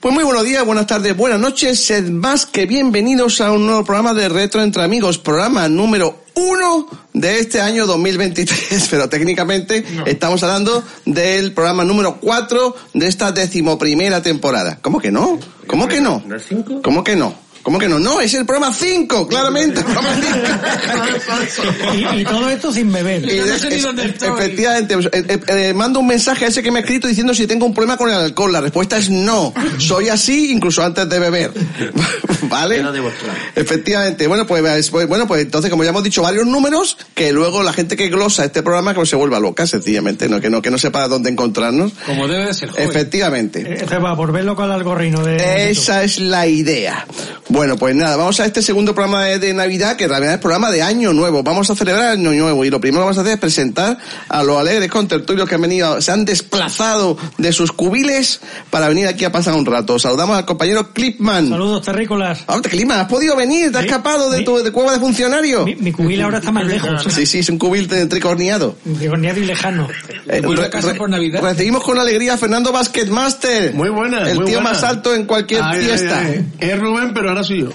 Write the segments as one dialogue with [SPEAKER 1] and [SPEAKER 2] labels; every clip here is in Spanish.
[SPEAKER 1] Pues muy buenos días, buenas tardes, buenas noches. Sed más que bienvenidos a un nuevo programa de Retro entre Amigos, programa número uno de este año 2023. Pero técnicamente
[SPEAKER 2] No.
[SPEAKER 1] estamos hablando del programa número cuatro de esta decimoprimera temporada. ¿Cómo que no? ¿Cómo que no?
[SPEAKER 2] ¿No es cinco?
[SPEAKER 1] ¿Cómo que no? ¿Cómo que no? No, es el programa 5, claramente. el programa cinco.
[SPEAKER 3] Y, y todo esto sin beber.
[SPEAKER 1] Y de-
[SPEAKER 2] sé ni
[SPEAKER 1] es-
[SPEAKER 2] dónde estoy.
[SPEAKER 1] Efectivamente, eh, eh, eh, mando un mensaje a ese que me ha escrito diciendo si tengo un problema con el alcohol. La respuesta es no. Soy así incluso antes de beber. ¿Vale?
[SPEAKER 2] Era de vuestra.
[SPEAKER 1] Efectivamente. Bueno, pues, eh, pues, bueno, pues entonces, como ya hemos dicho, varios números que luego la gente que glosa este programa que se vuelva loca, sencillamente, no, que no, que no sepa dónde encontrarnos.
[SPEAKER 2] Como debe de ser, joven.
[SPEAKER 1] Efectivamente.
[SPEAKER 3] Eh, Se va por verlo con el algorrino de... de
[SPEAKER 1] Esa es la idea. Bueno, pues nada, vamos a este segundo programa de, de Navidad, que en realidad es programa de Año Nuevo. Vamos a celebrar Año Nuevo y lo primero que vamos a hacer es presentar a los alegres contertulios que han venido, se han desplazado de sus cubiles para venir aquí a pasar un rato. Saludamos al compañero
[SPEAKER 3] YouTube.
[SPEAKER 1] Clipman.
[SPEAKER 3] Saludos, terrícolas.
[SPEAKER 1] Ah, Hombre, Clipman, has podido venir, te has
[SPEAKER 3] Sí,
[SPEAKER 1] escapado de
[SPEAKER 3] sí.
[SPEAKER 1] tu de cueva de funcionario.
[SPEAKER 3] Mi, mi cubil ahora está más lejos.
[SPEAKER 1] Sí, sí, es un cubil de tricorniado.
[SPEAKER 3] Gorneado y lejano.
[SPEAKER 1] Eh,
[SPEAKER 2] Vuelve
[SPEAKER 1] re-
[SPEAKER 2] a casa
[SPEAKER 1] re-
[SPEAKER 2] por Navidad.
[SPEAKER 1] Recibimos con alegría a Fernando Basketmaster.
[SPEAKER 4] Muy buenas,
[SPEAKER 1] El
[SPEAKER 4] muy
[SPEAKER 1] tío
[SPEAKER 4] buenas.
[SPEAKER 1] más alto en cualquier
[SPEAKER 4] Ay,
[SPEAKER 1] fiesta.
[SPEAKER 4] ay, ay. Es Rubén, pero ahora soy yo.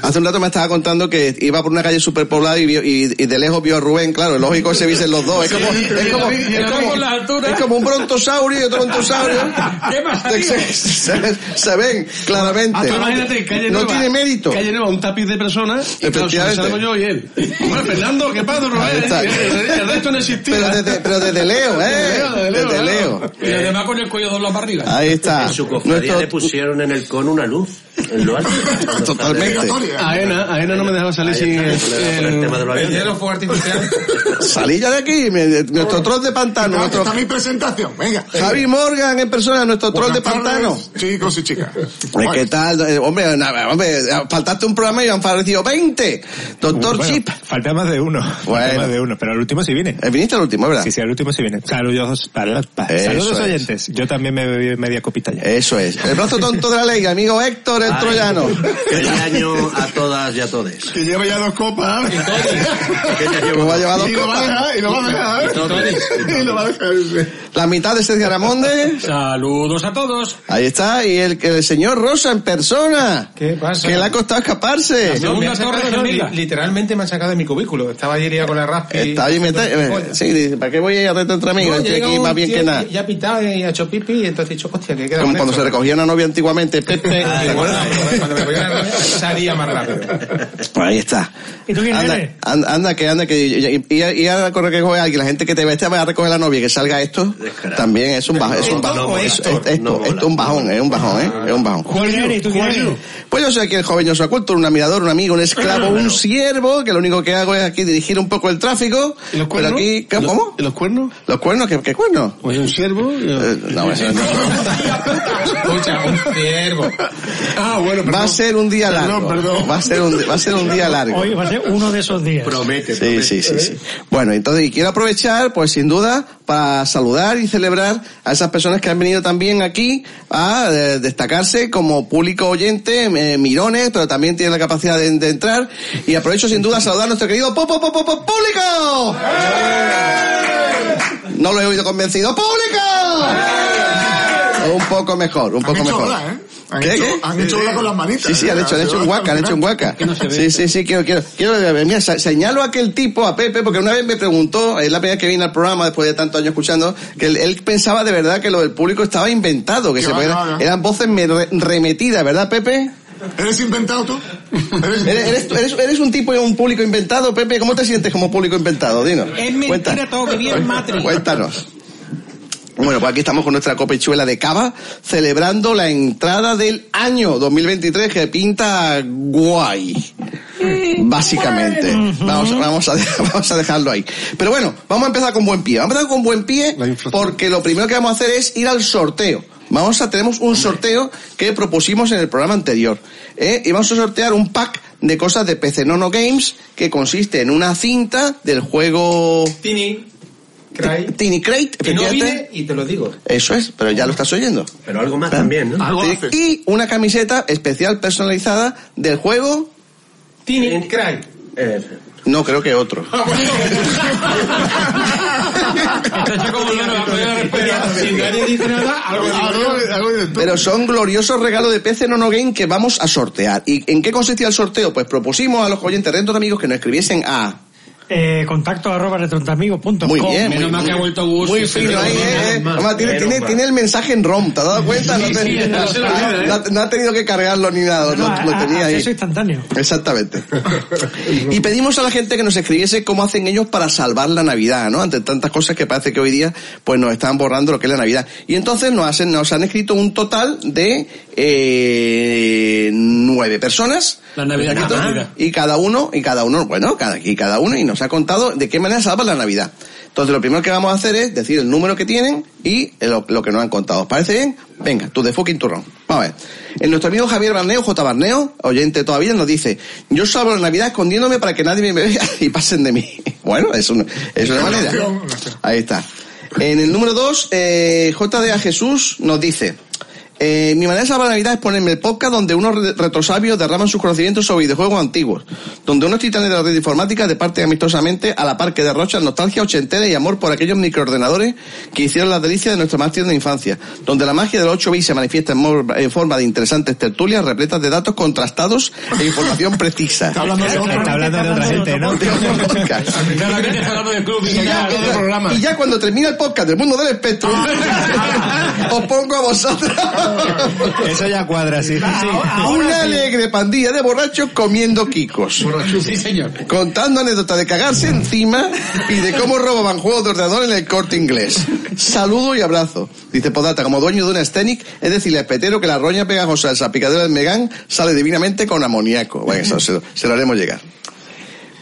[SPEAKER 1] Hace un rato me estaba contando que iba por una calle superpoblada y, vio- y, y de lejos vio a Rubén, claro, es lógico que se visen los dos. Oh, Es como, es como,
[SPEAKER 2] y
[SPEAKER 1] es
[SPEAKER 2] la
[SPEAKER 1] como,
[SPEAKER 2] por la altura.
[SPEAKER 1] es como un brontosaurio y otro brontosaurio.
[SPEAKER 2] ¿Qué más,
[SPEAKER 1] Se,
[SPEAKER 2] amigo?
[SPEAKER 1] se- se- se ven claramente.
[SPEAKER 4] Tú imagínate, calle
[SPEAKER 1] Ah, no
[SPEAKER 4] nueva.
[SPEAKER 1] tiene mérito.
[SPEAKER 4] Calle nueva, un tapiz de personas. Y claro,
[SPEAKER 1] Efectivamente.
[SPEAKER 4] salgo yo y él. Bueno, Fernando, ¿qué pasa, Rubén? eh,
[SPEAKER 1] Ahí está.
[SPEAKER 4] El resto no existía.
[SPEAKER 1] Pero desde, pero desde Leo, ¿eh?
[SPEAKER 4] Desde Leo, desde
[SPEAKER 1] Desde
[SPEAKER 4] Leo.
[SPEAKER 1] Leo.
[SPEAKER 2] Y además con el cuello doblado para arriba.
[SPEAKER 1] Ahí está.
[SPEAKER 5] En su cofradía
[SPEAKER 1] Nuestro-
[SPEAKER 5] le pusieron en el cono una luz. En lo alto.
[SPEAKER 1] Totalmente.
[SPEAKER 4] Aena, Aena no me dejaba salir
[SPEAKER 5] Ahí
[SPEAKER 4] sin eh,
[SPEAKER 5] está, por el
[SPEAKER 4] el-
[SPEAKER 5] tema de los
[SPEAKER 2] El
[SPEAKER 5] aviones.
[SPEAKER 2] hielo fue artificial.
[SPEAKER 1] Salí ya de aquí, me- nuestro troll de pantano.
[SPEAKER 6] Venga,
[SPEAKER 1] Nuestro
[SPEAKER 6] está mi presentación, venga.
[SPEAKER 1] Javi Morgan en persona, nuestro troll de
[SPEAKER 6] Buenas tardes,
[SPEAKER 1] pantano.
[SPEAKER 6] Chicos y chicas.
[SPEAKER 1] Hombre,
[SPEAKER 6] Bueno,
[SPEAKER 1] ¿Qué tal? Eh, Hombre, nada, hombre, faltaste un programa y han aparecido 20. Doctor
[SPEAKER 7] Bueno,
[SPEAKER 1] Chip.
[SPEAKER 7] Falta más de uno. Falta
[SPEAKER 1] Bueno.
[SPEAKER 7] más de uno. Pero al último sí viene.
[SPEAKER 1] Eh, Viniste al último, ¿verdad?
[SPEAKER 7] Sí, sí, al último sí viene. Saludos, para, para-
[SPEAKER 1] Eso
[SPEAKER 7] saludos
[SPEAKER 1] es.
[SPEAKER 7] oyentes. Yo también me bebí media copita ya.
[SPEAKER 1] Eso es. El brazo tonto de la ley, amigo Héctor el
[SPEAKER 5] Ay,
[SPEAKER 1] Troyano.
[SPEAKER 5] Feliz año a todas y a todes.
[SPEAKER 4] Que lleva ya dos copas.
[SPEAKER 1] Como ha llevado
[SPEAKER 4] Y lo va a dejar, y lo va a dejar. Y lo va a dejar.
[SPEAKER 1] la mitad de Sergio Ramonde.
[SPEAKER 2] Saludos a todos.
[SPEAKER 1] Ahí está. Y el, el señor Rosa en persona.
[SPEAKER 8] ¿Qué pasa?
[SPEAKER 1] Que le ha costado escaparse.
[SPEAKER 8] No, me
[SPEAKER 2] Segunda
[SPEAKER 8] han sacado,
[SPEAKER 2] torre
[SPEAKER 8] no, li-
[SPEAKER 2] gemela.
[SPEAKER 8] literalmente me han sacado de mi cubículo. Estaba ayer ya con la raspi.
[SPEAKER 1] Está ahí, me está- eh, sí, dice, ¿para qué voy a ir a reto entre amigos? Estoy aquí más bien que nada.
[SPEAKER 8] Ya pitado y ha hecho pipi y entonces he dicho, hostia, que queda
[SPEAKER 1] Como
[SPEAKER 8] con
[SPEAKER 1] cuando se
[SPEAKER 8] esto?
[SPEAKER 1] recogía una novia antiguamente, Pepe.
[SPEAKER 2] Ah,
[SPEAKER 1] ¿te acuerdas?
[SPEAKER 8] Bueno, Cuando me cogieron la raspi, salía más rápido.
[SPEAKER 1] Pues ahí está.
[SPEAKER 3] ¿Y tú quién
[SPEAKER 1] anda,
[SPEAKER 3] eres?
[SPEAKER 1] an- anda, que anda, que y, y, y ahora con recoger a alguien, la gente que te vete a recoger a la novia, que salga esto,
[SPEAKER 5] Descarado.
[SPEAKER 1] también es un bajón, es un
[SPEAKER 5] Esto
[SPEAKER 1] bajón,
[SPEAKER 5] no mola,
[SPEAKER 1] es- es-
[SPEAKER 5] Héctor,
[SPEAKER 1] esto-
[SPEAKER 5] no mola.
[SPEAKER 1] esto es un bajón, es un bajón, ¿eh? es un bajón.
[SPEAKER 3] ¿Tú quién eres? ¿Tú quién eres?
[SPEAKER 1] Pues yo soy aquí el joven Joshua Cultor, un admirador, un amigo, un esclavo, un siervo, que lo único que hago es aquí dirigir un poco el tráfico,
[SPEAKER 4] ¿Y los
[SPEAKER 1] pero
[SPEAKER 4] cuernos?
[SPEAKER 1] aquí, ¿qué- ¿cómo?
[SPEAKER 4] ¿Y los cuernos?
[SPEAKER 1] ¿Los cuernos? ¿Qué, qué cuernos?
[SPEAKER 4] Pues un siervo.
[SPEAKER 1] Eh, no, eso no.
[SPEAKER 8] Escucha, un ciervo.
[SPEAKER 4] Ah, bueno,
[SPEAKER 1] Va a ser un día
[SPEAKER 4] Perdón,
[SPEAKER 1] largo.
[SPEAKER 4] perdón.
[SPEAKER 1] Va a ser un, di- va a ser un día largo.
[SPEAKER 3] Hoy va a ser uno de esos días.
[SPEAKER 5] Promete,
[SPEAKER 1] Sí,
[SPEAKER 5] promete.
[SPEAKER 1] sí, sí, sí. Bueno, entonces, y quiero aprovechar, pues sin duda, para saludar y celebrar a esas personas que han venido también aquí a eh, destacarse como público oyente, eh, mirones, pero también tienen la capacidad de, de entrar. Y aprovecho sin duda a saludar a nuestro querido Popo Popo Popo Público.
[SPEAKER 8] ¡Eh!
[SPEAKER 1] No lo he oído convencido. ¡Público! Un poco mejor, un
[SPEAKER 6] Han
[SPEAKER 1] poco
[SPEAKER 6] hecho
[SPEAKER 1] mejor.
[SPEAKER 6] hola, ¿eh? Han
[SPEAKER 1] ¿Qué,
[SPEAKER 6] hecho,
[SPEAKER 1] qué?
[SPEAKER 6] han hecho hola con las manitas. ¿eh?
[SPEAKER 1] Sí, sí, han hecho, han hecho un huaca, han hecho un huaca. Sí, sí, sí, quiero, quiero, quiero, mira, se- señalo a aquel tipo, a Pepe, porque una vez me preguntó, es la primera vez que vine al programa después de tantos años escuchando, que él, él pensaba de verdad que lo del público estaba inventado, que
[SPEAKER 6] Que
[SPEAKER 1] se
[SPEAKER 6] va,
[SPEAKER 1] podía-
[SPEAKER 6] no, no.
[SPEAKER 1] eran voces me- re- remetidas, ¿verdad, Pepe?
[SPEAKER 6] ¿Eres inventado tú? ¿Eres
[SPEAKER 1] ¿Eres, eres, tú- eres, eres un tipo, un público inventado, Pepe? ¿Cómo te sientes como público inventado? Dinos.
[SPEAKER 2] Es mentira todo, que bien Matrix.
[SPEAKER 1] Cuéntanos. Bueno, pues aquí estamos con nuestra copechuela de cava, celebrando la entrada del año 2023 que pinta guay. Básicamente. Vamos, vamos, a, vamos a dejarlo ahí. Pero bueno, vamos a empezar con buen pie. Vamos a empezar con buen pie
[SPEAKER 4] La inflación.
[SPEAKER 1] porque lo primero que vamos a hacer es ir al sorteo. Vamos a, tenemos un sorteo que propusimos en el programa anterior. ¿eh? Y vamos a sortear un pack de cosas de PC Nono Games que consiste en una cinta del juego
[SPEAKER 8] Tini, cry,
[SPEAKER 1] Tiny Crate,
[SPEAKER 8] que no vine
[SPEAKER 1] efectivamente.
[SPEAKER 8] y te lo digo.
[SPEAKER 1] Eso es, pero ya lo estás oyendo.
[SPEAKER 5] Pero algo más también, ¿no?
[SPEAKER 4] Algo
[SPEAKER 1] Sí,
[SPEAKER 4] hace.
[SPEAKER 1] Y una camiseta especial personalizada del juego
[SPEAKER 8] Tini, cry.
[SPEAKER 5] Eh,
[SPEAKER 1] No, creo que otro.
[SPEAKER 2] Esto es como yo no la podía respirar.
[SPEAKER 8] Si nadie dice nada, algo
[SPEAKER 4] Algo- algo de-
[SPEAKER 1] Pero son gloriosos regalos de PC Nono Game que vamos a sortear. ¿Y en qué consistía el sorteo? Pues propusimos a los oyentes de amigos que nos escribiesen a...
[SPEAKER 3] Eh, contacto arroba retroamigos.com.
[SPEAKER 1] Muy bien, muy
[SPEAKER 2] Menos mal que ha vuelto Gus.
[SPEAKER 1] Muy
[SPEAKER 2] que se
[SPEAKER 1] fino
[SPEAKER 2] le-
[SPEAKER 1] ahí, eh.
[SPEAKER 5] mal,
[SPEAKER 1] Además, tiene,
[SPEAKER 5] menos
[SPEAKER 1] tiene,
[SPEAKER 5] mal.
[SPEAKER 1] tiene el mensaje en ROM, ¿te has dado cuenta? No, te-
[SPEAKER 2] sí, no se lo olvida, ¿eh?
[SPEAKER 1] no ha- no ha tenido que cargarlo ni nada,
[SPEAKER 3] No,
[SPEAKER 1] lo,
[SPEAKER 4] Ah.
[SPEAKER 3] a-
[SPEAKER 1] lo
[SPEAKER 3] a-
[SPEAKER 1] tenía ahí.
[SPEAKER 3] acceso instantáneo.
[SPEAKER 1] Exactamente. Y pedimos a la gente que nos escribiese cómo hacen ellos para salvar la Navidad, ¿no? Ante tantas cosas que parece que hoy día pues nos están borrando lo que es la Navidad. Y entonces nos, hacen, nos han escrito un total de eh, nueve personas.
[SPEAKER 2] La Navidad que
[SPEAKER 1] Escrito,
[SPEAKER 2] perdida.
[SPEAKER 1] Y cada uno, y cada uno, bueno, cada, y cada uno, y nos ha contado de qué manera salvan la Navidad. Entonces lo primero que vamos a hacer es decir el número que tienen y lo, lo que nos han contado. ¿Os parece bien? Venga, tú de fucking turrón. Vamos a ver. El nuestro amigo Javier Barneo, J. Barneo, oyente todavía, nos dice, yo salvo la Navidad escondiéndome para que nadie me vea y pasen de mí. Bueno, es, un- es una manera. Ahí está. En el número 2, eh, JDA Jesús nos dice, eh, mi manera de salvar la Navidad es ponerme el podcast donde unos re- retrosabios derraman sus conocimientos sobre videojuegos antiguos, donde unos titanes de la red informática departen amistosamente a la par que derrochan nostalgia ochentera y amor por aquellos microordenadores que hicieron las delicias de nuestra más tierna infancia, donde la magia del 8 bits se manifiesta en, mor- en forma de interesantes tertulias repletas de datos contrastados e información precisa.
[SPEAKER 6] Está hablando de otro.
[SPEAKER 7] Está hablando de otra gente, ¿no?
[SPEAKER 2] Claramente está hablando del club.
[SPEAKER 6] Y ya, otro programa.
[SPEAKER 1] Y ya cuando termina el podcast del mundo del espectro, os pongo a vosotros.
[SPEAKER 7] Eso ya cuadra, sí.
[SPEAKER 1] Una alegre pandilla de borrachos comiendo kikos.
[SPEAKER 2] Sí, señor.
[SPEAKER 1] Contando anécdotas de cagarse encima y de cómo robaban juegos de ordenador en el corte inglés. Saludo y abrazo. Dice Podata, como dueño de una Scenic, es decir, el petero que la roña pegajosa del salpicadero del Megán sale divinamente con amoníaco. Bueno, eso se, lo- se lo haremos llegar.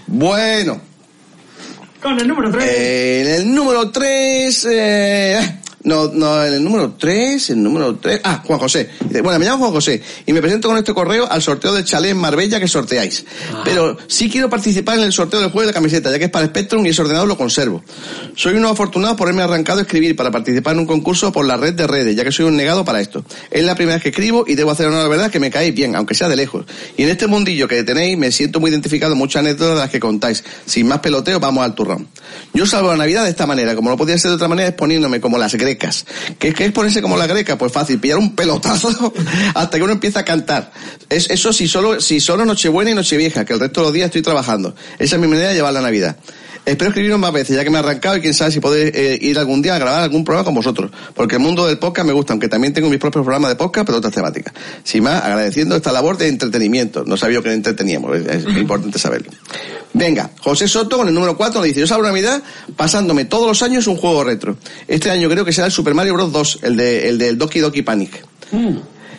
[SPEAKER 1] Bueno,
[SPEAKER 3] Con el número 3.
[SPEAKER 1] eh, en el número 3, no, no, en el número 3, el número 3, ah, Juan José. Dice, Bueno, me llamo Juan José y me presento con este correo al sorteo del chalet en Marbella que sorteáis.
[SPEAKER 3] Ah.
[SPEAKER 1] Pero sí quiero participar en el sorteo del juego de la camiseta, ya que es para Spectrum y ese ordenador lo conservo. Soy uno afortunado por haberme arrancado a escribir para participar en un concurso por la red de redes, ya que soy un negado para esto. Es la primera vez que escribo y debo hacer una verdad que me caéis bien, aunque sea de lejos. Y en este mundillo que tenéis me siento muy identificado en muchas anécdotas de las que contáis. Sin más peloteo, vamos al turrón. Yo salvo la Navidad de esta manera, como no podía ser de otra manera, exponiéndome como las grecas. ¿Qué, qué es ponerse como las grecas? Pues fácil, pillar un pelotazo hasta que uno empieza a cantar. Es, eso si solo, si solo Nochebuena y Nochevieja, que el resto de los días estoy trabajando. Esa es mi manera de llevar la Navidad. Espero escribiros más veces, ya que me he arrancado y quién sabe si podéis eh, ir algún día a grabar algún programa con vosotros. Porque el mundo del podcast me gusta, aunque también tengo mis propios programas de podcast, pero otras temáticas. Sin más, agradeciendo esta labor de entretenimiento. No sabía que entreteníamos, es, es importante saberlo. Venga, José Soto con el número 4 le dice, yo salgo la Navidad pasándome todos los años un juego retro. Este año creo que será el Super Mario Bros. 2, el, de, el del Doki Doki Panic.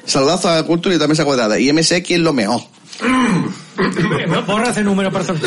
[SPEAKER 1] Saludazo a Cultura y también mesa cuadrada. Y MSX es lo mejor.
[SPEAKER 3] Eh, Borra ese número, por favor.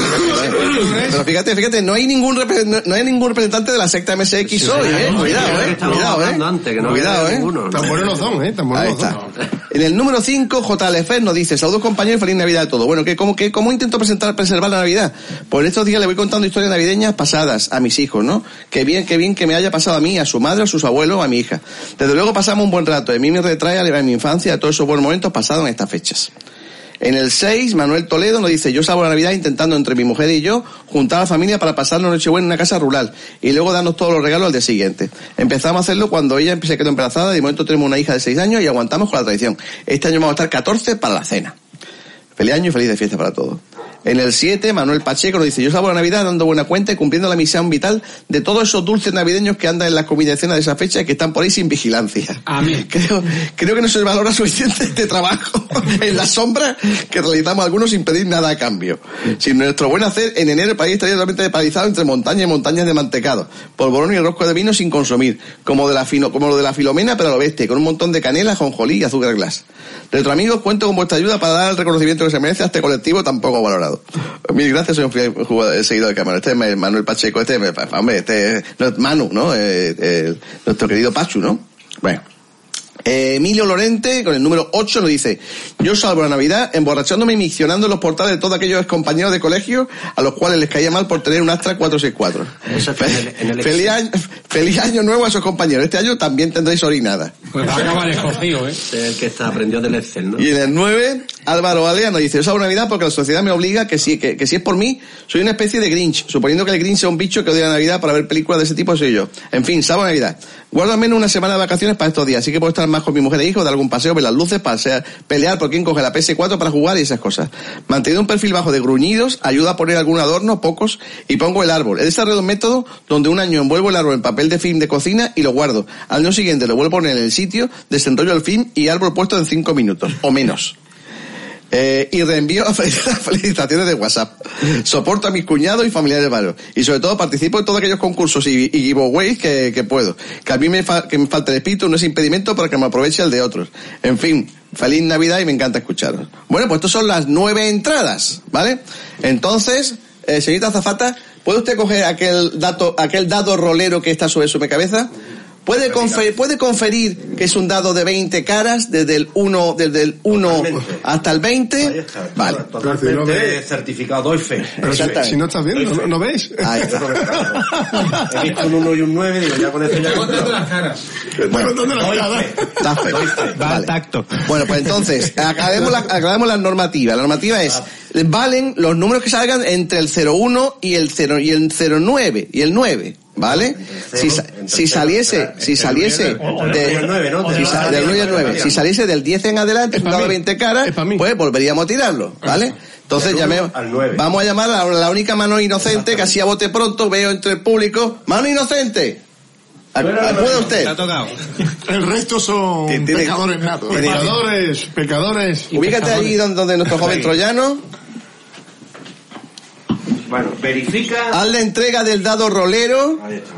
[SPEAKER 1] Pero fíjate, fíjate, no hay ningún repre- no, no hay ningún representante de la secta MSX hoy, eh.
[SPEAKER 5] Oye,
[SPEAKER 1] Cuidado,
[SPEAKER 5] que
[SPEAKER 1] eh.
[SPEAKER 5] estábamos
[SPEAKER 1] Cuidado, eh.
[SPEAKER 5] hablando antes, que no
[SPEAKER 1] Cuidado,
[SPEAKER 5] había
[SPEAKER 1] eh.
[SPEAKER 5] ninguno.
[SPEAKER 4] Tan buenos no son, ¿eh? Tan buenos
[SPEAKER 1] Ahí
[SPEAKER 4] no son.
[SPEAKER 1] está. En el número 5, JLF nos dice, saludos compañeros, feliz Navidad a todos. Bueno, ¿qué, cómo, qué, ¿cómo intento presentar, preservar la Navidad? Por estos días le voy contando historias navideñas pasadas a mis hijos, ¿no? Qué bien, qué bien que me haya pasado a mí, a su madre, a sus abuelos, a mi hija. Desde luego pasamos un buen rato. A mí me retrae a mi infancia, a todos esos buenos momentos pasados en estas fechas. En el 6, Manuel Toledo nos dice, yo salvo la Navidad intentando entre mi mujer y yo juntar a la familia para pasar la Nochebuena en una casa rural y luego darnos todos los regalos al día siguiente. Empezamos a hacerlo cuando ella se quedó embarazada y de momento tenemos una hija de 6 años y aguantamos con la tradición. Este año vamos a estar 14 para la cena. Feliz año y feliz de fiesta para todos. En el 7, Manuel Pacheco nos dice, yo salvo la Navidad dando buena cuenta y cumpliendo la misión vital de todos esos dulces navideños que andan en las comidas y cenas de esa fecha y que están por ahí sin vigilancia.
[SPEAKER 2] Amén.
[SPEAKER 1] Creo, creo que no se valora suficiente este trabajo en la sombra que realizamos algunos sin pedir nada a cambio. Sin nuestro buen hacer, en enero el país estaría totalmente paralizado entre montañas y montañas de mantecado, polvorón y rosco de vino sin consumir, como, de la fino- como lo de la filomena pero a lo bestia, con un montón de canela, jonjolí y azúcar glass. Retro amigos, cuento con vuestra ayuda para dar el reconocimiento que se merece a este colectivo tan poco valorado. Mil gracias, soy un fiel jugador- eh, seguidor de cámara. Este es Manuel Pacheco, este es, hombre, este es no, Manu, ¿no? Eh, eh, nuestro querido Pachu, ¿no? Bueno. Eh, Emilio Lorente, con el número 8, nos dice, yo salvo la Navidad emborrachándome y miccionando en los portales de todos aquellos compañeros de colegio a los cuales les caía mal por tener un Astra 464.
[SPEAKER 5] Eso fue en el- en el
[SPEAKER 1] feliz, año, feliz año nuevo a esos compañeros. Este año también tendréis orinada.
[SPEAKER 2] Pues va a acabar escocido, ¿eh?
[SPEAKER 5] Este Es el que está, aprendió del Excel, ¿no?
[SPEAKER 1] Y en el 9, Álvaro Alea nos dice, yo salvo Navidad porque la sociedad me obliga que si, que, que si es por mí, soy una especie de Grinch, suponiendo que el Grinch sea un bicho que odia la Navidad para ver películas de ese tipo, soy yo. En fin, salvo Navidad. Guardo al menos una semana de vacaciones para estos días, así que puedo estar más con mi mujer e hijo, dar algún paseo, ver las luces, pasear, pelear por quién coge la PS4 para jugar y esas cosas. Manteniendo un perfil bajo de gruñidos, ayuda a poner algún adorno, pocos, y pongo el árbol. He desarrollado un método donde un año envuelvo el árbol en papel de film de cocina y lo guardo. Al año siguiente lo vuelvo a poner en el sitio, desenrollo el film y árbol puesto en cinco minutos, o menos. Eh, y reenvío las felicitaciones de WhatsApp. Soporto a mis cuñados y familiares varios. Y sobre todo participo en todos aquellos concursos y, y giveaways que, que puedo. Que a mí me, fa- que me falta el espíritu no es impedimento para que me aproveche el de otros. En fin, feliz Navidad y me encanta escucharos. Bueno, pues estas son las nueve entradas, ¿vale? Entonces, eh, señorita Azafata, ¿puede usted coger aquel dato, aquel dado rolero que está sobre su cabeza? ¿Puede, confe- puede conferir que es un dado de 20 caras desde el 1, desde el 1
[SPEAKER 5] Totalmente.
[SPEAKER 1] hasta el 20?
[SPEAKER 5] Ahí está.
[SPEAKER 1] Vale.
[SPEAKER 5] Totalmente
[SPEAKER 4] Claro, si no ve-
[SPEAKER 5] certificado, doy fe.
[SPEAKER 4] Pero si,
[SPEAKER 1] Exactamente.
[SPEAKER 4] si no estás viendo, ¿no, no ves?
[SPEAKER 1] Ahí
[SPEAKER 5] Eso es lo
[SPEAKER 1] está.
[SPEAKER 5] que está. He visto un 1 y un 9, digo, ya con eso ya.
[SPEAKER 8] Está contando las caras.
[SPEAKER 6] Bueno, ¿dónde la mirada?
[SPEAKER 1] Está fe.
[SPEAKER 7] Va
[SPEAKER 1] Vale.
[SPEAKER 7] al tacto.
[SPEAKER 1] Bueno, pues entonces, acabemos la, acabemos la normativa. La normativa es, valen los números que salgan entre el 01 y el 0 y el 09 y el 9, ¿vale? Si, sa- si saliese, si saliese de-
[SPEAKER 5] el nueve, ¿no?
[SPEAKER 1] si sa- del 9 al 9, si saliese del 10 en adelante,
[SPEAKER 4] Es
[SPEAKER 1] un
[SPEAKER 4] pa'
[SPEAKER 1] dado
[SPEAKER 4] mí.
[SPEAKER 1] 20 caras,
[SPEAKER 4] Es pa' mí.
[SPEAKER 1] pues volveríamos a tirarlo, ¿vale? Entonces
[SPEAKER 5] Del
[SPEAKER 1] llamé,
[SPEAKER 5] uno al nueve.
[SPEAKER 1] vamos a llamar a la única mano inocente que así a bote pronto veo entre el público, mano inocente. ¿Puede usted?
[SPEAKER 7] tocado.
[SPEAKER 6] El resto son
[SPEAKER 1] Tiene- tiene-
[SPEAKER 6] pecadores natos.
[SPEAKER 4] Pecadores, pecadores.
[SPEAKER 1] Ubícate allí donde, donde nuestro joven troyano.
[SPEAKER 5] Bueno, verifica.
[SPEAKER 1] Haz la entrega del dado rolero.
[SPEAKER 5] Ahí está.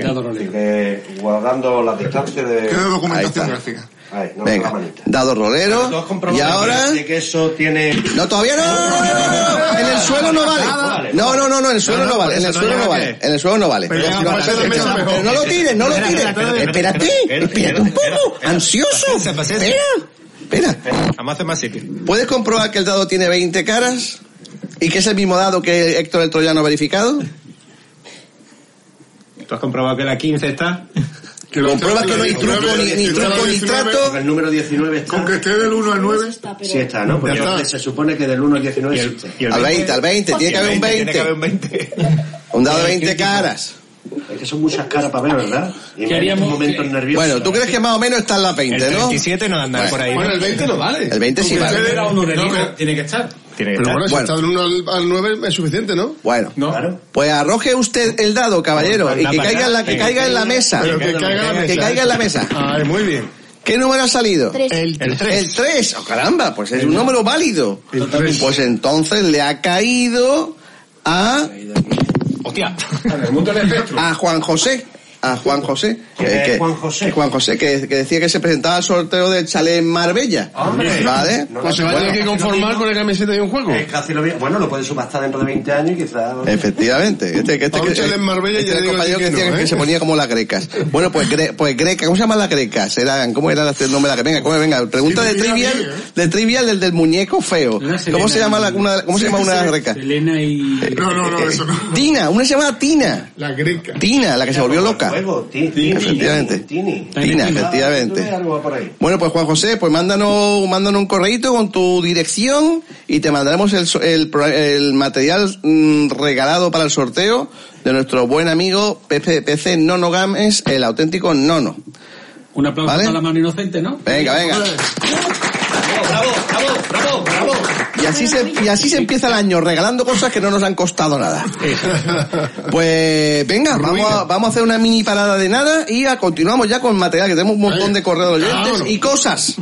[SPEAKER 2] Ya otro rollo.
[SPEAKER 5] Eh, guardando la distancia
[SPEAKER 6] ¿Qué
[SPEAKER 5] de.
[SPEAKER 6] documentación
[SPEAKER 1] Ahí
[SPEAKER 6] gráfica?
[SPEAKER 5] Ahí, no
[SPEAKER 1] Venga,
[SPEAKER 5] con la manita.
[SPEAKER 1] dado rolero. Y ahora. ¿eh?
[SPEAKER 5] De que eso tiene.
[SPEAKER 1] No, todavía no, no, no, no, no. En el suelo no vale. No, no, no, no. En el suelo no vale. En el suelo no vale. En el suelo no vale.
[SPEAKER 4] llega a ser menos mejor.
[SPEAKER 1] Pero no lo tires, no lo tires. Espérate, espérate un poco. Ansioso. Espera, espera.
[SPEAKER 7] Vamos a hacer más sitio.
[SPEAKER 1] ¿Puedes comprobar que el dado tiene 20 caras? ¿Y que es el mismo dado que Héctor el Troyano ha verificado?
[SPEAKER 7] ¿Tú has comprobado que la 15 está?
[SPEAKER 1] Comprueba que no hay truco, ni, ni truco, ni trato.
[SPEAKER 5] El número 19 está.
[SPEAKER 6] Con que esté del 1 al 9.
[SPEAKER 5] Sí está, ¿no? Porque
[SPEAKER 4] Ya está.
[SPEAKER 5] se supone que del 1 al 19
[SPEAKER 7] Y el-
[SPEAKER 5] existe.
[SPEAKER 7] y el
[SPEAKER 1] Al 20, al 20. Tiene que haber un Eh,
[SPEAKER 7] Tiene que haber
[SPEAKER 1] 20.
[SPEAKER 7] un 20.
[SPEAKER 1] Un dado de 20 caras.
[SPEAKER 5] Es que son muchas caras para ver, ¿verdad? Y
[SPEAKER 2] ¿Qué haríamos?
[SPEAKER 5] en momentos nerviosos.
[SPEAKER 1] Bueno, tú crees que más o menos están las
[SPEAKER 7] El
[SPEAKER 1] 20, ¿no?
[SPEAKER 7] 37 no anda por ahí. ¿no?
[SPEAKER 4] Bueno, el 20 no vale.
[SPEAKER 1] El 20 sí vale.
[SPEAKER 2] Era uno de
[SPEAKER 8] No,
[SPEAKER 2] Nico.
[SPEAKER 8] pero tiene que estar.
[SPEAKER 7] Tiene que
[SPEAKER 4] Pero bueno,
[SPEAKER 7] estar.
[SPEAKER 4] si
[SPEAKER 1] Bueno.
[SPEAKER 4] está del 1 al, 9 es suficiente, ¿no?
[SPEAKER 1] Bueno,
[SPEAKER 5] Claro.
[SPEAKER 1] pues arroje usted el dado, caballero, y que
[SPEAKER 7] para
[SPEAKER 1] caiga en la, que
[SPEAKER 7] nada.
[SPEAKER 1] caiga en la mesa.
[SPEAKER 4] Pero que caiga la
[SPEAKER 1] Que
[SPEAKER 4] mesa.
[SPEAKER 1] caiga en la mesa.
[SPEAKER 2] Ah,
[SPEAKER 4] Ay, muy bien.
[SPEAKER 1] ¿Qué número ha salido?
[SPEAKER 7] El, el 3.
[SPEAKER 1] El 3. ¡Oh, caramba! Pues es un número válido. Pues entonces le ha caído a,
[SPEAKER 7] Hostia.
[SPEAKER 8] El mundo del espectro.
[SPEAKER 1] a Juan José. A Juan José.
[SPEAKER 5] ¿Quién
[SPEAKER 1] eh,
[SPEAKER 5] es Juan José?
[SPEAKER 1] que Juan José, que, que decía que se presentaba al sorteo del chalet en Marbella.
[SPEAKER 5] Hombre.
[SPEAKER 1] ¿Vale?
[SPEAKER 5] No,
[SPEAKER 4] Pues se va a tener que conformar con la camiseta de un juego.
[SPEAKER 5] Es casi lo mismo. Bueno, lo puedes subastar dentro de 20 años y quizás...
[SPEAKER 1] Efectivamente. Este, que este,
[SPEAKER 4] A un
[SPEAKER 1] que-
[SPEAKER 4] chale en Marbella
[SPEAKER 1] este
[SPEAKER 4] ya
[SPEAKER 1] era el
[SPEAKER 4] digo
[SPEAKER 1] compañero
[SPEAKER 4] que
[SPEAKER 1] que,
[SPEAKER 4] no,
[SPEAKER 1] decía que
[SPEAKER 4] ¿eh?
[SPEAKER 1] se ponía como las grecas. Bueno, pues, gre- pues greca, ¿cómo se llaman las grecas? Eran, ¿Cómo era el nombre de las Venga, come, venga, pregunta de trivial,
[SPEAKER 4] ¿eh?
[SPEAKER 1] de trivial del, del muñeco feo.
[SPEAKER 2] Una Selena.
[SPEAKER 1] ¿Cómo se llama la, una, cómo se llama una de las grecas?
[SPEAKER 2] Selena y...
[SPEAKER 6] No, no, no, eso no.
[SPEAKER 1] Tina, una se llamaba Tina.
[SPEAKER 4] La greca.
[SPEAKER 1] Tina, la que se volvió loca.
[SPEAKER 5] Juego, ti- Tini,
[SPEAKER 1] Efectivamente.
[SPEAKER 5] Tini,
[SPEAKER 1] Tina,
[SPEAKER 5] Ah,
[SPEAKER 1] efectivamente.
[SPEAKER 5] ¿tú ves algo por ahí?
[SPEAKER 1] Bueno, pues Juan José, pues mándanos, mándanos un correito con tu dirección y te mandaremos el, so- el, pro- el material mm, regalado para el sorteo de nuestro buen amigo PC, PC Nono Games, el auténtico Nono.
[SPEAKER 2] Un aplauso
[SPEAKER 1] ¿Vale?
[SPEAKER 2] para la mano inocente, ¿no?
[SPEAKER 1] Venga, venga.
[SPEAKER 5] ¡Bravo, bravo, bravo, bravo!
[SPEAKER 1] Y así, se, y así se empieza el año, regalando cosas que no nos han costado nada. Pues venga, vamos a, vamos a hacer una mini parada de nada y a- continuamos ya con material, que tenemos un montón de correos de oyentes y cosas.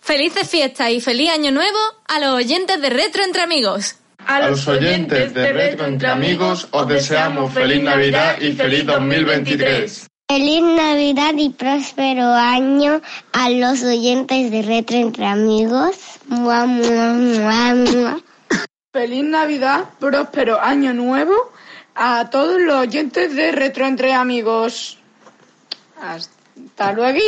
[SPEAKER 9] Felices fiestas y feliz año nuevo a los oyentes de Retro Entre Amigos.
[SPEAKER 10] A los oyentes de Retro Entre Amigos os deseamos feliz Navidad y feliz 2023.
[SPEAKER 11] Feliz Navidad y próspero año a los oyentes de Retro Entre Amigos. Mua, mua, mua, mua.
[SPEAKER 10] Feliz Navidad, próspero año nuevo a todos los oyentes de Retro Entre Amigos. Hasta Hasta luego.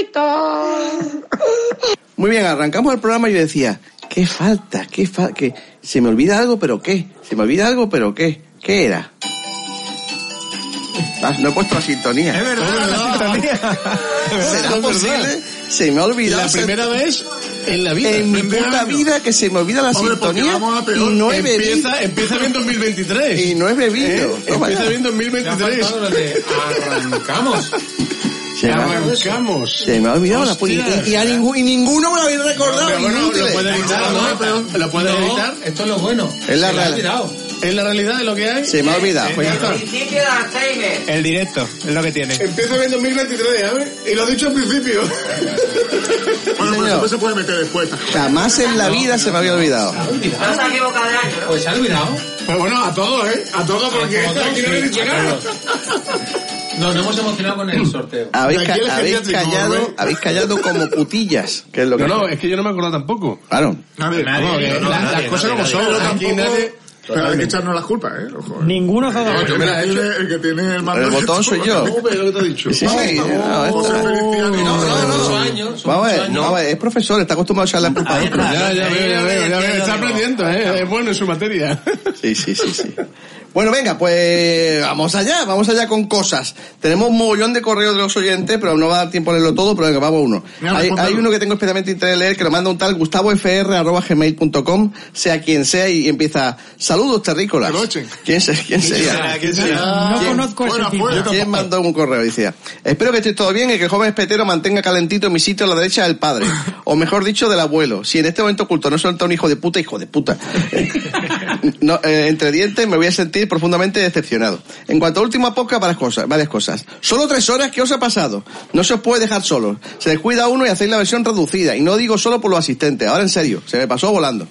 [SPEAKER 1] Muy bien, arrancamos el programa y yo decía, ¿qué falta? ¿Qué falta? ¿Qué? ¿Se me olvida algo, pero qué? ¿Se me olvida algo, pero qué? ¿Qué era? Ah, no he puesto la sintonía.
[SPEAKER 4] Es verdad,
[SPEAKER 1] ¿Será posible? Se me ha olvidado.
[SPEAKER 4] La
[SPEAKER 1] se-
[SPEAKER 4] primera vez en la vida.
[SPEAKER 1] En mi
[SPEAKER 4] primer
[SPEAKER 1] puta
[SPEAKER 4] año.
[SPEAKER 1] vida que se me olvida la
[SPEAKER 6] Hombre, porque
[SPEAKER 1] sintonía
[SPEAKER 6] vamos a
[SPEAKER 1] y
[SPEAKER 6] peor.
[SPEAKER 1] no he bebido.
[SPEAKER 4] empieza, empieza bien 2023.
[SPEAKER 1] Y no he bebido.
[SPEAKER 4] ¿Eh?
[SPEAKER 1] Toma
[SPEAKER 4] Empieza
[SPEAKER 1] ya.
[SPEAKER 4] bien
[SPEAKER 8] Te ha faltado
[SPEAKER 4] 2023.
[SPEAKER 8] lo de arrancamos.
[SPEAKER 1] Se me ha-
[SPEAKER 4] Arrancamos.
[SPEAKER 1] se me ha olvidado la
[SPEAKER 4] Hostias.
[SPEAKER 1] puta. Y, y a ningún- y ninguno me lo habéis recordado.
[SPEAKER 4] Pero bueno,
[SPEAKER 1] inútiles.
[SPEAKER 4] lo puedes editar, ¿no?
[SPEAKER 8] Perdón.
[SPEAKER 4] Lo puedes
[SPEAKER 8] No,
[SPEAKER 4] editar.
[SPEAKER 8] Esto es lo bueno.
[SPEAKER 1] Es la
[SPEAKER 8] Se lo has
[SPEAKER 1] real.
[SPEAKER 8] tirado.
[SPEAKER 4] Es la realidad de lo que hay.
[SPEAKER 1] Se me ha olvidado.
[SPEAKER 4] Pues ya está.
[SPEAKER 7] El directo, es lo que tiene.
[SPEAKER 4] Empieza bien 2023, ¿sabes? ¿eh? Y lo he dicho al principio.
[SPEAKER 6] Bueno, pero
[SPEAKER 1] señor.
[SPEAKER 6] después se puede meter después.
[SPEAKER 1] Jamás en la vida se me había olvidado.
[SPEAKER 8] Pues se ha olvidado.
[SPEAKER 4] Pues bueno, a todos, ¿eh? A todos porque
[SPEAKER 8] A todos,
[SPEAKER 4] aquí no
[SPEAKER 8] sí,
[SPEAKER 4] he dicho
[SPEAKER 8] a
[SPEAKER 4] nada.
[SPEAKER 8] todos. Nos hemos emocionado con el sorteo.
[SPEAKER 1] Habéis,
[SPEAKER 6] De
[SPEAKER 1] ca-
[SPEAKER 6] aquí el
[SPEAKER 1] habéis
[SPEAKER 6] geriátrico,
[SPEAKER 1] callado,
[SPEAKER 6] Rubén.
[SPEAKER 1] habéis callado como putillas, que es lo que
[SPEAKER 4] No, no, es que yo no me acuerdo tampoco.
[SPEAKER 1] claro.
[SPEAKER 6] Nadie.
[SPEAKER 7] No,
[SPEAKER 4] Porque
[SPEAKER 7] no, no,
[SPEAKER 4] la- las
[SPEAKER 7] nadie,
[SPEAKER 4] cosas
[SPEAKER 7] nadie,
[SPEAKER 4] como son.
[SPEAKER 6] Pero
[SPEAKER 4] Aquí
[SPEAKER 6] tampoco...
[SPEAKER 4] nadie...
[SPEAKER 6] Pero hay que echarnos las culpas, ¿eh? Ojo, eh.
[SPEAKER 3] Ninguno se ha dado
[SPEAKER 4] No, yo
[SPEAKER 6] El
[SPEAKER 4] me la he
[SPEAKER 6] que
[SPEAKER 4] hecho.
[SPEAKER 6] tiene- El que tiene el mando
[SPEAKER 1] El botón
[SPEAKER 6] de-
[SPEAKER 1] soy yo.
[SPEAKER 6] No, pero lo que te he dicho.
[SPEAKER 1] Sí, sí,
[SPEAKER 6] Vamos,
[SPEAKER 1] no,
[SPEAKER 6] vamos, este
[SPEAKER 1] esto-
[SPEAKER 6] José Feliciano.
[SPEAKER 8] No, no, no.
[SPEAKER 6] Vamos,
[SPEAKER 8] Son años. son
[SPEAKER 1] Vamos a
[SPEAKER 8] muchos
[SPEAKER 1] ver,
[SPEAKER 8] años.
[SPEAKER 1] vamos a ver, es profesor, está acostumbrado a echar la culpa a
[SPEAKER 4] Ya,
[SPEAKER 1] otros.
[SPEAKER 4] ya veo, ya veo, ya veo. Está aprendiendo, ¿eh? Es bueno en su materia.
[SPEAKER 1] Sí, sí, sí, sí. Bueno, venga, pues vamos allá, vamos allá con cosas. Tenemos un mogollón de correos de los oyentes, pero no va a dar tiempo a leerlo todo, pero venga, vamos a uno.
[SPEAKER 6] Venga, pues,
[SPEAKER 1] Hay,
[SPEAKER 6] respóndelo.
[SPEAKER 1] hay uno que tengo especialmente interés de leer, que lo manda un tal gustavofr.gmail.com, sea quien sea, y empieza, saludos terrícolas.
[SPEAKER 6] Que lo echen.
[SPEAKER 1] ¿Quién, se- quién sería?
[SPEAKER 7] ¿Quién
[SPEAKER 3] No
[SPEAKER 1] ¿Quién?
[SPEAKER 3] conozco
[SPEAKER 6] Fuera,
[SPEAKER 3] ese tipo.
[SPEAKER 6] fuera.
[SPEAKER 1] ¿Quién mandó un correo? Decía, espero que esté todo bien y que el joven espetero mantenga calentito mi sitio a la derecha del padre. O mejor dicho, del abuelo. Si en este momento oculto no suelta un hijo de puta, hijo de puta. No, eh, entre dientes me voy a sentir profundamente decepcionado. En cuanto a última poca, varias cosas, varias cosas. Solo tres horas que os ha pasado. No se os puede dejar solos. Se descuida uno y hacéis la versión reducida. Y no digo solo por los asistentes. Ahora en serio, se me pasó volando.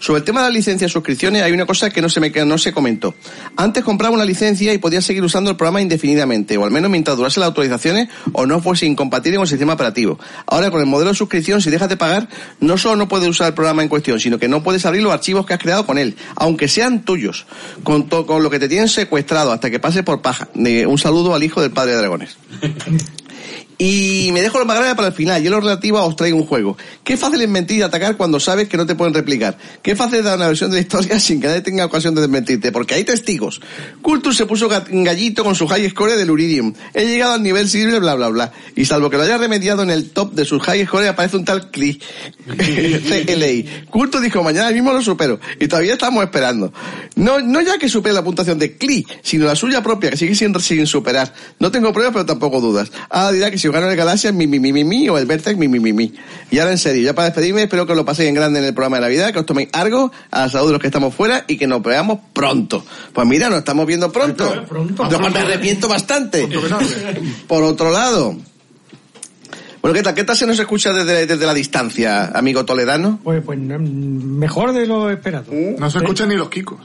[SPEAKER 1] Sobre el tema de las licencias y suscripciones hay una cosa que no se me que no se comentó. Antes compraba una licencia y podía seguir usando el programa indefinidamente, o al menos mientras durase las autorizaciones o no fuese incompatible con el sistema operativo. Ahora con el modelo de suscripción, si dejas de pagar, no solo no puedes usar el programa en cuestión, sino que no puedes abrir los archivos que has creado con él, aunque sean tuyos, con, to- con lo que te tienen secuestrado hasta que pase por paja. Eh, Un saludo al hijo del padre de dragones. Y me dejo lo más grave para el final. Yo lo relativo a os traigo un juego. Qué fácil es mentir y atacar cuando sabes que no te pueden replicar. Qué fácil es dar una versión de la historia sin que nadie tenga ocasión de desmentirte, porque hay testigos. Cultus se puso gat- gallito con su high score del Uridium. He llegado al nivel silver, bla, bla, bla. Y salvo que lo haya remediado en el top de sus high score, aparece un tal Cli. CLI. Cultus dijo, mañana mismo lo supero. Y todavía estamos esperando. No, no ya que supere la puntuación de Cli, sino la suya propia, que sigue sin, sin superar. No tengo pruebas, pero tampoco dudas. Ah, dirá que si os gano el Galaxia, mi, mi, mi, mi, mi, o el Vertex, mi, mi, mi, mi. Y ahora en serio, ya para despedirme, espero que os lo paséis en grande en el programa de Navidad, que os toméis algo, a la salud de los que estamos fuera y que nos veamos pronto. Pues mira, nos estamos viendo pronto.
[SPEAKER 3] Pronto.
[SPEAKER 1] Yo me arrepiento bastante.
[SPEAKER 6] Pronto que tarde.
[SPEAKER 1] Por otro lado. Bueno, ¿qué tal? ¿Qué tal se nos escucha desde, desde la distancia, amigo toledano?
[SPEAKER 3] Pues, pues no, mm, mejor de lo esperado.
[SPEAKER 6] No se escuchan ni los kikos.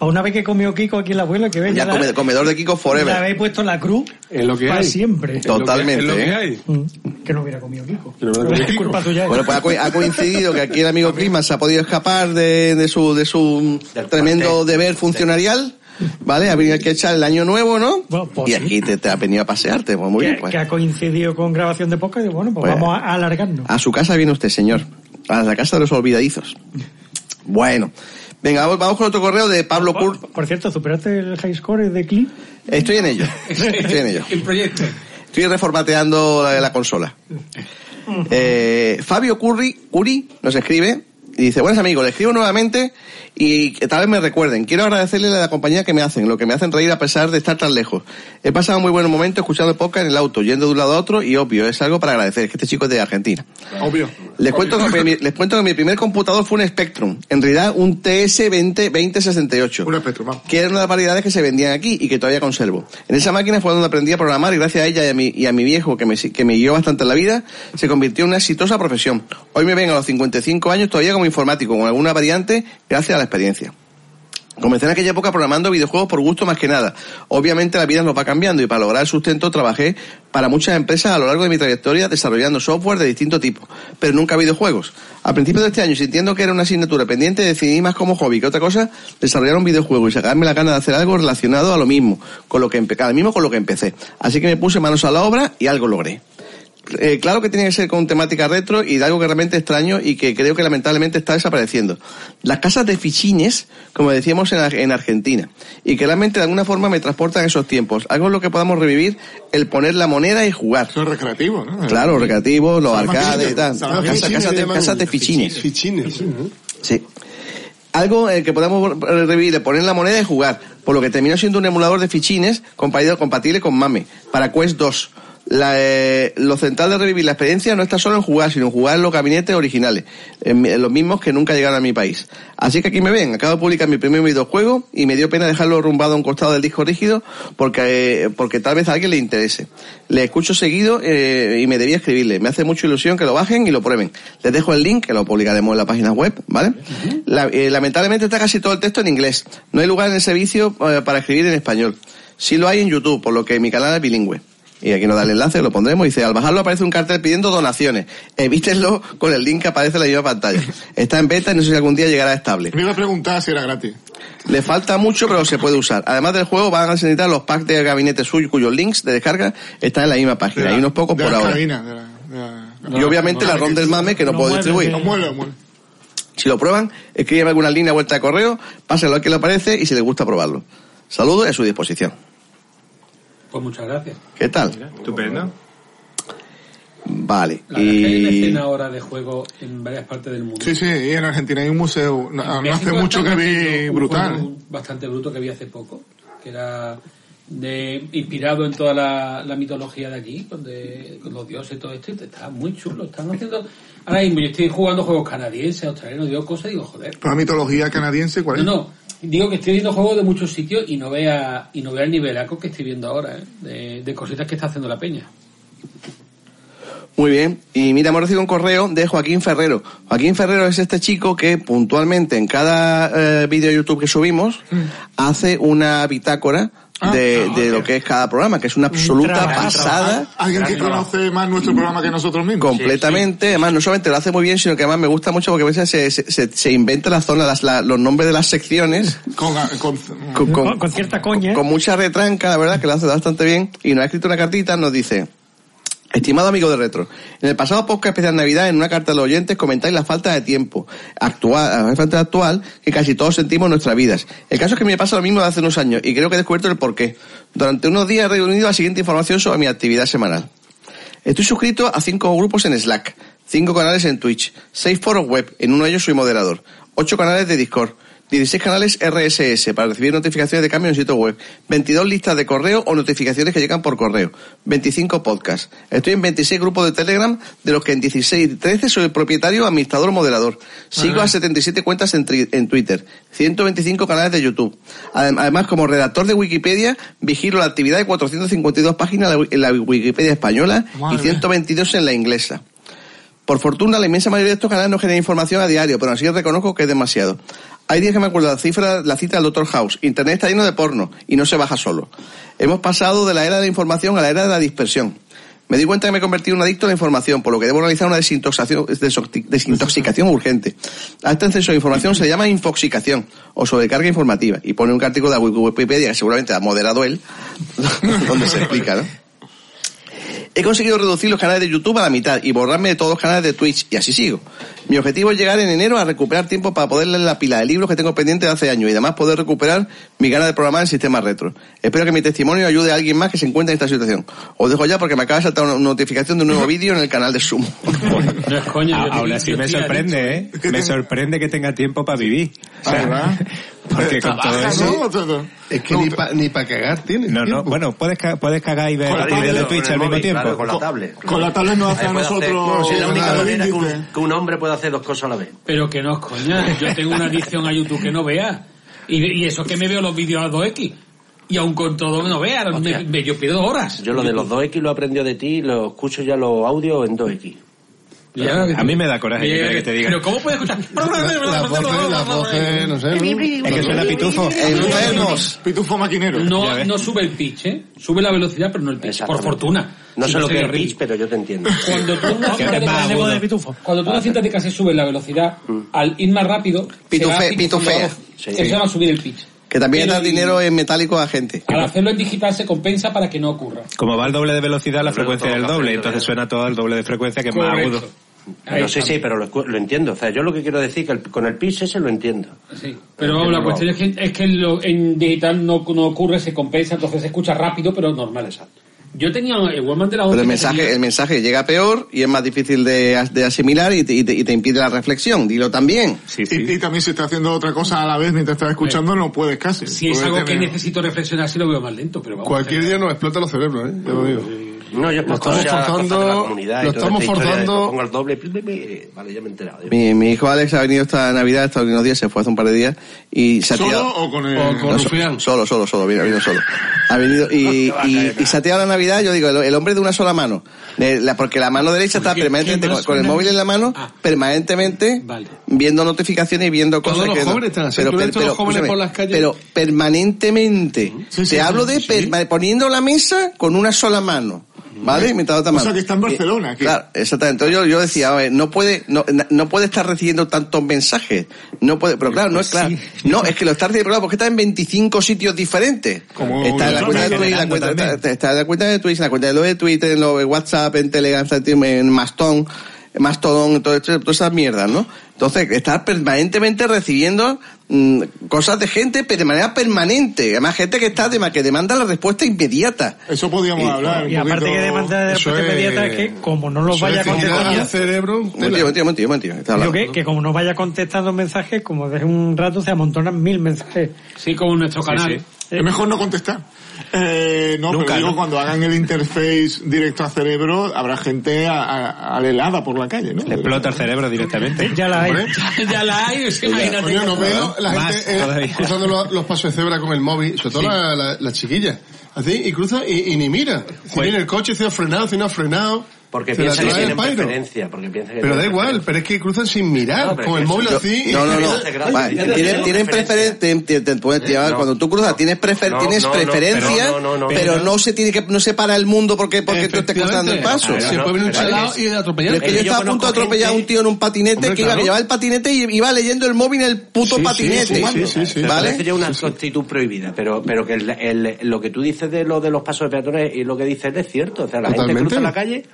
[SPEAKER 3] A una vez que comió Kiko aquí en la abuela, que ve,
[SPEAKER 1] Ya
[SPEAKER 3] la-
[SPEAKER 1] come- comedor de Kiko
[SPEAKER 3] le
[SPEAKER 1] Forever.
[SPEAKER 3] habéis puesto la cruz
[SPEAKER 4] Es lo que
[SPEAKER 3] para
[SPEAKER 4] hay.
[SPEAKER 3] siempre.
[SPEAKER 1] No. Totalmente,
[SPEAKER 4] Es lo que- es lo que
[SPEAKER 1] ¿eh?
[SPEAKER 4] hay.
[SPEAKER 3] Mm, Que no hubiera comido Kiko.
[SPEAKER 4] no hubiera comido
[SPEAKER 3] Es
[SPEAKER 4] Kiko.
[SPEAKER 3] culpa tuya. ¿eh?
[SPEAKER 1] Bueno, pues ha, co- ha coincidido que aquí el amigo Clima se ha podido escapar de, de su, de su tremendo deber funcionarial. ¿Vale? Ha venido aquí a echar el año nuevo, ¿no?
[SPEAKER 3] Bueno, pues
[SPEAKER 1] y
[SPEAKER 3] sí.
[SPEAKER 1] aquí te, te has venido a pasearte. Pues muy
[SPEAKER 3] que,
[SPEAKER 1] bien, pues.
[SPEAKER 3] que ha coincidido con grabación de podcast. y Bueno, pues,
[SPEAKER 1] Pues-
[SPEAKER 3] vamos a alargarnos.
[SPEAKER 1] A su casa viene usted, señor. A la casa de los olvidadizos. Bueno. Venga, vamos, vamos con otro correo de Pablo Cur.
[SPEAKER 3] por, por cierto, superaste el high score de Clip.
[SPEAKER 1] Estoy en ello. Estoy en ello.
[SPEAKER 2] El proyecto.
[SPEAKER 1] Estoy reformateando la, la consola. Eh, Fabio Curri, Curi nos escribe y dice, buenos amigos, les escribo nuevamente y que tal vez me recuerden. Quiero agradecerles la compañía que me hacen, lo que me hacen reír a pesar de estar tan lejos. He pasado muy buen momento escuchando el podcast en el auto, yendo de un lado a otro y obvio, es algo para agradecer, es que este chico es de Argentina.
[SPEAKER 6] Obvio.
[SPEAKER 1] Les cuento, que mi, les cuento que mi primer computador fue un Spectrum, en realidad un TS2068
[SPEAKER 6] Un espectro, vamos.
[SPEAKER 1] que eran las variedades que se vendían aquí y que todavía conservo. En esa máquina fue donde aprendí a programar y gracias a ella y a mi, y a mi viejo, que me, si- que me guió bastante en la vida, se convirtió en una exitosa profesión. Hoy me ven a los 55 años todavía como informático, con alguna variante, gracias a la experiencia. Comencé en aquella época programando videojuegos por gusto más que nada. Obviamente la vida nos va cambiando y para lograr el sustento trabajé para muchas empresas a lo largo de mi trayectoria desarrollando software de distinto tipo, pero nunca videojuegos. A principios de este año, sintiendo que era una asignatura pendiente, decidí más como hobby que otra cosa desarrollar un videojuego y sacarme la gana de hacer algo relacionado a lo mismo, con lo que empe- al mismo con lo que empecé. Así que me puse manos a la obra y algo logré. Eh, claro que tiene que ser con temática retro y de algo que realmente extraño y que creo que lamentablemente está desapareciendo. Las casas de fichines, como decíamos en, Ar- en Argentina, y que realmente de alguna forma me transportan a esos tiempos. Algo en lo que podamos revivir, el poner la moneda y jugar.
[SPEAKER 6] Eso es recreativo, ¿no?
[SPEAKER 1] Claro, recreativos, los
[SPEAKER 6] Salva
[SPEAKER 1] arcades y
[SPEAKER 6] fichines.
[SPEAKER 1] tal.
[SPEAKER 6] Salva
[SPEAKER 1] Casas
[SPEAKER 6] fichines,
[SPEAKER 1] casas de,
[SPEAKER 6] llaman.
[SPEAKER 1] casas de fichines.
[SPEAKER 4] Fichines.
[SPEAKER 1] Sí. Algo eh, que podamos eh, revivir, de poner la moneda y jugar, por lo que terminó siendo un emulador de fichines compa- compatible con MAME para Quest 2. La, eh, lo central de revivir la experiencia no está solo en jugar, sino en jugar en los gabinetes originales, en mi- en los mismos que nunca llegaron a mi país. Así que aquí me ven, acabo de publicar mi primer videojuego y me dio pena dejarlo rumbado a un costado del disco rígido porque, eh, porque tal vez a alguien le interese. Le escucho seguido eh, y me debía escribirle. Me hace mucha ilusión que lo bajen y lo prueben. Les dejo el link, que lo publicaremos en la página web, ¿vale? La- eh, lamentablemente está casi todo el texto en inglés. No hay lugar en el servicio eh, para escribir en español. Sí lo hay en YouTube, por lo que mi canal es bilingüe. Y aquí nos da el enlace, lo pondremos. Dice, al bajarlo aparece un cartel pidiendo donaciones. Evítenlo con el link que aparece en la misma pantalla. Está en beta y no sé si algún día llegará estable.
[SPEAKER 6] Me iba a preguntar si era gratis.
[SPEAKER 1] Le falta mucho, pero se puede usar. Además del juego, van a necesitar los packs de gabinete suyo, cuyos links de descarga están en la misma página. Hay unos pocos
[SPEAKER 6] de
[SPEAKER 1] por
[SPEAKER 6] la
[SPEAKER 1] ahora.
[SPEAKER 6] cabina, de la- de la-
[SPEAKER 1] Y obviamente la ronda del mame que no,
[SPEAKER 3] No
[SPEAKER 1] puedo
[SPEAKER 3] mueve,
[SPEAKER 1] distribuir.
[SPEAKER 3] no
[SPEAKER 6] Muele, muele.
[SPEAKER 1] Si lo prueban, escríbeme alguna línea vuelta de correo, pásenlo a quien le parece y si les gusta probarlo. Saludos y a su disposición.
[SPEAKER 2] Pues muchas gracias.
[SPEAKER 1] ¿Qué tal?
[SPEAKER 2] Mira.
[SPEAKER 7] Estupendo.
[SPEAKER 1] Vale.
[SPEAKER 2] La verdad es que hay una
[SPEAKER 1] Y...
[SPEAKER 2] escena ahora de juego en varias partes del mundo.
[SPEAKER 6] Sí, sí, y en Argentina hay un museo. No, no
[SPEAKER 2] México
[SPEAKER 6] hace mucho que
[SPEAKER 2] está
[SPEAKER 6] vi
[SPEAKER 2] haciendo un
[SPEAKER 6] brutal.
[SPEAKER 2] juego Bastante bruto que vi hace poco, que era de, inspirado en toda la, la mitología de aquí, con, de- con los dioses y todo esto, y está muy chulo. Están haciendo. Ahora mismo yo estoy jugando juegos canadienses, australianos, digo cosas, y digo, joder.
[SPEAKER 6] Toda Pues mitología canadiense, ¿cuál
[SPEAKER 2] No,
[SPEAKER 6] es?
[SPEAKER 2] no, digo que estoy viendo juegos de muchos sitios y no vea, y no vea el nivelaco que estoy viendo ahora, ¿eh? de, de cositas que está haciendo la peña.
[SPEAKER 1] Muy bien. Y mira, hemos recibido un correo de Joaquín Ferrero. Joaquín Ferrero es este chico que puntualmente en cada eh, vídeo de YouTube que subimos hace una bitácora de, de lo que es cada programa, que es una absoluta
[SPEAKER 3] trabajo,
[SPEAKER 1] pasada.
[SPEAKER 6] Alguien que conoce más nuestro programa que nosotros mismos.
[SPEAKER 1] Completamente, además no solamente lo hace muy bien, sino que además me gusta mucho porque a veces se, se, se- se inventa la zona, las, la- los nombres de las secciones
[SPEAKER 6] Con, con,
[SPEAKER 1] con,
[SPEAKER 3] Con- con cierta coña.
[SPEAKER 1] Con, mucha retranca, la verdad que lo hace bastante bien. Y nos ha escrito una cartita, nos dice, Estimado amigo de Retro, en el pasado podcast especial Navidad, en una carta de los oyentes, comentáis la falta de tiempo actual, la falta actual que casi todos sentimos en nuestras vidas. El caso es que me pasa lo mismo de hace unos años y creo que he descubierto el porqué. Durante unos días he reunido la siguiente información sobre mi actividad semanal. Estoy suscrito a cinco grupos en Slack, cinco canales en Twitch, seis foros web, en uno de ellos soy moderador, ocho canales de Discord, 16 canales RSS para recibir notificaciones de cambio en sitio web, 22 listas de correo o notificaciones que llegan por correo, 25 podcasts. Estoy en 26 grupos de Telegram, de los que en 16 y 13 soy el propietario, administrador o moderador. Sigo a 77 cuentas en, tri- en Twitter, 125 canales de YouTube. Adem- Además, como redactor de Wikipedia, vigilo la actividad de 452 páginas en la wi- en la Wikipedia española
[SPEAKER 6] Madre
[SPEAKER 1] y 122 en la inglesa. Por fortuna, la inmensa mayoría de estos canales no generan información a diario, pero así reconozco que es demasiado. Hay días que me acuerdo de la cifra, la cita del Dr. House. Internet está lleno de porno y no se baja solo. Hemos pasado de la era de la información a la era de la dispersión. Me di cuenta que me he convertido en un adicto a la información, por lo que debo realizar una desintoxicación, desoxi- desintoxicación urgente. A este exceso de información se le llama infoxicación o sobrecarga informativa. Y pone un artículo de la Wikipedia, que seguramente ha moderado él, donde se explica, ¿no? He conseguido reducir los canales de YouTube a la mitad y borrarme de todos los canales de Twitch y así sigo. Mi objetivo es llegar en enero a recuperar tiempo para poder leer la pila de libros que tengo pendiente de hace años y además poder recuperar mi gana de programar en sistema retro. Espero que mi testimonio ayude a alguien más que se encuentre en esta situación. Os dejo ya porque me acaba de saltar una notificación de un nuevo vídeo en el canal de Sumo.
[SPEAKER 2] No es coña. yo
[SPEAKER 7] A-
[SPEAKER 2] te-
[SPEAKER 7] Aún así
[SPEAKER 2] yo
[SPEAKER 7] me
[SPEAKER 2] te-
[SPEAKER 7] sorprende, ¿eh? Me sorprende que tenga tiempo para vivir. O sea, porque con todo eso...
[SPEAKER 4] Es que ni para ni pa cagar tienes.
[SPEAKER 7] No, no,
[SPEAKER 4] tiempo.
[SPEAKER 7] bueno, puedes, ca- puedes cagar y ver
[SPEAKER 6] Con la
[SPEAKER 7] el vídeo
[SPEAKER 6] tablet,
[SPEAKER 7] de
[SPEAKER 6] con
[SPEAKER 7] Twitch
[SPEAKER 5] el
[SPEAKER 7] al mismo
[SPEAKER 5] móvil,
[SPEAKER 7] tiempo.
[SPEAKER 5] claro, con la tablet.
[SPEAKER 6] Con la tablet nos hace
[SPEAKER 5] Ahí
[SPEAKER 6] a
[SPEAKER 5] puede hacer-
[SPEAKER 6] nosotros...
[SPEAKER 5] es la única
[SPEAKER 6] nada,
[SPEAKER 5] manera que
[SPEAKER 6] índice.
[SPEAKER 5] un, que un hombre puede hacer dos cosas a la vez.
[SPEAKER 2] Pero que no es coña. Yo tengo una adicción a YouTube que no vea. Y, y eso que me veo los vídeos a 2X. Y aún con todo no vea. Me, me- yo pierdo horas.
[SPEAKER 5] Yo lo de los 2X lo he aprendido de ti, lo escucho ya los audios en 2X.
[SPEAKER 7] a mí me da coraje que que te diga.
[SPEAKER 2] Pero ¿cómo puedes escuchar?
[SPEAKER 4] Las voces, las voces, no sé.
[SPEAKER 7] Es que suena pitufo.
[SPEAKER 1] Enfermos.
[SPEAKER 6] Pitufo maquinero.
[SPEAKER 7] Ya
[SPEAKER 2] No,
[SPEAKER 7] ves.
[SPEAKER 2] no sube el pitch, ¿eh? Sube la velocidad, pero no el pitch. Por
[SPEAKER 5] Exactamente.
[SPEAKER 2] fortuna.
[SPEAKER 5] No
[SPEAKER 2] Si
[SPEAKER 5] sé lo que es
[SPEAKER 2] sería horrible.
[SPEAKER 5] pitch, pero yo te entiendo.
[SPEAKER 2] Cuando tú una
[SPEAKER 7] te pasa,
[SPEAKER 2] cinta
[SPEAKER 3] Hablemos
[SPEAKER 7] Bueno.
[SPEAKER 3] de pitufo.
[SPEAKER 2] cuando
[SPEAKER 5] Ah.
[SPEAKER 2] tú una cinta de cassette sube la velocidad,
[SPEAKER 5] Mm.
[SPEAKER 2] al ir más rápido, se va pitufando
[SPEAKER 1] Pitufe- pitufea.
[SPEAKER 2] la voz. Eso va a subir el pitch.
[SPEAKER 1] Que también da
[SPEAKER 2] El-
[SPEAKER 1] dinero en metálico a gente.
[SPEAKER 2] Al hacerlo en digital se compensa para que no ocurra.
[SPEAKER 7] Como va al doble de velocidad, la frecuencia es el doble,
[SPEAKER 5] Correcto.
[SPEAKER 7] entonces suena todo al doble de frecuencia que es más
[SPEAKER 2] Correcto.
[SPEAKER 7] agudo.
[SPEAKER 2] Ahí
[SPEAKER 5] No sé,
[SPEAKER 2] está.
[SPEAKER 5] sí, pero lo, escu- lo entiendo. O sea, yo lo que quiero decir que el- con el pitch ese lo entiendo.
[SPEAKER 2] Sí. Pero vamos, la cuestión es que, es que lo- en digital no, no ocurre, se compensa, entonces se escucha rápido, pero normal, exacto. Yo tenía el Walkman de la 11
[SPEAKER 1] Pero
[SPEAKER 2] que
[SPEAKER 1] el mensaje,
[SPEAKER 2] tenía-
[SPEAKER 1] el mensaje llega peor y es más difícil de, as- de asimilar y te, y te- y te impide la reflexión. Dilo también.
[SPEAKER 7] Sí, sí.
[SPEAKER 6] Y, y también si está haciendo otra cosa a la vez mientras estás escuchando, no puedes casi.
[SPEAKER 2] Si es
[SPEAKER 6] Puedes
[SPEAKER 2] algo que
[SPEAKER 6] tener-
[SPEAKER 2] necesito reflexionar, sí lo veo más lento, pero vamos.
[SPEAKER 4] Cualquier
[SPEAKER 2] eh,
[SPEAKER 4] día nos explota los cerebros, ¿eh? Te lo digo.
[SPEAKER 5] No, yo
[SPEAKER 4] Lo estamos forzando, lo estamos forzando.
[SPEAKER 5] Pongo el doble. pli, pli, pli. Vale, ya me he enterado. Yo-
[SPEAKER 1] Mi, mi hijo Alex ha venido esta Navidad, estos unos días, se fue hace un par de días y se ha
[SPEAKER 6] ¿Solo
[SPEAKER 1] tirado.
[SPEAKER 6] o con el...?
[SPEAKER 4] O con
[SPEAKER 1] so-
[SPEAKER 4] Rufián.
[SPEAKER 1] solo, solo, solo, vino, vino solo. Ha venido y, y, y se ha tirado la Navidad, yo digo, el, el hombre de una sola mano. Eh, la- porque la mano derecha está
[SPEAKER 2] ¿Qué-
[SPEAKER 1] permanentemente
[SPEAKER 2] qué
[SPEAKER 1] con,
[SPEAKER 2] más
[SPEAKER 1] con el
[SPEAKER 2] una-
[SPEAKER 1] móvil en la mano,
[SPEAKER 2] Ah.
[SPEAKER 1] permanentemente
[SPEAKER 2] Vale.
[SPEAKER 1] viendo notificaciones y viendo
[SPEAKER 4] Todos
[SPEAKER 1] cosas
[SPEAKER 4] los
[SPEAKER 1] que no-
[SPEAKER 4] jóvenes están así, tú ves todos los jóvenes
[SPEAKER 1] escúchame,
[SPEAKER 4] por las calles.
[SPEAKER 1] pero permanentemente.
[SPEAKER 6] Sí, sí,
[SPEAKER 1] Te
[SPEAKER 6] sí,
[SPEAKER 1] hablo de
[SPEAKER 6] sí.
[SPEAKER 1] perma- poniendo la mesa con una sola mano. ¿Vale? Mientras otra
[SPEAKER 6] O
[SPEAKER 1] mano.
[SPEAKER 6] sea, que está en
[SPEAKER 1] Y-
[SPEAKER 6] Barcelona, que-
[SPEAKER 1] Claro, exactamente. Entonces yo, yo decía, a ver, no puede, no, na- no puede estar recibiendo tantos mensajes. No puede, pero claro, no es claro. No, es que lo está recibiendo, claro, porque está en 25 sitios diferentes.
[SPEAKER 6] Como
[SPEAKER 1] está en la
[SPEAKER 6] una
[SPEAKER 1] cuenta de
[SPEAKER 6] zona
[SPEAKER 1] Twitch, la cuenta,
[SPEAKER 7] también.
[SPEAKER 1] está, está en la cuenta de Twitch, en la cuenta de lo de Twitter, en lo de WhatsApp, en Telegram, en Mastón, en Mastodon, en todo esto- todas esas mierdas, ¿no? Entonces, está permanentemente recibiendo mm, cosas de gente, pero de manera permanente. Además, gente que está de, que demanda la respuesta inmediata.
[SPEAKER 6] Eso podíamos hablar.
[SPEAKER 3] Y
[SPEAKER 6] un
[SPEAKER 3] aparte
[SPEAKER 6] poquito.
[SPEAKER 3] que demanda de
[SPEAKER 4] Eso
[SPEAKER 3] respuesta
[SPEAKER 4] es-
[SPEAKER 3] inmediata es que como no los
[SPEAKER 4] Eso
[SPEAKER 3] vaya
[SPEAKER 4] es que
[SPEAKER 3] contestando,
[SPEAKER 4] llega al cerebro...
[SPEAKER 1] Mentira, mentira, mentira, mentira. Está
[SPEAKER 3] digo
[SPEAKER 1] hablando.
[SPEAKER 3] que, que como no vaya contestando mensajes, como desde un rato se amontonan mil mensajes.
[SPEAKER 2] Sí, como en nuestro canal.
[SPEAKER 7] sí.
[SPEAKER 6] Es mejor no contestar. Eh, no,
[SPEAKER 7] Nunca,
[SPEAKER 6] pero digo,
[SPEAKER 7] ¿no?
[SPEAKER 6] cuando hagan el interface directo a cerebro, habrá gente a- a- alelada por la calle, ¿no?
[SPEAKER 7] Le explota el cerebro directamente.
[SPEAKER 3] Ya la hay.
[SPEAKER 6] Hombre,
[SPEAKER 2] ya la hay, es que imagínate.
[SPEAKER 4] Coño, no veo la
[SPEAKER 7] Más
[SPEAKER 4] gente eh,
[SPEAKER 7] todavía.
[SPEAKER 4] cruzando los, los pasos de cebra con el móvil, sobre todo la, la- la chiquilla. Así, y cruza y, y ni mira. Si
[SPEAKER 7] Pues
[SPEAKER 4] viene el coche, si ha frenado, si no ha frenado.
[SPEAKER 5] Porque
[SPEAKER 4] se la
[SPEAKER 5] piensa que
[SPEAKER 4] trae el
[SPEAKER 5] tienen
[SPEAKER 4] pairo.
[SPEAKER 5] preferencia. Porque piensa que
[SPEAKER 4] Pero da
[SPEAKER 5] tienen
[SPEAKER 4] igual,
[SPEAKER 5] preferencia.
[SPEAKER 4] pero es que cruzan sin mirar,
[SPEAKER 5] No, pero
[SPEAKER 4] con el
[SPEAKER 5] es que
[SPEAKER 4] móvil
[SPEAKER 5] yo-
[SPEAKER 4] así.
[SPEAKER 1] No, no, no.
[SPEAKER 5] Oye, ya
[SPEAKER 1] Va,
[SPEAKER 5] te
[SPEAKER 1] Tienes,
[SPEAKER 5] tengo
[SPEAKER 1] tienes preferencia.
[SPEAKER 5] preferencia.
[SPEAKER 1] cuando tú cruzas, tienes, prefer-
[SPEAKER 5] No,
[SPEAKER 1] tienes
[SPEAKER 5] no, no,
[SPEAKER 1] preferencia,
[SPEAKER 5] pero no, no, no.
[SPEAKER 1] pero no se tiene que, no se para el mundo porque, porque tú estés cruzando el
[SPEAKER 4] Efectivamente.
[SPEAKER 1] paso.
[SPEAKER 4] Se
[SPEAKER 5] Claro,
[SPEAKER 4] puede venir un
[SPEAKER 5] pero
[SPEAKER 4] chalao
[SPEAKER 5] es-
[SPEAKER 4] y atropellar.
[SPEAKER 1] Pero es que
[SPEAKER 5] Pero
[SPEAKER 1] yo
[SPEAKER 5] yo
[SPEAKER 1] estaba a punto de
[SPEAKER 5] conozco
[SPEAKER 1] atropellar a un
[SPEAKER 5] gente-
[SPEAKER 1] tío en un patinete
[SPEAKER 4] Hombre,
[SPEAKER 1] que iba,
[SPEAKER 4] claro.
[SPEAKER 1] que llevaba el patinete y iba leyendo el móvil en el
[SPEAKER 4] Sí,
[SPEAKER 1] puto
[SPEAKER 4] sí,
[SPEAKER 1] patinete.
[SPEAKER 4] sí, sí, sí, sí.
[SPEAKER 5] Me parece
[SPEAKER 1] ¿Vale?
[SPEAKER 5] ya una actitud prohibida, pero, pero que el- el- lo que tú dices de lo de los pasos de peatones y lo que dices es cierto. O sea, la gente
[SPEAKER 4] Totalmente.
[SPEAKER 5] cruza la calle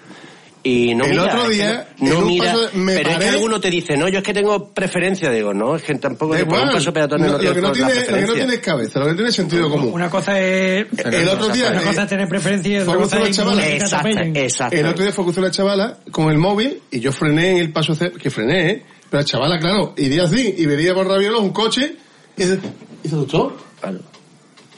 [SPEAKER 5] y no
[SPEAKER 4] El
[SPEAKER 5] mira.
[SPEAKER 4] otro
[SPEAKER 5] es que
[SPEAKER 4] día,
[SPEAKER 5] no,
[SPEAKER 4] en un
[SPEAKER 5] mira,
[SPEAKER 4] paso de- me
[SPEAKER 5] pero es
[SPEAKER 4] paré-
[SPEAKER 5] que alguno te dice, no, yo es que tengo preferencia. Digo, no, es que tampoco
[SPEAKER 4] Da
[SPEAKER 5] que por
[SPEAKER 4] igual.
[SPEAKER 5] un paso de peatones no,
[SPEAKER 4] No, lo, que
[SPEAKER 5] tienes
[SPEAKER 4] no
[SPEAKER 5] la
[SPEAKER 4] tiene, lo que no
[SPEAKER 5] preferencia.
[SPEAKER 4] tiene es cabeza, lo que no tiene es sentido común.
[SPEAKER 3] Una cosa es...
[SPEAKER 4] El otro día,
[SPEAKER 3] Una
[SPEAKER 4] eh,
[SPEAKER 3] cosa es tener preferencia y otra
[SPEAKER 4] fueron
[SPEAKER 3] cosa
[SPEAKER 4] solo
[SPEAKER 3] es
[SPEAKER 4] chavales.
[SPEAKER 3] que te atropellen.
[SPEAKER 5] Exacto, exacto.
[SPEAKER 4] El otro día fue cruzó una chavala con el móvil y yo frené en el paso ce- que frené, ¿eh? Pero la chavala, claro, iría así y vería por rabiolos un coche y dice, ¿y se asustó?
[SPEAKER 5] Claro.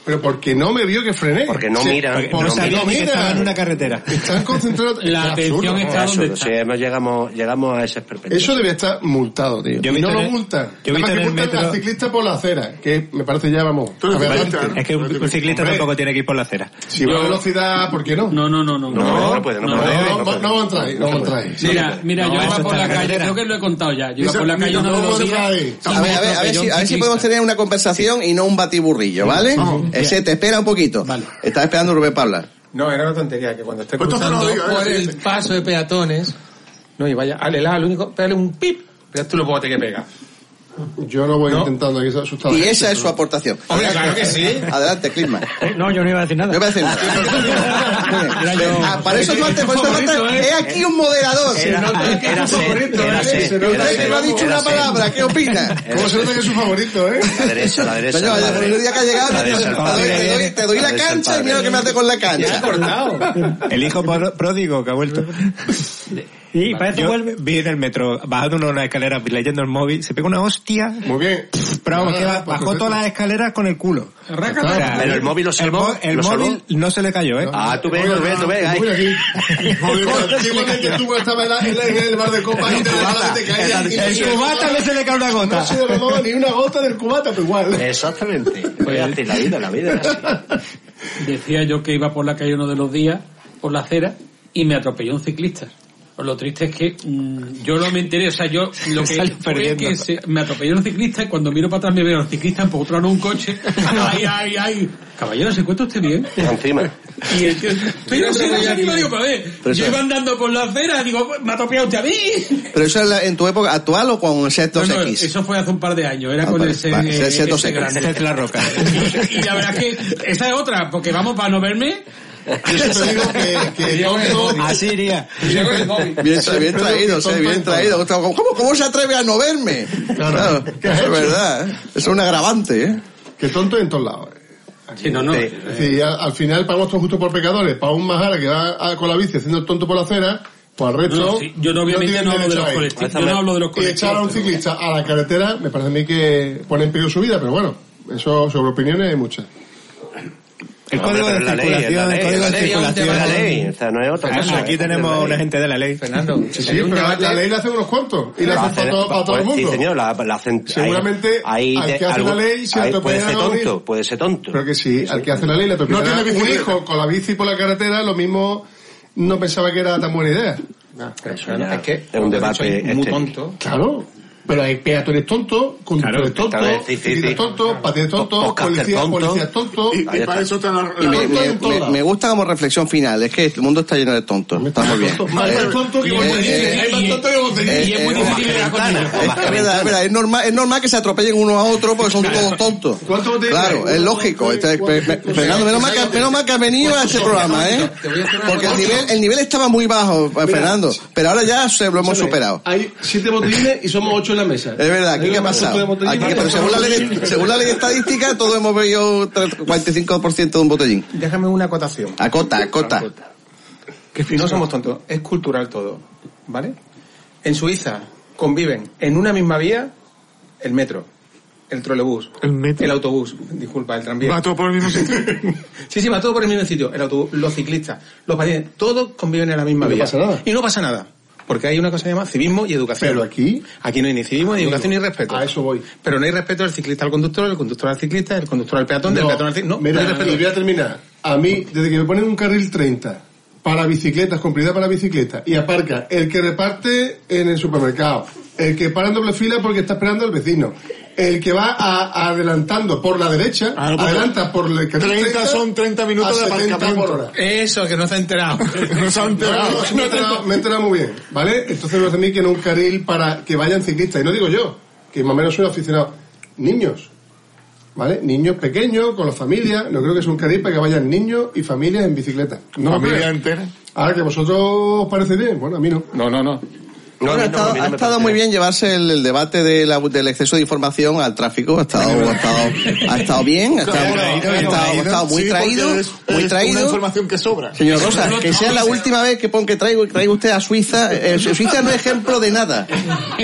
[SPEAKER 4] Pero porque no me vio que frené.
[SPEAKER 5] Porque no mira,
[SPEAKER 4] porque
[SPEAKER 5] no
[SPEAKER 4] no,
[SPEAKER 5] sabía
[SPEAKER 7] ni que
[SPEAKER 4] mira.
[SPEAKER 7] estaba en una carretera.
[SPEAKER 4] Están concentrados.
[SPEAKER 2] La
[SPEAKER 4] Es absurdo.
[SPEAKER 2] atención está
[SPEAKER 5] Eso,
[SPEAKER 2] ¿dónde
[SPEAKER 5] o sea, hemos- llegamos, llegamos a ese perspectiva.
[SPEAKER 4] Eso debía estar multado, tío.
[SPEAKER 7] Yo he
[SPEAKER 4] y
[SPEAKER 7] visto
[SPEAKER 4] no
[SPEAKER 7] en
[SPEAKER 4] lo
[SPEAKER 7] el-
[SPEAKER 4] multa.
[SPEAKER 7] yo
[SPEAKER 4] Además
[SPEAKER 7] he visto en
[SPEAKER 4] que
[SPEAKER 7] el
[SPEAKER 4] multan
[SPEAKER 7] metro-
[SPEAKER 4] al ciclista por la acera, que me parece ya, vamos,
[SPEAKER 6] Tú eres
[SPEAKER 4] aberrante.
[SPEAKER 6] ciclista, ¿no?
[SPEAKER 7] Es que un, un ciclista
[SPEAKER 4] Hombre.
[SPEAKER 7] tampoco tiene que ir por la acera.
[SPEAKER 4] Si va a velocidad, ¿por qué no?
[SPEAKER 2] No, no, no, no.
[SPEAKER 5] No, no, no puede, no
[SPEAKER 4] No,
[SPEAKER 5] puede, no
[SPEAKER 4] no,
[SPEAKER 5] puede.
[SPEAKER 4] no vamos a entrar, no vamos a entrar.
[SPEAKER 2] Mira, mira, yo iba por la calle, creo que lo he contado ya. Yo iba
[SPEAKER 4] Dice,
[SPEAKER 2] por la calle
[SPEAKER 4] mira,
[SPEAKER 2] uno
[SPEAKER 4] no
[SPEAKER 2] de los
[SPEAKER 4] vamos a
[SPEAKER 2] días.
[SPEAKER 4] traer.
[SPEAKER 2] y
[SPEAKER 1] A ver, a ver, a ver,
[SPEAKER 2] atropelló
[SPEAKER 1] si,
[SPEAKER 2] un
[SPEAKER 1] a ver si
[SPEAKER 2] ciclista.
[SPEAKER 1] podemos tener una conversación y no un batiburrillo, ¿vale? Ese, te espera un poquito. Estaba esperando Rubén para hablar.
[SPEAKER 8] No, era una tontería que cuando esté
[SPEAKER 6] Pues entonces
[SPEAKER 8] cruzando
[SPEAKER 6] no lo diga,
[SPEAKER 8] por
[SPEAKER 6] eh,
[SPEAKER 8] el
[SPEAKER 6] sí.
[SPEAKER 8] paso de peatones, no, y vaya, ale, la, lo único, pégale un pip, pero tú lo botes que pega.
[SPEAKER 4] Yo no voy
[SPEAKER 8] No.
[SPEAKER 4] intentando que se asustado.
[SPEAKER 1] Y esa es su aportación.
[SPEAKER 8] Hombre, claro que sí.
[SPEAKER 1] Adelante, Clima.
[SPEAKER 3] Eh, No, yo no iba a decir nada.
[SPEAKER 1] No voy a decir nada.
[SPEAKER 3] Era yo.
[SPEAKER 1] Ah, para eso falta, por eso falta. He aquí un moderador.
[SPEAKER 5] ¿eh? Era- era ser, era ser,
[SPEAKER 1] ¿eh? Se
[SPEAKER 5] era
[SPEAKER 1] nota que
[SPEAKER 5] ser,
[SPEAKER 1] no ha dicho
[SPEAKER 5] era
[SPEAKER 1] una
[SPEAKER 5] ser.
[SPEAKER 1] palabra. ¿Qué opina?
[SPEAKER 4] ¿Cómo se nota que es su favorito, eh?
[SPEAKER 5] La derecha, la derecha.
[SPEAKER 1] Coño,
[SPEAKER 5] la
[SPEAKER 1] el primer día que ha llegado,
[SPEAKER 5] La
[SPEAKER 1] te
[SPEAKER 5] derecha, el
[SPEAKER 1] doy- te doy- te doy la
[SPEAKER 5] derecha, el
[SPEAKER 1] cancha y mira lo que me hace con la cancha.
[SPEAKER 7] El hijo pro- pródigo que ha vuelto.
[SPEAKER 3] Y para esto
[SPEAKER 7] Yo
[SPEAKER 3] vuelve...
[SPEAKER 7] vi en el metro, bajando una escalera, leyendo el móvil, se pegó una hostia.
[SPEAKER 4] Muy bien.
[SPEAKER 7] Pero vamos,
[SPEAKER 4] Ah,
[SPEAKER 7] que ba-
[SPEAKER 4] pues
[SPEAKER 7] bajó todas las escaleras con el culo. O sea,
[SPEAKER 5] Pero el móvil lo
[SPEAKER 7] el,
[SPEAKER 5] salvó,
[SPEAKER 7] mo- el
[SPEAKER 5] lo
[SPEAKER 7] móvil no se le cayó, ¿eh?
[SPEAKER 5] Ah, tú ves, tú ves, tú ves. ay.
[SPEAKER 4] Muy aquí. Igualmente tú cuando estabas en la- en la- en el bar de copas y te la te caías. y-
[SPEAKER 7] El cubata no se le cae una
[SPEAKER 4] No
[SPEAKER 7] gota.
[SPEAKER 4] se derramaba ni una gota del cubata, pero igual.
[SPEAKER 5] Exactamente. Pues así, la vida, la vida. es así.
[SPEAKER 2] Decía yo que iba por la calle uno de los días, por la acera, y me atropelló un ciclista. Pues lo triste es que mm, yo no me enteré, o sea, yo lo que
[SPEAKER 7] Salió
[SPEAKER 2] fue
[SPEAKER 7] perdiendo.
[SPEAKER 2] que se- me atropelló un ciclista y cuando miro para atrás me veo al ciclista empotrado en un coche. ¡Ay, ay, ay! Caballero, ¿se encuentra usted bien?
[SPEAKER 5] Encima.
[SPEAKER 2] Y el tío, pero si no se anima, digo, "Joder,
[SPEAKER 1] Pero
[SPEAKER 2] yo
[SPEAKER 1] eso-
[SPEAKER 2] iba andando por la acera, digo, "Pues me ha atropellado usted a mí.
[SPEAKER 1] Pero eso es la- en tu época actual o con Setos
[SPEAKER 2] No, no,
[SPEAKER 4] eh,
[SPEAKER 1] X.
[SPEAKER 2] eso fue hace un par de años, era
[SPEAKER 1] Ah,
[SPEAKER 2] con
[SPEAKER 1] vale,
[SPEAKER 2] ese,
[SPEAKER 1] vale, ese- ese
[SPEAKER 2] ese
[SPEAKER 1] dos segundos.
[SPEAKER 2] grande.
[SPEAKER 7] la roca.
[SPEAKER 2] Y la verdad es que esa es otra, porque vamos para no verme.
[SPEAKER 4] Yo siempre digo que, que tonto,
[SPEAKER 7] Así iría.
[SPEAKER 1] Bien, tra- bien traído, sí, bien traído. ¿Cómo, ¿Cómo se atreve a no verme? Claro,
[SPEAKER 4] ¿Qué has
[SPEAKER 1] eso es
[SPEAKER 4] hecho?
[SPEAKER 1] verdad. ¿eh? Eso es un agravante, ¿eh?
[SPEAKER 4] que tonto en todos lados. eh.
[SPEAKER 2] Sí, no, no.
[SPEAKER 4] Es decir, al, al final pagamos todos justo por pecadores, para un majara que va a- con la bici haciendo el tonto por la acera, pues al resto...
[SPEAKER 2] No, sí, yo no, obviamente
[SPEAKER 4] tienen
[SPEAKER 2] no hablo de
[SPEAKER 4] derecho
[SPEAKER 2] los
[SPEAKER 4] a ir.
[SPEAKER 2] colectivos. Yo no hablo de los
[SPEAKER 4] Y echar a un
[SPEAKER 2] colectivos, pero-
[SPEAKER 4] ciclista a la carretera me parece a mí que pone en peligro su vida, pero bueno, eso sobre opiniones hay muchas.
[SPEAKER 7] El
[SPEAKER 5] Hombre,
[SPEAKER 7] código
[SPEAKER 5] pero es
[SPEAKER 7] de
[SPEAKER 5] la ley, es
[SPEAKER 7] circulación,
[SPEAKER 5] la
[SPEAKER 7] el
[SPEAKER 5] ley,
[SPEAKER 7] código
[SPEAKER 5] es
[SPEAKER 7] de
[SPEAKER 5] la ley, es la ley,
[SPEAKER 7] circulación.
[SPEAKER 5] o sea, no es otra
[SPEAKER 7] Aquí-
[SPEAKER 5] cosa.
[SPEAKER 7] Aquí tenemos una gente de la ley.
[SPEAKER 8] Fernando,
[SPEAKER 4] Sí,
[SPEAKER 8] hay
[SPEAKER 4] sí,
[SPEAKER 8] un
[SPEAKER 4] pero la,
[SPEAKER 8] debate-
[SPEAKER 4] la ley la hacen unos cuantos y la
[SPEAKER 5] La
[SPEAKER 4] hacen para
[SPEAKER 5] hacen-
[SPEAKER 4] todo, para todo el
[SPEAKER 5] pues,
[SPEAKER 4] mundo.
[SPEAKER 5] Sí, señor, la, la hacen... ahí-
[SPEAKER 4] Seguramente
[SPEAKER 5] ahí
[SPEAKER 4] al
[SPEAKER 5] de-
[SPEAKER 4] que hace
[SPEAKER 5] algún-
[SPEAKER 4] la ley se
[SPEAKER 5] ahí Puede
[SPEAKER 4] atropella
[SPEAKER 5] ser
[SPEAKER 4] a un
[SPEAKER 5] tonto,
[SPEAKER 4] hijo.
[SPEAKER 5] puede ser tonto.
[SPEAKER 4] Pero que sí, al que hace la ley le
[SPEAKER 6] No tiene
[SPEAKER 4] un
[SPEAKER 6] bicicleta.
[SPEAKER 4] hijo con la bici por la carretera, lo mismo no pensaba que era tan buena idea.
[SPEAKER 8] Pero,
[SPEAKER 5] Eso
[SPEAKER 8] Fernando,
[SPEAKER 5] ya
[SPEAKER 8] es que
[SPEAKER 5] es un
[SPEAKER 8] lo que
[SPEAKER 5] debate
[SPEAKER 8] ha dicho es muy
[SPEAKER 5] este.
[SPEAKER 8] tonto.
[SPEAKER 4] Claro. Pero hay peatones tontos, conductores
[SPEAKER 7] Claro,
[SPEAKER 4] tontos,
[SPEAKER 5] vez, sí, sí,
[SPEAKER 4] ciclistas
[SPEAKER 5] sí. Pues
[SPEAKER 4] tontos, patines tontos,
[SPEAKER 5] Podcaster
[SPEAKER 4] policías
[SPEAKER 5] tonto.
[SPEAKER 4] policías tontos.
[SPEAKER 6] Y, y
[SPEAKER 5] Ahí está.
[SPEAKER 6] para eso está la, la-
[SPEAKER 1] Y me,
[SPEAKER 4] tonto
[SPEAKER 1] me-
[SPEAKER 4] en todo
[SPEAKER 1] me-
[SPEAKER 4] lado.
[SPEAKER 1] me gusta como reflexión final. Es que el mundo está lleno de tontos. Está muy bien.
[SPEAKER 4] Hay
[SPEAKER 1] Eh,
[SPEAKER 4] más tontos que
[SPEAKER 2] Y
[SPEAKER 4] vos
[SPEAKER 2] es-
[SPEAKER 4] tenés,
[SPEAKER 2] eh,
[SPEAKER 4] hay más
[SPEAKER 2] y-
[SPEAKER 4] tontos que vos tenés.
[SPEAKER 2] Y es muy
[SPEAKER 1] eh,
[SPEAKER 2] difícil
[SPEAKER 5] eh,
[SPEAKER 2] llegar con
[SPEAKER 5] ventana.
[SPEAKER 2] ellos.
[SPEAKER 1] Es, que es verdad, es verdad, es normal, es normal que se atropellen uno a otro porque son todos tontos.
[SPEAKER 4] ¿Cuánto botellas
[SPEAKER 1] Claro,
[SPEAKER 4] hay?
[SPEAKER 1] es lógico.
[SPEAKER 4] ¿Cuánto-
[SPEAKER 1] Este, pe- pe- Fernando, menos mal, que, menos mal que ha venido a este programa, ¿eh?
[SPEAKER 8] Te voy a hacer una
[SPEAKER 1] Porque el
[SPEAKER 8] cosa.
[SPEAKER 1] nivel, el nivel estaba muy bajo, eh, Fernando. Pero ahora ya se lo hemos
[SPEAKER 12] Escúchame,
[SPEAKER 1] superado.
[SPEAKER 12] Hay siete botellines y somos ocho en la mesa.
[SPEAKER 1] Es verdad, aquí
[SPEAKER 12] Hay
[SPEAKER 1] qué ha
[SPEAKER 12] un montón de
[SPEAKER 1] pasado.
[SPEAKER 12] botellines.
[SPEAKER 1] Aquí, pero según la, ley, según la ley estadística, todos hemos bebido tre- 45% de un botellín.
[SPEAKER 8] Déjame una acotación.
[SPEAKER 1] Acota, acota.
[SPEAKER 8] Que no somos tontos, es cultural todo, ¿vale? En Suiza conviven en una misma vía el metro, el trolebús,
[SPEAKER 6] El metro.
[SPEAKER 8] el autobús, disculpa, el tranvía.
[SPEAKER 6] Va todo por el mismo sitio.
[SPEAKER 8] Sí, sí, va todo por el mismo sitio. El autobús, los ciclistas, los patines, todos conviven en la misma
[SPEAKER 4] Y no
[SPEAKER 8] vía.
[SPEAKER 4] pasa nada.
[SPEAKER 8] Y no pasa nada. Porque hay una cosa que se llama civismo y educación.
[SPEAKER 4] Pero aquí-
[SPEAKER 8] Aquí no hay ni civismo, ni educación, ni respeto.
[SPEAKER 4] a eso voy.
[SPEAKER 8] Pero no hay respeto del ciclista al conductor, del conductor al ciclista, del conductor al peatón, del
[SPEAKER 4] No,
[SPEAKER 8] peatón al ciclista. No,
[SPEAKER 4] mira,
[SPEAKER 8] no hay respeto.
[SPEAKER 4] y voy a terminar. A mí, desde que me ponen un carril 30 para bicicletas, con prioridad para bicicletas, y aparca el que reparte en el supermercado, el que para en doble fila porque está esperando al vecino, el que va a- adelantando por la derecha,
[SPEAKER 6] Ah, no, porque
[SPEAKER 4] adelanta por el carril
[SPEAKER 6] 30 son 30 minutos
[SPEAKER 4] a
[SPEAKER 6] de
[SPEAKER 4] 70
[SPEAKER 6] aparcamiento.
[SPEAKER 4] por hora.
[SPEAKER 8] Eso, que no se ha enterado.
[SPEAKER 6] No se ha
[SPEAKER 4] No, no,
[SPEAKER 6] enterado.
[SPEAKER 4] no, sí me, he enterado, me he enterado muy bien, ¿vale? Entonces me hace a mí que en un carril para que vayan ciclistas, y no digo yo, que más o menos soy aficionado, niños, ¿vale? Niños pequeños, con la familia, no creo que sea un carril para que vayan niños y familias en bicicleta. No lo
[SPEAKER 6] Familia
[SPEAKER 4] creo.
[SPEAKER 6] entera.
[SPEAKER 4] Ahora que a vosotros os parece bien, bueno, a mí no.
[SPEAKER 8] No, no, no.
[SPEAKER 5] No, a
[SPEAKER 1] Bueno,
[SPEAKER 5] mí
[SPEAKER 1] ha
[SPEAKER 5] no, a
[SPEAKER 1] estado,
[SPEAKER 5] mí no
[SPEAKER 1] ha
[SPEAKER 5] me
[SPEAKER 1] estado
[SPEAKER 5] parece.
[SPEAKER 1] muy bien llevarse el, el debate de la- del exceso de información al tráfico. Ha estado, ha estado, ha estado bien, ha estado, ha estado- ha estado muy
[SPEAKER 6] Sí, porque
[SPEAKER 1] traído,
[SPEAKER 6] es-
[SPEAKER 1] muy
[SPEAKER 6] es Una
[SPEAKER 1] traído.
[SPEAKER 6] información que sobra.
[SPEAKER 1] Señor Rosa, que sea la última vez que pon que traigo, traigo usted a Suiza. Eh, Suiza no es ejemplo de nada.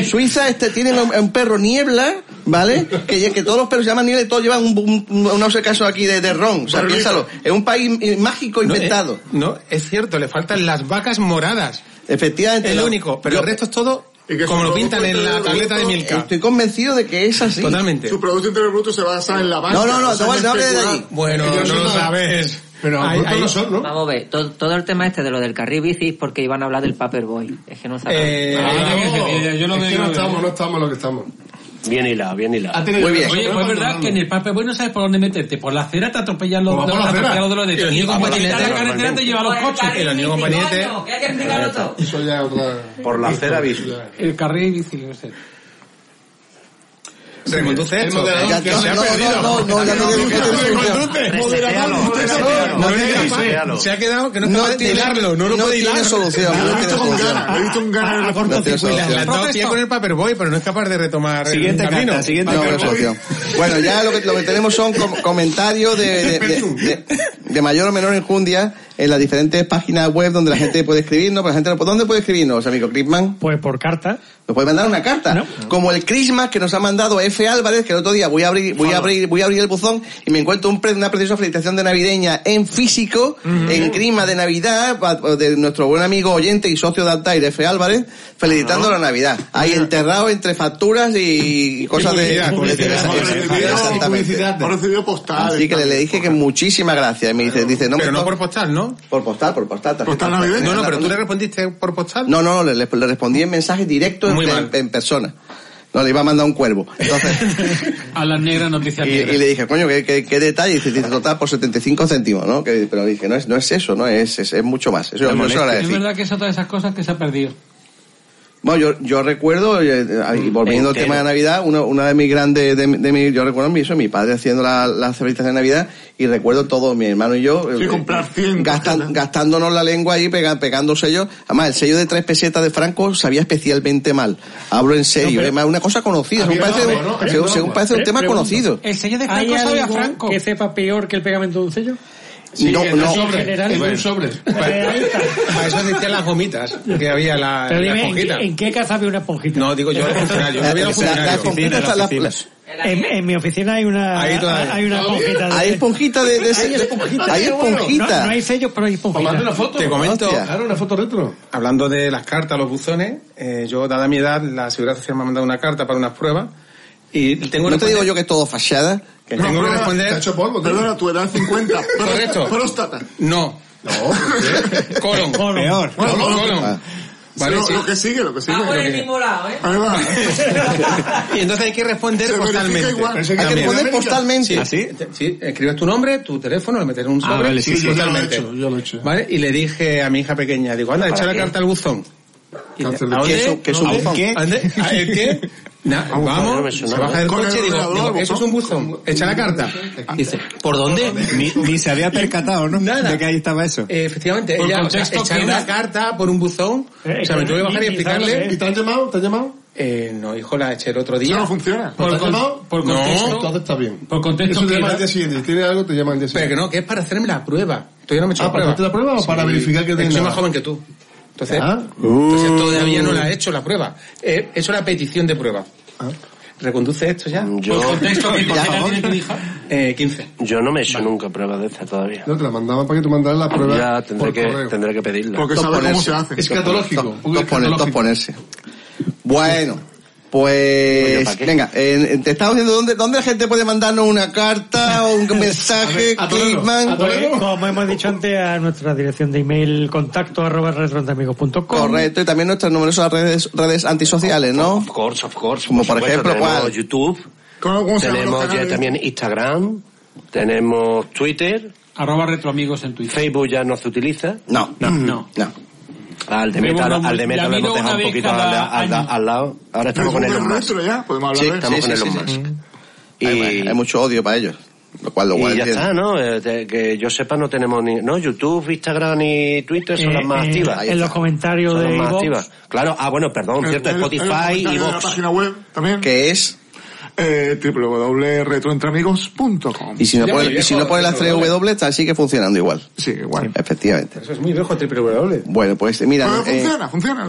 [SPEAKER 1] Suiza este tiene un, un perro niebla, ¿vale? Que, que todos los perros se llaman niebla y todos llevan un, un, un- no sé caso aquí de, de ron. O sea, piénsalo. Es un país eh, mágico
[SPEAKER 8] No, eh,
[SPEAKER 1] inventado.
[SPEAKER 8] No, es cierto, le faltan las vacas moradas.
[SPEAKER 1] Efectivamente.
[SPEAKER 8] Es
[SPEAKER 1] la-
[SPEAKER 8] lo único, pero
[SPEAKER 1] yo
[SPEAKER 8] el resto es todo
[SPEAKER 6] Y que
[SPEAKER 8] como
[SPEAKER 6] son
[SPEAKER 8] lo pintan
[SPEAKER 6] productos
[SPEAKER 8] en la
[SPEAKER 6] de
[SPEAKER 8] tableta de
[SPEAKER 6] productos,
[SPEAKER 8] Milka.
[SPEAKER 1] Estoy convencido de que es así.
[SPEAKER 8] Totalmente.
[SPEAKER 6] Su Producto Interior Bruto se basa en la banca.
[SPEAKER 1] No, no, no,
[SPEAKER 6] o sea,
[SPEAKER 1] te voy-
[SPEAKER 6] en
[SPEAKER 1] te voy a
[SPEAKER 6] especular.
[SPEAKER 1] decir.
[SPEAKER 8] Bueno,
[SPEAKER 4] Ellos
[SPEAKER 8] no
[SPEAKER 4] son
[SPEAKER 8] lo
[SPEAKER 4] una-
[SPEAKER 8] sabes.
[SPEAKER 4] Pero
[SPEAKER 8] Hay-
[SPEAKER 4] vosotros
[SPEAKER 8] hay-
[SPEAKER 4] no son, ¿no?
[SPEAKER 13] Vamos a ver, todo, todo el tema este de lo del carril bici, porque iban a hablar del paperboy. Es que no sabemos.
[SPEAKER 8] Eh,
[SPEAKER 4] Ah,
[SPEAKER 2] que se pide, yo no
[SPEAKER 4] es
[SPEAKER 2] me
[SPEAKER 4] que
[SPEAKER 2] digo
[SPEAKER 4] no
[SPEAKER 2] que-
[SPEAKER 4] estamos, no estamos lo que estamos.
[SPEAKER 5] Bien hilado, bien hilado.
[SPEAKER 1] Muy bien.
[SPEAKER 2] Oye, pues es verdad que en el papel bueno no sabes por dónde meterte. Por la acera te atropellan los,
[SPEAKER 4] Pues va
[SPEAKER 2] te
[SPEAKER 4] por la acera.
[SPEAKER 2] atropellan los de
[SPEAKER 8] Y
[SPEAKER 2] los
[SPEAKER 8] el
[SPEAKER 2] de
[SPEAKER 8] niño
[SPEAKER 2] Como te quitan la
[SPEAKER 8] patinete,
[SPEAKER 2] carretera te lleva los
[SPEAKER 13] Pues,
[SPEAKER 2] coches.
[SPEAKER 8] el amigo Paniete.
[SPEAKER 13] Que hay que explicarlo todo.
[SPEAKER 4] Eso ya es otra...
[SPEAKER 5] Por la acera bici.
[SPEAKER 2] El carril bici, no sé.
[SPEAKER 8] Reconduce esto.
[SPEAKER 4] moderador
[SPEAKER 1] Ya,
[SPEAKER 8] que
[SPEAKER 1] no,
[SPEAKER 8] se ha
[SPEAKER 1] no,
[SPEAKER 8] perdido.
[SPEAKER 1] no, no, ya no tiene que tener solución.
[SPEAKER 5] Resetealo, resetealo,
[SPEAKER 1] No
[SPEAKER 8] Oye,
[SPEAKER 1] tiene-
[SPEAKER 5] resetealo.
[SPEAKER 8] Se ha quedado que no es
[SPEAKER 1] No
[SPEAKER 8] capaz de
[SPEAKER 1] tiene-
[SPEAKER 8] hilarlo, no lo
[SPEAKER 1] no
[SPEAKER 8] puede
[SPEAKER 1] tiene
[SPEAKER 8] hilar.
[SPEAKER 1] solución, no
[SPEAKER 6] Lo he
[SPEAKER 1] tiene
[SPEAKER 6] visto con
[SPEAKER 1] solución.
[SPEAKER 6] ganas, he visto con ganas en la
[SPEAKER 1] No tiene
[SPEAKER 8] Le
[SPEAKER 1] solución.
[SPEAKER 8] han dado tía con el paperboy, pero no es capaz de retomar
[SPEAKER 7] Siguiente
[SPEAKER 8] el camino.
[SPEAKER 7] carta, siguiente
[SPEAKER 1] No,
[SPEAKER 7] carta.
[SPEAKER 1] no es solución. Bueno, ya lo que, lo que tenemos son com- comentarios de, de- de- de- de mayor o menor enjundia en las diferentes páginas web donde la gente puede escribirnos. Pero la gente no- ¿Dónde puede escribirnos, amigo Crisman?
[SPEAKER 3] Pues por carta.
[SPEAKER 1] Nos puede mandar una carta.
[SPEAKER 3] No.
[SPEAKER 1] Como el Crisman que nos ha mandado F. Álvarez, que el otro día voy a abrir, voy a abrir, voy a abrir el buzón y me encuentro un pre- una preciosa felicitación de navideña en físico, en Crisma de Navidad, pa- de nuestro buen amigo oyente y socio de Altair, F. Álvarez, felicitando la Navidad. Ahí enterrado entre facturas y cosas de...
[SPEAKER 8] publicidad,
[SPEAKER 1] de-
[SPEAKER 8] publicidad,
[SPEAKER 1] de- de-
[SPEAKER 6] Hemos recibido
[SPEAKER 1] Exactamente.
[SPEAKER 6] publicidad, hemos recibido postales.
[SPEAKER 1] Así que le, le dije que muchísimas gracias. Me dice, dice, no me
[SPEAKER 8] Pero no
[SPEAKER 1] to-
[SPEAKER 8] por postal, ¿no?
[SPEAKER 6] ¿no?
[SPEAKER 1] Por postal, por postal. tarjeta
[SPEAKER 6] ¿Postal navideña?
[SPEAKER 1] No, no, pero tú le
[SPEAKER 8] respondiste por postal.
[SPEAKER 1] No, no, le, le respondí en mensaje directo en,
[SPEAKER 2] Muy mal.
[SPEAKER 1] en- en persona. No, le iba a mandar un cuervo. Entonces,
[SPEAKER 2] A las negras noticias
[SPEAKER 1] y,
[SPEAKER 2] negras.
[SPEAKER 1] y le dije, coño, qué, qué- qué detalle. Y dice, dice, total, por 75 céntimos, ¿no? Que- pero dije, no es, no es eso, no es, es, es mucho más. Eso, por eso lo
[SPEAKER 2] es
[SPEAKER 1] agradecí.
[SPEAKER 2] verdad que es otra de esas cosas que se ha perdido.
[SPEAKER 1] Bueno, yo, yo recuerdo, eh, y volviendo al
[SPEAKER 2] Entero.
[SPEAKER 1] tema de Navidad, uno- una de mis grandes, de, de mi- yo recuerdo mi- eso, mi padre haciendo la- las celebritas de Navidad y recuerdo todo, mi hermano y yo, eh, gastan- gastándonos la lengua ahí, pega- pegando sellos. Además, el sello de tres pesetas de Franco sabía especialmente mal. Hablo en serio,
[SPEAKER 3] pero-
[SPEAKER 1] además, una cosa conocida, según parece, según- según parece
[SPEAKER 3] ¿Eh?
[SPEAKER 1] un tema conocido.
[SPEAKER 3] ¿El sello de
[SPEAKER 2] Franco sabe a Franco?
[SPEAKER 3] que sepa peor que el pegamento de un sello?
[SPEAKER 1] Sí, No, el de no. un sobre,
[SPEAKER 3] En general,
[SPEAKER 1] el de un
[SPEAKER 3] sobre.
[SPEAKER 8] Para eso existían las gomitas, que había la,
[SPEAKER 3] Pero
[SPEAKER 8] la
[SPEAKER 3] dime, ¿en,
[SPEAKER 8] esponjita.
[SPEAKER 3] qué- en qué casa había una esponjita?
[SPEAKER 8] No, digo yo al funcionario. Yo vi al
[SPEAKER 3] La- la
[SPEAKER 8] funcionario.
[SPEAKER 3] esponjita está en la- En, en mi oficina hay una,
[SPEAKER 8] Ahí todavía.
[SPEAKER 3] hay una
[SPEAKER 8] Todavía.
[SPEAKER 3] esponjita. de-
[SPEAKER 8] Hay esponjita
[SPEAKER 1] de- de-
[SPEAKER 3] Hay esponjita.
[SPEAKER 1] hay esponjita.
[SPEAKER 3] No, no hay sellos, pero hay esponjita.
[SPEAKER 8] Tomando una foto. Te comento. Claro,
[SPEAKER 12] una foto retro.
[SPEAKER 8] Hablando de las cartas, los buzones, eh, yo, dada mi edad, la Seguridad Social me ha mandado una carta para unas pruebas. Y tengo
[SPEAKER 1] No te digo yo que es todo fachada.
[SPEAKER 8] que tengo que responder.
[SPEAKER 6] Te ha hecho polvo, Perdona, tu edad 50.
[SPEAKER 8] Correcto.
[SPEAKER 6] Próstata.
[SPEAKER 8] No.
[SPEAKER 1] Oh,
[SPEAKER 8] No. Colon.
[SPEAKER 7] Peor.
[SPEAKER 8] Colon. colon.
[SPEAKER 6] Ah.
[SPEAKER 8] Vale,
[SPEAKER 6] Sí,
[SPEAKER 8] sí.
[SPEAKER 6] lo, lo que sigue, lo que sigue.
[SPEAKER 8] Ah, por el
[SPEAKER 6] Lo que-
[SPEAKER 8] mismo lado, ¿eh?
[SPEAKER 6] Ahí va.
[SPEAKER 8] y entonces hay que responder
[SPEAKER 6] Se verifica
[SPEAKER 8] postalmente.
[SPEAKER 6] igual. Hay que
[SPEAKER 8] También.
[SPEAKER 6] responder
[SPEAKER 8] Sí.
[SPEAKER 6] postalmente. ¿Ah, sí?
[SPEAKER 8] Te- sí, escribes tu nombre, tu teléfono, le metes en un
[SPEAKER 6] Ah,
[SPEAKER 8] sobre.
[SPEAKER 6] vale, sí, sí.
[SPEAKER 8] postalmente.
[SPEAKER 6] Yo lo he hecho, yo lo he hecho.
[SPEAKER 8] ¿Vale? Y le dije a mi hija pequeña, digo, anda,
[SPEAKER 6] ¿Para
[SPEAKER 8] echa la
[SPEAKER 6] qué?
[SPEAKER 8] carta al buzón. Y dice, ¿A
[SPEAKER 6] ¿Qué es
[SPEAKER 8] dónde?
[SPEAKER 6] un- qué es un
[SPEAKER 8] ¿A
[SPEAKER 6] buzón?
[SPEAKER 8] qué? ¿A dónde? ¿A el qué? Na-
[SPEAKER 6] Ah, buzón, no me
[SPEAKER 8] vamos,
[SPEAKER 6] suena.
[SPEAKER 8] se baja del
[SPEAKER 6] Con el
[SPEAKER 8] coche y digo,
[SPEAKER 6] ordenador,
[SPEAKER 8] digo,
[SPEAKER 6] buzón.
[SPEAKER 8] eso es un buzón, echa la carta.
[SPEAKER 5] Ah.
[SPEAKER 8] Y dice, ¿por dónde?
[SPEAKER 7] Ni, ni se había percatado, ¿no? De que ahí estaba eso.
[SPEAKER 8] Eh, efectivamente,
[SPEAKER 7] Por
[SPEAKER 8] ella, o sea,
[SPEAKER 7] contexto,
[SPEAKER 8] echar
[SPEAKER 7] que
[SPEAKER 8] una
[SPEAKER 7] da-
[SPEAKER 8] carta por un buzón,
[SPEAKER 2] Eh,
[SPEAKER 8] o sea, me tuve que bajar y explicarle.
[SPEAKER 4] ¿Y te han llamado? ¿Te han llamado?
[SPEAKER 8] Eh, no, hijo, la eché el otro día.
[SPEAKER 4] Eso no funciona.
[SPEAKER 8] Por,
[SPEAKER 4] ¿Te has
[SPEAKER 8] con-
[SPEAKER 4] llamado?
[SPEAKER 8] por
[SPEAKER 4] No.
[SPEAKER 8] contexto.
[SPEAKER 4] Entonces está bien.
[SPEAKER 2] Por contexto,
[SPEAKER 4] Eso te llama
[SPEAKER 8] ¿qué?
[SPEAKER 4] al día siguiente. Tiene algo, te llaman al día
[SPEAKER 8] Pero
[SPEAKER 4] siguiente.
[SPEAKER 8] que no, que es para hacerme la prueba. Todavía no me he hecho
[SPEAKER 4] Ah,
[SPEAKER 8] la
[SPEAKER 4] ¿para
[SPEAKER 8] prueba.
[SPEAKER 4] hacerte la prueba o para verificar que
[SPEAKER 8] Es
[SPEAKER 4] tienes
[SPEAKER 8] soy
[SPEAKER 4] nada?
[SPEAKER 8] más joven que tú. Entonces,
[SPEAKER 4] Ah.
[SPEAKER 8] entonces
[SPEAKER 4] Uh. Ah.
[SPEAKER 8] todavía no la he hecho la prueba. Eh, He hecho la petición de prueba. ¿Reconduce esto ya?
[SPEAKER 14] Yo- Por contexto, ¿qué edad tiene tu
[SPEAKER 8] hija? Eh, 15.
[SPEAKER 14] Yo no me he hecho nunca prueba de esta todavía.
[SPEAKER 4] No, te la mandaban para que tú mandaras la prueba.
[SPEAKER 14] Ya tendré
[SPEAKER 4] por
[SPEAKER 14] que,
[SPEAKER 4] correo.
[SPEAKER 14] tendré que pedirla.
[SPEAKER 1] Dos ponerse.
[SPEAKER 4] Escatológico.
[SPEAKER 1] Dos-
[SPEAKER 4] Un
[SPEAKER 1] dos poner- dos
[SPEAKER 4] escatológico.
[SPEAKER 1] ponerse. Bueno, pues
[SPEAKER 4] ¿para qué?
[SPEAKER 1] venga, eh, te estaba diciendo dónde, dónde la gente puede mandarnos una carta o un mensaje, Clickman.
[SPEAKER 3] Pues, como hemos dicho antes, a nuestra dirección de email contacto arroba retroentamigos.com.
[SPEAKER 1] Correcto, y también nuestras numerosas redes, redes antisociales, ¿no?
[SPEAKER 14] Of course, of course.
[SPEAKER 1] Como por
[SPEAKER 14] supuesto,
[SPEAKER 1] ejemplo,
[SPEAKER 14] tenemos
[SPEAKER 1] ¿cuál?
[SPEAKER 14] YouTube,
[SPEAKER 6] cómo se llaman
[SPEAKER 14] tenemos
[SPEAKER 6] los
[SPEAKER 14] ya
[SPEAKER 6] canales?
[SPEAKER 14] también Instagram, tenemos Twitter.
[SPEAKER 2] Arroba retroamigos en Twitter.
[SPEAKER 14] Facebook ya no se utiliza.
[SPEAKER 1] No,
[SPEAKER 14] no,
[SPEAKER 2] no.
[SPEAKER 14] Al de
[SPEAKER 2] Me
[SPEAKER 14] metal,
[SPEAKER 2] borra
[SPEAKER 14] al de
[SPEAKER 2] un- la
[SPEAKER 14] metal lo
[SPEAKER 2] miro
[SPEAKER 14] hemos
[SPEAKER 2] una
[SPEAKER 14] dejado un
[SPEAKER 2] vez
[SPEAKER 14] poquito
[SPEAKER 2] cada
[SPEAKER 14] al, al-
[SPEAKER 2] año.
[SPEAKER 14] al lado. Ahora estamos con
[SPEAKER 6] Pero
[SPEAKER 14] el
[SPEAKER 6] Google
[SPEAKER 14] más.
[SPEAKER 6] nuestro ya, podemos hablar
[SPEAKER 14] Sí,
[SPEAKER 6] de
[SPEAKER 14] estamos
[SPEAKER 6] eso.
[SPEAKER 14] con
[SPEAKER 6] Sí,
[SPEAKER 14] Elon
[SPEAKER 6] sí,
[SPEAKER 14] Musk.
[SPEAKER 6] sí,
[SPEAKER 14] Y,
[SPEAKER 1] Hay mucho odio para ellos. Lo cual, lo
[SPEAKER 14] y
[SPEAKER 1] cual
[SPEAKER 14] ya
[SPEAKER 1] tiene-
[SPEAKER 14] está, ¿no? Eh, te- que yo sepa no tenemos ni... No, YouTube, Instagram y Twitter son
[SPEAKER 3] Eh,
[SPEAKER 14] las más
[SPEAKER 3] eh,
[SPEAKER 14] activas.
[SPEAKER 3] En los comentarios
[SPEAKER 14] Son las
[SPEAKER 3] de
[SPEAKER 14] más
[SPEAKER 3] iVoox.
[SPEAKER 14] activas. Claro, ah, bueno, perdón, cierto, Spotify y
[SPEAKER 6] la
[SPEAKER 14] Vox.
[SPEAKER 6] página web también.
[SPEAKER 1] ¿Qué es?
[SPEAKER 6] Eh, www.retroentreamigos.com
[SPEAKER 1] Y si no pones y si no pones las 3 W, está- sigue funcionando igual.
[SPEAKER 6] Sí, igual.
[SPEAKER 1] Efectivamente.
[SPEAKER 8] Eso es muy viejo, triple W.
[SPEAKER 1] Bueno, pues mira,
[SPEAKER 6] Pero
[SPEAKER 1] eh,
[SPEAKER 6] funciona, funciona.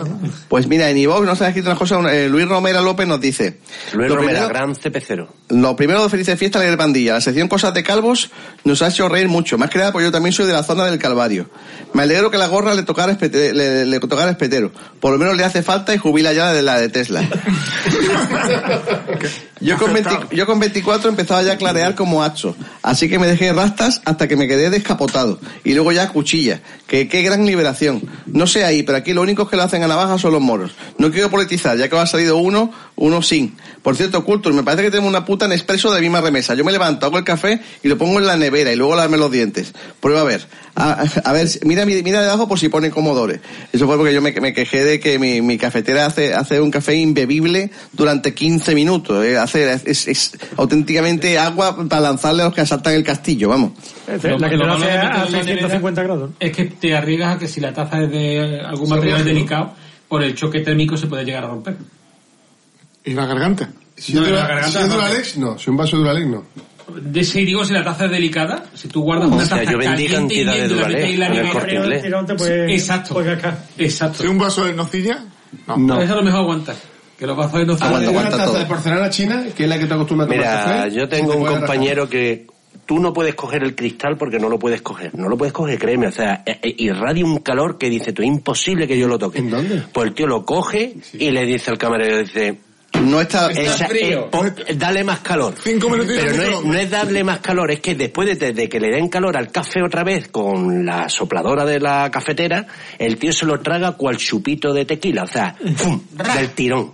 [SPEAKER 1] pues mira, en iVoox nos ha escrito una cosa, una- eh, Luis Romero López nos dice.
[SPEAKER 14] Luis
[SPEAKER 1] "Lo
[SPEAKER 14] Romera,
[SPEAKER 1] primero-
[SPEAKER 14] gran CP0.
[SPEAKER 1] Lo primero de Felices Fiesta Alegre Pandilla. La sección Cosas de Calvos nos ha hecho reír mucho. Más que nada porque yo también soy de la zona del Calvario. Me alegro que la gorra le tocara, espete- le, le tocara espetero. Por lo menos le hace falta y jubila ya la de la de Tesla. yo, con 20 yo con 24 empezaba ya a clarear como hacho. Así que me dejé rastas hasta que me quedé descapotado. Y luego ya cuchilla. Que qué gran liberación. No sé ahí, pero aquí lo único que lo hacen a navaja son los moros. No quiero politizar, ya que ha salido uno, uno sin. Por cierto, Culture, me parece que tenemos una puta en expreso de la misma remesa. Yo me levanto, hago el café y lo pongo en la nevera y luego lavarme los dientes. Prueba a ver. A, a ver, si- mira, mi- mira debajo por si pone comodores. Eso fue porque yo me, me quejé de que mi, mi cafetera hace, hace un café imbebible durante 15 minutos. eh. Hace, es, es auténticamente agua para lanzarle a los que asaltan el castillo, vamos.
[SPEAKER 3] Esa es La que
[SPEAKER 2] Lo
[SPEAKER 3] lo
[SPEAKER 2] malo
[SPEAKER 3] hace
[SPEAKER 2] de
[SPEAKER 3] a
[SPEAKER 2] meterlo en la
[SPEAKER 3] 650 grados.
[SPEAKER 2] Es que te arriesgas a que si la taza es de algún
[SPEAKER 3] Se
[SPEAKER 2] material
[SPEAKER 3] rompe, ¿no?
[SPEAKER 2] delicado, por el choque térmico se puede llegar a romper.
[SPEAKER 6] ¿Y la garganta?
[SPEAKER 4] Si es
[SPEAKER 2] No,
[SPEAKER 4] de
[SPEAKER 2] en la
[SPEAKER 4] la-
[SPEAKER 2] garganta
[SPEAKER 4] si es de
[SPEAKER 2] no.
[SPEAKER 4] la Lex, no. Si un vaso de la Lex, no.
[SPEAKER 2] De si digo, si la taza es delicada, si tú guardas
[SPEAKER 4] O
[SPEAKER 2] una
[SPEAKER 4] sea,
[SPEAKER 2] taza
[SPEAKER 4] yo vendí
[SPEAKER 2] caliente y
[SPEAKER 4] cantidad de
[SPEAKER 2] hirviendo y la
[SPEAKER 4] Duralex
[SPEAKER 2] metes ahí en la
[SPEAKER 4] con el
[SPEAKER 2] nevera,
[SPEAKER 4] Corte Inglés.
[SPEAKER 2] pero- Exacto. Exacto.
[SPEAKER 6] ¿Si un vaso de nocilla? No.
[SPEAKER 2] Eso a lo mejor aguantas. Que los vasos de no
[SPEAKER 4] Hay una taza de porcelana china, que es la que te acostumbras a tomar
[SPEAKER 14] Mira,
[SPEAKER 4] café,
[SPEAKER 14] yo
[SPEAKER 4] y
[SPEAKER 14] tengo
[SPEAKER 4] te
[SPEAKER 14] un
[SPEAKER 4] puede rajar.
[SPEAKER 14] compañero que tú no puedes coger el cristal porque no lo puedes coger. No lo puedes coger, créeme. O sea, e- e- irradia un calor que dice tú, es imposible que yo lo toque. Pues el tío lo coge y le dice al camarero, dice,
[SPEAKER 1] No está,
[SPEAKER 5] Esa- eh, pon- dale más calor.
[SPEAKER 1] Cinco minutitos
[SPEAKER 5] Pero
[SPEAKER 1] en
[SPEAKER 5] no es,
[SPEAKER 1] microondas.
[SPEAKER 5] no es darle más calor, es que después de, de que le den calor al café otra vez con la sopladora de la cafetera, el tío se lo traga cual chupito de tequila, o sea, ¡fum! del tirón.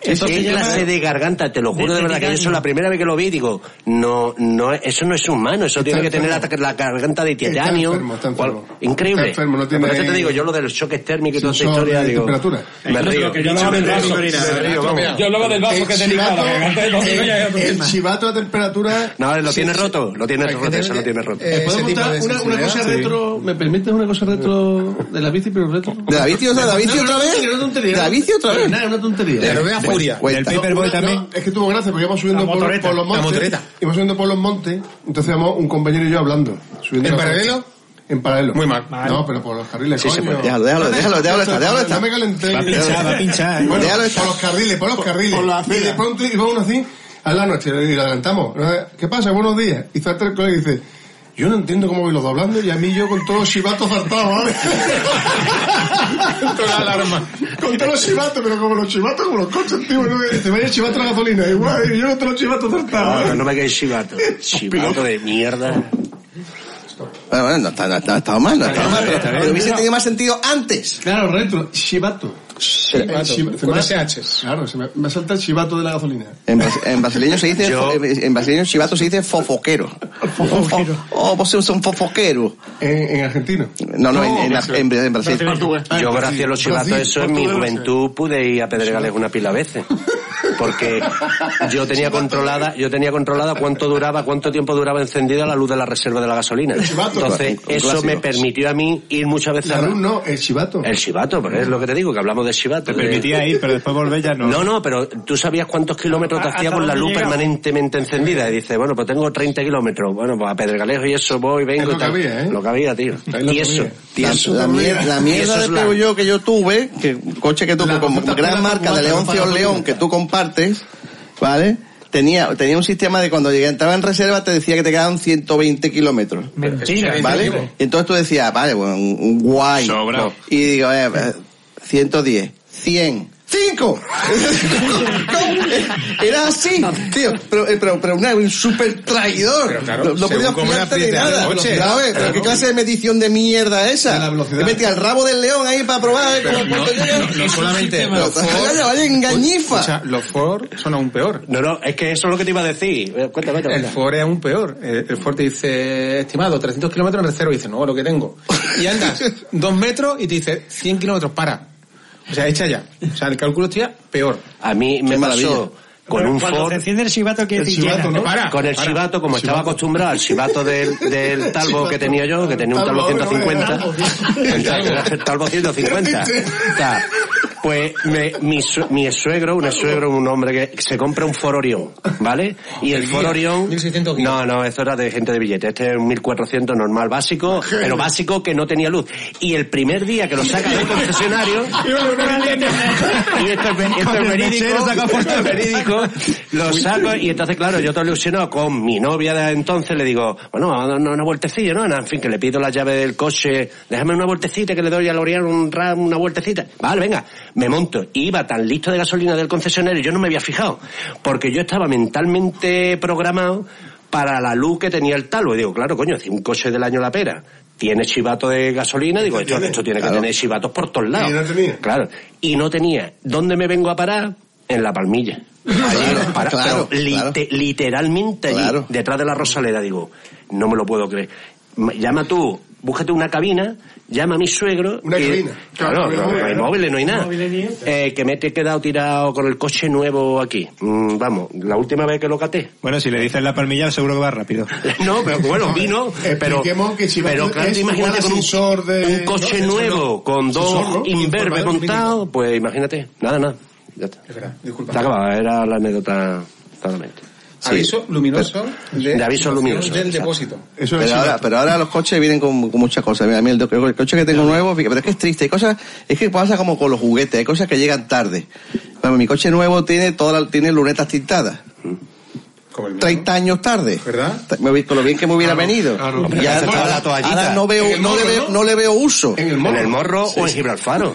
[SPEAKER 3] Eso
[SPEAKER 5] Qué
[SPEAKER 3] se llama-
[SPEAKER 5] clase de garganta, te lo juro de verdad que eso la primera vez que lo vi digo, no, no, eso no es humano, eso tiene que tener la, la garganta de titanio.
[SPEAKER 4] enfermo, está
[SPEAKER 5] cual- Increíble.
[SPEAKER 4] Está enfermo, no tiene-
[SPEAKER 5] Por eso te digo, yo lo de los choques térmicos y toda esa
[SPEAKER 4] Sensor
[SPEAKER 5] historia,
[SPEAKER 4] de
[SPEAKER 5] digo,
[SPEAKER 4] temperatura.
[SPEAKER 5] me río.
[SPEAKER 4] Yo hablaba del vaso.
[SPEAKER 15] Yo hablaba del vaso
[SPEAKER 4] El
[SPEAKER 15] que es delicado,
[SPEAKER 4] chivato-
[SPEAKER 15] la garganta de Domingo ya es otro
[SPEAKER 4] El
[SPEAKER 15] tema.
[SPEAKER 4] chivato a temperatura...
[SPEAKER 5] No, lo
[SPEAKER 4] Sí,
[SPEAKER 5] tiene
[SPEAKER 4] sí.
[SPEAKER 5] roto, lo tiene
[SPEAKER 4] Hay que
[SPEAKER 5] roto, eso
[SPEAKER 4] tener-
[SPEAKER 5] lo tiene roto.
[SPEAKER 8] Eh, ¿Puedo
[SPEAKER 4] Ese tipo
[SPEAKER 8] contar
[SPEAKER 4] de
[SPEAKER 8] una, una cosa
[SPEAKER 4] sensibilidad, sí.
[SPEAKER 8] retro? ¿Me permites una cosa retro de la bici, pero retro?
[SPEAKER 1] ¿De la bici? O sea, ¿de la bici
[SPEAKER 8] No, no,
[SPEAKER 1] otra
[SPEAKER 8] no,
[SPEAKER 1] vez?
[SPEAKER 8] no, Una tontería,
[SPEAKER 1] ¿De la bici otra vez?
[SPEAKER 8] No, una tontería.
[SPEAKER 1] Del-
[SPEAKER 8] Pero vea
[SPEAKER 1] del-
[SPEAKER 8] furia.
[SPEAKER 1] del
[SPEAKER 8] No,
[SPEAKER 1] paperboy
[SPEAKER 8] una-
[SPEAKER 1] también.
[SPEAKER 4] No, es que tuvo gracia porque íbamos subiendo
[SPEAKER 8] La
[SPEAKER 4] por,
[SPEAKER 8] motoreta,
[SPEAKER 4] por los
[SPEAKER 8] la
[SPEAKER 4] montes.
[SPEAKER 8] motoreta.
[SPEAKER 4] Íbamos subiendo por los montes, entonces íbamos un compañero y yo hablando. subiendo
[SPEAKER 8] ¿En
[SPEAKER 4] la
[SPEAKER 8] paralelo?
[SPEAKER 4] motoreta. En paralelo.
[SPEAKER 8] Muy mal.
[SPEAKER 4] No, pero por los carriles,
[SPEAKER 1] Sí, se
[SPEAKER 4] coño.
[SPEAKER 1] puede. Déjalo, déjalo, déjalo, déjalo estar, déjalo estar.
[SPEAKER 4] No me calenté.
[SPEAKER 1] Va a pinchar, va a pinchar.
[SPEAKER 4] Bueno,
[SPEAKER 1] Déjalo estar.
[SPEAKER 4] por los carriles, por los carriles.
[SPEAKER 1] por la
[SPEAKER 4] y de
[SPEAKER 1] acera.
[SPEAKER 4] pronto iba uno así, a la noche, y lo adelantamos. ¿Qué pasa? Buenos días. Y salta el colega y dice... Yo no entiendo cómo voy los dos hablando y a mí yo con todos los chivatos saltados, ¿vale? con la alarma. Con todos los chivatos, pero como los chivatos, como los coches, tío. ¿no? Te vaya el chivato a la gasolina, igual, y yo con todos los chivatos saltados.
[SPEAKER 5] No,
[SPEAKER 4] ¿vale?
[SPEAKER 5] no, no me quedé chivato. Chivato de mierda.
[SPEAKER 1] Bueno, bueno, no está, no está, no está mal, no está mal. Pero hubiese tenido más sentido antes.
[SPEAKER 8] Claro, retro. Chivato.
[SPEAKER 4] El chivato.
[SPEAKER 8] Con SH.
[SPEAKER 4] Claro, se me, me salta el chivato de la gasolina.
[SPEAKER 1] En, bas- en brasileño se dice, en brasileño chivato se dice fofoquero. Fofoquero. Oh, vos sos un fofoquero.
[SPEAKER 4] En, en argentino.
[SPEAKER 1] No, no, en,
[SPEAKER 4] No,
[SPEAKER 1] en,
[SPEAKER 4] Brasil.
[SPEAKER 1] en, en Brasil.
[SPEAKER 4] Portugués. Ah,
[SPEAKER 5] Yo,
[SPEAKER 4] en
[SPEAKER 5] gracias a los
[SPEAKER 4] Brasil.
[SPEAKER 5] chivatos, eso en mi
[SPEAKER 4] Portugués, Brasil.
[SPEAKER 5] juventud pude ir a Pedregales una pila de veces. Porque yo tenía controlada, yo tenía controlada cuánto duraba, cuánto tiempo duraba encendida la luz de la reserva de la gasolina.
[SPEAKER 4] chivato.
[SPEAKER 5] Entonces,
[SPEAKER 4] Un
[SPEAKER 5] eso
[SPEAKER 4] clásico.
[SPEAKER 5] me permitió a mí ir muchas veces
[SPEAKER 4] La
[SPEAKER 5] a
[SPEAKER 4] luz no, el chivato.
[SPEAKER 5] el chivato, pero es lo que te digo, que hablamos de chivato.
[SPEAKER 7] Te permitía ir, pero después volver ya no.
[SPEAKER 5] No, no, pero tú sabías cuántos kilómetros te
[SPEAKER 7] ¿Hasta
[SPEAKER 5] hacía con la
[SPEAKER 7] dónde
[SPEAKER 5] luz
[SPEAKER 7] llegaba?
[SPEAKER 5] permanentemente encendida. Y dices, bueno, pues tengo 30 kilómetros. Bueno, pues a Pedregalejo y eso voy, vengo
[SPEAKER 4] Es lo
[SPEAKER 5] y tal.
[SPEAKER 4] que había, ¿eh?
[SPEAKER 5] Lo que había, tío.
[SPEAKER 4] lo
[SPEAKER 5] Y
[SPEAKER 4] que
[SPEAKER 5] eso,
[SPEAKER 4] había.
[SPEAKER 1] La, la mier- la mierda de
[SPEAKER 5] la,
[SPEAKER 1] Peugeot que yo tuve, que un coche que tuve como gran marca de Leoncio León que tú compartes, ¿vale? Tenía, tenía un sistema de cuando llegué- entraba en reserva te decía que te quedaban 120 kilómetros.
[SPEAKER 3] Mentira.
[SPEAKER 1] ¿Vale? Y entonces tú decías, vale, bueno, un, un guay.
[SPEAKER 3] Sobra.
[SPEAKER 1] Y digo, eh, eh, 110, 100, 5. Era así, tío. Pero, eh, pero, pero una- un super traidor.
[SPEAKER 8] Pero claro,
[SPEAKER 1] no no
[SPEAKER 8] según
[SPEAKER 1] podía
[SPEAKER 8] cómo le
[SPEAKER 1] fiarte de
[SPEAKER 8] aprietas el
[SPEAKER 1] nada.
[SPEAKER 8] coche.
[SPEAKER 1] ¿Sabes? Pero ¿Qué
[SPEAKER 8] Claro.
[SPEAKER 1] clase de medición de mierda es esa? Que metía el rabo del león ahí para probar a ver
[SPEAKER 8] Pero
[SPEAKER 1] cómo
[SPEAKER 8] no,
[SPEAKER 1] cuánto llega.
[SPEAKER 8] no, no solamente.
[SPEAKER 1] Pero, vaya, vaya engañifa.
[SPEAKER 8] O sea, los Ford son aún peor.
[SPEAKER 5] No, no, es que eso es lo que te iba a decir. Eh, Cuéntame, cuéntame.
[SPEAKER 8] El Ford es aún peor. Eh, El el Ford te dice, estimado, 300 kilómetros en reserva. Y dice, no, lo que tengo. Y andas dos metros y te dice, 100 kilómetros, para. O sea, echa ya. O sea, el cálculo está peor.
[SPEAKER 5] A mí me pasó con
[SPEAKER 3] Pero
[SPEAKER 5] un
[SPEAKER 3] cuando
[SPEAKER 5] Ford...
[SPEAKER 3] se enciende el chivato quiere
[SPEAKER 8] El
[SPEAKER 3] decir
[SPEAKER 8] chivato,
[SPEAKER 3] llena.
[SPEAKER 8] ¿no? Para,
[SPEAKER 5] con el
[SPEAKER 8] para.
[SPEAKER 5] chivato, como estaba acostumbrado al chivato del, del talbo que tenía yo, que tenía un talbo 150, el talbo, el talbo 150. O sea, pues me- mi, sue- mi suegro, un suegro, un hombre que se compra un Ford Orion, ¿vale? Y el Ford Orion... No, no, eso era de gente de billete. Este es un 1400 normal básico, pero básico que no tenía luz. Y el primer día que lo saca del concesionario... y esto es, ver- esto es
[SPEAKER 7] Con el
[SPEAKER 5] verídico,
[SPEAKER 7] mechero saca
[SPEAKER 5] esto
[SPEAKER 7] foto.
[SPEAKER 5] es verídico, lo saco y entonces claro, yo todo ilusionado con mi novia de entonces le digo, bueno, vamos a darnos una vueltecilla, ¿no? En fin, que le pido la llave del coche, déjame una vueltecita que le doy a L'Oreal un ram, una vueltecita. Vale, venga, me monto. Y Iba tan listo de gasolina del concesionario, yo no me había fijado, porque yo estaba mentalmente programado para la luz que tenía el talo. Y digo, claro, coño, si un coche del año la pera tiene chivato de gasolina, digo, esto, esto tiene que tener chivatos por todos lados.
[SPEAKER 4] Y no tenía.
[SPEAKER 5] Claro. Y no tenía. ¿Dónde me vengo a parar? En la palmilla.
[SPEAKER 4] Ah,
[SPEAKER 5] Allí, para-
[SPEAKER 1] claro,
[SPEAKER 5] pero lite- literalmente allí, detrás de la Rosaleda, digo, no me lo puedo creer. Ma- Llama tú, búscate una cabina, llama a mi suegro.
[SPEAKER 4] Una
[SPEAKER 5] y-
[SPEAKER 4] cabina.
[SPEAKER 5] Claro,
[SPEAKER 4] Claro,
[SPEAKER 5] no,
[SPEAKER 4] móvil,
[SPEAKER 5] no hay
[SPEAKER 4] ¿no?
[SPEAKER 5] móviles, no hay nada.
[SPEAKER 4] Móviles ni eso.
[SPEAKER 5] Eh, que me te he quedado tirado con el coche nuevo aquí. Mm, vamos, la última vez que lo caté.
[SPEAKER 7] Bueno, si le dices la palmilla, seguro que va rápido.
[SPEAKER 5] No, pero bueno, vino, pero,
[SPEAKER 4] Expliquemos que Chivato
[SPEAKER 5] pero claro,
[SPEAKER 4] es
[SPEAKER 5] tú imagínate
[SPEAKER 4] igual a
[SPEAKER 5] con un,
[SPEAKER 4] sensor de-
[SPEAKER 5] un coche
[SPEAKER 4] no, sensor
[SPEAKER 5] nuevo
[SPEAKER 4] no.
[SPEAKER 5] con
[SPEAKER 4] Sensor,
[SPEAKER 5] dos
[SPEAKER 4] ¿no?
[SPEAKER 5] imberbe
[SPEAKER 4] Informador
[SPEAKER 5] montados, pues imagínate, nada, nada, ya está. Se acaba, era la anécdota totalmente.
[SPEAKER 8] Aviso luminoso de,
[SPEAKER 5] De aviso luminoso,
[SPEAKER 8] del
[SPEAKER 5] exacto.
[SPEAKER 8] depósito.
[SPEAKER 1] pero, ahora, pero ahora los coches vienen con, con muchas cosas. Mira, a mí el, el coche que tengo nuevo, fíjate, pero es que es triste. Hay cosas, es que pasa como con los juguetes, hay cosas que llegan tarde. Bueno, mi coche nuevo tiene todas las- tiene lunetas tintadas. 30 años tarde.
[SPEAKER 8] ¿Verdad?
[SPEAKER 1] Me vi- Con lo bien que me hubiera venido.
[SPEAKER 5] Hombre, se
[SPEAKER 1] Ya ahora,
[SPEAKER 5] estaba la toallita.
[SPEAKER 1] ahora no veo,
[SPEAKER 5] En el
[SPEAKER 1] no, le
[SPEAKER 5] morro,
[SPEAKER 1] veo, no le veo uso.
[SPEAKER 5] En el morro o en Gibralfaro.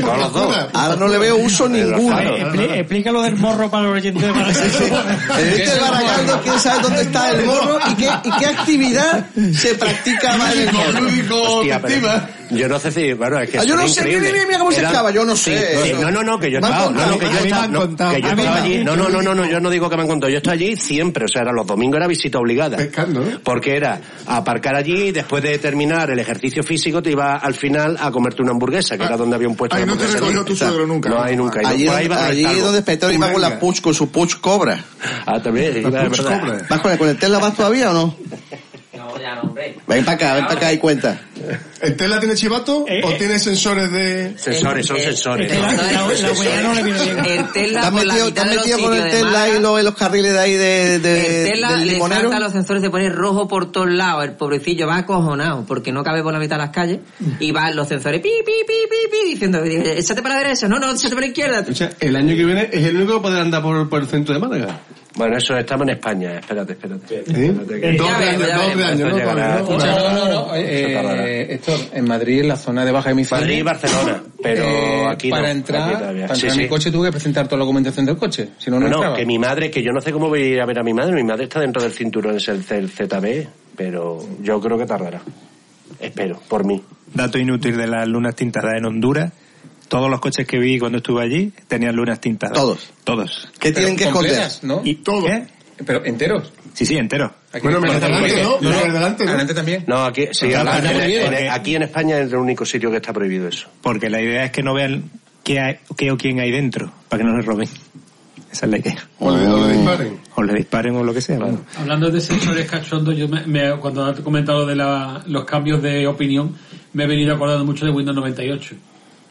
[SPEAKER 14] Con los dos.
[SPEAKER 1] Ahora no le veo uso ninguno.
[SPEAKER 3] Expli- Explícalo del morro para los oyentes de
[SPEAKER 1] El oyente de Baracaldo quiere saber dónde está el morro y qué, y qué actividad se practica más en el morro.
[SPEAKER 14] Hostia, pero yo no sé si, bueno, es que
[SPEAKER 1] Ah, yo
[SPEAKER 14] son
[SPEAKER 1] no sé, mira,
[SPEAKER 14] increíbles.
[SPEAKER 1] mira, mira cómo se
[SPEAKER 14] Eran-
[SPEAKER 1] excava, yo no sé
[SPEAKER 14] sí,
[SPEAKER 1] eso.
[SPEAKER 14] no, no, no, que yo
[SPEAKER 1] Me han
[SPEAKER 14] estaba, no,
[SPEAKER 1] contado,
[SPEAKER 14] no, que
[SPEAKER 1] a
[SPEAKER 14] yo
[SPEAKER 1] mí me
[SPEAKER 14] estaba,
[SPEAKER 1] han
[SPEAKER 14] no,
[SPEAKER 1] contado.
[SPEAKER 14] que yo
[SPEAKER 1] A mí
[SPEAKER 14] estaba
[SPEAKER 1] me han
[SPEAKER 14] allí, no,
[SPEAKER 1] dicho,
[SPEAKER 14] no, no, no, no, yo no digo que me han contado, yo estoy allí siempre, o sea, era los domingos era visita obligada. Porque era aparcar allí, después de terminar el ejercicio físico, te iba al final a comerte una hamburguesa, que era donde había un puesto de
[SPEAKER 1] Ah, no te
[SPEAKER 14] hamburguesa.
[SPEAKER 1] recogió tu suegro
[SPEAKER 14] nunca. No, hay nunca. y no,
[SPEAKER 1] Allí,
[SPEAKER 14] por ahí va a
[SPEAKER 1] allí
[SPEAKER 14] estar
[SPEAKER 1] es
[SPEAKER 14] algo.
[SPEAKER 1] donde Petero iba con la push, con su push cobra.
[SPEAKER 14] Ah, también, iba, es verdad.
[SPEAKER 1] ¿Vas con el, con el Tesla vas todavía o no?
[SPEAKER 13] No, ya no, hombre.
[SPEAKER 1] Ven para acá, ven para acá y cuenta.
[SPEAKER 4] ¿El Tesla tiene chivato o tiene sensores de...?
[SPEAKER 14] Sensores,
[SPEAKER 1] Eh,
[SPEAKER 14] son sensores.
[SPEAKER 4] la- la- la huella no le viene bien.
[SPEAKER 13] El Tesla
[SPEAKER 1] ¿Te has
[SPEAKER 13] por la
[SPEAKER 1] metido, te
[SPEAKER 13] mitad
[SPEAKER 1] has
[SPEAKER 13] de los
[SPEAKER 1] metido con el
[SPEAKER 13] sitios de
[SPEAKER 1] Tesla y lo- en los carriles de ahí de, de-
[SPEAKER 5] eh,
[SPEAKER 13] el Tesla
[SPEAKER 1] del
[SPEAKER 13] le
[SPEAKER 1] limonero?
[SPEAKER 13] salta los sensores, se pone rojo por todos lados. El pobrecillo va acojonado porque no cabe por la mitad de las calles y va los sensores pi, pi, pi, pi, pi, diciendo, échate para la derecha, no, no, échate para la izquierda.
[SPEAKER 8] O sea, el año que viene es el único que podrá andar por, por el centro de Málaga.
[SPEAKER 14] Bueno, eso estamos en España, eh. espérate, espérate. Espérate que-
[SPEAKER 8] Eh, ya veremos, ya veremos.
[SPEAKER 14] Esto llegará-
[SPEAKER 8] No, no, no, no,
[SPEAKER 14] Eso tardará.
[SPEAKER 8] eh, Héctor, en Madrid, en la zona de baja emisión.
[SPEAKER 14] Madrid y Barcelona, pero
[SPEAKER 8] eh,
[SPEAKER 14] aquí no,
[SPEAKER 8] Para
[SPEAKER 14] aquí
[SPEAKER 8] entrar, para
[SPEAKER 14] todavía.
[SPEAKER 8] entrar
[SPEAKER 14] Sí,
[SPEAKER 8] en
[SPEAKER 14] sí.
[SPEAKER 8] el coche tuve que presentar toda la documentación del coche. Si no, no,
[SPEAKER 14] No, no,
[SPEAKER 8] entraba.
[SPEAKER 14] que mi madre, que yo no sé cómo voy a ir a ver a mi madre, mi madre está dentro del cinturón es el el ZB, pero yo creo que tardará. Espero, por mí.
[SPEAKER 7] Dato inútil de las lunas tintadas en Honduras. Todos los coches que vi cuando estuve allí tenían lunas tintadas. Todos. Todos.
[SPEAKER 1] ¿Qué
[SPEAKER 8] Pero tienen que ¿Eh? completas, esconder? ¿no?
[SPEAKER 7] ¿Y todo? Pero enteros. Sí, sí, enteros.
[SPEAKER 8] Bueno, menos delante, ¿no? Menos delante, ¿no?
[SPEAKER 7] Adelante
[SPEAKER 8] también.
[SPEAKER 14] No, aquí, sí,
[SPEAKER 7] Acá
[SPEAKER 14] adelante,
[SPEAKER 7] está prohibido,
[SPEAKER 14] en-
[SPEAKER 7] ¿o qué?
[SPEAKER 14] aquí en España es el único sitio que está prohibido eso.
[SPEAKER 7] Porque la idea es que no vean qué, hay- qué o quién hay dentro, para que no les roben. Esa es la idea. O le, disparen. O le disparen o lo que sea. vamos.
[SPEAKER 2] Hablando de sensores cachondos, yo me, me- cuando has comentado de la- los cambios de opinión, me he venido acordando mucho de Windows 98,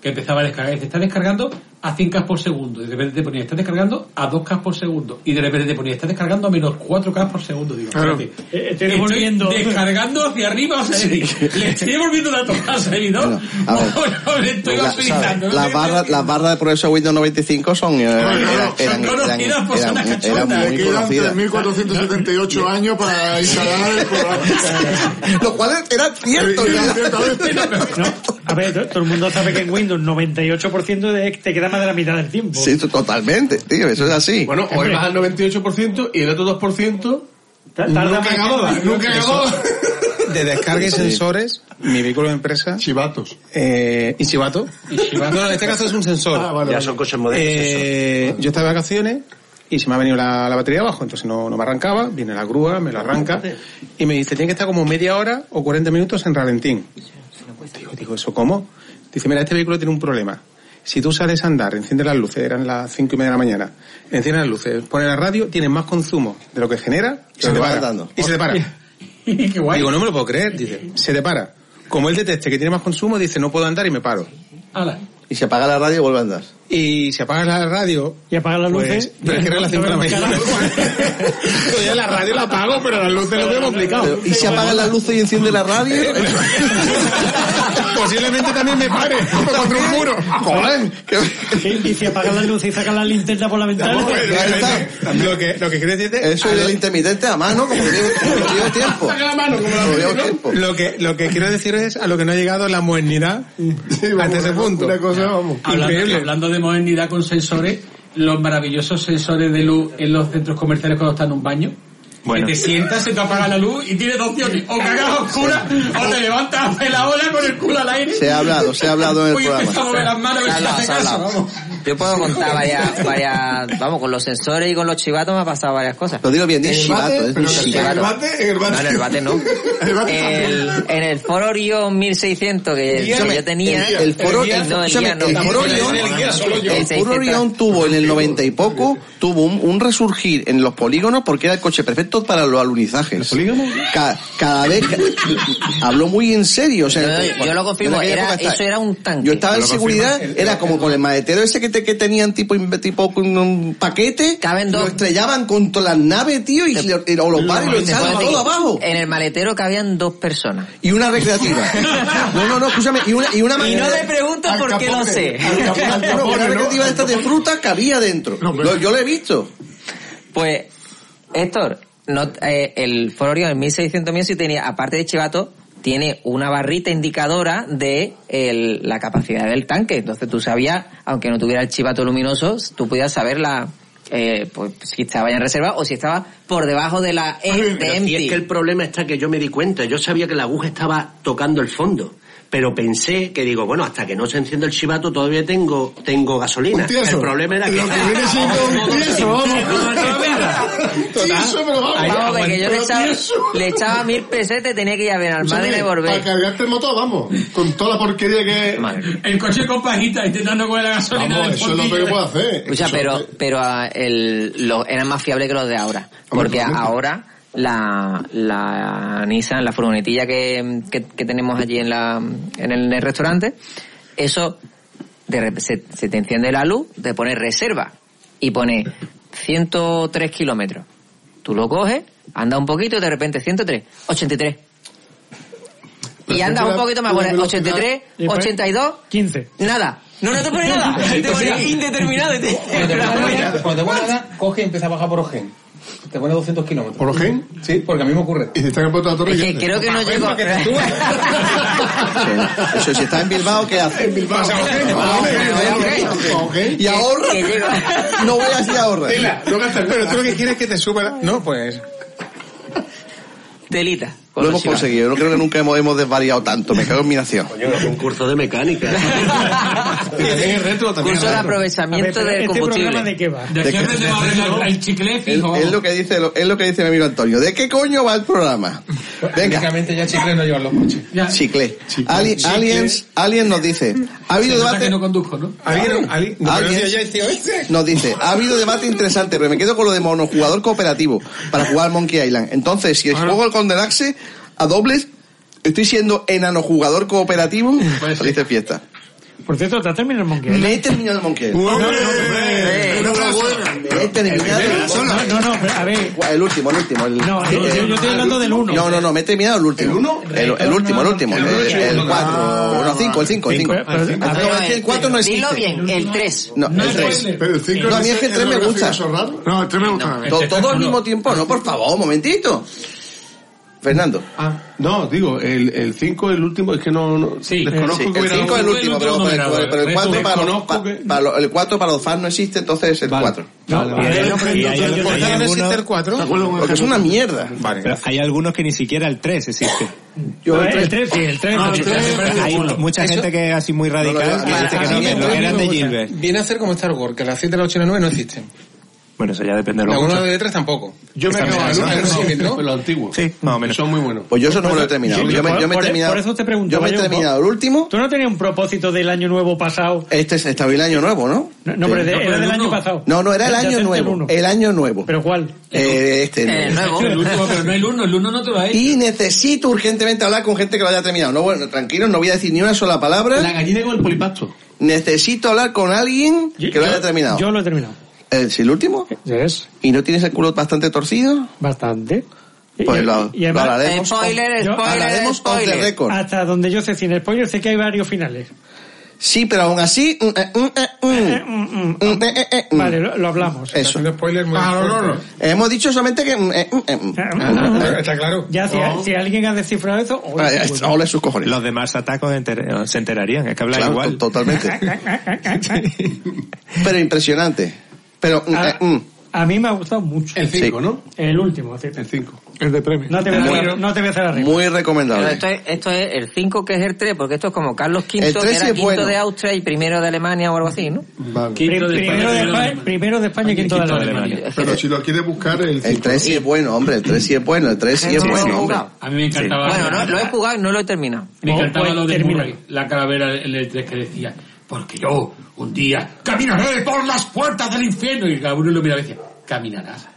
[SPEAKER 2] que empezaba a descargar. Y te está descargando a 100K por segundo. Y de repente te ponía, estás descargando a 2K por segundo. Y de repente te ponía, estás descargando a menos 4K por segundo. Digo,
[SPEAKER 3] Claro.
[SPEAKER 2] espérate,
[SPEAKER 3] Eh, estoy devolviendo.
[SPEAKER 2] descargando hacia arriba, o sea, le estoy devolviendo datos al servidor.
[SPEAKER 1] a ver.
[SPEAKER 2] O no, le estoy
[SPEAKER 1] La-
[SPEAKER 2] utilizando.
[SPEAKER 1] ¿sabes? las, barras, las barras de progreso de Windows 95 son, eh, eran, eran, eran,
[SPEAKER 6] conocidas por
[SPEAKER 1] eran-
[SPEAKER 6] ser
[SPEAKER 1] eran muy
[SPEAKER 6] quedan
[SPEAKER 1] conocidas.
[SPEAKER 6] 3.478 años para instalar el programa.
[SPEAKER 1] Lo cual era cierto.
[SPEAKER 6] Era cierto, a ver.
[SPEAKER 3] No, a ver, to- todo el mundo sabe que en Windows 98% de, te queda más de la mitad del tiempo.
[SPEAKER 1] Sí, to- totalmente, tío, eso es así.
[SPEAKER 3] Bueno,
[SPEAKER 8] Hoy vas al 98% y el otro 2% nunca acababa. Nunca acababa. De descarga y
[SPEAKER 12] Sí.
[SPEAKER 8] sensores, mi vehículo de empresa. Chivatos. Eh, ¿Y chivato? No, no, en este caso es un sensor.
[SPEAKER 14] Ah, vale, Ya vale. son cosas modernas,
[SPEAKER 8] Eh, Yo estaba de vacaciones y se me ha venido la, la batería abajo, entonces no, no me arrancaba. Viene la grúa, me lo arranca y me dice, tiene que estar como media hora o 40 minutos en ralentín. Digo, digo, ¿eso cómo? Dice, mira, este vehículo tiene un problema. Si tú sales a andar, enciendes las luces, eran las cinco y media de la mañana, enciendes las luces, pones la radio, tienes más consumo de lo que genera y
[SPEAKER 1] Pero
[SPEAKER 8] se te
[SPEAKER 1] lo vas
[SPEAKER 8] para.
[SPEAKER 1] dando.
[SPEAKER 8] Y se te para. Digo, no me lo puedo creer, dice, se te para. Como él detecte que tiene más consumo, dice, no puedo andar y me paro.
[SPEAKER 2] Ala.
[SPEAKER 1] Y se apaga la radio y vuelve a andar.
[SPEAKER 8] Y se apaga la radio.
[SPEAKER 3] Y apaga las
[SPEAKER 8] pues,
[SPEAKER 3] luces.
[SPEAKER 8] pero es que era las cinco de la mañana. Yo la radio la apago, pero las luces lo veo complicado.
[SPEAKER 1] Y se apagan las luces y enciende la radio.
[SPEAKER 8] Posiblemente también me pare contra un muro.
[SPEAKER 1] Joder.
[SPEAKER 3] Y, y si apagan las luces y sacan la linterna por la ventana.
[SPEAKER 8] pues, Lo que, lo que quiere decir es...
[SPEAKER 1] Eso del intermitente a mano, como que llevo, como que llevo tiempo. Como llevo tiempo.
[SPEAKER 8] Lo que, lo que quiero decir es a lo que no ha llegado la modernidad hasta ese punto.
[SPEAKER 2] Hablando, hablando de modernidad con sensores, los maravillosos sensores de luz en los centros comerciales cuando estás en un baño.
[SPEAKER 7] Bueno.
[SPEAKER 2] Que te sientas, se te apaga la luz y tienes dos opciones. O cagas a oscuras o te levantas de la ola con el culo al aire.
[SPEAKER 1] Se ha hablado, se ha hablado en el
[SPEAKER 2] Uy, empieza a mover
[SPEAKER 1] programa.
[SPEAKER 2] las manos a ver si
[SPEAKER 13] Se ha hablado,
[SPEAKER 2] hace caso,
[SPEAKER 13] se ha hablado.
[SPEAKER 2] vamos.
[SPEAKER 13] Yo puedo contar varias, varias, vamos, con los sensores y con los chivatos me ha pasado varias cosas. Lo
[SPEAKER 1] digo bien, di
[SPEAKER 13] en el
[SPEAKER 1] chivato,
[SPEAKER 13] bate,
[SPEAKER 1] eh,
[SPEAKER 13] pero
[SPEAKER 1] di
[SPEAKER 13] en el
[SPEAKER 1] chivato.
[SPEAKER 13] bate, No, en el bate no. El- en el Foro Orion 1600 que, que yo tenía.
[SPEAKER 1] El, el Foro el-
[SPEAKER 13] no, el
[SPEAKER 1] escúchame,
[SPEAKER 13] guía no.
[SPEAKER 1] el Foro Orión- el Foro Orión tuvo en el 90 y poco, tuvo un, un resurgir en los polígonos porque era el coche perfecto para los alunizajes. ¿Los polígonos? Cada, vez, que- habló muy en serio. o sea,
[SPEAKER 13] Yo- yo lo confirmo,
[SPEAKER 1] en aquella
[SPEAKER 13] era-
[SPEAKER 1] época estaba-
[SPEAKER 13] eso era un tanque.
[SPEAKER 1] Yo estaba
[SPEAKER 13] Yo
[SPEAKER 1] en
[SPEAKER 13] lo
[SPEAKER 1] seguridad,
[SPEAKER 13] confirmo.
[SPEAKER 1] era como con el maletero ese que, te, que tenían tipo, tipo un, un paquete, lo estrellaban contra las naves, tío, y, le- y- o los bares y lo
[SPEAKER 13] Te puedo
[SPEAKER 1] echaban para
[SPEAKER 13] decir,
[SPEAKER 1] todo abajo.
[SPEAKER 13] En el maletero cabían dos personas.
[SPEAKER 1] Y una recreativa. No, no, no, escúchame. Y una, y una
[SPEAKER 13] Y no le preguntes
[SPEAKER 1] Al
[SPEAKER 13] por qué lo
[SPEAKER 1] Capone,
[SPEAKER 13] sé.
[SPEAKER 1] al Capone, al Capone, una recreativa de estas de fruta que había dentro. Lo- yo lo he visto.
[SPEAKER 13] Pues, Héctor, no, eh, el Foro Orión, el 1600 mío sí tenía, aparte de Chivato, tiene una barrita indicadora de el- la capacidad del tanque. Entonces tú sabías, aunque no tuviera el chivato luminoso, tú podías saber la, eh, pues, si estaba ya en reserva o si estaba por debajo de la E de
[SPEAKER 5] Pero si
[SPEAKER 13] empty.
[SPEAKER 5] es que el problema está que yo me di cuenta, yo sabía que la aguja estaba tocando el fondo. Pero pensé que digo, bueno, hasta que no se encienda el chivato todavía tengo, tengo gasolina.
[SPEAKER 4] Un tieso.
[SPEAKER 5] El problema era que...
[SPEAKER 4] Lo que viene siendo un tieso, vamos. Tieso, pero vamos.
[SPEAKER 13] Vamos, que yo le
[SPEAKER 4] Pero
[SPEAKER 13] echaba,
[SPEAKER 4] tieso.
[SPEAKER 13] le echaba mil pesetes, tenía que ir a ver al madre y
[SPEAKER 4] Escúchame,
[SPEAKER 13] devolver.
[SPEAKER 4] Para cargarte el motor, vamos. Con toda la porquería que.
[SPEAKER 2] El coche con pajita intentando coger la gasolina
[SPEAKER 4] Vamos,
[SPEAKER 2] del
[SPEAKER 4] eso es lo
[SPEAKER 2] fondillo.
[SPEAKER 4] peor que puedo hacer.
[SPEAKER 13] Escucha, pero, pero ah, el, lo- eran más fiables que los de ahora. Porque ahora la, la Nissan, la furgonetilla que, que, que tenemos allí en, la, en, el, en el restaurante, eso de rep- se, se te enciende la luz, te pone reserva y pone 103 kilómetros. Tú lo coges, anda un poquito y de repente 103, 83. Y anda
[SPEAKER 3] Pero siempre
[SPEAKER 13] un
[SPEAKER 3] la-
[SPEAKER 13] poquito más,
[SPEAKER 3] la
[SPEAKER 13] bueno,
[SPEAKER 3] velocidad-
[SPEAKER 13] 83,
[SPEAKER 3] Y pues,
[SPEAKER 13] 82,
[SPEAKER 3] 15.
[SPEAKER 13] nada. No, no te pone nada. Te pone indeterminado. y te-
[SPEAKER 8] Cuando te pone nada, cuando te pone nada, coge y empieza a bajar por Ogen. Te pone 200 kilómetros. ¿Por
[SPEAKER 4] Ogen?
[SPEAKER 8] Sí, porque a mí me ocurre.
[SPEAKER 4] Y te están en Puerto de la Torre.
[SPEAKER 13] Es que
[SPEAKER 4] ya.
[SPEAKER 13] creo que no
[SPEAKER 4] Ven,
[SPEAKER 13] llego.
[SPEAKER 4] pa' que te suba.
[SPEAKER 1] Eso, si está en Bilbao, ¿qué hace? En Bilbao. Y ahorra. No voy a decir ahorra.
[SPEAKER 8] no gastas, pero tú lo que quieres es que te suba. la- No, pues.
[SPEAKER 13] Telita.
[SPEAKER 1] Lo hemos conseguido. No creo que nunca hemos, hemos desvariado tanto. Me cago en mi nación.
[SPEAKER 5] Un curso de mecánica.
[SPEAKER 13] Curso de aprovechamiento
[SPEAKER 2] Este
[SPEAKER 13] del
[SPEAKER 3] este
[SPEAKER 13] combustible.
[SPEAKER 1] ¿De qué-
[SPEAKER 2] El chicle
[SPEAKER 1] Es,
[SPEAKER 2] fijo.
[SPEAKER 1] es lo que dice, lo- es lo que dice mi amigo Antonio. ¿De qué coño va el programa? Venga.
[SPEAKER 8] Técnicamente ya chicle no llevan los coches.
[SPEAKER 1] Chicle. Ali-
[SPEAKER 8] Chicle.
[SPEAKER 1] aliens, Alien nos dice, ha habido
[SPEAKER 2] Se nota
[SPEAKER 1] debate...
[SPEAKER 2] que no conduzco, ¿no?
[SPEAKER 8] ¿Alguien? ¿Alguien? ¿No
[SPEAKER 1] Aliens
[SPEAKER 8] conocía ya el tío este?
[SPEAKER 1] Nos dice, ha habido debate interesante, pero me quedo con lo de monojugador cooperativo para jugar Monkey Island. Entonces, si juego el Condel Axe a dobles, estoy siendo enanojugador cooperativo,
[SPEAKER 8] Pues
[SPEAKER 1] dice fiesta.
[SPEAKER 3] Por cierto, ¿te has terminado el Monkey
[SPEAKER 1] Me he terminado el Monkey Island. Me
[SPEAKER 2] Este
[SPEAKER 1] he terminado el Monkey Island.
[SPEAKER 3] No, no, pero a ver.
[SPEAKER 1] El último, el último. El,
[SPEAKER 3] No, yo- yo-
[SPEAKER 8] Eh,
[SPEAKER 3] yo estoy hablando del uno.
[SPEAKER 1] No, no, no, me he terminado el último. ¿El 1? El, el último, el último. El, el, el 4, no, 5, el 5, el 5.
[SPEAKER 8] Ah,
[SPEAKER 3] Cinco, pero- a ver,
[SPEAKER 1] el 4 no existe.
[SPEAKER 13] Dilo bien, el 3.
[SPEAKER 1] No, el 3.
[SPEAKER 4] Pero el cinco
[SPEAKER 1] No, a mí es que el 3 me
[SPEAKER 4] lo
[SPEAKER 1] gusta.
[SPEAKER 4] gráfico raro.
[SPEAKER 6] No, el 3 me gusta.
[SPEAKER 1] To- Todo, al mismo tiempo, no, por favor, un momentito. Fernando.
[SPEAKER 4] Ah,
[SPEAKER 6] No, digo, el 5 el último, es que no... no desconozco que
[SPEAKER 1] Sí, el
[SPEAKER 6] hubiera
[SPEAKER 1] 5 es el
[SPEAKER 6] un-
[SPEAKER 1] último, pero, pero- pero- pero el 4 para, los- pa- para los- el cuatro para los fans no existe, entonces es el 4.
[SPEAKER 8] ¿Por qué no existe el 4?
[SPEAKER 1] Porque es una mierda.
[SPEAKER 7] Pero hay algunos que ni siquiera el 3 existe.
[SPEAKER 14] Ah,
[SPEAKER 1] Yo el
[SPEAKER 3] el 3,
[SPEAKER 1] tres-
[SPEAKER 3] sí, el 3.
[SPEAKER 8] Ah,
[SPEAKER 7] No, hay mucha gente que es así muy radical que dice que no, que lo que eran de Gilbert.
[SPEAKER 8] Viene a ser como Star Wars, que las 7 de las 8 y las 9 no existen.
[SPEAKER 7] Bueno, eso ya depende de
[SPEAKER 8] La
[SPEAKER 7] los
[SPEAKER 8] 1
[SPEAKER 7] gustos.
[SPEAKER 8] de 3 tampoco.
[SPEAKER 7] Yo me acabo de-
[SPEAKER 8] de
[SPEAKER 7] no,
[SPEAKER 8] ¿no?
[SPEAKER 6] Lo antiguo.
[SPEAKER 7] Sí, más o menos.
[SPEAKER 6] Son muy buenos.
[SPEAKER 1] Pues yo eso no me lo he terminado. Yo me, yo me he
[SPEAKER 3] por,
[SPEAKER 1] terminado.
[SPEAKER 3] por eso te pregunto.
[SPEAKER 1] Yo me he terminado el último.
[SPEAKER 3] ¿Tú no tenías un propósito del año nuevo pasado?
[SPEAKER 1] Este es estaba el año nuevo, ¿no?
[SPEAKER 3] No, no, pero de- era del año pasado.
[SPEAKER 1] No, no, era el
[SPEAKER 3] Ya
[SPEAKER 1] año
[SPEAKER 3] hacerte el
[SPEAKER 1] nuevo.
[SPEAKER 3] uno.
[SPEAKER 1] El año nuevo.
[SPEAKER 3] ¿Pero cuál?
[SPEAKER 1] Eh, este.
[SPEAKER 3] Eh,
[SPEAKER 1] nuevo.
[SPEAKER 2] El último, pero no el uno, el uno no te lo ha hecho.
[SPEAKER 1] Y necesito urgentemente hablar con gente que lo haya terminado. No, bueno, tranquilo, no voy a decir ni una sola palabra.
[SPEAKER 6] La gallina con el polipacto.
[SPEAKER 1] Necesito hablar con alguien que lo haya terminado.
[SPEAKER 3] Yo lo he terminado.
[SPEAKER 1] ¿El, si el último?
[SPEAKER 3] ¿Yes?
[SPEAKER 1] ¿Y no tienes el culo bastante torcido?
[SPEAKER 3] Bastante.
[SPEAKER 1] Pues lo,
[SPEAKER 3] y además- Ah,
[SPEAKER 1] lo hablaremos.
[SPEAKER 13] Eh, Spoiler,
[SPEAKER 1] con-
[SPEAKER 13] spoiler,
[SPEAKER 1] hablaremos con
[SPEAKER 13] spoiler.
[SPEAKER 1] The Record.
[SPEAKER 3] Hasta donde yo sé, sin spoiler, sé que hay varios finales.
[SPEAKER 1] Sí, pero aún así... mm, eh, mm, eh, mm,
[SPEAKER 3] Mm,
[SPEAKER 1] mm, eh, eh, eh, mm.
[SPEAKER 3] Vale, lo, lo hablamos.
[SPEAKER 1] Eso.
[SPEAKER 8] Un spoiler muy
[SPEAKER 4] Ah, no, no,
[SPEAKER 8] fuerte.
[SPEAKER 4] no.
[SPEAKER 1] Hemos dicho solamente que... mm, eh, mm, eh, mm.
[SPEAKER 8] Pero Está claro.
[SPEAKER 3] Ya, si,
[SPEAKER 13] Oh.
[SPEAKER 8] No.
[SPEAKER 3] si alguien ha descifrado eso, oh,
[SPEAKER 1] Ah,
[SPEAKER 3] sí,
[SPEAKER 1] es-
[SPEAKER 3] bueno.
[SPEAKER 1] Ole sus cojones.
[SPEAKER 7] Los demás atacos enter- se enterarían, es que hablan
[SPEAKER 1] Claro,
[SPEAKER 7] igual.
[SPEAKER 1] to- Totalmente. Pero impresionante. Pero... mm,
[SPEAKER 3] mm. Ah.
[SPEAKER 1] eh, mm.
[SPEAKER 3] a mí me ha gustado mucho.
[SPEAKER 6] El 5,
[SPEAKER 1] Sí.
[SPEAKER 6] ¿no?
[SPEAKER 3] El último, sí.
[SPEAKER 6] El 5. El de premio.
[SPEAKER 3] No te voy a hacer,
[SPEAKER 1] Bueno.
[SPEAKER 3] no te voy a hacer la rima.
[SPEAKER 1] Muy
[SPEAKER 13] Pero
[SPEAKER 1] recomendable.
[SPEAKER 13] esto, es, esto es el 5 que es el 3, porque esto es como Carlos V,
[SPEAKER 1] El
[SPEAKER 13] que
[SPEAKER 1] tres
[SPEAKER 13] era
[SPEAKER 1] es
[SPEAKER 13] quinto
[SPEAKER 1] bueno.
[SPEAKER 13] de Austria y primero de Alemania o algo así, ¿no?
[SPEAKER 6] Vale.
[SPEAKER 2] Quinto
[SPEAKER 3] Primero
[SPEAKER 2] de
[SPEAKER 3] de,
[SPEAKER 2] España, primero de
[SPEAKER 3] España,
[SPEAKER 2] Alemania.
[SPEAKER 3] primero de España y quinto de
[SPEAKER 7] Quinto de
[SPEAKER 3] Alemania.
[SPEAKER 7] Alemania.
[SPEAKER 4] Pero si lo quieres buscar, el
[SPEAKER 1] El
[SPEAKER 4] 5.
[SPEAKER 1] 3 sí es bueno, hombre. El 3 sí es bueno. El 3 sí es
[SPEAKER 13] No lo he
[SPEAKER 1] bueno, hombre.
[SPEAKER 13] jugado.
[SPEAKER 2] A mí me encantaba.
[SPEAKER 13] Bueno, no, lo he jugado y no lo he terminado.
[SPEAKER 2] Me encantaba
[SPEAKER 13] pues,
[SPEAKER 3] Bueno,
[SPEAKER 2] lo de
[SPEAKER 3] termina.
[SPEAKER 2] Murray, la calavera en el 3 que decía, porque yo un día caminaré por las puertas del infierno. Y cada uno lo miraba y decía, caminarás.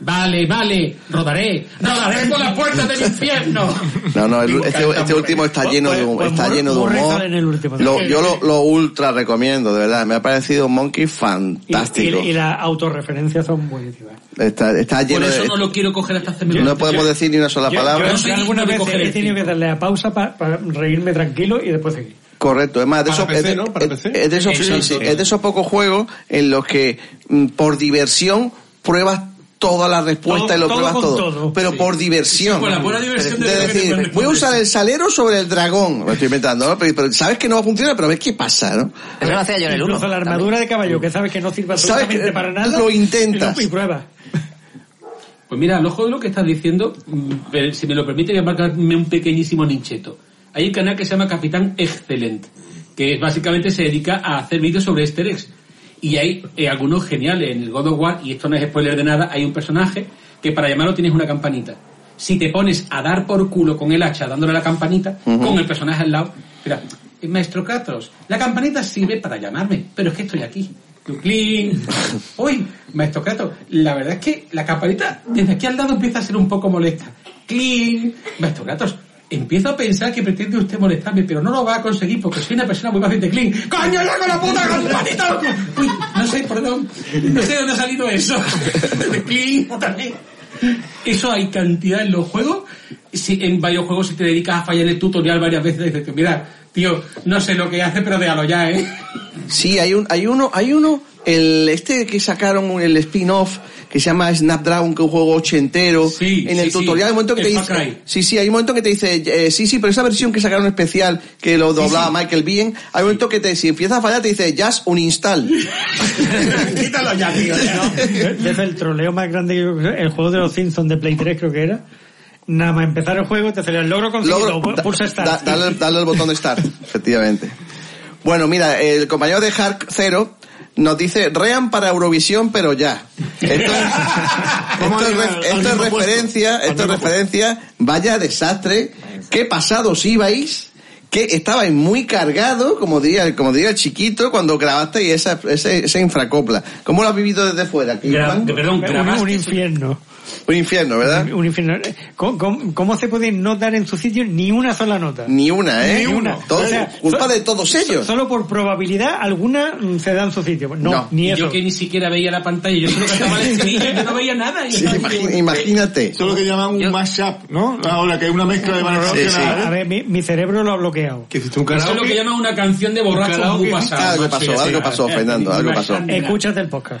[SPEAKER 2] Vale, vale, rodaré, rodaré por las puertas del infierno.
[SPEAKER 1] No, no, el- este, este último está lleno de humor.
[SPEAKER 3] Pues-
[SPEAKER 1] Está
[SPEAKER 3] pues
[SPEAKER 1] lleno de
[SPEAKER 3] Murray
[SPEAKER 1] humor.
[SPEAKER 3] sale en el último.
[SPEAKER 1] Lo- yo lo, lo ultra recomiendo, de verdad. Me ha parecido un Monkey
[SPEAKER 3] Y-
[SPEAKER 1] fantástico.
[SPEAKER 3] Y, y las autorreferencias son buenísimas.
[SPEAKER 1] Está, está
[SPEAKER 2] Por
[SPEAKER 1] lleno
[SPEAKER 2] eso no
[SPEAKER 1] de...
[SPEAKER 2] lo quiero coger hasta hacerme
[SPEAKER 1] No, podemos decir ni una sola
[SPEAKER 3] Yo,
[SPEAKER 1] palabra.
[SPEAKER 3] yo
[SPEAKER 2] No soy digno de
[SPEAKER 3] algunas veces
[SPEAKER 2] coger
[SPEAKER 3] he
[SPEAKER 2] el
[SPEAKER 3] tenido que darle a pausa para reírme tranquilo y después seguir.
[SPEAKER 1] Correcto, es más, de
[SPEAKER 6] Para
[SPEAKER 1] esos,
[SPEAKER 6] PC,
[SPEAKER 1] es de,
[SPEAKER 6] ¿no? Para
[SPEAKER 1] es-
[SPEAKER 6] PC.
[SPEAKER 1] es de esos, sí, sí, es de esos pocos juegos en los que mm, por diversión pruebas todas las respuestas
[SPEAKER 2] Todo-
[SPEAKER 1] y lo
[SPEAKER 2] todo
[SPEAKER 1] pruebas
[SPEAKER 2] con
[SPEAKER 1] todo.
[SPEAKER 2] todo,
[SPEAKER 1] Pero
[SPEAKER 2] sí.
[SPEAKER 1] por diversión.
[SPEAKER 2] Sí, por la pura diversión de
[SPEAKER 1] de
[SPEAKER 2] ver que me
[SPEAKER 1] decir,
[SPEAKER 2] responde.
[SPEAKER 1] voy a usar el salero sobre el dragón. Lo estoy inventando, ¿no? pero, pero sabes que no va a funcionar, pero ves qué pasa, ¿no?
[SPEAKER 13] Eso lo hacía yo en el
[SPEAKER 3] Incluso
[SPEAKER 13] 1.
[SPEAKER 3] la armadura de caballo, que sabes que no sirve
[SPEAKER 1] Sabes
[SPEAKER 3] absolutamente
[SPEAKER 1] que
[SPEAKER 3] para nada.
[SPEAKER 1] lo intentas.
[SPEAKER 3] Y, lo- y pruebas.
[SPEAKER 2] Pues mira, al ojo de lo que estás diciendo, mm, pero si me lo permite, voy a marcarme un pequeñísimo nincheto. Hay un canal que se llama Capitán Excelent, que básicamente se dedica a hacer vídeos sobre Easter eggs. Y hay eh, algunos geniales. En el God of War, y esto no es spoiler de nada, hay un personaje que para llamarlo tienes una campanita. Si te pones a dar por culo con el hacha dándole a la campanita,
[SPEAKER 16] Ujú.
[SPEAKER 2] con el personaje al lado, mira, eh, maestro Catros, la campanita sirve para llamarme, pero es que estoy aquí. Clin. Uy, maestro Catros, la verdad es que la campanita desde aquí al lado empieza a ser un poco molesta. Clean. Maestro Gatos, empiezo a pensar que pretende usted molestarme, pero no lo va a conseguir porque soy una persona muy paciente. Clean. ¡Coño, loco, la puta campanita! loco! Uy, no sé por dónde, no sé dónde ha salido eso. Clean, otra vez. Eso hay cantidad en los juegos. Si en varios juegos si te dedicas a fallar el tutorial varias veces, dices, tú, mira, tío, no sé lo que hace, pero déjalo ya, ¿eh?
[SPEAKER 1] Sí, hay un, hay uno, hay uno, el este que sacaron el spin-off que se llama Snapdragon, que es un juego ochentero. en el
[SPEAKER 2] sí, sí.
[SPEAKER 1] tutorial hay un momento que
[SPEAKER 2] El
[SPEAKER 1] te
[SPEAKER 2] Far
[SPEAKER 1] dice,
[SPEAKER 2] Cry.
[SPEAKER 1] sí, sí, hay un momento que te dice, eh, sí, sí, pero esa versión que sacaron especial que lo doblaba Michael Biehn, hay un momento que te, si empiezas a fallar te dice, just un install.
[SPEAKER 2] Quítalo ya, tío.
[SPEAKER 3] Desde el troleo más grande que yo el juego de los Simpsons de Play 3 creo que era. Nada más empezar el juego, te salía el logro conseguido,
[SPEAKER 1] Logro-
[SPEAKER 3] pu- pulsa
[SPEAKER 1] da-
[SPEAKER 3] start.
[SPEAKER 1] da- dale, dale el botón de start, efectivamente. Bueno, mira, el compañero de Hark Zero nos dice, rean para Eurovisión, pero ya. Esto es, esto es ref- esto es referencia, esto es referencia, vaya desastre, qué pasados ibais, que estabais muy cargados, como diría, como diría el chiquito, cuando grabasteis esa, esa, esa infracopla. ¿Cómo lo has vivido desde fuera? Juan?
[SPEAKER 3] Un- un, infierno.
[SPEAKER 1] Un infierno, ¿verdad?
[SPEAKER 3] Un infierno. ¿Cómo, cómo, cómo se puede no dar en su sitio ni una sola nota?
[SPEAKER 1] Ni una, ¿eh?
[SPEAKER 3] Ni una.
[SPEAKER 1] Todo- culpa
[SPEAKER 3] so-
[SPEAKER 1] de todos ellos.
[SPEAKER 3] Solo por probabilidad alguna mm, se da en su sitio. No, ni
[SPEAKER 2] Y
[SPEAKER 3] eso.
[SPEAKER 2] Yo que ni siquiera veía la pantalla, yo solo cantaba el estribillo, yo no veía nada. Yo estaba aquí.
[SPEAKER 1] imagínate.
[SPEAKER 6] Eso es lo que llaman un mashup, ¿no? Ahora que hay una mezcla de valores que la-
[SPEAKER 3] A ver, mi, mi cerebro lo ha bloqueado.
[SPEAKER 2] Eso es lo que llama una canción de borracho
[SPEAKER 3] Karaoke.
[SPEAKER 2] muy pasado.
[SPEAKER 1] Algo pasó, algo pasó, Fernando, algo pasó.
[SPEAKER 3] Escúchate el podcast.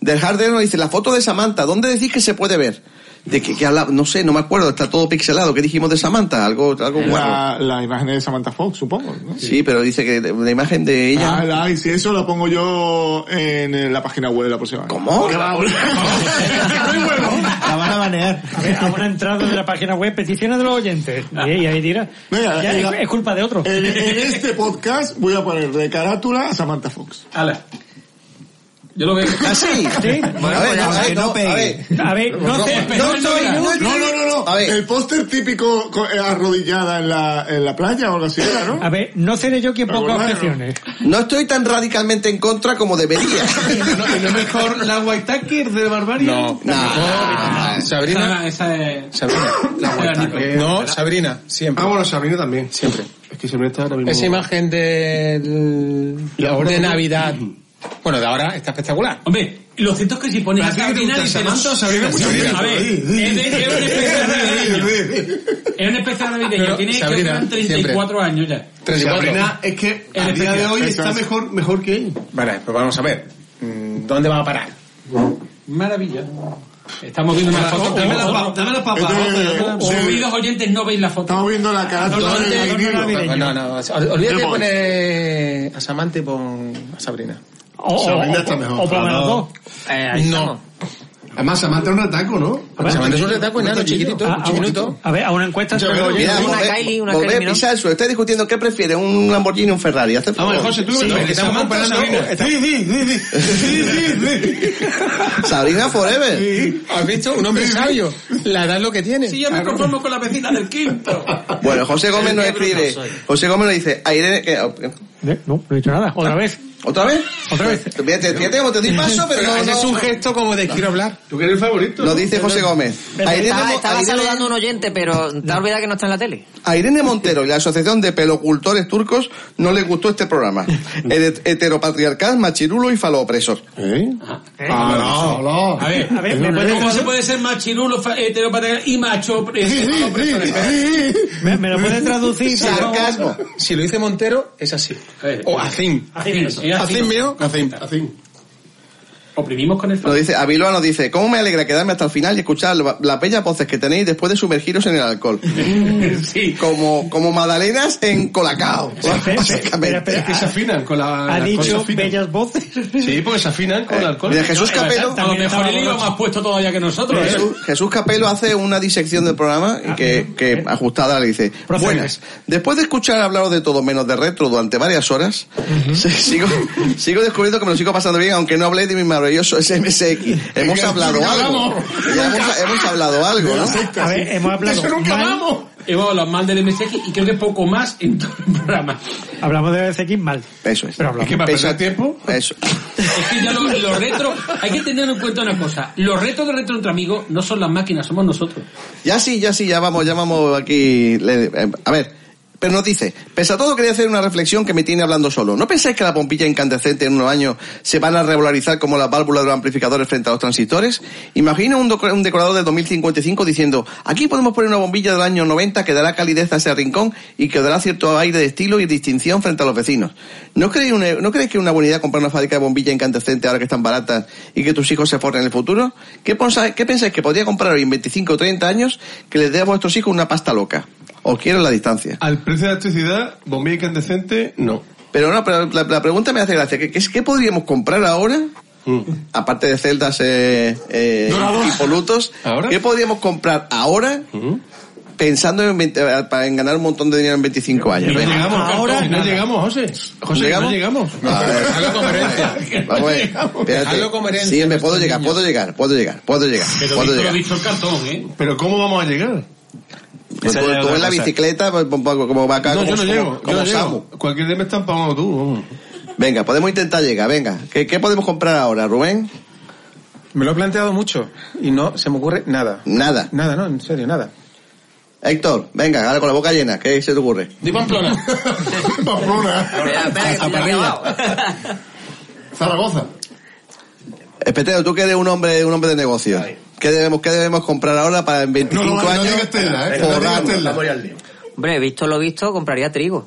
[SPEAKER 1] Del Harder nos dice, la foto de Samantha, ¿dónde decís que se puede ver? De que, que habla- no sé, no me acuerdo, está todo pixelado. ¿Qué dijimos de Samantha? Algo, algo
[SPEAKER 6] la,
[SPEAKER 1] guarro.
[SPEAKER 6] la imagen de Samantha Fox, supongo, ¿no?
[SPEAKER 1] Sí, pero dice que de- una imagen de ella.
[SPEAKER 6] Ah, la- y si eso lo pongo yo en eh, la página web de la próxima.
[SPEAKER 1] ¿Cómo?
[SPEAKER 3] La van a banear. A ver, a una entrada de la página web, peticiones de los oyentes. Y ahí, ahí dirá.
[SPEAKER 6] Venga,
[SPEAKER 3] Ya,
[SPEAKER 6] venga.
[SPEAKER 3] es, es culpa de otro.
[SPEAKER 6] En, en este podcast voy a poner de carátula a Samantha Fox.
[SPEAKER 2] Ala. Yo lo veo.
[SPEAKER 1] ¿Ah, sí?
[SPEAKER 3] Sí.
[SPEAKER 1] Bueno, a ver, no, a ver, no, a ver.
[SPEAKER 3] A ver, no,
[SPEAKER 6] No,
[SPEAKER 3] sé,
[SPEAKER 6] no, no, no, no, no, no.
[SPEAKER 1] A ver.
[SPEAKER 6] El póster típico co- eh, arrodillada en la, en la playa o algo así era, ¿no?
[SPEAKER 3] A ver, no seré yo quien ponga
[SPEAKER 6] Regular, ¿no?
[SPEAKER 3] objeciones.
[SPEAKER 1] No estoy tan radicalmente en contra como debería.
[SPEAKER 12] No, no es mejor la White Tucker de Barbarie. No,
[SPEAKER 1] No.
[SPEAKER 12] mejor Sabrina.
[SPEAKER 2] Esa, esa es...
[SPEAKER 12] Sabrina.
[SPEAKER 2] esa era Nico.
[SPEAKER 12] No, Sabrina, siempre.
[SPEAKER 4] Ah, bueno, Sabrina también.
[SPEAKER 12] Siempre.
[SPEAKER 4] Es que Sabrina está ahora mismo...
[SPEAKER 12] Esa imagen de, de Navidad. Bueno, de ahora está espectacular.
[SPEAKER 2] Hombre, lo cierto es que si pones
[SPEAKER 12] ¿Pero
[SPEAKER 2] a
[SPEAKER 12] a ti qué te
[SPEAKER 2] Sabrina...
[SPEAKER 12] gusta,
[SPEAKER 2] dices,
[SPEAKER 12] Samantha o Sabrina?
[SPEAKER 2] A ver, es de- es un especial navideño. Es un especial navideño.
[SPEAKER 12] Pero
[SPEAKER 2] Tiene que
[SPEAKER 12] Sabrina,
[SPEAKER 2] eran 34 años ya. eh,
[SPEAKER 4] Sabrina es que a día de hoy está
[SPEAKER 12] Esas-
[SPEAKER 4] mejor, mejor que ella.
[SPEAKER 12] Vale, pues vamos a ver. Mm, ¿Dónde va a parar?
[SPEAKER 2] Maravilla. Estamos viendo una foto.
[SPEAKER 12] Dame la papa,
[SPEAKER 2] dame la
[SPEAKER 12] papa.
[SPEAKER 2] Oídos oyentes no veis la foto.
[SPEAKER 6] Estamos viendo la carátula
[SPEAKER 12] ¿Dónde?
[SPEAKER 6] del vinilo.
[SPEAKER 12] No, no, no. ol- Olvídate de
[SPEAKER 6] Demons.
[SPEAKER 12] poner a Samantha y pon a Sabrina.
[SPEAKER 3] O, o,
[SPEAKER 4] Sabrina
[SPEAKER 3] o-
[SPEAKER 4] está mejor.
[SPEAKER 3] o pongan los dos.
[SPEAKER 12] no.
[SPEAKER 4] Además, Samantha es un ataco, ¿no?
[SPEAKER 12] Samantha es un retaco enano, chiquitito,
[SPEAKER 3] A, a
[SPEAKER 12] chiquitito.
[SPEAKER 3] un- Ah, a ver, a una encuesta
[SPEAKER 12] Yo
[SPEAKER 3] sobre
[SPEAKER 12] creo
[SPEAKER 3] los
[SPEAKER 12] que
[SPEAKER 1] Mira,
[SPEAKER 3] oyentes.
[SPEAKER 1] volver-
[SPEAKER 12] Kylie, una
[SPEAKER 1] volver
[SPEAKER 12] Kylie,
[SPEAKER 1] a
[SPEAKER 12] ¿no?
[SPEAKER 1] pisar el suelo. Estáis discutiendo qué prefiere, un Lamborghini o un Ferrari. Hace favor.
[SPEAKER 12] Sí, porque estamos comparando.
[SPEAKER 4] Sí, sí, sí, sí. Sí, sí, sí.
[SPEAKER 1] Sabrina Forever.
[SPEAKER 12] ¿Has visto? Un hombre sabio. La edad es lo que tiene.
[SPEAKER 2] Si yo me conformo con la vecina del quinto.
[SPEAKER 1] Bueno, José Gómez nos escribe. José Gómez nos dice, a Irene, que-
[SPEAKER 3] Eh, No, no he dicho nada. Otra vez.
[SPEAKER 1] ¿Otra vez?
[SPEAKER 3] Otra vez.
[SPEAKER 1] Fíjate, fíjate cómo te doy paso, pero, no,
[SPEAKER 12] ese
[SPEAKER 1] no-
[SPEAKER 12] es un gesto como de quiero hablar.
[SPEAKER 4] Tú que eres el favorito.
[SPEAKER 1] Lo dice José Gómez. A Irene,
[SPEAKER 13] Estaba,
[SPEAKER 1] Mo-
[SPEAKER 13] estaba
[SPEAKER 1] a Irene-
[SPEAKER 13] saludando a un oyente, pero te has olvidado que no está en la tele.
[SPEAKER 1] a Irene Montero y la Asociación de Pelocultores Turcos no les gustó este programa. Het- Heteropatriarcal, machirulo y falopresor.
[SPEAKER 2] Ah,
[SPEAKER 4] no.
[SPEAKER 2] A ver,
[SPEAKER 3] A ver, me puede-
[SPEAKER 2] ¿cómo se puede ser machirulo, fa- heteropatria y macho? eh, hombre,
[SPEAKER 3] me- me lo puede traducir. por favor?
[SPEAKER 1] Sarcasmo.
[SPEAKER 12] Si lo dice Montero, es así.
[SPEAKER 2] Eh,
[SPEAKER 12] O Azim.
[SPEAKER 2] Azim, eh, Azim.
[SPEAKER 12] Azim mío.
[SPEAKER 4] Azim.
[SPEAKER 2] Oprimimos con el
[SPEAKER 1] Nos dice, Aviloa nos dice, ¿cómo me alegra quedarme hasta el final y escuchar la- las bellas voces que tenéis después de sumergiros en el alcohol? Como, como magdalenas en colacao. Básicamente.
[SPEAKER 4] que se afinan con la.
[SPEAKER 3] Ha
[SPEAKER 4] la cosa
[SPEAKER 3] dicho
[SPEAKER 4] fina.
[SPEAKER 3] bellas voces. Eh,
[SPEAKER 4] Sí, porque se afinan con el alcohol.
[SPEAKER 1] de Jesús Capelo.
[SPEAKER 2] A lo mejor él iba más puesto todavía que nosotros. ¿eh?
[SPEAKER 1] Jesús, Jesús Capelo hace una disección del programa y que,
[SPEAKER 3] Eh.
[SPEAKER 1] que ajustada le dice, buenas, después de escuchar hablaros de todo menos de retro durante varias horas, sí, sigo, sigo descubriendo que me lo sigo pasando bien, aunque no hablé de mi maravilloso SMSX. Hemos
[SPEAKER 3] Venga,
[SPEAKER 1] hablado
[SPEAKER 3] nunca
[SPEAKER 1] algo.
[SPEAKER 3] hablamos.
[SPEAKER 1] Ya hemos, hemos hablado algo, ¿no?
[SPEAKER 3] A ver, hemos hablado. mal-
[SPEAKER 2] Hemos hablado mal del MSX y creo que poco más en todo el programa.
[SPEAKER 3] Hablamos de BCX mal.
[SPEAKER 1] Eso es.
[SPEAKER 3] Pero hablamos.
[SPEAKER 2] ¿Qué va a perder
[SPEAKER 1] Eso-
[SPEAKER 4] tiempo?
[SPEAKER 1] Eso.
[SPEAKER 2] Es que ya los, los retros, hay que tener en cuenta una cosa, los retos de retro entre amigos no son las máquinas, somos nosotros.
[SPEAKER 1] Ya sí, ya sí, ya vamos, ya vamos aquí. le- eh, a ver. Pero nos dice, pese a todo quería hacer una reflexión que me tiene hablando solo. ¿No pensáis que la bombilla incandescente en unos años se van a regularizar como las válvulas de los amplificadores frente a los transistores? Imagina un, doc- un decorador de 2055 diciendo, aquí podemos poner una bombilla del año 90 que dará calidez a ese rincón y que dará cierto aire de estilo y distinción frente a los vecinos. ¿No creéis, una- ¿no creéis que es una buena idea comprar una fábrica de bombillas incandescentes ahora que están baratas y que tus hijos se forren en el futuro? ¿Qué pensáis, qué pensáis que podría comprar hoy en 25 o 30 años que les dé a vuestros hijos una pasta loca? Os quiero en la distancia.
[SPEAKER 4] Al precio de la electricidad, bombilla incandescente, no.
[SPEAKER 1] Pero no, pero la, la pregunta me hace gracia. ¿Qué, qué, es- qué podríamos comprar ahora?
[SPEAKER 4] Mm.
[SPEAKER 1] Aparte de celdas eh, eh, y polutos, ¿qué podríamos comprar ahora
[SPEAKER 4] Mm.
[SPEAKER 1] pensando en, 20 eh, para- en ganar un montón de dinero en 25 años?
[SPEAKER 4] No
[SPEAKER 1] Venga. Ah.
[SPEAKER 4] llegamos,
[SPEAKER 1] Ahora-
[SPEAKER 4] ahora, no llegamos, José. José,
[SPEAKER 1] ¿Llegamos?
[SPEAKER 4] no llegamos.
[SPEAKER 1] A ver. Vamos a ver, espérate.
[SPEAKER 4] Dejadlo coherente,
[SPEAKER 1] Sí, me puedo llegar, puedo llegar, puedo llegar, puedo llegar,
[SPEAKER 2] Pero
[SPEAKER 1] puedo
[SPEAKER 2] visto lo
[SPEAKER 1] llegar.
[SPEAKER 2] visto el cartón, ¿eh?
[SPEAKER 4] Pero ¿cómo vamos a llegar?
[SPEAKER 1] Tú,
[SPEAKER 4] Esa ya es
[SPEAKER 1] Pues, tú
[SPEAKER 4] otra
[SPEAKER 1] en la
[SPEAKER 4] cosa.
[SPEAKER 1] bicicleta, pues, pues, pues, como va acá,
[SPEAKER 4] No, yo no
[SPEAKER 1] como-
[SPEAKER 4] llego.
[SPEAKER 1] como
[SPEAKER 4] Yo no
[SPEAKER 1] Samu.
[SPEAKER 4] llego. Cualquier día me están pagando tú. vamos.
[SPEAKER 1] Venga, podemos intentar llegar, venga. ¿Qué, qué podemos comprar ahora, Rubén?
[SPEAKER 8] Me lo he planteado mucho y no se me ocurre nada.
[SPEAKER 1] Nada.
[SPEAKER 8] Nada, no, en serio, nada.
[SPEAKER 1] Héctor, venga, ahora con la boca llena, ¿qué se te ocurre?
[SPEAKER 8] Di Pamplona.
[SPEAKER 4] Zaragoza.
[SPEAKER 1] Espetero, tú que eres un hombre, un hombre de negocios. ¿Qué debemos, ¿Qué debemos comprar ahora para en 25
[SPEAKER 4] No, no, no
[SPEAKER 1] años?
[SPEAKER 4] digas tela, ¿eh? No digas
[SPEAKER 1] forrarnos?
[SPEAKER 4] tela.
[SPEAKER 13] Hombre, visto lo visto, compraría trigo.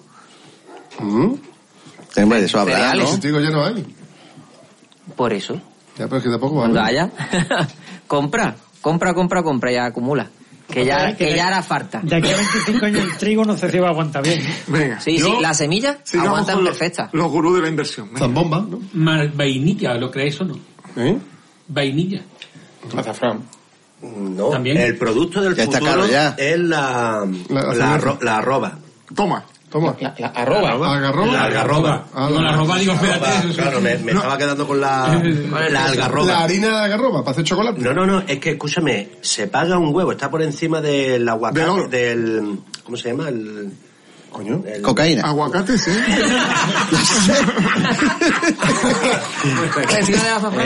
[SPEAKER 1] Mm. Hombre, eso habrá,
[SPEAKER 13] Cereales.
[SPEAKER 1] ¿no?
[SPEAKER 13] Sí,
[SPEAKER 4] Digo, ya no hay.
[SPEAKER 13] Por eso.
[SPEAKER 4] Ya, pero es que tampoco va a
[SPEAKER 13] Cuando
[SPEAKER 4] haber.
[SPEAKER 13] haya, compra, compra, compra, compra, ya acumula. Que ya, que ya hará falta.
[SPEAKER 3] De aquí a 25 años el trigo no sé si va a aguantar bien.
[SPEAKER 6] Venga.
[SPEAKER 13] Sí, sí,
[SPEAKER 6] yo-
[SPEAKER 13] las semillas
[SPEAKER 6] sigamos
[SPEAKER 13] aguantan
[SPEAKER 6] con los-
[SPEAKER 13] perfectas.
[SPEAKER 6] Los gurús de la inversión. venga.
[SPEAKER 4] bomba, ¿no?
[SPEAKER 2] Más vainilla, ¿lo creéis o no?
[SPEAKER 4] ¿Eh?
[SPEAKER 2] Vainilla.
[SPEAKER 8] Azafrán.
[SPEAKER 5] No,
[SPEAKER 2] También.
[SPEAKER 5] el producto del
[SPEAKER 2] Ya está
[SPEAKER 5] futuro
[SPEAKER 2] caro ya.
[SPEAKER 5] es la, la,
[SPEAKER 2] cerveza.
[SPEAKER 5] arro- la arroba.
[SPEAKER 6] Toma.
[SPEAKER 4] Toma.
[SPEAKER 8] La,
[SPEAKER 5] arroba.
[SPEAKER 4] Algarroba.
[SPEAKER 5] La algarroba.
[SPEAKER 4] Ah, la algarroba.
[SPEAKER 5] Arroba, Claro, me, me estaba quedando con la, la algarroba.
[SPEAKER 4] La harina de algarroba, para hacer chocolate.
[SPEAKER 5] No, no, no, es que escúchame, se paga un huevo, está por encima del aguacate, del... ¿Cómo se llama? El...
[SPEAKER 6] Coño.
[SPEAKER 1] Cocaína.
[SPEAKER 6] Aguacate, sí.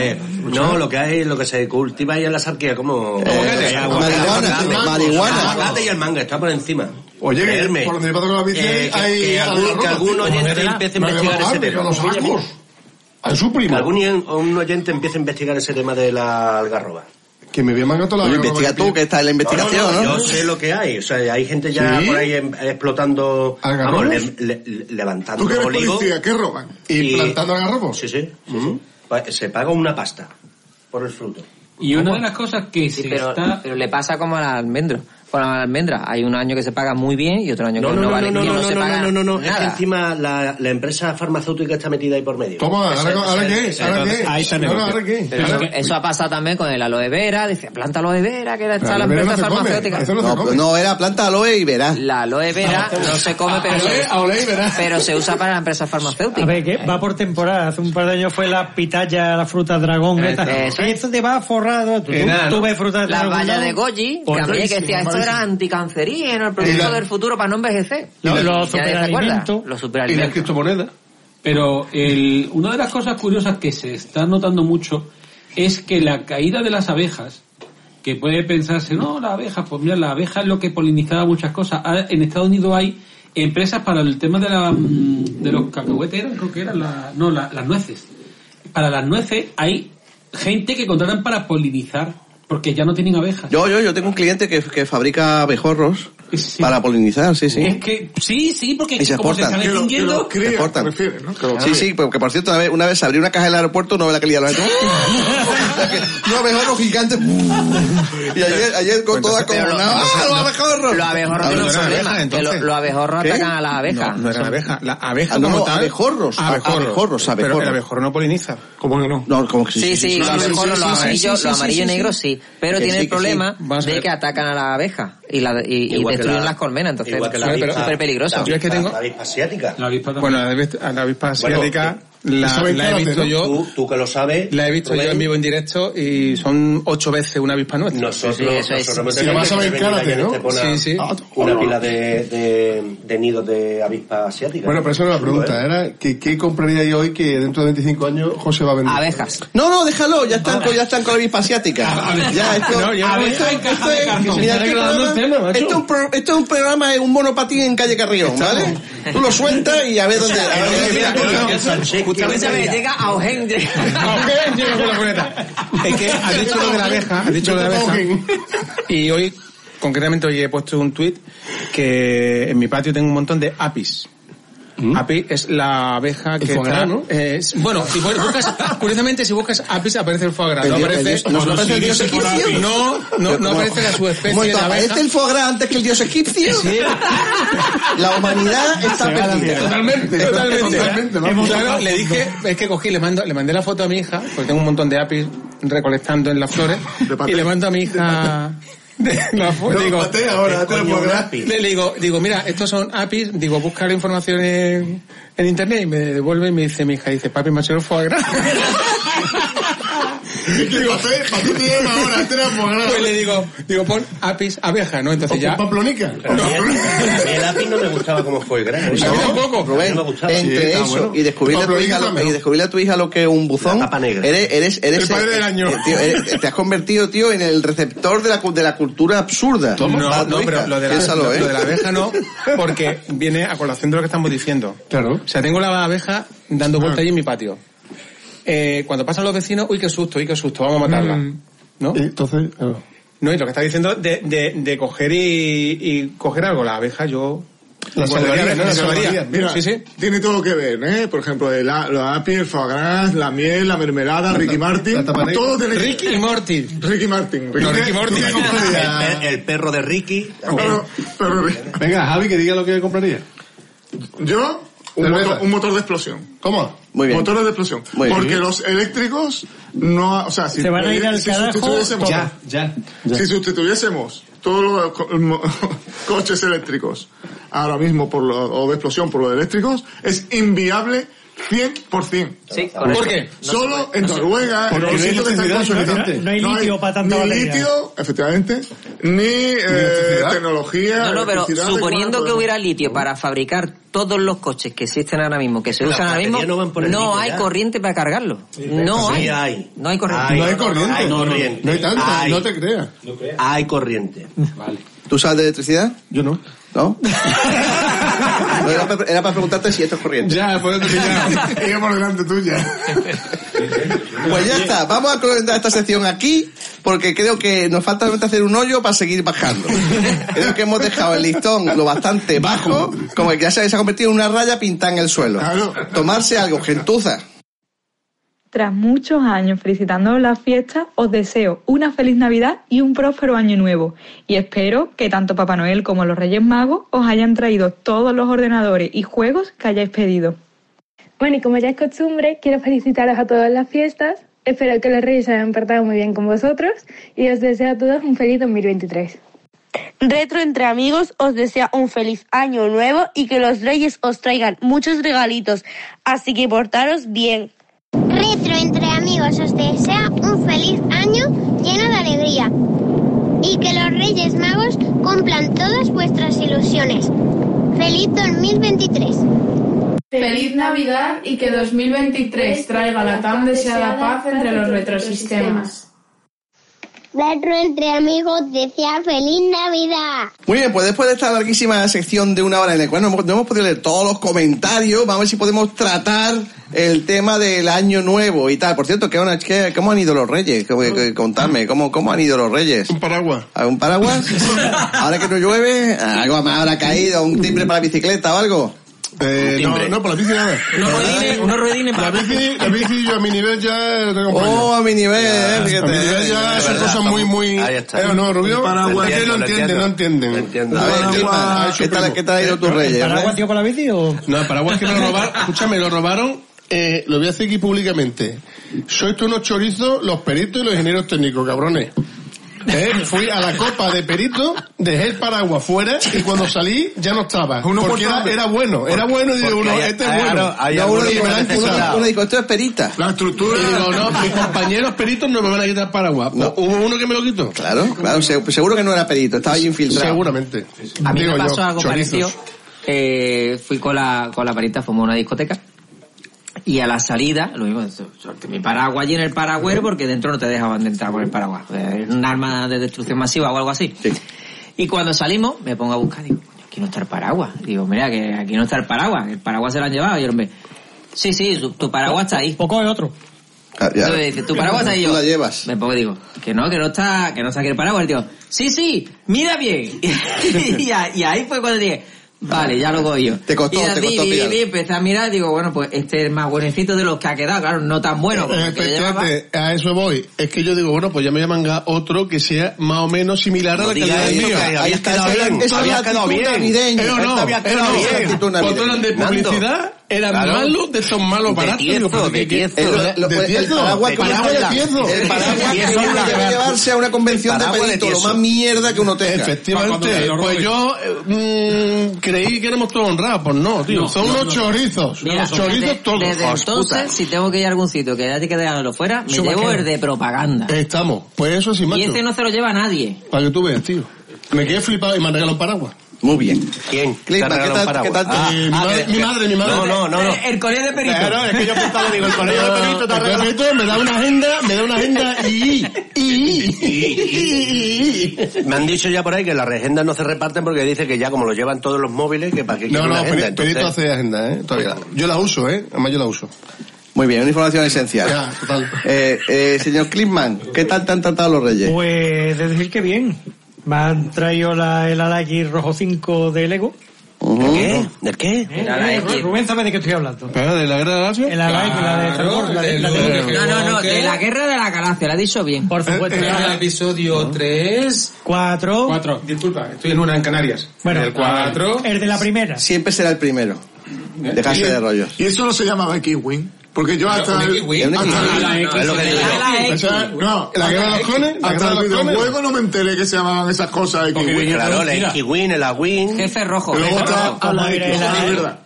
[SPEAKER 5] Eh, no, lo que hay, lo que se cultiva ahí en la sarquía como... Hay aguacate,
[SPEAKER 1] Eh, marihuana,
[SPEAKER 5] aguacate,
[SPEAKER 1] marihuana.
[SPEAKER 5] El aguacate y el manga, está por encima.
[SPEAKER 4] Oye, que
[SPEAKER 5] Creerme.
[SPEAKER 4] por donde yo paso con la bici
[SPEAKER 5] Eh, que,
[SPEAKER 4] hay
[SPEAKER 5] que algún,
[SPEAKER 4] algarroba,
[SPEAKER 5] que algún
[SPEAKER 4] tío.
[SPEAKER 5] oyente
[SPEAKER 4] Como
[SPEAKER 5] empiece a
[SPEAKER 4] me voy a
[SPEAKER 5] investigar ese
[SPEAKER 4] bajar,
[SPEAKER 5] tema.
[SPEAKER 4] que los sacos. A su
[SPEAKER 5] Que
[SPEAKER 4] primo.
[SPEAKER 5] algún un oyente empiece a investigar ese tema de la algarroba.
[SPEAKER 4] Que me voy a mangar toda la
[SPEAKER 5] Oye,
[SPEAKER 4] algarroba
[SPEAKER 5] investiga
[SPEAKER 4] que
[SPEAKER 5] tú,
[SPEAKER 4] pillo.
[SPEAKER 5] que está en la
[SPEAKER 1] investigación, ¿no?
[SPEAKER 5] Yo sé lo que hay, o sea, hay gente ya
[SPEAKER 4] ¿Sí?
[SPEAKER 5] por ahí em- explotando,
[SPEAKER 4] ¿Algarrobos?
[SPEAKER 5] vamos, le- le- le- levantando
[SPEAKER 4] ¿Tú que eres
[SPEAKER 5] olivos.
[SPEAKER 4] policía, qué roban? ¿Y plantando algarrobos?
[SPEAKER 5] Sí, sí. sí, sí. Pa- Se paga una pasta por el fruto.
[SPEAKER 2] Y una de las cosas que
[SPEAKER 13] Sí,
[SPEAKER 2] se
[SPEAKER 13] pero,
[SPEAKER 2] está...
[SPEAKER 13] pero le pasa como a las almendras. Con las almendras hay un año que se paga muy bien y otro año que no, vale ni no, se paga
[SPEAKER 5] no, no, no, es que
[SPEAKER 13] nada.
[SPEAKER 5] encima la, la empresa farmacéutica está metida ahí por medio.
[SPEAKER 4] Toma,
[SPEAKER 5] Ese-
[SPEAKER 4] ahora-
[SPEAKER 5] ese-
[SPEAKER 4] ahora qué,
[SPEAKER 5] ese-
[SPEAKER 4] ahora qué.
[SPEAKER 13] Ahí está el
[SPEAKER 4] No, no,
[SPEAKER 13] negocio.
[SPEAKER 4] ahora qué.
[SPEAKER 13] Pero eso,
[SPEAKER 4] Ahora-
[SPEAKER 13] eso ha pasado también con el aloe vera. Dice, planta aloe vera, que está la
[SPEAKER 1] aloe vera
[SPEAKER 13] empresa
[SPEAKER 1] no se come,
[SPEAKER 13] farmacéutica.
[SPEAKER 1] eso no se No, come. no, era planta aloe y verás.
[SPEAKER 13] La aloe vera no se come, pero,
[SPEAKER 3] Aloe-
[SPEAKER 13] se, usa-
[SPEAKER 3] aloe y verás.
[SPEAKER 13] pero se usa para la empresa farmacéutica.
[SPEAKER 3] A ver, que va por temporada. Hace un par de años fue la pitaya, la fruta dragón.
[SPEAKER 13] Eso
[SPEAKER 3] esta.
[SPEAKER 13] es.
[SPEAKER 3] Esto te va forrado. Tú,
[SPEAKER 4] Eh,
[SPEAKER 13] Que nada,
[SPEAKER 3] tú
[SPEAKER 13] ¿no?
[SPEAKER 3] ves fruta
[SPEAKER 13] La
[SPEAKER 3] dragón.
[SPEAKER 13] valla de Goji, que
[SPEAKER 3] Por
[SPEAKER 13] a mí que
[SPEAKER 3] raíces,
[SPEAKER 13] decía, esto era
[SPEAKER 3] raíces.
[SPEAKER 13] anticancerígeno, el
[SPEAKER 3] Y
[SPEAKER 13] producto
[SPEAKER 3] la-
[SPEAKER 13] del futuro para no envejecer.
[SPEAKER 3] Los-
[SPEAKER 13] ¿Ya
[SPEAKER 3] los
[SPEAKER 13] te acuerdas?
[SPEAKER 3] superalimentos.
[SPEAKER 13] Los
[SPEAKER 2] Y las
[SPEAKER 13] superalimentos.
[SPEAKER 4] criptomonedas.
[SPEAKER 2] Pero el- una de las cosas curiosas que se está notando mucho es que la caída de las abejas, que puede pensarse, no, las abejas, pues mira, las abejas es lo que polinizaba muchas cosas. Ahora, en Estados Unidos hay empresas para el tema de, la, mm, de los cacahuetes, eran, creo que eran la- no, la- las nueces. Para las nueces hay gente que contratan para polinizar, porque ya no tienen abejas.
[SPEAKER 1] Yo, yo, yo tengo un cliente que, que fabrica abejorros para polinizar, sí, sí.
[SPEAKER 2] Es que sí, sí, porque
[SPEAKER 1] Y se
[SPEAKER 2] como se están
[SPEAKER 1] exportan. Que lo- que
[SPEAKER 2] extinguiendo...
[SPEAKER 1] lo crían, Se exportan.
[SPEAKER 6] refieren, ¿no?
[SPEAKER 1] Sí, sí, porque por cierto, una vez, una vez abrí una caja del aeropuerto, no ve la calidad de los No, mejor los gigantes. Y ayer, ayer con toda como...
[SPEAKER 13] Pero lo-
[SPEAKER 1] ¡Ah, los abejorros!
[SPEAKER 13] Los abejorros
[SPEAKER 1] Ah,
[SPEAKER 13] tienen un
[SPEAKER 1] no, no,
[SPEAKER 13] problema,
[SPEAKER 1] abejas,
[SPEAKER 13] que lo-
[SPEAKER 1] entonces.
[SPEAKER 13] los abejorros
[SPEAKER 1] ¿Qué?
[SPEAKER 13] atacan a las
[SPEAKER 1] No,
[SPEAKER 13] abejas.
[SPEAKER 1] no eran
[SPEAKER 13] Son-
[SPEAKER 1] abejas.
[SPEAKER 8] La abeja
[SPEAKER 1] Ah, no,
[SPEAKER 8] como
[SPEAKER 1] no,
[SPEAKER 8] tal-
[SPEAKER 1] abejorros, a-
[SPEAKER 8] Abejorros.
[SPEAKER 1] abejorros,
[SPEAKER 8] Pero
[SPEAKER 1] abejorros.
[SPEAKER 8] el abejorro no poliniza.
[SPEAKER 6] ¿Cómo que no?
[SPEAKER 1] No, como que
[SPEAKER 13] Sí, sí, los abejorros, los amarillos, los amarillos y negros sí, pero
[SPEAKER 8] Que
[SPEAKER 13] tiene
[SPEAKER 8] sí,
[SPEAKER 13] el
[SPEAKER 8] que sí.
[SPEAKER 13] problema
[SPEAKER 8] Vamos a
[SPEAKER 13] de
[SPEAKER 8] ver.
[SPEAKER 13] que atacan a las abejas y, la, y, y
[SPEAKER 8] Igual que
[SPEAKER 13] destruyen
[SPEAKER 8] la-
[SPEAKER 13] las colmenas, entonces
[SPEAKER 8] igual que la
[SPEAKER 13] es
[SPEAKER 8] avispa-
[SPEAKER 13] súper peligroso.
[SPEAKER 8] Yo es que tengo- la
[SPEAKER 5] avispa asiática.
[SPEAKER 2] La avispa
[SPEAKER 8] Bueno, la avispa, la avispa asiática la, la he visto yo.
[SPEAKER 5] Tú, tú que lo sabes.
[SPEAKER 8] La he visto yo
[SPEAKER 5] Rubén,
[SPEAKER 8] en vivo en directo y son ocho veces una avispa nuestra.
[SPEAKER 5] Nosotros, nosotros hemos tenido que intervenir ayer en Estepona
[SPEAKER 8] Sí, sí. Ah,
[SPEAKER 5] Una pila de, de, de nidos de avispa asiática.
[SPEAKER 4] Bueno, pero eso no es la pregunta, ¿eh? era que qué compraría yo hoy que dentro de 25 años José va a vender.
[SPEAKER 13] Abejas.
[SPEAKER 1] No, no, déjalo, ya están, con, ya están con la avispa asiática. Ya, esto,
[SPEAKER 4] No, ya no.
[SPEAKER 1] esto, esto,
[SPEAKER 4] Abeja en caja de
[SPEAKER 1] es,
[SPEAKER 4] cartón.
[SPEAKER 1] mira,
[SPEAKER 4] Está
[SPEAKER 1] este
[SPEAKER 4] degradando
[SPEAKER 1] programa,
[SPEAKER 4] el tema, macho.
[SPEAKER 1] esto, es un pro- esto es un programa, es un monopatín en calle Carrión, ¿vale? Tú lo sueltas y a ver dónde... a ver dónde-
[SPEAKER 13] Escúchame, llega a Ojen,
[SPEAKER 8] Augen llega con la cuneta. Es que has dicho lo de la abeja, has dicho lo de la abeja. Y hoy, concretamente hoy he puesto un tuit que en mi patio tengo un montón de apis. Apis es la abeja que
[SPEAKER 6] Mm. foie
[SPEAKER 8] está...
[SPEAKER 6] gras, ¿no?
[SPEAKER 8] es- bueno, si bu- buscas, curiosamente si buscas apis aparece el foie gras, no aparece... No, no, no aparece la subespecie de
[SPEAKER 1] Momento,
[SPEAKER 8] abeja.
[SPEAKER 1] ¿Aparece el foie gras antes que el dios egipcio?
[SPEAKER 8] Sí.
[SPEAKER 1] La humanidad está perdida.
[SPEAKER 8] Totalmente, totalmente. Hemos- Claro, le dije, es que cogí, le mando, le mandé la foto a mi hija, porque tengo un montón de apis recolectando en las flores, y le mando a mi hija de la foto.
[SPEAKER 4] No,
[SPEAKER 8] digo,
[SPEAKER 4] patea ahora,
[SPEAKER 8] ¿qué
[SPEAKER 4] te lo
[SPEAKER 8] coño
[SPEAKER 4] pondrás?
[SPEAKER 8] un apis? le, le digo, digo, mira, estos son apis, digo, busca la información en, en internet, y me devuelve y me dice mi hija, dice, papi, me ha hecho el foie gras.
[SPEAKER 4] Digo, "Pe- pa' ti te llevan ahora, te la pondrás".
[SPEAKER 8] Pues le digo, digo, pon apis, abeja, ¿no? Entonces ya...
[SPEAKER 4] Pamplonica.
[SPEAKER 5] El lápiz no me gustaba como fue grande.
[SPEAKER 1] No, Rubén, entre eso y descubrirle a tu hija, lo- y descubrirle a tu hija lo que es un buzón, eres, eres, eres,
[SPEAKER 8] El padre del año.
[SPEAKER 1] eh, tío, eres- te has convertido, tío, en el receptor de la, cu- de la cultura absurda.
[SPEAKER 8] No, no,
[SPEAKER 1] Para tu hija.
[SPEAKER 8] pero lo de, la,
[SPEAKER 1] Piénsalo,
[SPEAKER 8] lo-
[SPEAKER 1] ¿eh?
[SPEAKER 8] lo de la abeja no, porque viene a colación de lo que estamos diciendo. Claro. O sea, tengo la abeja dando vueltas ahí en mi patio. Eh, cuando pasan los vecinos, uy, qué susto, uy, qué susto, vamos a matarla. ¿No?
[SPEAKER 4] Entonces,
[SPEAKER 8] No, y lo que está diciendo de, de, de coger y, y coger algo, la abeja, yo...
[SPEAKER 6] La
[SPEAKER 8] guardaría,
[SPEAKER 6] salvaría,
[SPEAKER 8] ¿no?
[SPEAKER 6] la
[SPEAKER 8] La salvaría.
[SPEAKER 6] salvaría. Mira,
[SPEAKER 8] Sí, sí.
[SPEAKER 6] tiene todo lo que ver, ¿eh? Por ejemplo, el, a- la api, el foie gras, la miel, la mermelada, Ricky Martin,
[SPEAKER 4] tapaneca.
[SPEAKER 6] todo tiene
[SPEAKER 8] Ricky y Morty.
[SPEAKER 6] Ricky Martin.
[SPEAKER 4] No, Ricky Morty.
[SPEAKER 6] ¿Tú qué comprarías?
[SPEAKER 5] El, per- el perro de Ricky.
[SPEAKER 4] Venga, Javi, que diga lo que compraría.
[SPEAKER 6] Yo, un
[SPEAKER 4] Cerveza.
[SPEAKER 6] motor, un motor de explosión.
[SPEAKER 4] ¿Cómo?
[SPEAKER 6] Muy bien. Motores de explosión.
[SPEAKER 4] Muy bien.
[SPEAKER 6] Porque los eléctricos no, o sea, si,
[SPEAKER 3] Se van a ir al
[SPEAKER 6] si
[SPEAKER 3] carajo
[SPEAKER 6] sustituyésemos-
[SPEAKER 3] Ya,
[SPEAKER 6] Si sustituyésemos todos los co- mo- coches eléctricos ahora mismo por los o de explosión por los eléctricos, es inviable 100%.
[SPEAKER 13] Sí, correcto.
[SPEAKER 6] ¿Por qué?
[SPEAKER 13] No
[SPEAKER 6] Solo
[SPEAKER 13] se puede,
[SPEAKER 6] en
[SPEAKER 13] no se
[SPEAKER 4] puede.
[SPEAKER 6] Noruega, en
[SPEAKER 4] Porque
[SPEAKER 6] los
[SPEAKER 4] no hay
[SPEAKER 6] sitios que están
[SPEAKER 4] electricidad
[SPEAKER 6] consolidados,
[SPEAKER 4] suficiente. No hay litio
[SPEAKER 3] para tanta
[SPEAKER 6] Ni
[SPEAKER 3] batería.
[SPEAKER 6] litio, efectivamente, ni, eh,
[SPEAKER 4] electricidad.
[SPEAKER 6] tecnología.
[SPEAKER 13] No, no, pero
[SPEAKER 6] electricidad,
[SPEAKER 13] suponiendo
[SPEAKER 6] igual,
[SPEAKER 13] que
[SPEAKER 6] pues,
[SPEAKER 13] hubiera litio para fabricar todos los coches que existen ahora mismo, que se
[SPEAKER 5] Las
[SPEAKER 13] usan ahora mismo,
[SPEAKER 5] baterías no van por
[SPEAKER 13] no,
[SPEAKER 5] el litio
[SPEAKER 13] hay
[SPEAKER 5] ya.
[SPEAKER 13] corriente para cargarlos. No
[SPEAKER 5] Sí,
[SPEAKER 13] hay.
[SPEAKER 5] hay.
[SPEAKER 13] No hay corriente.
[SPEAKER 5] Hay,
[SPEAKER 1] No hay
[SPEAKER 5] corriente. Hay corriente.
[SPEAKER 1] No hay tanta,
[SPEAKER 5] Hay.
[SPEAKER 1] no te creas.
[SPEAKER 5] Hay corriente.
[SPEAKER 1] ¿Tú sabes de electricidad?
[SPEAKER 8] Yo no.
[SPEAKER 1] ¿No? No, era, para, era para preguntarte si esto es corriente.
[SPEAKER 8] Ya, pues
[SPEAKER 6] ya. Iba por delante tuya.
[SPEAKER 1] Pues ya está, vamos a comentar esta sección aquí porque creo que nos falta solamente hacer un hoyo para seguir bajando. Creo que hemos dejado el listón lo bastante bajo, como que ya se se ha convertido en una raya pintada en el suelo. Tomarse algo, gentuza.
[SPEAKER 16] Tras muchos años felicitándoos las fiestas, os deseo una feliz Navidad y un próspero año nuevo. Y espero que tanto Papá Noel como los Reyes Magos os hayan traído todos los ordenadores y juegos que hayáis pedido.
[SPEAKER 17] Bueno, y como ya es costumbre, quiero felicitaros a todas las fiestas. Espero que los reyes se hayan portado muy bien con vosotros y os deseo a todos un feliz 2023.
[SPEAKER 18] Retro entre amigos os desea un feliz año nuevo y que los reyes os traigan muchos regalitos, así que portaros bien.
[SPEAKER 11] Retro entre amigos os desea un feliz año lleno de alegría y que los Reyes Magos cumplan todas vuestras ilusiones. Feliz 2023.
[SPEAKER 19] Feliz Navidad y que 2023 traiga la tan deseada paz entre los retrosistemas.
[SPEAKER 11] Retro entre amigos decía feliz Navidad.
[SPEAKER 1] Muy bien, pues después de esta larguísima sección de una hora en la cual no hemos, no hemos podido leer todos los comentarios, vamos a ver si podemos tratar el tema del año nuevo y tal. Por cierto, ¿qué, onda- qué- ¿cómo han ido los reyes? ¿Cómo- qué- contadme, ¿cómo, ¿cómo han ido los reyes? Un
[SPEAKER 6] paraguas.
[SPEAKER 1] ¿Un paraguas? ahora que no llueve, algo más habrá caído, un timbre para bicicleta o algo.
[SPEAKER 4] Eh, no, no, por la bici nada.
[SPEAKER 1] Unos rodines
[SPEAKER 4] La bici, la bici yo a mi nivel ya la tengo
[SPEAKER 1] Oh, a mi nivel, eh, fíjate.
[SPEAKER 4] A mi nivel ya son cosas muy, muy... Ahí está. Eh, no, Rubio,
[SPEAKER 1] Paraguas.
[SPEAKER 4] es que no
[SPEAKER 1] Lo
[SPEAKER 4] entienden, no entienden.
[SPEAKER 1] A ver, ¿qué tal- ¿qué tal, ¿Qué tal ha ido tu eh? reyes?
[SPEAKER 3] ¿Paraguas, tío, con la bici o...?
[SPEAKER 4] No, el paraguas que me lo robaron, escúchame, lo robaron, eh, lo voy a hacer aquí públicamente. Sois tú unos chorizos, los peritos y los ingenieros técnicos, cabrones. Eh, fui a la copa de perito, dejé el paraguas fuera y cuando salí ya no estaba.
[SPEAKER 6] Uno
[SPEAKER 4] porque
[SPEAKER 6] por
[SPEAKER 4] era,
[SPEAKER 6] hambre.
[SPEAKER 4] era bueno, era
[SPEAKER 6] Porque-
[SPEAKER 4] bueno y digo
[SPEAKER 6] porque
[SPEAKER 4] uno,
[SPEAKER 6] hay-
[SPEAKER 4] este es
[SPEAKER 6] hay-
[SPEAKER 4] bueno.
[SPEAKER 6] hay
[SPEAKER 4] No,
[SPEAKER 6] algunos
[SPEAKER 4] uno digo,
[SPEAKER 6] que
[SPEAKER 4] "Blanco,
[SPEAKER 6] necesitan".
[SPEAKER 4] uno- uno
[SPEAKER 1] digo, esto es perita.
[SPEAKER 6] La estructura.
[SPEAKER 4] Y digo, no, mis compañeros peritos no me van a quitar el paraguas. Hubo uno que me lo quitó.
[SPEAKER 1] Claro, claro, se- seguro que no era perito, estaba ahí infiltrado.
[SPEAKER 4] Seguramente.
[SPEAKER 13] A mí
[SPEAKER 1] Digo
[SPEAKER 13] me
[SPEAKER 1] yo,
[SPEAKER 13] pasó algo
[SPEAKER 1] chorizos.
[SPEAKER 13] parecido. Eh, fui con la, con la parita, fuimos a una discoteca. Y a la salida, lo mismo, solté mi paraguas allí en el paragüero porque dentro no te dejaban de entrar con el paraguas. Es un arma de destrucción masiva o algo así. Y cuando salimos, me pongo a buscar, digo, coño, aquí no está el paraguas. Digo, mira, que aquí no está el paraguas, que el paraguas se lo han llevado. Y el hombre, sí, sí, tu, tu paraguas está ahí.
[SPEAKER 3] Poco el otro.
[SPEAKER 1] Ah, ya.
[SPEAKER 13] Entonces dice, tu paraguas está ahí.
[SPEAKER 1] Tú
[SPEAKER 13] Yo,
[SPEAKER 1] la llevas.
[SPEAKER 13] Me pongo y digo, que no, que no está, que no está aquí el paraguas. El tío, sí, sí, mira bien. y, a- y ahí fue cuando dije, vale, ya lo voy yo.
[SPEAKER 1] Te costó,
[SPEAKER 13] y
[SPEAKER 1] te
[SPEAKER 13] así,
[SPEAKER 1] costó
[SPEAKER 13] vi,
[SPEAKER 1] pillar.
[SPEAKER 13] vi, empecé a mirar, digo, bueno, pues este es el más buenecito de los que ha quedado, claro, no tan
[SPEAKER 4] Eh,
[SPEAKER 13] bueno. como el que yo llevaba.
[SPEAKER 4] Espérate, a eso voy. Es que yo digo, bueno, pues ya me voy a manga otro que sea más o menos similar a
[SPEAKER 1] No
[SPEAKER 4] la
[SPEAKER 1] digas
[SPEAKER 4] calidad
[SPEAKER 1] eso,
[SPEAKER 4] mía.
[SPEAKER 1] que habías quedado
[SPEAKER 4] esa-
[SPEAKER 1] bien,
[SPEAKER 4] esa
[SPEAKER 1] habías
[SPEAKER 4] es la
[SPEAKER 1] quedado
[SPEAKER 4] actitud
[SPEAKER 1] bien.
[SPEAKER 4] navideña. Era o no,
[SPEAKER 1] Esta habías
[SPEAKER 4] era
[SPEAKER 1] quedado
[SPEAKER 4] o no.
[SPEAKER 1] bien.
[SPEAKER 4] Actitud navideña. Otro eran de
[SPEAKER 1] Nando.
[SPEAKER 4] publicidad, eran
[SPEAKER 1] Claro.
[SPEAKER 4] malos, de estos malos
[SPEAKER 1] De
[SPEAKER 4] baratos.
[SPEAKER 1] tiezo,
[SPEAKER 4] Digo,
[SPEAKER 1] de
[SPEAKER 4] ¿qué- qué-
[SPEAKER 1] tiezo. Lo- lo-
[SPEAKER 4] De
[SPEAKER 1] el
[SPEAKER 4] tiezo.
[SPEAKER 1] paraguas
[SPEAKER 4] De
[SPEAKER 1] que
[SPEAKER 4] tiezo,
[SPEAKER 1] lleva la-
[SPEAKER 4] de tiezo.
[SPEAKER 1] el paraguas que
[SPEAKER 4] Tiezo,
[SPEAKER 1] lleva la-
[SPEAKER 4] de-
[SPEAKER 1] llevarse a una convención de
[SPEAKER 4] Paraguas
[SPEAKER 1] perito, lo
[SPEAKER 4] tiezo.
[SPEAKER 1] más mierda que uno tenga.
[SPEAKER 4] Efectivamente, pues yo eh, mm, creí que éramos todos honrados, pues no, tío,
[SPEAKER 13] No,
[SPEAKER 4] son
[SPEAKER 13] no,
[SPEAKER 4] unos
[SPEAKER 13] no.
[SPEAKER 4] chorizos,
[SPEAKER 13] Mira,
[SPEAKER 4] unos chorizos
[SPEAKER 13] desde-
[SPEAKER 4] todos.
[SPEAKER 13] Desde
[SPEAKER 4] Hostia,
[SPEAKER 13] entonces,
[SPEAKER 4] puta.
[SPEAKER 13] si tengo que ir a algún sitio que haya que dejarlo fuera, me
[SPEAKER 4] Eso va a
[SPEAKER 13] llevo
[SPEAKER 4] quedar.
[SPEAKER 13] el de propaganda.
[SPEAKER 4] Estamos, pues eso sí,
[SPEAKER 13] Y
[SPEAKER 4] macho,
[SPEAKER 13] este no se lo lleva nadie.
[SPEAKER 4] para que tú veas, tío. Me quedé flipado y me han regalado un paraguas.
[SPEAKER 1] Muy bien.
[SPEAKER 4] ¿Quién?
[SPEAKER 1] Clima, ¿qué tal? ¿Qué tal?
[SPEAKER 4] Ah, eh, mi, madre, mi madre, mi madre.
[SPEAKER 13] Eh, El colegio de perito.
[SPEAKER 4] Claro, es que yo apuntaba, digo, el colegio de perito te ha regalado. me da una agenda, me da una agenda y... y,
[SPEAKER 5] Me han dicho ya por ahí que las agendas no se reparten porque dice que ya como lo llevan todos los móviles, que para qué
[SPEAKER 4] No,
[SPEAKER 5] quieren
[SPEAKER 4] no,
[SPEAKER 5] una agenda.
[SPEAKER 4] Peri- Perito
[SPEAKER 5] entonces-
[SPEAKER 4] hace agenda, ¿eh? Todavía. Yo la uso, ¿eh? Además yo la uso.
[SPEAKER 1] Muy bien, una información esencial.
[SPEAKER 4] Ya, total.
[SPEAKER 1] Eh, eh, señor Clipman, ¿qué tal te han tratado los reyes?
[SPEAKER 3] Pues de decir que bien. Me han traído la, el ala X rojo 5 de Lego.
[SPEAKER 5] ¿Qué? ¿De qué?
[SPEAKER 3] Eh, eh, Rubén sabe de qué estoy hablando.
[SPEAKER 4] ¿Pero de la guerra de Lazio?
[SPEAKER 3] El ala X, la de Star Wars, la de- la de-
[SPEAKER 13] No, no, no, de la guerra de la galaxia, la ha dicho bien.
[SPEAKER 4] Eh,
[SPEAKER 3] Por
[SPEAKER 8] Eh,
[SPEAKER 3] supuesto.
[SPEAKER 2] El episodio 3...
[SPEAKER 3] Cuatro.
[SPEAKER 2] 4.
[SPEAKER 8] Disculpa, estoy en una en Canarias.
[SPEAKER 3] Bueno,
[SPEAKER 8] el 4.
[SPEAKER 3] El de la primera.
[SPEAKER 1] Siempre será el primero. Dejarse de rollos.
[SPEAKER 6] Y eso no se llamaba X-Wing. Porque yo hasta el... hasta el- O sea, No,
[SPEAKER 4] La guerra de los clones, la guerra
[SPEAKER 6] hasta
[SPEAKER 4] de
[SPEAKER 6] el
[SPEAKER 4] los clones.
[SPEAKER 6] videojuego no me enteré que se llamaban esas cosas X-Wing.
[SPEAKER 5] Claro, la X-Wing, el A-Wing.
[SPEAKER 13] Jefe rojo.
[SPEAKER 6] Luego
[SPEAKER 13] jefe
[SPEAKER 6] está
[SPEAKER 8] Ah,
[SPEAKER 13] rojo.
[SPEAKER 6] a la X,
[SPEAKER 13] No,
[SPEAKER 3] ¿eh?
[SPEAKER 6] es verdad.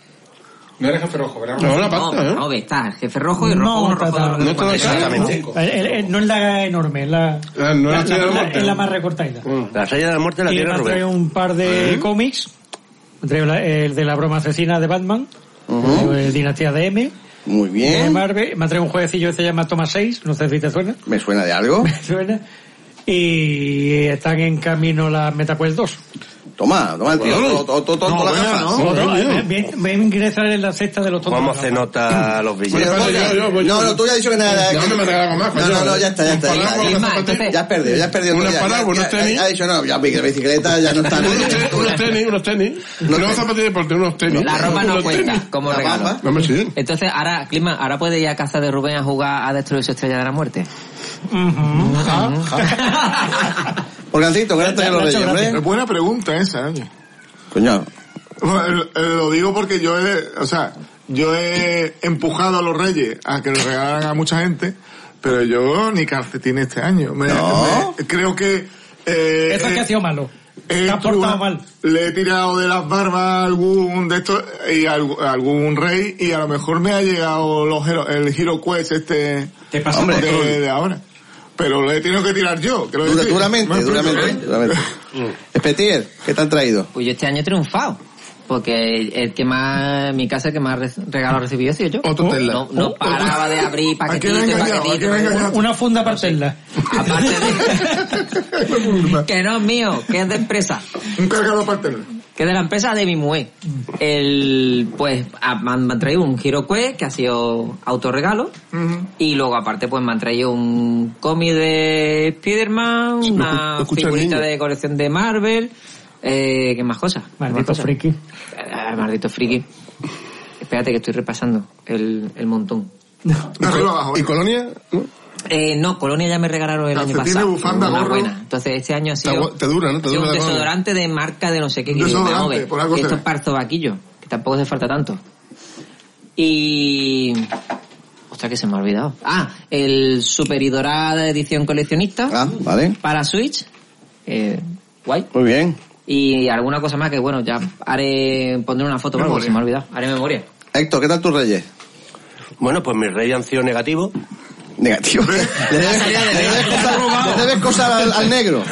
[SPEAKER 8] No eres jefe rojo, ¿verdad?
[SPEAKER 13] No, no, que está el jefe rojo y
[SPEAKER 3] No,
[SPEAKER 13] rojo,
[SPEAKER 3] está-
[SPEAKER 13] rojo, rojo,
[SPEAKER 3] no
[SPEAKER 13] rojo.
[SPEAKER 5] Exactamente.
[SPEAKER 3] El- el- el- eh, no es la enorme, es la,
[SPEAKER 5] Ah,
[SPEAKER 3] la-
[SPEAKER 5] no la estrella
[SPEAKER 3] la-
[SPEAKER 5] de la
[SPEAKER 3] la-
[SPEAKER 5] muerte.
[SPEAKER 3] es la más recortada.
[SPEAKER 5] Mm, La estrella de la muerte la
[SPEAKER 3] Y me
[SPEAKER 5] tiene
[SPEAKER 3] han traído
[SPEAKER 5] Rubén.
[SPEAKER 3] un par de cómics. Me han traído la- el de la broma asesina de Batman, el Dinastía de M,
[SPEAKER 1] Muy
[SPEAKER 3] de
[SPEAKER 1] bien.
[SPEAKER 3] Marvel. Me han traído un jueguecillo que se llama Toma 6, no sé si te suena.
[SPEAKER 1] ¿Me suena de algo?
[SPEAKER 3] ¿Te suena? Y están en camino las MetaQuest 2.
[SPEAKER 1] Ah, Toma, toma el tío.
[SPEAKER 5] Bueno.
[SPEAKER 1] to- to- to- to-
[SPEAKER 5] No,
[SPEAKER 1] todas las
[SPEAKER 5] vea,
[SPEAKER 1] gafas.
[SPEAKER 5] no.
[SPEAKER 3] No, no,
[SPEAKER 5] bien.
[SPEAKER 3] eh, me- me voy a ingresar en la sexta de los tontos.
[SPEAKER 5] ¿Cómo se nota los
[SPEAKER 1] Bueno,
[SPEAKER 5] billetes?
[SPEAKER 1] Borja, no, no, tú ya has dicho que nada.
[SPEAKER 4] No,
[SPEAKER 1] que-
[SPEAKER 4] no me regalaron más,
[SPEAKER 1] No,
[SPEAKER 4] coño.
[SPEAKER 1] no, no, ya está, ya está.
[SPEAKER 4] Un paraguas,
[SPEAKER 1] ya-
[SPEAKER 4] unos
[SPEAKER 1] ya-
[SPEAKER 4] zapatos.
[SPEAKER 1] Ya has perdido, ya has perdido.
[SPEAKER 4] Unos
[SPEAKER 1] tú ya-
[SPEAKER 4] paraguas,
[SPEAKER 1] ya-
[SPEAKER 4] unos tenis.
[SPEAKER 1] ya- Ha dicho, no, ya mi bicicleta ya no está.
[SPEAKER 4] unos tenis, unos tenis. No vas a partir de deporte, eh, unos tenis.
[SPEAKER 13] La ropa no
[SPEAKER 4] Unos tenis.
[SPEAKER 13] cuenta como regalo.
[SPEAKER 4] No me siguen.
[SPEAKER 13] Entonces, ahora, Clima, ahora puede ir a casa de Rubén a jugar a destruir su estrella de la muerte.
[SPEAKER 1] Organcito, gracias a los reyes, hombre.
[SPEAKER 6] Es buena pregunta esa, oye.
[SPEAKER 1] Coño,
[SPEAKER 6] Bueno, eh, Lo digo porque yo he, o sea, yo he empujado a los reyes a que lo regalaran a mucha gente, pero yo ni calcetín este año. Me-
[SPEAKER 3] No.
[SPEAKER 6] me- creo que... eh,
[SPEAKER 3] Eso es que
[SPEAKER 6] eh,
[SPEAKER 3] ha sido malo.
[SPEAKER 6] he
[SPEAKER 3] Te has portado
[SPEAKER 6] truha-
[SPEAKER 3] mal.
[SPEAKER 6] Le he tirado de las barbas a algún de estos y a algu- a algún rey y a lo mejor me ha llegado los hero- el Hero Quest este
[SPEAKER 2] Te pasa
[SPEAKER 6] hombre,
[SPEAKER 2] por todo.
[SPEAKER 6] de, de ahora. Pero lo he tenido que tirar yo. quiero
[SPEAKER 1] eh, Dura-
[SPEAKER 6] decir.
[SPEAKER 1] duramente,
[SPEAKER 6] Me explico,
[SPEAKER 1] duramente,
[SPEAKER 6] ¿eh?
[SPEAKER 4] Mm.
[SPEAKER 1] duramente. Espetier, ¿qué te han traído?
[SPEAKER 13] Pues yo este año he triunfado. Porque el que más, en mi casa, el que más re- regalos recibió he sido yo.
[SPEAKER 4] Otro tela.
[SPEAKER 13] No, no
[SPEAKER 4] Otro-
[SPEAKER 13] paraba de abrir
[SPEAKER 4] oh. ¿A qué me
[SPEAKER 13] paquetitos,
[SPEAKER 4] ha engañado? ¿A qué me ha
[SPEAKER 13] paquetitos.
[SPEAKER 4] engañado?
[SPEAKER 3] Oh, Una funda parcela.
[SPEAKER 13] que no es mío, que es de empresa.
[SPEAKER 6] Un cargador parcela.
[SPEAKER 13] Que es de la empresa de mi mujer. El, pues, ah, me han, me han traído un Hero Quest que ha sido autorregalo. Y luego, aparte, pues me han traído un cómic de Spider-Man, una
[SPEAKER 3] escucha el
[SPEAKER 13] figurita
[SPEAKER 3] niño.
[SPEAKER 13] de colección de Marvel. Eh, ¿Qué más cosas? ¿Qué más
[SPEAKER 3] Maldito
[SPEAKER 13] cosas?
[SPEAKER 3] friki.
[SPEAKER 13] Ah, maldito friki. Espérate que estoy repasando el, el montón.
[SPEAKER 4] ¿Y Colonia?
[SPEAKER 13] Eh, no, Colonia ya me regalaron el año
[SPEAKER 4] Calcetines,
[SPEAKER 13] pasado.
[SPEAKER 4] bufanda,
[SPEAKER 13] Una
[SPEAKER 4] gorro.
[SPEAKER 13] buena. Entonces este año ha
[SPEAKER 4] Te
[SPEAKER 13] sido...
[SPEAKER 4] agu- te dura, ¿no? Te
[SPEAKER 13] ha sido
[SPEAKER 4] dura
[SPEAKER 13] un
[SPEAKER 4] la goma.
[SPEAKER 13] desodorante de marca de no sé qué.
[SPEAKER 4] Un
[SPEAKER 13] que digo,
[SPEAKER 4] desodorante,
[SPEAKER 13] "Vamos a ver,
[SPEAKER 4] por algo
[SPEAKER 13] que Esto
[SPEAKER 4] será".
[SPEAKER 13] es para tobaquillo, que tampoco hace falta tanto. Y... Ostras, que se me ha olvidado. Ah, el Super y Dorada edición coleccionista.
[SPEAKER 1] Ah, vale.
[SPEAKER 13] Para Switch. Eh, guay.
[SPEAKER 1] Muy bien.
[SPEAKER 13] Y alguna cosa más que, bueno, ya haré... Pondré una foto, porque
[SPEAKER 1] Memoria.
[SPEAKER 13] pues, se me ha olvidado. Haré memoria.
[SPEAKER 1] Héctor, ¿qué tal tus reyes?
[SPEAKER 5] Bueno, pues mis reyes han sido negativos.
[SPEAKER 1] Negativos. Le debes, le debes cosas, le debes cosas al, al negro.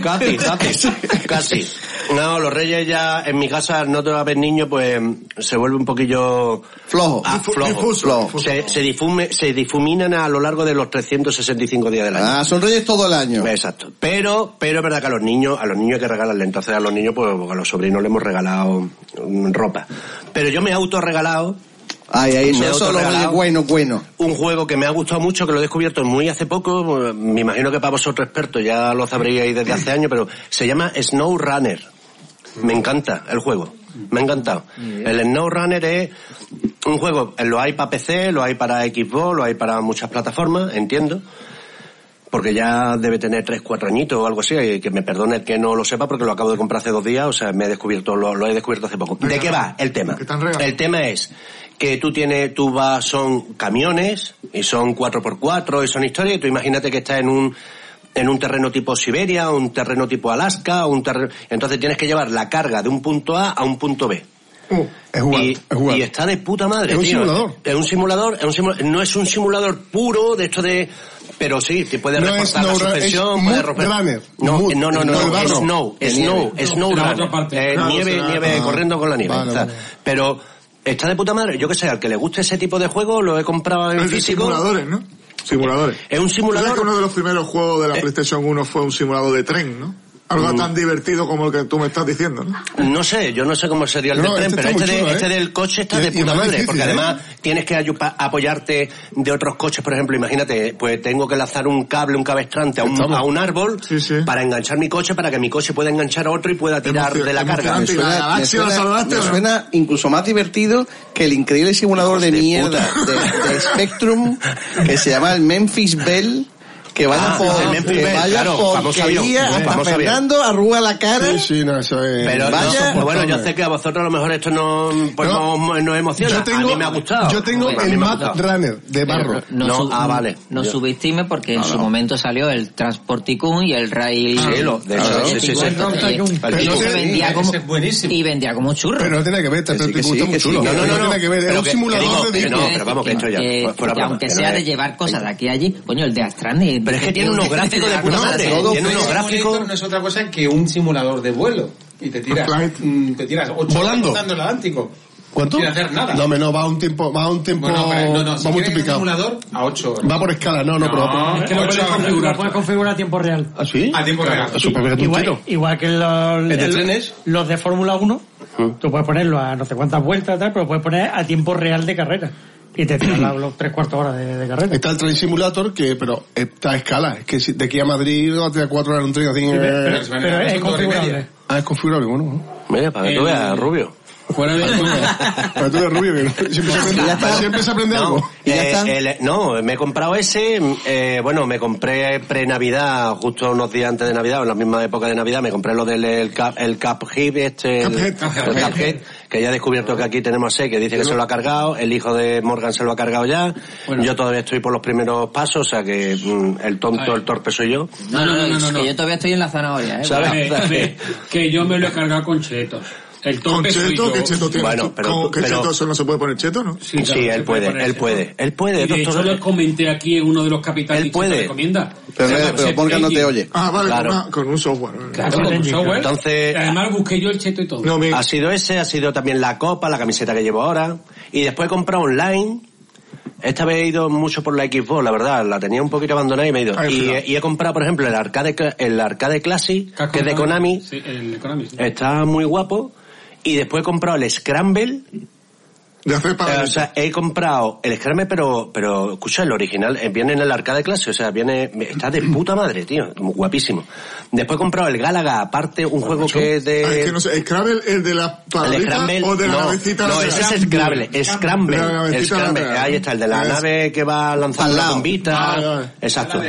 [SPEAKER 5] Casi, casi, casi. No, los reyes ya en mi casa no te va a ver niño, pues se vuelve un poquillo Ah,
[SPEAKER 1] flojo,
[SPEAKER 6] Difu-
[SPEAKER 5] flojo.
[SPEAKER 6] difuso, difuso.
[SPEAKER 5] Se, se difume, se difuminan a lo largo de los 365 días del año.
[SPEAKER 1] Ah, son reyes todo el año.
[SPEAKER 5] Exacto. Pero, pero es verdad que a los niños, a los niños hay que regalarle. Entonces a los niños, pues a los sobrinos le hemos regalado mm, ropa. Pero yo me he autorregalado
[SPEAKER 1] Ay, ay,
[SPEAKER 5] Me
[SPEAKER 1] eso, eso lo
[SPEAKER 5] autorregalado.
[SPEAKER 1] reyes bueno, bueno.
[SPEAKER 5] un juego que me ha gustado mucho, que lo he descubierto muy hace poco, me imagino que para vosotros expertos ya lo sabréis desde hace años, pero se llama Snow Runner. Me encanta el juego, me ha encantado. El Snow Runner es un juego, lo hay para PC, lo hay para Xbox, lo hay para muchas plataformas, entiendo. Porque ya debe tener 3, 4 añitos o algo así, y que me perdone el que no lo sepa porque lo acabo de comprar hace dos días, o sea, me he descubierto, lo, lo he descubierto hace poco. ¿De qué va el tema? El tema es que tú tienes, tú vas, son camiones, y son 4x4, y son historias, y tú imagínate que estás en un, en un terreno tipo Siberia, un terreno tipo Alaska, un terreno, entonces tienes que llevar la carga de un punto A a un punto B.
[SPEAKER 4] Uh, Es jugar,
[SPEAKER 5] Y,
[SPEAKER 4] es jugar.
[SPEAKER 5] y está de puta madre.
[SPEAKER 4] Es un
[SPEAKER 5] tío.
[SPEAKER 4] simulador.
[SPEAKER 5] Es un simulador, es un simu- no es un simulador puro de esto de. Pero sí, te puede
[SPEAKER 4] No es
[SPEAKER 5] reportar la
[SPEAKER 4] Snow Runner, es
[SPEAKER 5] suspensión,
[SPEAKER 4] Mood
[SPEAKER 5] puede romper.
[SPEAKER 4] Runner.
[SPEAKER 5] No,
[SPEAKER 4] Mood,
[SPEAKER 5] no, no, no,
[SPEAKER 4] no, el
[SPEAKER 5] no,
[SPEAKER 4] barro.
[SPEAKER 5] snow,
[SPEAKER 4] De
[SPEAKER 5] snow,
[SPEAKER 4] nieve.
[SPEAKER 5] snow
[SPEAKER 4] La
[SPEAKER 5] runner.
[SPEAKER 4] otra parte.
[SPEAKER 5] Eh,
[SPEAKER 4] Claro,
[SPEAKER 5] nieve,
[SPEAKER 4] será-
[SPEAKER 5] nieve
[SPEAKER 4] ah.
[SPEAKER 5] corriendo con la nieve.
[SPEAKER 4] Vale,
[SPEAKER 5] está.
[SPEAKER 4] vale.
[SPEAKER 5] Pero está de puta madre. Yo que sé, al que le guste ese tipo de juego, lo he comprado en
[SPEAKER 6] Es de
[SPEAKER 5] físico.
[SPEAKER 6] simuladores, ¿no? Simuladores.
[SPEAKER 5] Es un
[SPEAKER 6] ¿Sabes
[SPEAKER 5] simulador.
[SPEAKER 6] que uno de los primeros juegos de la PlayStation 1 fue un simulador de tren, ¿no? Algo
[SPEAKER 5] Mm.
[SPEAKER 6] tan divertido como el que tú me estás diciendo, ¿no?
[SPEAKER 5] No sé, yo no sé cómo sería el
[SPEAKER 6] No,
[SPEAKER 5] del tren,
[SPEAKER 6] este
[SPEAKER 5] pero
[SPEAKER 6] está muy
[SPEAKER 5] este, de-
[SPEAKER 6] chulo, ¿eh?
[SPEAKER 5] este del coche está
[SPEAKER 6] Y-
[SPEAKER 5] de
[SPEAKER 6] y
[SPEAKER 5] puta
[SPEAKER 6] más
[SPEAKER 5] madre,
[SPEAKER 6] difícil,
[SPEAKER 5] porque
[SPEAKER 6] ¿eh?
[SPEAKER 5] además tienes que ayupa- apoyarte de otros coches, por ejemplo, imagínate, pues tengo que lanzar un cable, un cabestrante a un, a un árbol para enganchar mi coche, para que mi coche pueda enganchar a otro y pueda tirar de la carga.
[SPEAKER 1] Me suena, me suena- me suena incluso más divertido que el increíble simulador de, mierda de, de Spectrum que se llama el Memphis Bell que vaya
[SPEAKER 5] Ah, el
[SPEAKER 1] por
[SPEAKER 5] Memphis
[SPEAKER 1] que
[SPEAKER 5] Bell,
[SPEAKER 1] vaya
[SPEAKER 5] claro, famoso avión,
[SPEAKER 1] porquería
[SPEAKER 5] bueno,
[SPEAKER 1] hasta
[SPEAKER 5] famoso avión.
[SPEAKER 1] Fernando arruga la cara
[SPEAKER 4] Sí, sí, no, eso es...
[SPEAKER 5] Pero no,
[SPEAKER 4] Vaya-
[SPEAKER 5] pues bueno, yo sé que a vosotros a lo mejor esto no, pues no, no emociona.
[SPEAKER 4] Yo tengo-
[SPEAKER 5] a mí me ha gustado.
[SPEAKER 4] yo tengo
[SPEAKER 5] A mí me
[SPEAKER 4] el
[SPEAKER 5] ha
[SPEAKER 4] Mad
[SPEAKER 5] gustado. ah,
[SPEAKER 4] Runner de barro.
[SPEAKER 13] No, ah, su- No subestime porque en su momento salió el Transporticum y el Rail.
[SPEAKER 5] Sí, lo- de hecho, sí, sí, sí.
[SPEAKER 13] Y
[SPEAKER 5] Pero
[SPEAKER 13] se
[SPEAKER 5] sí,
[SPEAKER 13] vendía
[SPEAKER 5] ese
[SPEAKER 13] como, y vendía como churro.
[SPEAKER 4] Pero no tiene que ver, está
[SPEAKER 13] sí, que
[SPEAKER 4] está
[SPEAKER 13] sí,
[SPEAKER 4] muy
[SPEAKER 13] que
[SPEAKER 4] chulo.
[SPEAKER 13] sí. No,
[SPEAKER 4] no
[SPEAKER 13] no, no,
[SPEAKER 4] tiene que ver, es
[SPEAKER 13] pero
[SPEAKER 4] un
[SPEAKER 13] que-
[SPEAKER 4] simulador de
[SPEAKER 13] que digo,
[SPEAKER 4] niño.
[SPEAKER 13] que- que- que- Eh, que aunque sea de llevar cosas de aquí a allí, coño, el de Astrani. Pero
[SPEAKER 8] es que tiene unos gráficos de puta madre, tiene unos gráficos- no es otra cosa que un simulador de vuelo. Y te tiras, mm, te tiras ocho horas
[SPEAKER 4] Volando.
[SPEAKER 8] volando el Atlántico.
[SPEAKER 4] ¿Cuánto?
[SPEAKER 8] Sin hacer nada.
[SPEAKER 4] No, hombre, no, va a un tiempo, va a un tiempo,
[SPEAKER 8] Bueno, pero no, no, si
[SPEAKER 4] va
[SPEAKER 8] quieres
[SPEAKER 4] multiplicado.
[SPEAKER 8] un simulador, a 8 horas.
[SPEAKER 4] Va por escala, no, no, pero va por...
[SPEAKER 3] Es que lo puedes
[SPEAKER 8] Ocho horas.
[SPEAKER 3] configurar, lo puedes configurar a tiempo real.
[SPEAKER 4] ¿Ah, sí?
[SPEAKER 8] A tiempo real.
[SPEAKER 4] A supermercado un
[SPEAKER 3] Igual,
[SPEAKER 4] tiro.
[SPEAKER 3] igual que los,
[SPEAKER 4] ¿El de
[SPEAKER 3] el-
[SPEAKER 4] trenes? Ah.
[SPEAKER 3] los de Fórmula 1, tú puedes ponerlo a no sé cuántas vueltas, tal, pero puedes poner a tiempo real de carrera. Y te tiras la- los tres cuartos horas de, de carrera.
[SPEAKER 4] Está el Train Simulator, que, pero está a escala. Es que si- de aquí a Madrid no te da cuatro horas en un tren así. eh.
[SPEAKER 3] pero- pero es configurable. Eh,
[SPEAKER 4] Ah, es configurable, bueno.
[SPEAKER 5] Mira, para que tú
[SPEAKER 4] El-
[SPEAKER 5] veas, Rubio.
[SPEAKER 2] Fuera de
[SPEAKER 4] Para tú de rubio, que siempre se aprende, siempre se aprende
[SPEAKER 5] no,
[SPEAKER 4] algo.
[SPEAKER 5] eh, el- no, me he comprado ese, eh, bueno, me compré pre-Navidad, justo unos días antes de Navidad, o en la misma época de Navidad, me compré lo del el cap, el Cuphead, este, el, el Cuphead, que ya he descubierto que aquí tenemos a seis, que dice que se lo ha cargado, el hijo de Morgan se lo ha cargado ya, yo todavía estoy por los primeros pasos, o sea que mm, el tonto, el torpe soy yo.
[SPEAKER 13] No, no, no, no, que yo todavía estoy en la zanahoria, ¿eh?
[SPEAKER 5] ¿Sabes?
[SPEAKER 13] Bueno.
[SPEAKER 2] Que, que yo me lo he cargado con chetos. El tope
[SPEAKER 6] Con
[SPEAKER 2] soy
[SPEAKER 6] cheto,
[SPEAKER 2] yo.
[SPEAKER 6] ¿qué cheto tienes
[SPEAKER 2] Bueno,
[SPEAKER 6] tú?
[SPEAKER 2] pero-
[SPEAKER 6] ¿Con qué
[SPEAKER 2] pero-
[SPEAKER 6] cheto? ¿Eso no se puede poner cheto, no?
[SPEAKER 2] Sí, claro, se poner ese tono. Y de hecho lo comenté aquí en uno de los capitales que te recomienda.
[SPEAKER 1] Pero, eh,
[SPEAKER 2] Se llama
[SPEAKER 1] pero
[SPEAKER 2] Set
[SPEAKER 1] Porca no te
[SPEAKER 2] Engine.
[SPEAKER 1] oye.
[SPEAKER 6] Ah, vale,
[SPEAKER 5] Claro.
[SPEAKER 6] con, una- con un software.
[SPEAKER 2] Claro, con un software.
[SPEAKER 5] Entonces-
[SPEAKER 2] Además busqué yo el cheto y todo.
[SPEAKER 5] Ha sido ese, ha sido también la copa, la camiseta que llevo ahora. Y después he comprado online. Esta vez he ido mucho por la Xbox, la verdad. La tenía un poquito abandonada y me he ido.
[SPEAKER 2] Ay,
[SPEAKER 5] Y,
[SPEAKER 2] cuidado.
[SPEAKER 5] y he comprado, por ejemplo, el Arcade, Cla- el arcade Classic,
[SPEAKER 2] ¿Qué has
[SPEAKER 5] que es de
[SPEAKER 2] comprado?
[SPEAKER 5] Konami.
[SPEAKER 2] Sí, el Konami. sí.
[SPEAKER 5] Está muy guapo. Y después he comprado el Scramble. Eh, o sea, he comprado el Scramble, pero, pero, escucha, el original eh, viene en el arcade clase, o sea, viene, está de puta madre, tío, muy guapísimo. Después he comprado el Galaga, aparte, un juego que es de...
[SPEAKER 6] Ah, es que no sé, ¿el Scrabble es de la
[SPEAKER 5] El
[SPEAKER 6] palabrita
[SPEAKER 5] Scramble,
[SPEAKER 6] o de la
[SPEAKER 5] no,
[SPEAKER 6] navecita?
[SPEAKER 5] no,
[SPEAKER 6] lateral?
[SPEAKER 5] ese es Scrabble, Scramble,
[SPEAKER 6] De la navecita
[SPEAKER 5] el Scramble,
[SPEAKER 6] lateral.
[SPEAKER 5] ahí está, el de la
[SPEAKER 6] Es-
[SPEAKER 5] nave que va lanzando
[SPEAKER 6] Al
[SPEAKER 5] la
[SPEAKER 6] lado.
[SPEAKER 5] bombita,
[SPEAKER 6] Ah, vale.
[SPEAKER 5] exacto.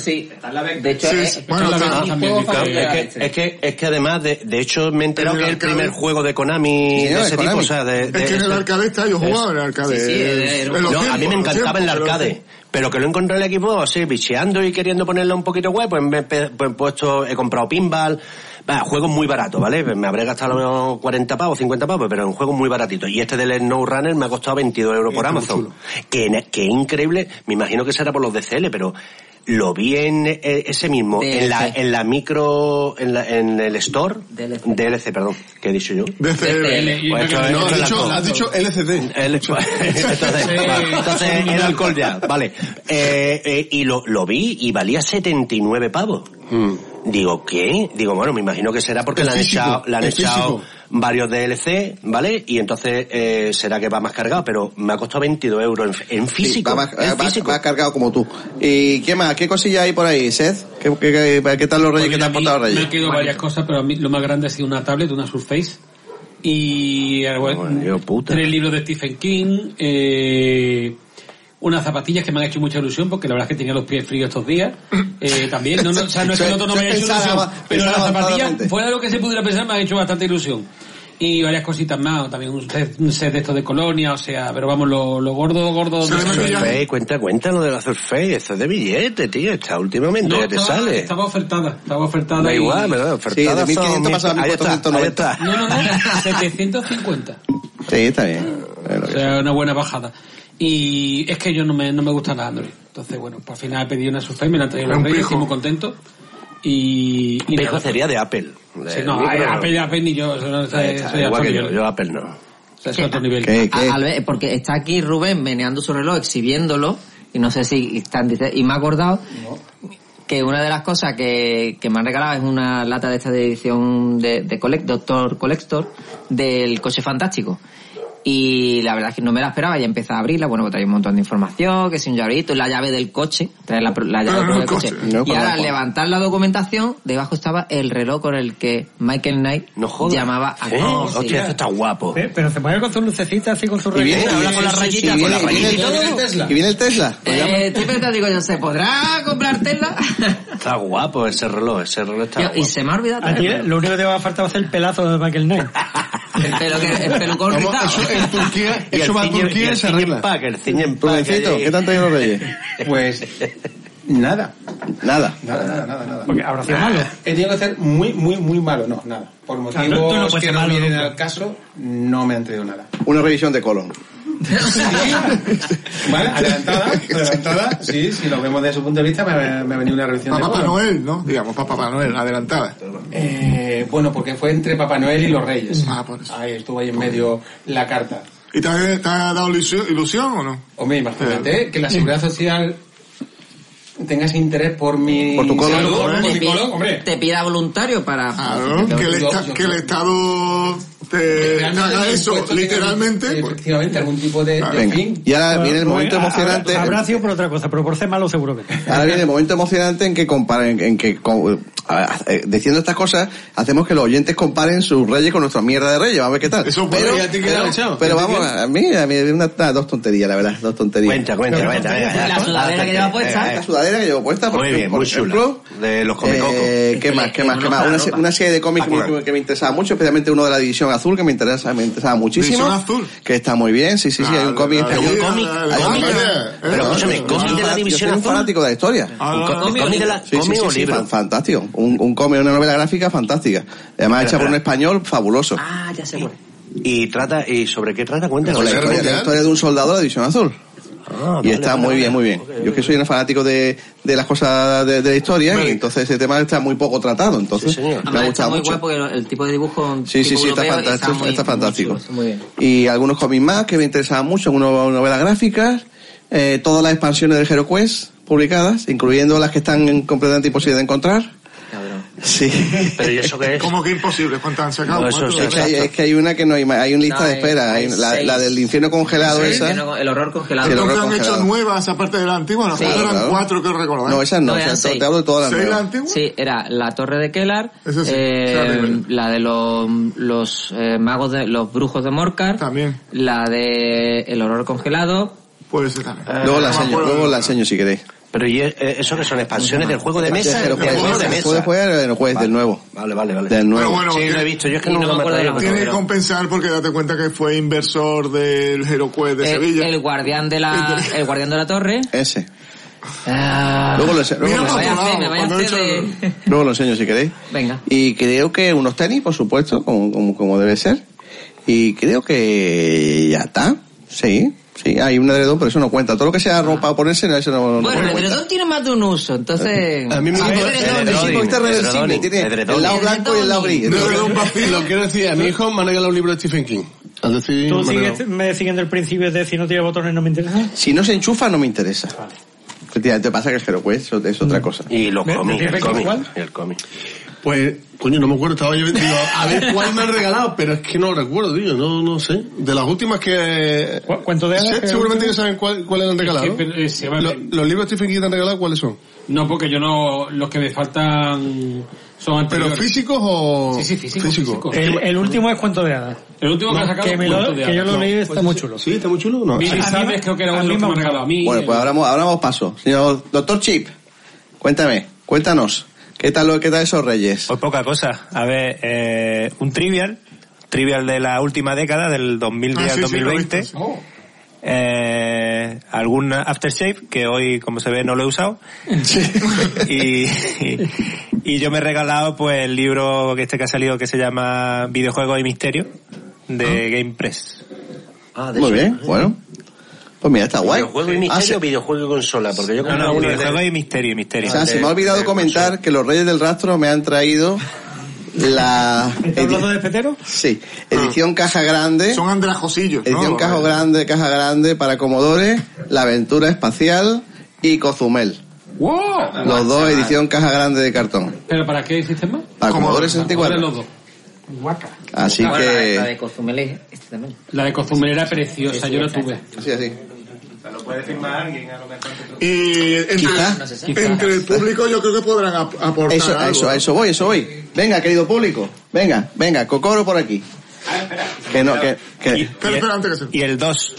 [SPEAKER 13] Sí, está la De hecho, eh, Ah,
[SPEAKER 5] Sí,
[SPEAKER 13] es-
[SPEAKER 5] sí, bueno,
[SPEAKER 13] es-
[SPEAKER 5] claro,
[SPEAKER 13] es-
[SPEAKER 5] también,
[SPEAKER 13] es-
[SPEAKER 5] claro,
[SPEAKER 13] es-
[SPEAKER 5] es, que, es, que, es que además, de, de hecho, me he enterado
[SPEAKER 6] En
[SPEAKER 5] que
[SPEAKER 6] el
[SPEAKER 5] es el
[SPEAKER 6] arcade.
[SPEAKER 5] primer juego de Konami
[SPEAKER 6] Sí,
[SPEAKER 5] de
[SPEAKER 6] de
[SPEAKER 5] ese
[SPEAKER 6] Konami.
[SPEAKER 5] tipo. O sea, de,
[SPEAKER 6] Es
[SPEAKER 5] de-
[SPEAKER 6] que en el arcade está, yo jugaba en el arcade. Sí, sí, era un- En los
[SPEAKER 5] No, a mí
[SPEAKER 6] tiempos,
[SPEAKER 5] me
[SPEAKER 6] en los
[SPEAKER 5] encantaba en el
[SPEAKER 6] tiempos, en los
[SPEAKER 5] arcade.
[SPEAKER 6] tiempos.
[SPEAKER 5] Pero que lo encontré en el equipo, así, bicheando y queriendo ponerlo un poquito guay, pues me he pe- pues he puesto, he comprado pinball. Va, juegos muy baratos, ¿vale? Me habré gastado a lo mejor 40 pavos, 50 pavos, pero en juegos muy baratitos. Y este del Snow Runner me ha costado 22 euros por Amazon. Que, ne- que increíble, me imagino que será por los DCL, pero lo vi en eh, ese mismo,
[SPEAKER 13] DLC.
[SPEAKER 5] en la, en la micro, en, la- en el store, DLC. perdón, ¿qué he dicho yo?
[SPEAKER 4] DCL.
[SPEAKER 5] Pues esto es-
[SPEAKER 4] No,
[SPEAKER 5] esto
[SPEAKER 4] has
[SPEAKER 5] es
[SPEAKER 4] dicho,
[SPEAKER 5] alcohol.
[SPEAKER 4] has dicho LCD.
[SPEAKER 5] El- pues, entonces, vale, entonces, el alcohol ya, vale. Eh, eh, y lo, lo vi y valía 79 pavos. Digo, ¿qué? Digo, bueno, me imagino que será porque
[SPEAKER 14] El
[SPEAKER 5] le han
[SPEAKER 14] físico,
[SPEAKER 5] echado, le han
[SPEAKER 14] el
[SPEAKER 5] echado
[SPEAKER 14] físico.
[SPEAKER 5] varios DLC, ¿vale? Y entonces eh, será que va más cargado, pero me ha costado 22 euros en, en físico.
[SPEAKER 1] Sí, va,
[SPEAKER 5] en
[SPEAKER 1] va- va-
[SPEAKER 5] físico.
[SPEAKER 1] va cargado como tú. ¿Y qué más? ¿Qué cosilla hay por ahí, Seth? ¿Qué, qué- qué- qué tal los reyes? ¿Qué te han portado los
[SPEAKER 2] Pues Me
[SPEAKER 1] reyes?
[SPEAKER 2] han quedado varias cosas, pero a mí lo más grande ha sido una tablet, una Surface. Y eh, bueno, tres libros de Stephen King, eh, unas zapatillas que me han hecho mucha ilusión porque la verdad es que tenía los pies fríos estos días. Eh, también, no, no, o sea, no es que
[SPEAKER 1] Se-
[SPEAKER 2] no, no me
[SPEAKER 1] se
[SPEAKER 2] haya hecho
[SPEAKER 1] pensaba-
[SPEAKER 2] ilusión, pero las
[SPEAKER 1] pensaba
[SPEAKER 2] zapatillas,
[SPEAKER 1] avanzadamente.
[SPEAKER 2] fuera de lo que se pudiera pensar, me han hecho bastante ilusión. Y varias cositas más, también un set, un set de estos de colonia, o sea, pero vamos, lo, lo gordo, gordo. de-
[SPEAKER 5] Surface, cuenta, cuenta lo de la Surface, eso es de billete, tío, está últimamente,
[SPEAKER 2] No,
[SPEAKER 5] ya te
[SPEAKER 2] estaba-
[SPEAKER 5] sale.
[SPEAKER 2] Estaba ofertada, estaba ofertada.
[SPEAKER 5] Da
[SPEAKER 2] y-
[SPEAKER 5] igual, ¿verdad? Ofertadas
[SPEAKER 1] de
[SPEAKER 5] son
[SPEAKER 1] 1.500 pasa a
[SPEAKER 5] mil- ahí está, ahí
[SPEAKER 1] 1.490.
[SPEAKER 5] está.
[SPEAKER 2] No, no, no, 750.
[SPEAKER 1] Sí, está bien.
[SPEAKER 2] O sea, una buena bajada. Y es que yo no me, no me gusta la Android. Entonces, bueno, pues al final he pedido una Surface, me la han traído los
[SPEAKER 5] Un
[SPEAKER 2] reyes,
[SPEAKER 5] pijo.
[SPEAKER 2] estoy muy contento. Y... y
[SPEAKER 5] Pijo
[SPEAKER 2] nada.
[SPEAKER 5] sería de Apple. eh,
[SPEAKER 2] Sí, no,
[SPEAKER 5] De-
[SPEAKER 2] Apple, Apple ni yo, eso no- eso-
[SPEAKER 5] Ahí
[SPEAKER 2] eso
[SPEAKER 5] está,
[SPEAKER 2] ya está
[SPEAKER 5] igual que yo,
[SPEAKER 2] nivel.
[SPEAKER 5] yo Apple no.
[SPEAKER 2] Eso es otro nivel.
[SPEAKER 13] A- al ver, porque está aquí Rubén meneando su reloj, exhibiéndolo, y no sé si están... dice- Y me ha acordado que una de las cosas que, que me han regalado es una lata de esta de edición de, de Collect- Doctor Collector del coche fantástico. Y la verdad es que no me la esperaba, ya empecé a abrirla, bueno, pues traía un montón de información, que si un llaverito, la llave del coche, trae la, la llave
[SPEAKER 5] Ah,
[SPEAKER 13] del
[SPEAKER 5] el
[SPEAKER 13] coche.
[SPEAKER 5] coche.
[SPEAKER 13] y
[SPEAKER 5] No, para
[SPEAKER 13] ahora al
[SPEAKER 5] abajo.
[SPEAKER 13] levantar la documentación, debajo estaba el reloj con el que Michael Knight llamaba a
[SPEAKER 4] Oh,
[SPEAKER 5] ¿Eh?
[SPEAKER 13] todos. Sí.
[SPEAKER 5] Hostia, esto está guapo.
[SPEAKER 3] Pe- Pero se mueve con su lucecita así con su rayita.
[SPEAKER 5] ahora con la rayita, con la rayita.
[SPEAKER 1] ¿Y viene el Tesla?
[SPEAKER 13] Eh, tú te digo yo, ¿se podrá comprar Tesla?
[SPEAKER 5] Está guapo ese reloj, ese reloj está
[SPEAKER 13] Yo-
[SPEAKER 5] guapo.
[SPEAKER 13] y se me ha olvidado
[SPEAKER 3] A ti
[SPEAKER 13] traerlo.
[SPEAKER 3] lo único que te va a faltar va a ser el pelazo de Michael Knight.
[SPEAKER 13] el, pelo que, el pelucón
[SPEAKER 3] Vamos,
[SPEAKER 13] rizado.
[SPEAKER 3] eso
[SPEAKER 4] En Turquía,
[SPEAKER 5] Y
[SPEAKER 4] eso
[SPEAKER 5] el
[SPEAKER 4] va a
[SPEAKER 5] ciñe- y
[SPEAKER 4] Turquía
[SPEAKER 5] el
[SPEAKER 4] y se
[SPEAKER 5] ciñe
[SPEAKER 4] arregla.
[SPEAKER 5] pack, el ciñe en pack
[SPEAKER 4] Rubéncito,
[SPEAKER 5] ahí.
[SPEAKER 4] ¿qué
[SPEAKER 1] tanto hay los reyes?
[SPEAKER 8] Pues nada.
[SPEAKER 1] Nada.
[SPEAKER 8] Nada, nada, nada, nada.
[SPEAKER 3] Porque habrá sido malo.
[SPEAKER 8] Ah, He tenido que ser muy, muy, muy malo. No, nada. Por
[SPEAKER 3] sea, no- tú no
[SPEAKER 8] motivos
[SPEAKER 3] puedes
[SPEAKER 8] que
[SPEAKER 3] ser
[SPEAKER 8] no
[SPEAKER 3] malo
[SPEAKER 8] vienen
[SPEAKER 3] nunca.
[SPEAKER 8] al caso, no me han traído nada.
[SPEAKER 1] Una revisión de colon.
[SPEAKER 8] Vale, adelantada, adelantada, sí, si lo vemos desde su punto de vista, me, me ha venido una revisión de
[SPEAKER 6] Papá
[SPEAKER 8] colon.
[SPEAKER 6] Noel, ¿no? Digamos, Papá Noel, adelantada.
[SPEAKER 8] Eh, bueno, porque fue entre Papá Noel y los Reyes.
[SPEAKER 6] Ah,
[SPEAKER 8] Ahí estuvo ahí en medio la carta.
[SPEAKER 6] ¿Y te ha, Eh, te ha dado ilusión, ilusión o no? Eh.
[SPEAKER 8] Hombre, imagínate que la seguridad social tenga ese interés por mi
[SPEAKER 6] Por tu colon,
[SPEAKER 8] salud,
[SPEAKER 6] ¿eh?
[SPEAKER 8] por mi
[SPEAKER 13] pide-
[SPEAKER 8] colon, hombre.
[SPEAKER 13] te pida voluntario para...
[SPEAKER 8] Ah,
[SPEAKER 6] Claro, que el, esta- que el Estado te pues,
[SPEAKER 8] Realmente
[SPEAKER 6] haga
[SPEAKER 8] el
[SPEAKER 6] eso,
[SPEAKER 8] impuesto
[SPEAKER 6] literalmente.
[SPEAKER 8] Efectivamente, algún tipo de, de
[SPEAKER 1] Venga.
[SPEAKER 8] fin.
[SPEAKER 1] Y ahora
[SPEAKER 3] Bueno,
[SPEAKER 1] viene el
[SPEAKER 3] pues,
[SPEAKER 1] momento
[SPEAKER 3] ha- habrá-
[SPEAKER 1] emocionante.
[SPEAKER 3] Habrá sido por otra cosa, pero por ser malo seguro que no.
[SPEAKER 1] Ahora viene el momento emocionante en que comparen, en que co- a- eh, diciendo estas cosas hacemos que los oyentes comparen sus reyes con nuestra mierda de reyes, vamos a ver qué tal.
[SPEAKER 6] Eso, bueno,
[SPEAKER 1] pero,
[SPEAKER 6] ¿y a ti qué te
[SPEAKER 1] pero,
[SPEAKER 6] han echado?
[SPEAKER 1] pero
[SPEAKER 6] ¿Y a ti
[SPEAKER 1] vamos,
[SPEAKER 6] qué?
[SPEAKER 1] a mí, a mí una- nada, dos tonterías, la verdad, dos tonterías.
[SPEAKER 5] Cuenta, cuenta,
[SPEAKER 1] Pero-
[SPEAKER 5] cuenta. venga,
[SPEAKER 13] La
[SPEAKER 5] venga,
[SPEAKER 13] sudadera que lleva
[SPEAKER 5] venga,
[SPEAKER 4] Eh,
[SPEAKER 13] puesta.
[SPEAKER 5] venga,
[SPEAKER 1] La sudadera que llevo puesta, por
[SPEAKER 5] Muy bien,
[SPEAKER 1] ejemplo,
[SPEAKER 5] muy
[SPEAKER 1] por
[SPEAKER 5] chula.
[SPEAKER 1] ejemplo.
[SPEAKER 5] De los comecocos.
[SPEAKER 1] Eh, ¿Qué más? ¿Qué más? ¿Qué más? Una, se- una serie de cómics que, me- que me interesaba mucho, especialmente uno de la división azul que me interesa, me interesaba muchísimo.
[SPEAKER 6] División Azul.
[SPEAKER 1] Que está muy bien, sí, sí, sí, hay un cómic.
[SPEAKER 6] Pero un cómic, cómic. Pero escúchame,
[SPEAKER 5] cómic de la
[SPEAKER 1] Yo soy
[SPEAKER 5] División
[SPEAKER 1] un
[SPEAKER 5] Azul.
[SPEAKER 1] fanático de la historia.
[SPEAKER 5] Ah, ¿Cómic de la-
[SPEAKER 1] Sí, sí,
[SPEAKER 5] cómic
[SPEAKER 1] sí,
[SPEAKER 5] o
[SPEAKER 1] sí,
[SPEAKER 5] libro?
[SPEAKER 1] fan- fantástico. un, un cómic, una novela gráfica fantástica. Además,
[SPEAKER 5] Espera,
[SPEAKER 1] hecha por un
[SPEAKER 5] espera.
[SPEAKER 1] español fabuloso.
[SPEAKER 13] Ah, ya sé cuál.
[SPEAKER 5] Y trata, ¿y sobre qué trata? Cuéntanos.
[SPEAKER 1] Con la historia, la historia de un soldado de la División Azul. y
[SPEAKER 5] Ah, vale,
[SPEAKER 1] está
[SPEAKER 5] vale,
[SPEAKER 1] muy
[SPEAKER 5] vale.
[SPEAKER 1] bien, muy bien. Yo es que soy un fanático de, de las cosas de, de la historia y entonces ese tema está muy poco tratado. Entonces, me ha
[SPEAKER 13] Además, está
[SPEAKER 1] gustado
[SPEAKER 13] muy
[SPEAKER 1] mucho.
[SPEAKER 13] guapo el, el tipo de dibujo.
[SPEAKER 1] Sí, sí,
[SPEAKER 13] tipo
[SPEAKER 1] sí, está
[SPEAKER 13] europeo
[SPEAKER 1] fantástico.
[SPEAKER 13] muy-
[SPEAKER 1] está
[SPEAKER 13] muy
[SPEAKER 1] fantástico.
[SPEAKER 13] chulo, está muy bien.
[SPEAKER 1] y algunos cómics más que me interesaban mucho, uno- novelas gráficas, eh, todas las expansiones del Hero Quest publicadas, incluyendo las que están completamente imposibles de encontrar. Sí.
[SPEAKER 5] Pero ¿y eso qué es?
[SPEAKER 6] ¿Cómo que imposible? ¿Cuántas han sacado? ¿Cuántas?
[SPEAKER 1] es, que hay, es que hay una que no hay más, hay una lista
[SPEAKER 6] No,
[SPEAKER 1] de
[SPEAKER 6] hay-
[SPEAKER 1] espera,
[SPEAKER 6] hay
[SPEAKER 1] hay la,
[SPEAKER 6] seis.
[SPEAKER 1] la del infierno congelado
[SPEAKER 6] Sí, el
[SPEAKER 1] esa.
[SPEAKER 6] infierno-
[SPEAKER 13] el horror congelado.
[SPEAKER 1] Sí, el horror
[SPEAKER 6] Entonces han hecho
[SPEAKER 1] congelado.
[SPEAKER 6] nuevas aparte de la antigua, las
[SPEAKER 13] Sí.
[SPEAKER 6] otras eran
[SPEAKER 13] Claro.
[SPEAKER 6] cuatro que recordar.
[SPEAKER 1] No, esas no,
[SPEAKER 13] eran
[SPEAKER 1] o sea,
[SPEAKER 13] seis.
[SPEAKER 1] te hablo de todas las ¿Seis nuevas. la
[SPEAKER 13] Sí, era la torre de Kellar,
[SPEAKER 1] Esa sí,
[SPEAKER 13] eh,
[SPEAKER 1] esa es la primera.
[SPEAKER 13] la de los, los eh, magos de los brujos de Morcar, la de el horror congelado. Ah,
[SPEAKER 6] Puede ser también.
[SPEAKER 1] Eh, Luego la enseño, luego la enseño si queréis.
[SPEAKER 5] Ah, Pero ¿y eh, eso que son expansiones del juego de mesa?
[SPEAKER 1] Pero
[SPEAKER 5] Del
[SPEAKER 1] puedes
[SPEAKER 5] juego de mesa.
[SPEAKER 1] jugar en el juez del nuevo.
[SPEAKER 5] Vale, vale, vale.
[SPEAKER 1] Del nuevo.
[SPEAKER 5] sí, lo he visto. Yo es que no, me acuerdo de la
[SPEAKER 6] Tiene que compensar porque date cuenta que fue inversor del Hero Quest de
[SPEAKER 13] El,
[SPEAKER 6] Sevilla.
[SPEAKER 13] Eh, el guardián de la el guardián de la torre.
[SPEAKER 1] Ese.
[SPEAKER 13] Ah.
[SPEAKER 1] Luego lo sé- luego
[SPEAKER 13] me
[SPEAKER 1] lo sé.
[SPEAKER 13] vaya a hacer, me vaya a
[SPEAKER 1] Cuando
[SPEAKER 13] hacer de-
[SPEAKER 1] Luego lo enseño si queréis.
[SPEAKER 13] Venga.
[SPEAKER 1] Y creo que unos tenis, por supuesto, como, como, como debe ser. Y creo que ya está. Sí, sí, hay un edredón, pero eso no cuenta. Todo lo que sea ropa a ponerse, no, eso no, no
[SPEAKER 13] Bueno, el
[SPEAKER 1] cuenta.
[SPEAKER 13] edredón tiene más de un uso, entonces.
[SPEAKER 1] A mí me
[SPEAKER 13] Ah,
[SPEAKER 1] gusta- Este
[SPEAKER 13] edredón,
[SPEAKER 1] edredón,
[SPEAKER 13] sí, porque está
[SPEAKER 1] edredón.
[SPEAKER 13] reversible.
[SPEAKER 1] Tiene el lado blanco y el lado gris.
[SPEAKER 4] No, no, papi, Lo quiero decir, a mi hijo me han regalado un libro de Stephen King. Al decir,
[SPEAKER 3] Tú
[SPEAKER 4] me han
[SPEAKER 3] sigues, me siguiendo el principio de si no tiene botones no me interesa.
[SPEAKER 1] Si no se enchufa, no me interesa. Efectivamente, pasa que el Hero Quest eso es otra cosa.
[SPEAKER 5] Y los
[SPEAKER 4] Mm. ¿Me- me
[SPEAKER 5] cómics, el
[SPEAKER 4] tienes que
[SPEAKER 5] cómic,
[SPEAKER 4] igual?
[SPEAKER 5] el cómic.
[SPEAKER 4] Pues, coño, no me acuerdo, estaba yo, digo, a ver cuál me han regalado, pero es que no lo recuerdo, tío, no, no sé. De las últimas que...
[SPEAKER 3] ¿Cuánto de
[SPEAKER 4] Se- Seguramente que saben cuál- cuáles han regalado. Lo- los libros de Stephen King te han regalado, ¿cuáles son?
[SPEAKER 2] No, porque yo no. Los que me faltan son
[SPEAKER 4] ¿Pero
[SPEAKER 2] anteriores.
[SPEAKER 4] físicos o...?
[SPEAKER 2] Sí, sí, físicos, físicos.
[SPEAKER 3] Eh, El, el último es cuento de hadas.
[SPEAKER 2] El último que
[SPEAKER 3] No,
[SPEAKER 2] ha sacado
[SPEAKER 3] que me
[SPEAKER 2] es
[SPEAKER 3] lo-
[SPEAKER 2] Cuento de
[SPEAKER 3] que yo
[SPEAKER 2] Hadas.
[SPEAKER 3] lo leí, está muy chulo.
[SPEAKER 4] Sí, está muy chulo, ¿no?
[SPEAKER 2] Mil
[SPEAKER 1] Ah,
[SPEAKER 2] sabes creo que era uno de los que me han regalado a mí.
[SPEAKER 1] Bueno, pues ahora, mo- ahora vamos paso. Señor doctor Chip, cuéntame, cuéntanos. ¿Qué tal, lo- qué tal esos reyes?
[SPEAKER 7] Pues poca cosa. A ver, eh, un trivial, trivial de la última década, del 2010
[SPEAKER 6] Ah, sí,
[SPEAKER 7] al
[SPEAKER 6] sí, Oh. lo he
[SPEAKER 7] 2020.
[SPEAKER 6] visto, sí.
[SPEAKER 7] Eh, algún aftershave que hoy, como se ve, no lo he usado. y, y, y yo me he regalado pues el libro que este que ha salido que se llama Videojuegos y Misterio de
[SPEAKER 6] Ah.
[SPEAKER 7] Game Press.
[SPEAKER 5] Ah,
[SPEAKER 1] Muy bien, bueno. Pues mira, está guay.
[SPEAKER 5] Videojuego ¿eh? y
[SPEAKER 1] Ah, se-
[SPEAKER 5] misterio, videojuego y consola, porque yo
[SPEAKER 7] No, no,
[SPEAKER 5] uno de-
[SPEAKER 7] videojuegos y misterio, y misterio.
[SPEAKER 1] O sea, se me ha olvidado comentar que los Reyes del Rastro me han traído la...
[SPEAKER 3] ¿Estás hablando de espetero?
[SPEAKER 1] Sí,
[SPEAKER 2] Ah.
[SPEAKER 1] edición caja grande.
[SPEAKER 6] Son andrajosillos, ¿no?
[SPEAKER 1] Edición caja
[SPEAKER 6] Vale.
[SPEAKER 1] grande, caja grande para Comodores, La Aventura Espacial y Cozumel.
[SPEAKER 2] ¡Wow!
[SPEAKER 1] Los dos edición caja grande de cartón.
[SPEAKER 2] Ah, ¿Pero para qué sistema?
[SPEAKER 1] Para Comodores 64.
[SPEAKER 2] Para los dos.
[SPEAKER 1] Así
[SPEAKER 13] Bueno,
[SPEAKER 1] que...
[SPEAKER 13] La, la de Cozumel es este también.
[SPEAKER 2] La de Cozumel era preciosa,
[SPEAKER 13] Sí, sí,
[SPEAKER 2] yo la
[SPEAKER 13] esa,
[SPEAKER 2] tuve.
[SPEAKER 1] Sí, así.
[SPEAKER 7] Lo puede firmar alguien a lo
[SPEAKER 6] Y
[SPEAKER 1] Quizá.
[SPEAKER 6] entre, entre el público yo creo que podrán ap- aportar
[SPEAKER 1] Eso, a
[SPEAKER 6] algo.
[SPEAKER 1] eso, a eso voy, eso voy. Venga, querido público. Venga, venga, Cocoro por aquí. Que no, que... que
[SPEAKER 6] Espera, espera, antes que se...
[SPEAKER 7] Y el 2.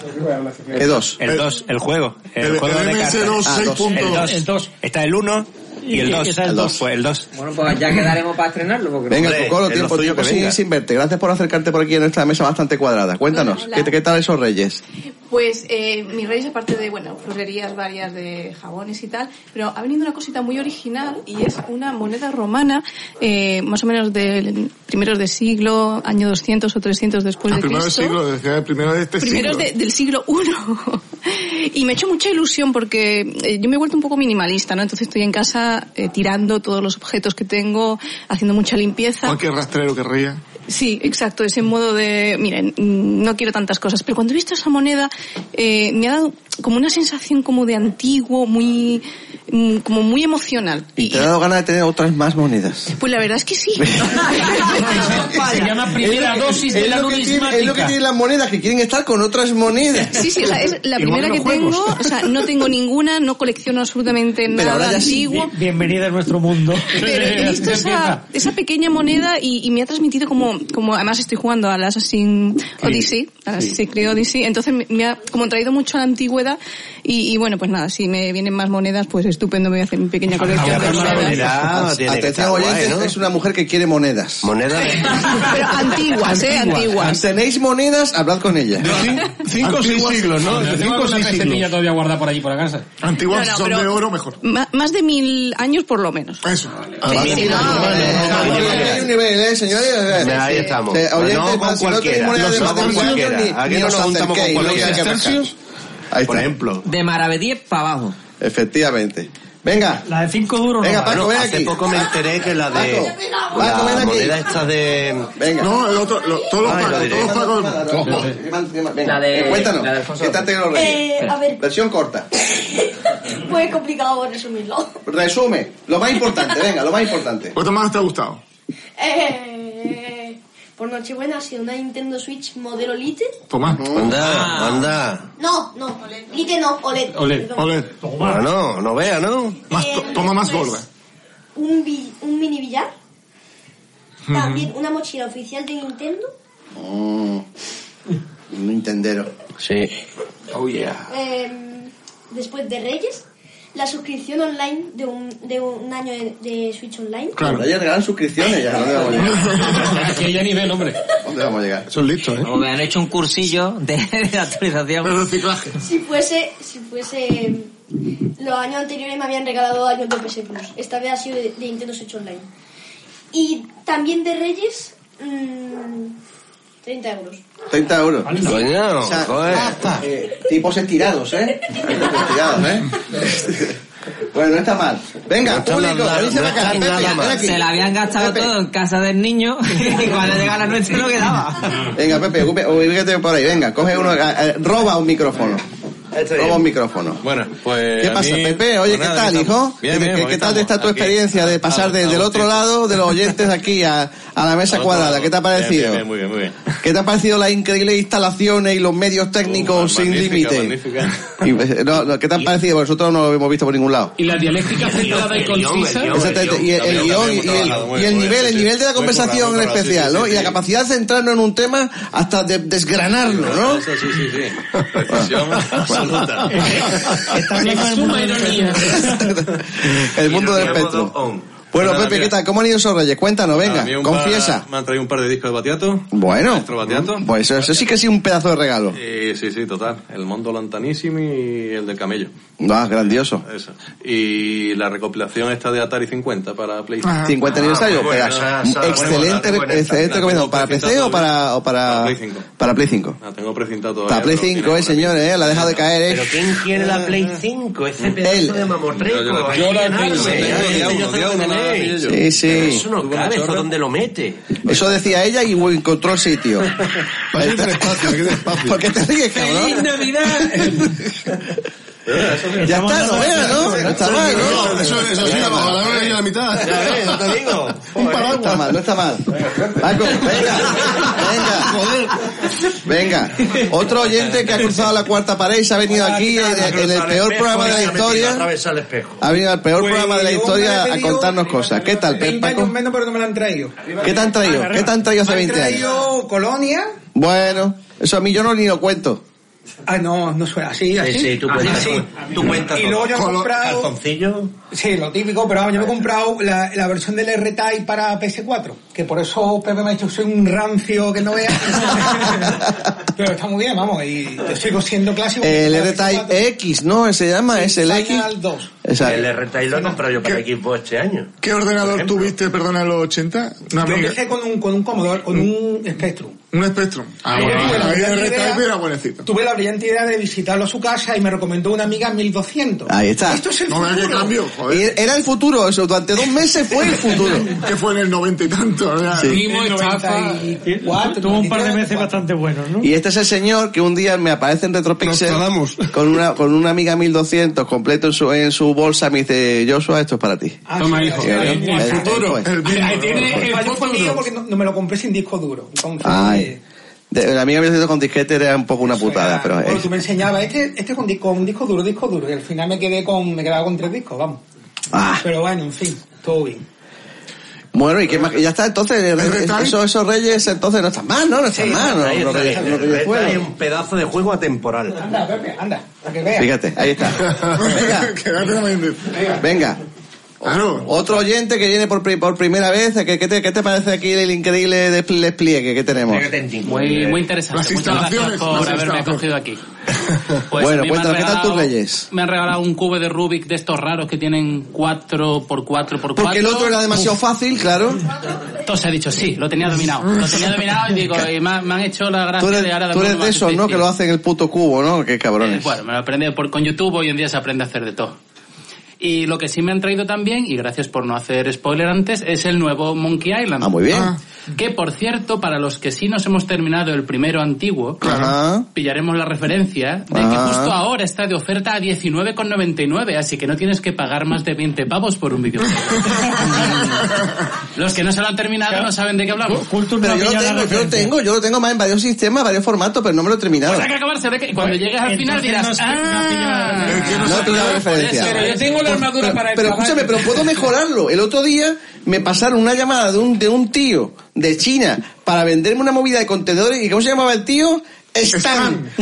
[SPEAKER 1] ¿Qué dos?
[SPEAKER 7] El 2, el juego. El,
[SPEAKER 6] el-
[SPEAKER 7] juego
[SPEAKER 6] el
[SPEAKER 7] de
[SPEAKER 6] MS2
[SPEAKER 7] cartas.
[SPEAKER 6] Ah, dos. 6.2.
[SPEAKER 7] El 2.
[SPEAKER 6] El
[SPEAKER 7] Está el 1 y el
[SPEAKER 13] Y-
[SPEAKER 7] 2.
[SPEAKER 13] y está el
[SPEAKER 7] El
[SPEAKER 13] dos.
[SPEAKER 7] 2. Pues el 2.
[SPEAKER 13] Bueno, pues ya quedaremos para estrenarlo. Porque
[SPEAKER 1] Venga,
[SPEAKER 13] Hombre,
[SPEAKER 1] Cocoro,
[SPEAKER 13] es lo
[SPEAKER 1] tiempo,
[SPEAKER 13] suyo
[SPEAKER 1] tiempo
[SPEAKER 13] que
[SPEAKER 1] sin,
[SPEAKER 13] venga.
[SPEAKER 1] sin verte. Gracias por acercarte por aquí a nuestra mesa bastante cuadrada. Cuéntanos,
[SPEAKER 20] Hola.
[SPEAKER 1] ¿qué, qué tal esos reyes?
[SPEAKER 20] Pues eh, mis reyes, aparte de, bueno, florerías varias de jabones y tal, pero ha venido una cosita muy original y es una moneda romana, eh, más o menos de primeros de siglo, año 200 o 300 después
[SPEAKER 6] El
[SPEAKER 20] de
[SPEAKER 6] primero del
[SPEAKER 20] Cristo.
[SPEAKER 6] siglo, decía el primero Ah, de este
[SPEAKER 20] primeros
[SPEAKER 6] siglo.
[SPEAKER 20] de- del siglo I. y me ha hecho mucha ilusión porque eh, yo me he vuelto un poco minimalista, ¿no? Entonces estoy en casa eh, tirando todos los objetos que tengo, haciendo mucha limpieza.
[SPEAKER 6] Ay, qué rastrero que ría.
[SPEAKER 20] Sí, exacto, ese modo de, miren, mm, no quiero tantas cosas, pero cuando he visto esa moneda eh, me ha dado como una sensación como de antiguo, muy, mm, como muy emocional.
[SPEAKER 1] Y te ha dado ganas de tener otras más monedas.
[SPEAKER 20] Pues la verdad es que sí.
[SPEAKER 2] Se llama primera
[SPEAKER 1] Es lo que-
[SPEAKER 2] dosis
[SPEAKER 1] es
[SPEAKER 2] de la
[SPEAKER 1] lo que tiene- Es lo que
[SPEAKER 2] numismática.
[SPEAKER 1] tienen las monedas, que quieren estar con otras monedas.
[SPEAKER 20] Sí, sí, o sea, es la primera que tengo, o sea, no tengo ninguna, no colecciono absolutamente nada antiguo.
[SPEAKER 3] Bien- bienvenida a nuestro mundo.
[SPEAKER 2] Este
[SPEAKER 20] Pero he visto esa, esa pequeña moneda y, y me ha transmitido como como además estoy jugando al Assassin's
[SPEAKER 2] Sí.
[SPEAKER 20] Odyssey, al Assassin's Creed Odyssey, entonces me- me ha como traído mucho a la antigüedad y, y bueno, pues nada, si me vienen más monedas, pues estupendo, me voy a hacer mi pequeña colección de monedas.
[SPEAKER 1] Ah,
[SPEAKER 5] Ah,
[SPEAKER 1] Atención, oyentes, es una mujer que quiere monedas.
[SPEAKER 5] Monedas.
[SPEAKER 20] Pero antiguas, eh, antiguas.
[SPEAKER 1] Tenéis monedas, hablad con ella.
[SPEAKER 4] Cinco o seis siglos, ¿no?
[SPEAKER 2] Yo
[SPEAKER 4] Entre
[SPEAKER 2] tengo
[SPEAKER 4] cinco o
[SPEAKER 2] alguna
[SPEAKER 4] seis siglos.
[SPEAKER 2] pesetilla todavía guardada por allí por la casa.
[SPEAKER 20] Antiguas No, no, son pero- de oro,
[SPEAKER 6] mejor.
[SPEAKER 20] Ma- más de mil años por lo menos.
[SPEAKER 6] Eso.
[SPEAKER 20] Sí,
[SPEAKER 1] vale.
[SPEAKER 20] sí, no,
[SPEAKER 1] Hay un nivel, ¿eh, señores?
[SPEAKER 5] Mira, ahí
[SPEAKER 1] Sí.
[SPEAKER 5] estamos.
[SPEAKER 1] Eh, oyentes,
[SPEAKER 5] No con
[SPEAKER 1] si tenéis
[SPEAKER 5] cualquiera.
[SPEAKER 1] monedas de
[SPEAKER 5] No con
[SPEAKER 1] más de
[SPEAKER 5] cualquiera.
[SPEAKER 1] cuatro, ni-
[SPEAKER 5] Aquí
[SPEAKER 1] ni
[SPEAKER 5] no
[SPEAKER 1] os
[SPEAKER 5] nos juntamos
[SPEAKER 1] acerquéis,
[SPEAKER 5] con
[SPEAKER 1] no
[SPEAKER 5] cualquiera.
[SPEAKER 1] hay que pescar.
[SPEAKER 5] Tercios.
[SPEAKER 1] Ahí
[SPEAKER 5] Por
[SPEAKER 1] está.
[SPEAKER 5] ejemplo.
[SPEAKER 13] De Maravedí para abajo.
[SPEAKER 1] Efectivamente. Venga.
[SPEAKER 3] La de 5 duros.
[SPEAKER 1] Venga,
[SPEAKER 5] no.
[SPEAKER 1] Paco,
[SPEAKER 5] Bueno,
[SPEAKER 1] ven
[SPEAKER 5] hace
[SPEAKER 1] aquí.
[SPEAKER 5] poco me enteré que la de
[SPEAKER 1] Paco, Paco, ven
[SPEAKER 5] la
[SPEAKER 1] aquí.
[SPEAKER 5] moneda esta de
[SPEAKER 6] No, el otro, lo- todos los
[SPEAKER 5] Ay, lo
[SPEAKER 6] pagos,
[SPEAKER 5] diré.
[SPEAKER 6] todos los pagos.
[SPEAKER 1] Venga,
[SPEAKER 13] La de-
[SPEAKER 1] eh, cuéntanos.
[SPEAKER 13] la de Alfonso
[SPEAKER 1] Quítate los
[SPEAKER 21] Eh, a ver.
[SPEAKER 1] Versión corta.
[SPEAKER 21] Muy complicado resumirlo.
[SPEAKER 1] Resume. Lo más importante, venga, lo más importante.
[SPEAKER 6] ¿Cuánto más te ha gustado?
[SPEAKER 21] Eh, por Nochebuena ha sido una Nintendo Switch modelo Lite.
[SPEAKER 6] Tomás.
[SPEAKER 13] Ah.
[SPEAKER 5] Anda, anda.
[SPEAKER 21] No, no, Lite no, OLED. perdón.
[SPEAKER 5] Bueno, no vea, ¿no?
[SPEAKER 6] toma más
[SPEAKER 13] Pues,
[SPEAKER 6] gorda.
[SPEAKER 21] Un, bi- un mini billar. También una mochila oficial de Nintendo.
[SPEAKER 1] Mm. Un intendero.
[SPEAKER 5] Sí. Oh, yeah.
[SPEAKER 21] eh, después de Reyes. La suscripción online de un, de un año de, de Switch Online.
[SPEAKER 1] Claro, ya regalan suscripciones. Ya, ¿dónde vamos a llegar?
[SPEAKER 2] Aquí hay nivel, hombre.
[SPEAKER 1] ¿Dónde vamos a llegar?
[SPEAKER 6] Son listos, ¿eh?
[SPEAKER 13] Como me han hecho un cursillo de, de actualización.
[SPEAKER 6] reciclaje.
[SPEAKER 21] Si fuese, si fuese em, los años anteriores me habían regalado años de PS Plus. Esta vez ha sido de, de Nintendo Switch Online. Y también de Reyes, mm, 30 euros.
[SPEAKER 1] 30 euros.
[SPEAKER 5] Coño,
[SPEAKER 1] O sea,
[SPEAKER 5] joder.
[SPEAKER 1] eh, tipos estirados, ¿eh? Tipos estirados, ¿eh? bueno, no está mal. Venga,
[SPEAKER 13] No está
[SPEAKER 1] público,
[SPEAKER 13] nada-
[SPEAKER 1] venid
[SPEAKER 13] no
[SPEAKER 1] para acá,
[SPEAKER 13] está
[SPEAKER 1] Pepe,
[SPEAKER 13] nada
[SPEAKER 1] ven
[SPEAKER 13] mal.
[SPEAKER 1] aquí.
[SPEAKER 13] Se la habían gastado
[SPEAKER 1] Pepe.
[SPEAKER 13] todo en casa del niño y cuando llegaba la noche no quedaba.
[SPEAKER 1] Venga, Pepe, ocupe- ubícate por ahí. Venga, coge uno, eh, eh, roba un micrófono. Roba un micrófono.
[SPEAKER 22] Bueno, pues.
[SPEAKER 1] ¿Qué
[SPEAKER 22] a
[SPEAKER 1] pasa,
[SPEAKER 22] mí-
[SPEAKER 1] Pepe? Oye,
[SPEAKER 22] pues
[SPEAKER 1] ¿qué
[SPEAKER 22] nada,
[SPEAKER 1] tal,
[SPEAKER 22] aquí
[SPEAKER 1] hijo?
[SPEAKER 22] estamos. Bien,
[SPEAKER 1] ¿Qué-
[SPEAKER 22] bien,
[SPEAKER 1] ¿Qué,
[SPEAKER 22] aquí
[SPEAKER 1] qué tal está tu
[SPEAKER 22] estamos, aquí.
[SPEAKER 1] experiencia de pasar desde el otro lado de los oyentes de aquí a, a la mesa
[SPEAKER 22] Otro
[SPEAKER 1] cuadrada?
[SPEAKER 22] lado.
[SPEAKER 1] ¿Qué te ha
[SPEAKER 22] Bien,
[SPEAKER 1] parecido?
[SPEAKER 22] bien, bien, muy bien, muy bien.
[SPEAKER 1] ¿Qué te ha parecido las increíbles instalaciones y los medios técnicos sin
[SPEAKER 22] Oh, Magnífica,
[SPEAKER 1] límite?
[SPEAKER 22] magnífica.
[SPEAKER 1] Y, eh, no, no, ¿Qué te han parecido? Porque Nosotros no lo hemos visto por ningún lado.
[SPEAKER 2] Y la dialéctica centrada y concisa.
[SPEAKER 1] Exactamente, y el, el guión y el, y el nivel, el nivel de la conversación en especial, ¿no? Y la capacidad de centrarnos en un tema hasta de- desgranarlo, ¿no?
[SPEAKER 22] Eso sí, sí, sí. Precisión absoluta.
[SPEAKER 2] suma ironía.
[SPEAKER 1] El mundo del espectro. Bueno,
[SPEAKER 22] Nada,
[SPEAKER 1] Pepe,
[SPEAKER 22] mira.
[SPEAKER 1] ¿qué tal? ¿Cómo han ido esos reyes? Cuéntanos, venga,
[SPEAKER 22] A mí un par-
[SPEAKER 1] confiesa.
[SPEAKER 22] me han traído un par de discos de Batiato.
[SPEAKER 1] Bueno,
[SPEAKER 22] Maestro Batiato.
[SPEAKER 1] pues eso, eso sí que ha sido un pedazo de regalo.
[SPEAKER 22] Eh, sí, sí, total. El Mondo Lantanissimi y el del Camello.
[SPEAKER 1] Ah, grandioso.
[SPEAKER 22] Eso. Y la recopilación esta de Atari 50 para
[SPEAKER 4] Ah,
[SPEAKER 22] PlayStation.
[SPEAKER 1] 50
[SPEAKER 22] Ah,
[SPEAKER 1] aniversario, pega- excelente, excelente comienzo. ¿Para PC o para, o para, para Play 5?
[SPEAKER 22] La tengo precintada todavía.
[SPEAKER 1] Para Play
[SPEAKER 22] pero
[SPEAKER 1] 5, eh, señores, eh, la ha dejado de caer, eh.
[SPEAKER 5] Pero ¿quién quiere la Play 5? Ese pedazo de mamorreco.
[SPEAKER 22] Yo la-
[SPEAKER 5] Hay
[SPEAKER 22] yo
[SPEAKER 5] que
[SPEAKER 22] la tengo,
[SPEAKER 5] llenarlo,
[SPEAKER 22] la
[SPEAKER 5] ¿eh?
[SPEAKER 22] tengo,
[SPEAKER 5] Este
[SPEAKER 22] diablo,
[SPEAKER 5] yo sé lo
[SPEAKER 22] diablo,
[SPEAKER 5] que
[SPEAKER 22] la
[SPEAKER 5] tenéis.
[SPEAKER 1] tengo yo. Sí, sí.
[SPEAKER 5] Pero Eso no
[SPEAKER 1] Tuve una
[SPEAKER 5] cabe, eso
[SPEAKER 1] chorra.
[SPEAKER 5] dónde lo mete.
[SPEAKER 1] Eso decía ella y encontró el sitio. ¿Por qué te ríes, cabrón?
[SPEAKER 13] ¡Feliz Navidad!
[SPEAKER 1] Ya está, no vea, ¿no? No está mal, ¿no? Eh,
[SPEAKER 4] Eso, eso sí, a la hora y a la mitad.
[SPEAKER 1] Ya ves, no te digo. No está mal, no está mal. Paco, venga, venga. Venga, otro oyente que ha cruzado la cuarta pared y se ha venido aquí
[SPEAKER 23] Ah,
[SPEAKER 1] en, en el peor programa de la historia.
[SPEAKER 5] Atravesar el espejo.
[SPEAKER 1] Ha venido al peor
[SPEAKER 23] este Pues,
[SPEAKER 1] programa de la
[SPEAKER 23] hombre,
[SPEAKER 1] historia
[SPEAKER 23] he
[SPEAKER 1] a
[SPEAKER 23] pedido
[SPEAKER 1] contarnos cosas. ¿Qué tal, Pe-
[SPEAKER 23] 20
[SPEAKER 1] Paco?
[SPEAKER 23] años menos, pero no me la han traído. Ah,
[SPEAKER 1] ¿Qué te han traído? ¿Qué te han traído hace
[SPEAKER 23] Me
[SPEAKER 1] 20
[SPEAKER 23] Han
[SPEAKER 1] años?
[SPEAKER 23] traído Colonia.
[SPEAKER 1] Bueno, eso a mí yo no ni lo cuento.
[SPEAKER 23] Ah, no, no suena así, así.
[SPEAKER 1] sí, tú
[SPEAKER 23] Así,
[SPEAKER 1] cuentas
[SPEAKER 23] así.
[SPEAKER 5] Tú cuentas
[SPEAKER 23] Ah, Y luego yo he
[SPEAKER 5] todo.
[SPEAKER 23] comprado-
[SPEAKER 5] ¿Calzoncillo?
[SPEAKER 23] Sí, lo típico, pero vamos, yo me he comprado la, la versión del R-Type para PS4, que por eso Pepe me ha dicho que soy un rancio que no veas. pero está muy bien, vamos, y yo sigo siendo clásico.
[SPEAKER 1] El R-Type X, ¿no? Se llama, es el X.
[SPEAKER 23] Final 2.
[SPEAKER 1] Exacto.
[SPEAKER 5] El R-Type lo he comprado yo para equipo este año.
[SPEAKER 6] ¿Qué ordenador tuviste, perdona, en los 80? Una
[SPEAKER 23] Yo
[SPEAKER 6] amiga-
[SPEAKER 23] empecé con un, con un Commodore, con un Spectrum.
[SPEAKER 6] Un Spectrum. Ah,
[SPEAKER 23] Yo
[SPEAKER 6] bueno,
[SPEAKER 23] tuve la
[SPEAKER 6] ahí el
[SPEAKER 23] brillante
[SPEAKER 6] R-Type
[SPEAKER 23] idea-
[SPEAKER 6] era buenecito.
[SPEAKER 23] Tuve la brillante idea de visitarlo a su casa y me recomendó una amiga 1200.
[SPEAKER 1] Ahí está.
[SPEAKER 23] Esto es el
[SPEAKER 6] No,
[SPEAKER 23] futuro.
[SPEAKER 6] ¿qué cambio? Joder.
[SPEAKER 1] Era el futuro, eso. Durante dos meses fue el futuro.
[SPEAKER 6] que fue en el 90 y tanto. ¿verdad?
[SPEAKER 2] Primo, estafa.
[SPEAKER 3] Tuvo un par de meses bastante buenos, ¿no?
[SPEAKER 1] Y este es el señor que un día me aparece en Retropixel
[SPEAKER 3] Nostradamus.
[SPEAKER 1] con una con una amiga 1200 completo en su, en su bolsa y me dice, Joshua, esto es para ti.
[SPEAKER 2] Ah, Toma, hijo.
[SPEAKER 1] Sí,
[SPEAKER 2] El
[SPEAKER 1] ¿no?
[SPEAKER 2] el futuro.
[SPEAKER 1] Ahí fue.
[SPEAKER 2] Ahí tiene
[SPEAKER 1] Pues,
[SPEAKER 23] Yo
[SPEAKER 2] el
[SPEAKER 23] fue mío
[SPEAKER 2] futuro.
[SPEAKER 23] porque no, no me lo compré sin disco duro. Entonces,
[SPEAKER 1] Ay. De- la amiga 1200 con disquete era un poco una putada, pero...
[SPEAKER 23] ah, bueno,
[SPEAKER 1] eh,
[SPEAKER 23] tú me enseñabas, este, este con, disco, con disco duro, disco duro, y al final me quedé con, me quedaba con tres discos, vamos.
[SPEAKER 1] Ah.
[SPEAKER 23] Pero bueno, en fin, todo bien.
[SPEAKER 1] Bueno, y qué más, ya está, entonces,
[SPEAKER 5] retrail?
[SPEAKER 1] esos, esos reyes entonces no están mal, ¿no? No están mal, ¿no?
[SPEAKER 5] Ahí
[SPEAKER 1] Los
[SPEAKER 5] está,
[SPEAKER 1] reyes-
[SPEAKER 5] ahí
[SPEAKER 1] los reyes
[SPEAKER 5] está,
[SPEAKER 1] fueron.
[SPEAKER 5] ahí un pedazo de juego atemporal.
[SPEAKER 23] Anda, Pepe, anda, para que veas.
[SPEAKER 1] Fíjate, ahí está. Venga. Venga. O- Otro oyente que viene por, pri- por primera vez, ¿qué, qué te, qué te parece aquí el increíble despl- despliegue que tenemos?
[SPEAKER 9] Muy, muy interesante. Muchas gracias por haberme cogido aquí. Pues
[SPEAKER 1] bueno,
[SPEAKER 9] a mí me han
[SPEAKER 1] cuéntanos, ¿qué tal tus
[SPEAKER 9] regalado-
[SPEAKER 1] reyes?
[SPEAKER 9] Me han regalado un cubo de Rubik de estos raros que tienen 4 por 4 por 4.
[SPEAKER 1] Porque el otro era demasiado fácil, claro.
[SPEAKER 9] Entonces he dicho, sí, lo tenía dominado. Lo tenía dominado y digo, y me, han- me han hecho la
[SPEAKER 1] Tú
[SPEAKER 9] gracia
[SPEAKER 1] eres,
[SPEAKER 9] de ahora
[SPEAKER 1] tú eres
[SPEAKER 9] alguno más
[SPEAKER 1] de esos, ¿no?
[SPEAKER 9] difícil.
[SPEAKER 1] Que lo hacen el puto cubo, ¿no? Qué cabrones.
[SPEAKER 9] Bueno, me lo aprendí por, con YouTube, hoy en día se aprende a hacer de todo. Y lo que sí me han traído también, y gracias por no hacer spoiler antes, es el nuevo Monkey Island.
[SPEAKER 1] Ah, muy bien.
[SPEAKER 9] Que por cierto, para los que sí nos hemos terminado el primero antiguo,
[SPEAKER 1] Ajá.
[SPEAKER 9] pillaremos la referencia de que
[SPEAKER 1] Ajá.
[SPEAKER 9] justo ahora está de oferta a 19,99, así que no tienes que pagar más de 20 pavos por un videojuego. los que no se lo han terminado no saben de qué hablamos.
[SPEAKER 1] Pero yo lo tengo, yo lo tengo, yo lo tengo más en varios sistemas, varios formatos, pero no me lo he terminado.
[SPEAKER 9] Pues hay que acabarse de que- cuando llegues al final dirás, "Ah".
[SPEAKER 1] No tengo la referencia. Pues, pero- Pero escúchame, pero puedo mejorarlo. El otro día me pasaron una llamada de un, de un tío de China para venderme una movida de contenedores. ¿Y cómo se llamaba el tío? Stan.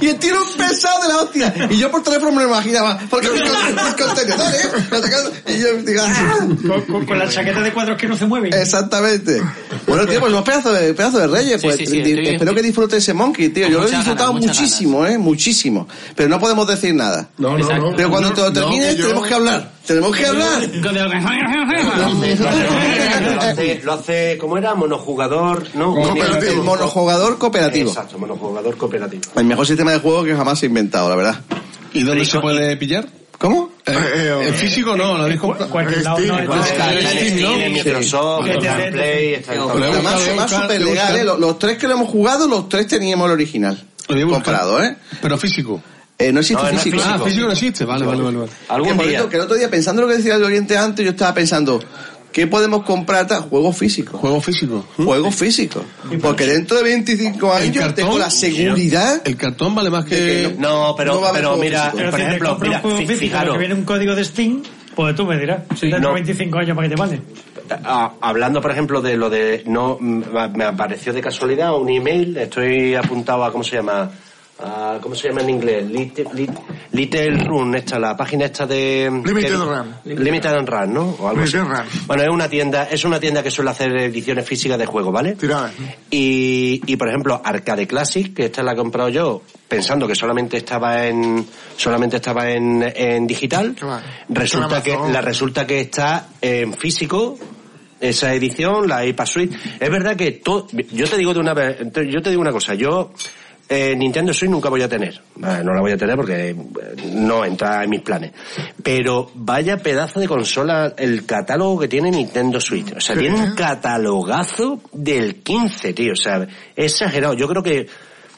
[SPEAKER 1] y el tío era un pesado de la hostia. Y yo por teléfono me lo imaginaba. Porque los, con- los contenedores. los eh". sacaron- y yo digo, ¡ah!
[SPEAKER 3] Con, con la chaqueta de cuadros que no se mueve.
[SPEAKER 1] Exactamente. Bueno, tío, pues los pedazos de, pedazo de reyes.
[SPEAKER 3] Sí,
[SPEAKER 1] Pues,
[SPEAKER 3] sí, sí,
[SPEAKER 1] di-
[SPEAKER 3] estoy-
[SPEAKER 1] espero que disfrutes ese monkey, tío.
[SPEAKER 9] Con
[SPEAKER 1] Yo lo he
[SPEAKER 9] muchas
[SPEAKER 1] disfrutado
[SPEAKER 9] ganas, muchas
[SPEAKER 1] muchísimo, eh, muchísimo. Pero no podemos decir nada.
[SPEAKER 9] no, Exacto. no.
[SPEAKER 1] Pero cuando te lo
[SPEAKER 9] No, que
[SPEAKER 1] termines,
[SPEAKER 9] yo-
[SPEAKER 1] tenemos que hablar. Tenemos que hablar.
[SPEAKER 5] Lo hace, lo hace, ¿cómo era? Monojugador, ¿no?
[SPEAKER 1] El monojugador cooperativo.
[SPEAKER 5] Exacto, monojugador cooperativo.
[SPEAKER 1] El mejor sistema de juego que jamás se ha inventado, la verdad.
[SPEAKER 10] ¿Y dónde se puede pillar? Eh,
[SPEAKER 1] ¿Cómo? Eh,
[SPEAKER 10] ¿En físico no, lo dijo.
[SPEAKER 3] Cualquier lado, no,
[SPEAKER 10] Steam,
[SPEAKER 3] entonces-
[SPEAKER 10] está en
[SPEAKER 3] Steam,
[SPEAKER 10] Steam,
[SPEAKER 3] ¿no?
[SPEAKER 10] en
[SPEAKER 3] Sí.
[SPEAKER 10] Microsoft,
[SPEAKER 3] Que te-
[SPEAKER 10] en
[SPEAKER 3] te-
[SPEAKER 5] Play,
[SPEAKER 10] está
[SPEAKER 5] en-
[SPEAKER 1] Además, además, súper legal, ¿eh? Los, los tres que lo hemos jugado, los tres teníamos el original. comprado, ¿eh?
[SPEAKER 10] Pero físico.
[SPEAKER 1] Eh, no existe
[SPEAKER 10] No, no es
[SPEAKER 1] físico.
[SPEAKER 10] físico. Ah, físico no existe. Vale, vale, vale, vale.
[SPEAKER 1] que, por cierto, que el otro día, pensando lo que decía el oyente antes, yo estaba pensando, ¿qué podemos comprar? Ta- Juegos físicos.
[SPEAKER 10] Juegos físicos.
[SPEAKER 1] Juegos físicos. Porque
[SPEAKER 10] pues,
[SPEAKER 1] dentro de 25 años tengo la seguridad.
[SPEAKER 10] El cartón vale más que.
[SPEAKER 5] No, pero,
[SPEAKER 3] No va a haber
[SPEAKER 5] pero
[SPEAKER 3] juego
[SPEAKER 5] mira,
[SPEAKER 3] físico. Pero si
[SPEAKER 5] por
[SPEAKER 3] te
[SPEAKER 5] ejemplo,
[SPEAKER 3] compras
[SPEAKER 5] mira,
[SPEAKER 3] un juego
[SPEAKER 5] fi-
[SPEAKER 3] físico,
[SPEAKER 5] fijaros.
[SPEAKER 3] Que viene un código de Steam, pues tú me dirás. Dentro
[SPEAKER 5] No.
[SPEAKER 3] de 25 años para que te vale.
[SPEAKER 5] Ah, hablando, por ejemplo, de lo de no mm, me apareció de casualidad un email. Estoy apuntado a cómo se llama, a, Ah, cómo se llama en inglés, Little, Lit- Little Run, esta la página esta de
[SPEAKER 6] Limited
[SPEAKER 5] que-
[SPEAKER 6] Run.
[SPEAKER 5] Limited Run, ¿no? O algo así.
[SPEAKER 6] Limited Run.
[SPEAKER 5] Bueno, es una tienda, es una tienda que suele hacer ediciones físicas de juego, ¿vale? Y, y por ejemplo, Arcade Classic, que esta la he comprado yo pensando que solamente estaba en solamente estaba en, en digital. Resulta que la resulta que está en físico esa edición, la iPad Suite. Es verdad que todo, yo te digo de una vez- te- yo te digo una cosa, yo eh, Nintendo Switch nunca voy a tener. Eh, No la voy a tener porque eh, no entra en mis planes. Pero vaya pedazo de consola el catálogo que tiene Nintendo Switch. O sea,
[SPEAKER 14] Sí.
[SPEAKER 5] tiene un catalogazo del 15, tío. O sea, exagerado. Yo creo que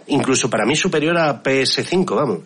[SPEAKER 5] incluso para mí superior a PS5, vamos.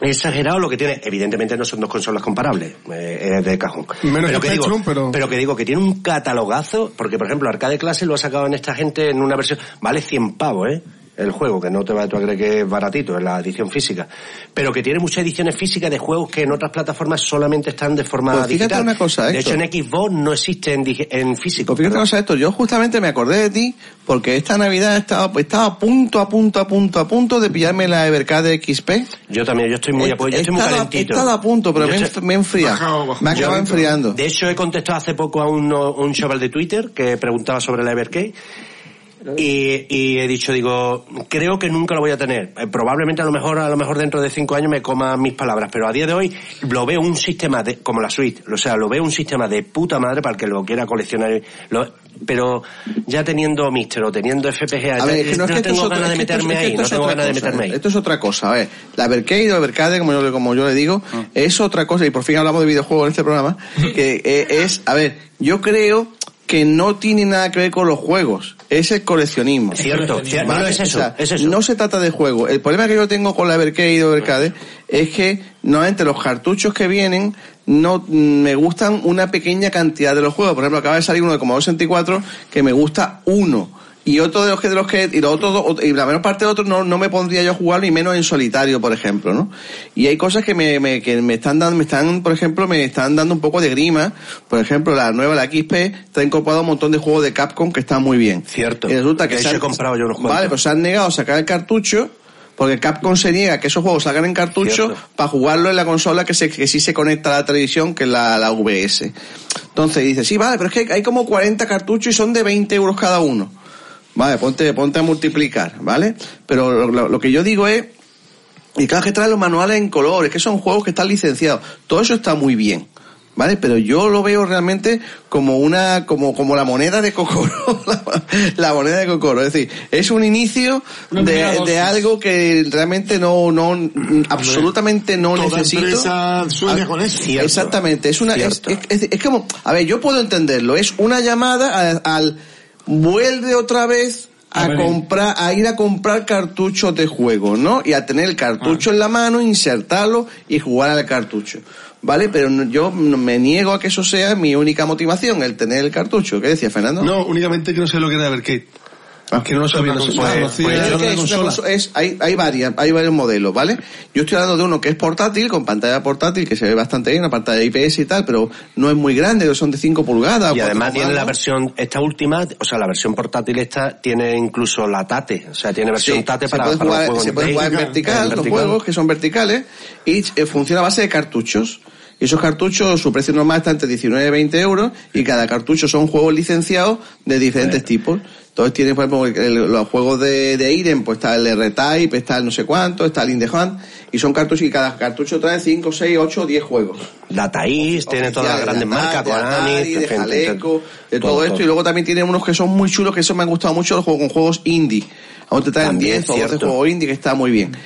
[SPEAKER 5] Exagerado lo que tiene. Evidentemente no son dos consolas comparables. eh, es de cajón.
[SPEAKER 4] Menos que
[SPEAKER 5] digo,
[SPEAKER 4] Spectrum, pero-
[SPEAKER 5] pero que digo que tiene un catalogazo, porque por ejemplo Arcade Clase lo ha sacado en esta gente en una versión, vale 100 pavos, ¿eh? El juego, que no te va tú a creer que es baratito, es la edición física. Pero que tiene muchas ediciones físicas de juegos que en otras plataformas solamente están de forma
[SPEAKER 1] Pues fíjate
[SPEAKER 5] digital.
[SPEAKER 1] una cosa,
[SPEAKER 5] de hecho,
[SPEAKER 1] Héctor. Pues
[SPEAKER 5] en Xbox no existe en, digi- en físico.
[SPEAKER 1] Fíjate una cosa, esto, yo justamente me acordé de ti porque esta Navidad estaba, pues, estaba a punto, a punto, a punto, a punto de pillarme la Evercade XP.
[SPEAKER 5] Yo también, yo estoy muy
[SPEAKER 1] He-
[SPEAKER 5] apoyado, yo
[SPEAKER 1] he
[SPEAKER 5] estoy muy
[SPEAKER 1] estado-
[SPEAKER 5] calentito.
[SPEAKER 1] he estado a punto, pero
[SPEAKER 5] Yo
[SPEAKER 1] me he enf- me he enfriado. Me ha
[SPEAKER 5] Yo
[SPEAKER 1] acabado
[SPEAKER 5] entro.
[SPEAKER 1] enfriando.
[SPEAKER 5] De hecho, he contestado hace poco a un, un chaval de Twitter que preguntaba sobre la Evercade. Y, y he dicho, digo, creo que nunca lo voy a tener. Eh, Probablemente a lo mejor, a lo mejor dentro de cinco años me coma mis palabras, pero a día de hoy lo veo un sistema de, como la suite, o sea, lo veo un sistema de puta madre para el que lo quiera coleccionar. Lo- pero ya teniendo Mister o teniendo FPGA,
[SPEAKER 1] A
[SPEAKER 5] ya-
[SPEAKER 1] ver, es que no, es
[SPEAKER 5] no
[SPEAKER 1] que esto es
[SPEAKER 5] tengo
[SPEAKER 1] otra-
[SPEAKER 5] ganas de
[SPEAKER 1] es que esto-
[SPEAKER 5] meterme
[SPEAKER 1] es que
[SPEAKER 5] ahí,
[SPEAKER 1] esto
[SPEAKER 5] no
[SPEAKER 1] es
[SPEAKER 5] tengo
[SPEAKER 1] otra
[SPEAKER 5] ganas de
[SPEAKER 1] cosa,
[SPEAKER 5] meterme ahí.
[SPEAKER 1] Esto es otra cosa, a ver, la Berkey o Evercade, como yo, como yo le digo, es otra cosa, y por fin hablamos de videojuegos en este programa, que eh, es, a ver, yo creo que no tiene nada que ver con los juegos, es el coleccionismo.
[SPEAKER 5] Cierto, cier- no, no, es eso,
[SPEAKER 1] es eso. No se trata de juego. El problema que yo tengo con la Evercade o Evercade es que normalmente los cartuchos que vienen no mm, me gustan una pequeña cantidad de los juegos. Por ejemplo, acaba de salir uno de Commodore 64 que me gusta uno. Y otro de los que, de los que, y los otros dos- y la menor parte de otros no, no me pondría yo a jugar ni menos en solitario, por ejemplo, ¿no? Y hay cosas que me, me, que me están dando, me están, por ejemplo, me están dando un poco de grima. Por ejemplo, la nueva, la XP, está incorporado un montón de juegos de Capcom que están muy bien.
[SPEAKER 5] Cierto.
[SPEAKER 1] Y resulta que
[SPEAKER 5] De
[SPEAKER 1] se
[SPEAKER 5] hecho,
[SPEAKER 1] han-
[SPEAKER 5] he comprado yo unos cuantos.
[SPEAKER 1] Vale, pero se han negado a sacar el cartucho porque Capcom se niega que esos juegos salgan en cartucho para jugarlo en la consola que, se, que sí se conecta a la televisión, que es la, la VS. Entonces dice, sí, vale, pero es que hay como 40 cartuchos y son de 20 euros cada uno. Vale, ponte, ponte a multiplicar, ¿vale? Pero lo- lo- lo que yo digo es y claro que trae los manuales en colores, que son juegos que están licenciados. Todo eso está muy bien. ¿Vale? Pero yo lo veo realmente como una, como, como la moneda de Cocoro. La, la moneda de Cocoro. Es decir, es un inicio
[SPEAKER 6] Una primera
[SPEAKER 1] de,
[SPEAKER 6] dosis.
[SPEAKER 1] de algo que realmente no, no, absolutamente no
[SPEAKER 6] toda
[SPEAKER 1] necesito.
[SPEAKER 6] empresa sueña
[SPEAKER 1] Ah,
[SPEAKER 6] con eso.
[SPEAKER 1] Cierto. Exactamente. Es una, es, es- es- es como, a ver, yo puedo entenderlo. Es una llamada al, al- vuelve otra vez a, comprar, a ir a comprar cartuchos de juego, ¿no? Y a tener el
[SPEAKER 6] Ah.
[SPEAKER 1] cartucho en la mano, insertarlo y jugar al cartucho. ¿Vale? Pero no- yo no- me niego a que eso sea mi única motivación, el tener el cartucho. ¿Qué decía Fernando? Ah.
[SPEAKER 10] No, únicamente que no sé lo que era Evercade. que no lo sabía,
[SPEAKER 1] Pues,
[SPEAKER 10] no sé- Ah, Pues, no lo conocía, era
[SPEAKER 1] Es
[SPEAKER 10] una
[SPEAKER 1] que es una
[SPEAKER 10] consola.
[SPEAKER 1] conso- es- hay, hay varias, hay varios modelos, ¿vale? Yo estoy hablando de uno que es portátil, con pantalla portátil, que se ve bastante bien, una pantalla IPS y tal, pero no es muy grande, son de 5 pulgadas.
[SPEAKER 5] Y
[SPEAKER 1] cuatro
[SPEAKER 5] además tiene la
[SPEAKER 1] pulgadas.
[SPEAKER 5] versión, esta última, o sea, la versión portátil esta tiene incluso la TATE, o sea, tiene versión
[SPEAKER 1] Sí,
[SPEAKER 5] TATE
[SPEAKER 1] se
[SPEAKER 5] para,
[SPEAKER 1] puede
[SPEAKER 5] para los
[SPEAKER 1] jugar,
[SPEAKER 5] juegos
[SPEAKER 1] se puede
[SPEAKER 5] en
[SPEAKER 1] jugar en
[SPEAKER 5] vertical,
[SPEAKER 1] vertical,
[SPEAKER 5] en
[SPEAKER 1] los
[SPEAKER 5] vertical.
[SPEAKER 1] juegos que son verticales y eh, funciona a base de cartuchos y esos cartuchos su precio normal está entre 19 y 20 euros y cada cartucho son juegos licenciados de diferentes tipos entonces tiene por ejemplo el- los juegos de, de Irem pues está el R-Type está el no sé cuánto está el In The Hunt y son cartuchos y cada cartucho trae 5, 6, 8 10 juegos
[SPEAKER 5] Data East, tiene todas las grandes marcas,
[SPEAKER 1] de
[SPEAKER 5] Konami,
[SPEAKER 1] Atari, de
[SPEAKER 5] en fin,
[SPEAKER 1] Jaleco, de todo,
[SPEAKER 5] todo,
[SPEAKER 1] esto.
[SPEAKER 5] todo.
[SPEAKER 1] Y luego también tiene unos que son muy chulos, que eso me han gustado mucho, los juegos con juegos indie. Aún te traen
[SPEAKER 5] También
[SPEAKER 1] 10 o 12
[SPEAKER 5] cierto.
[SPEAKER 1] juegos indie, que está muy bien.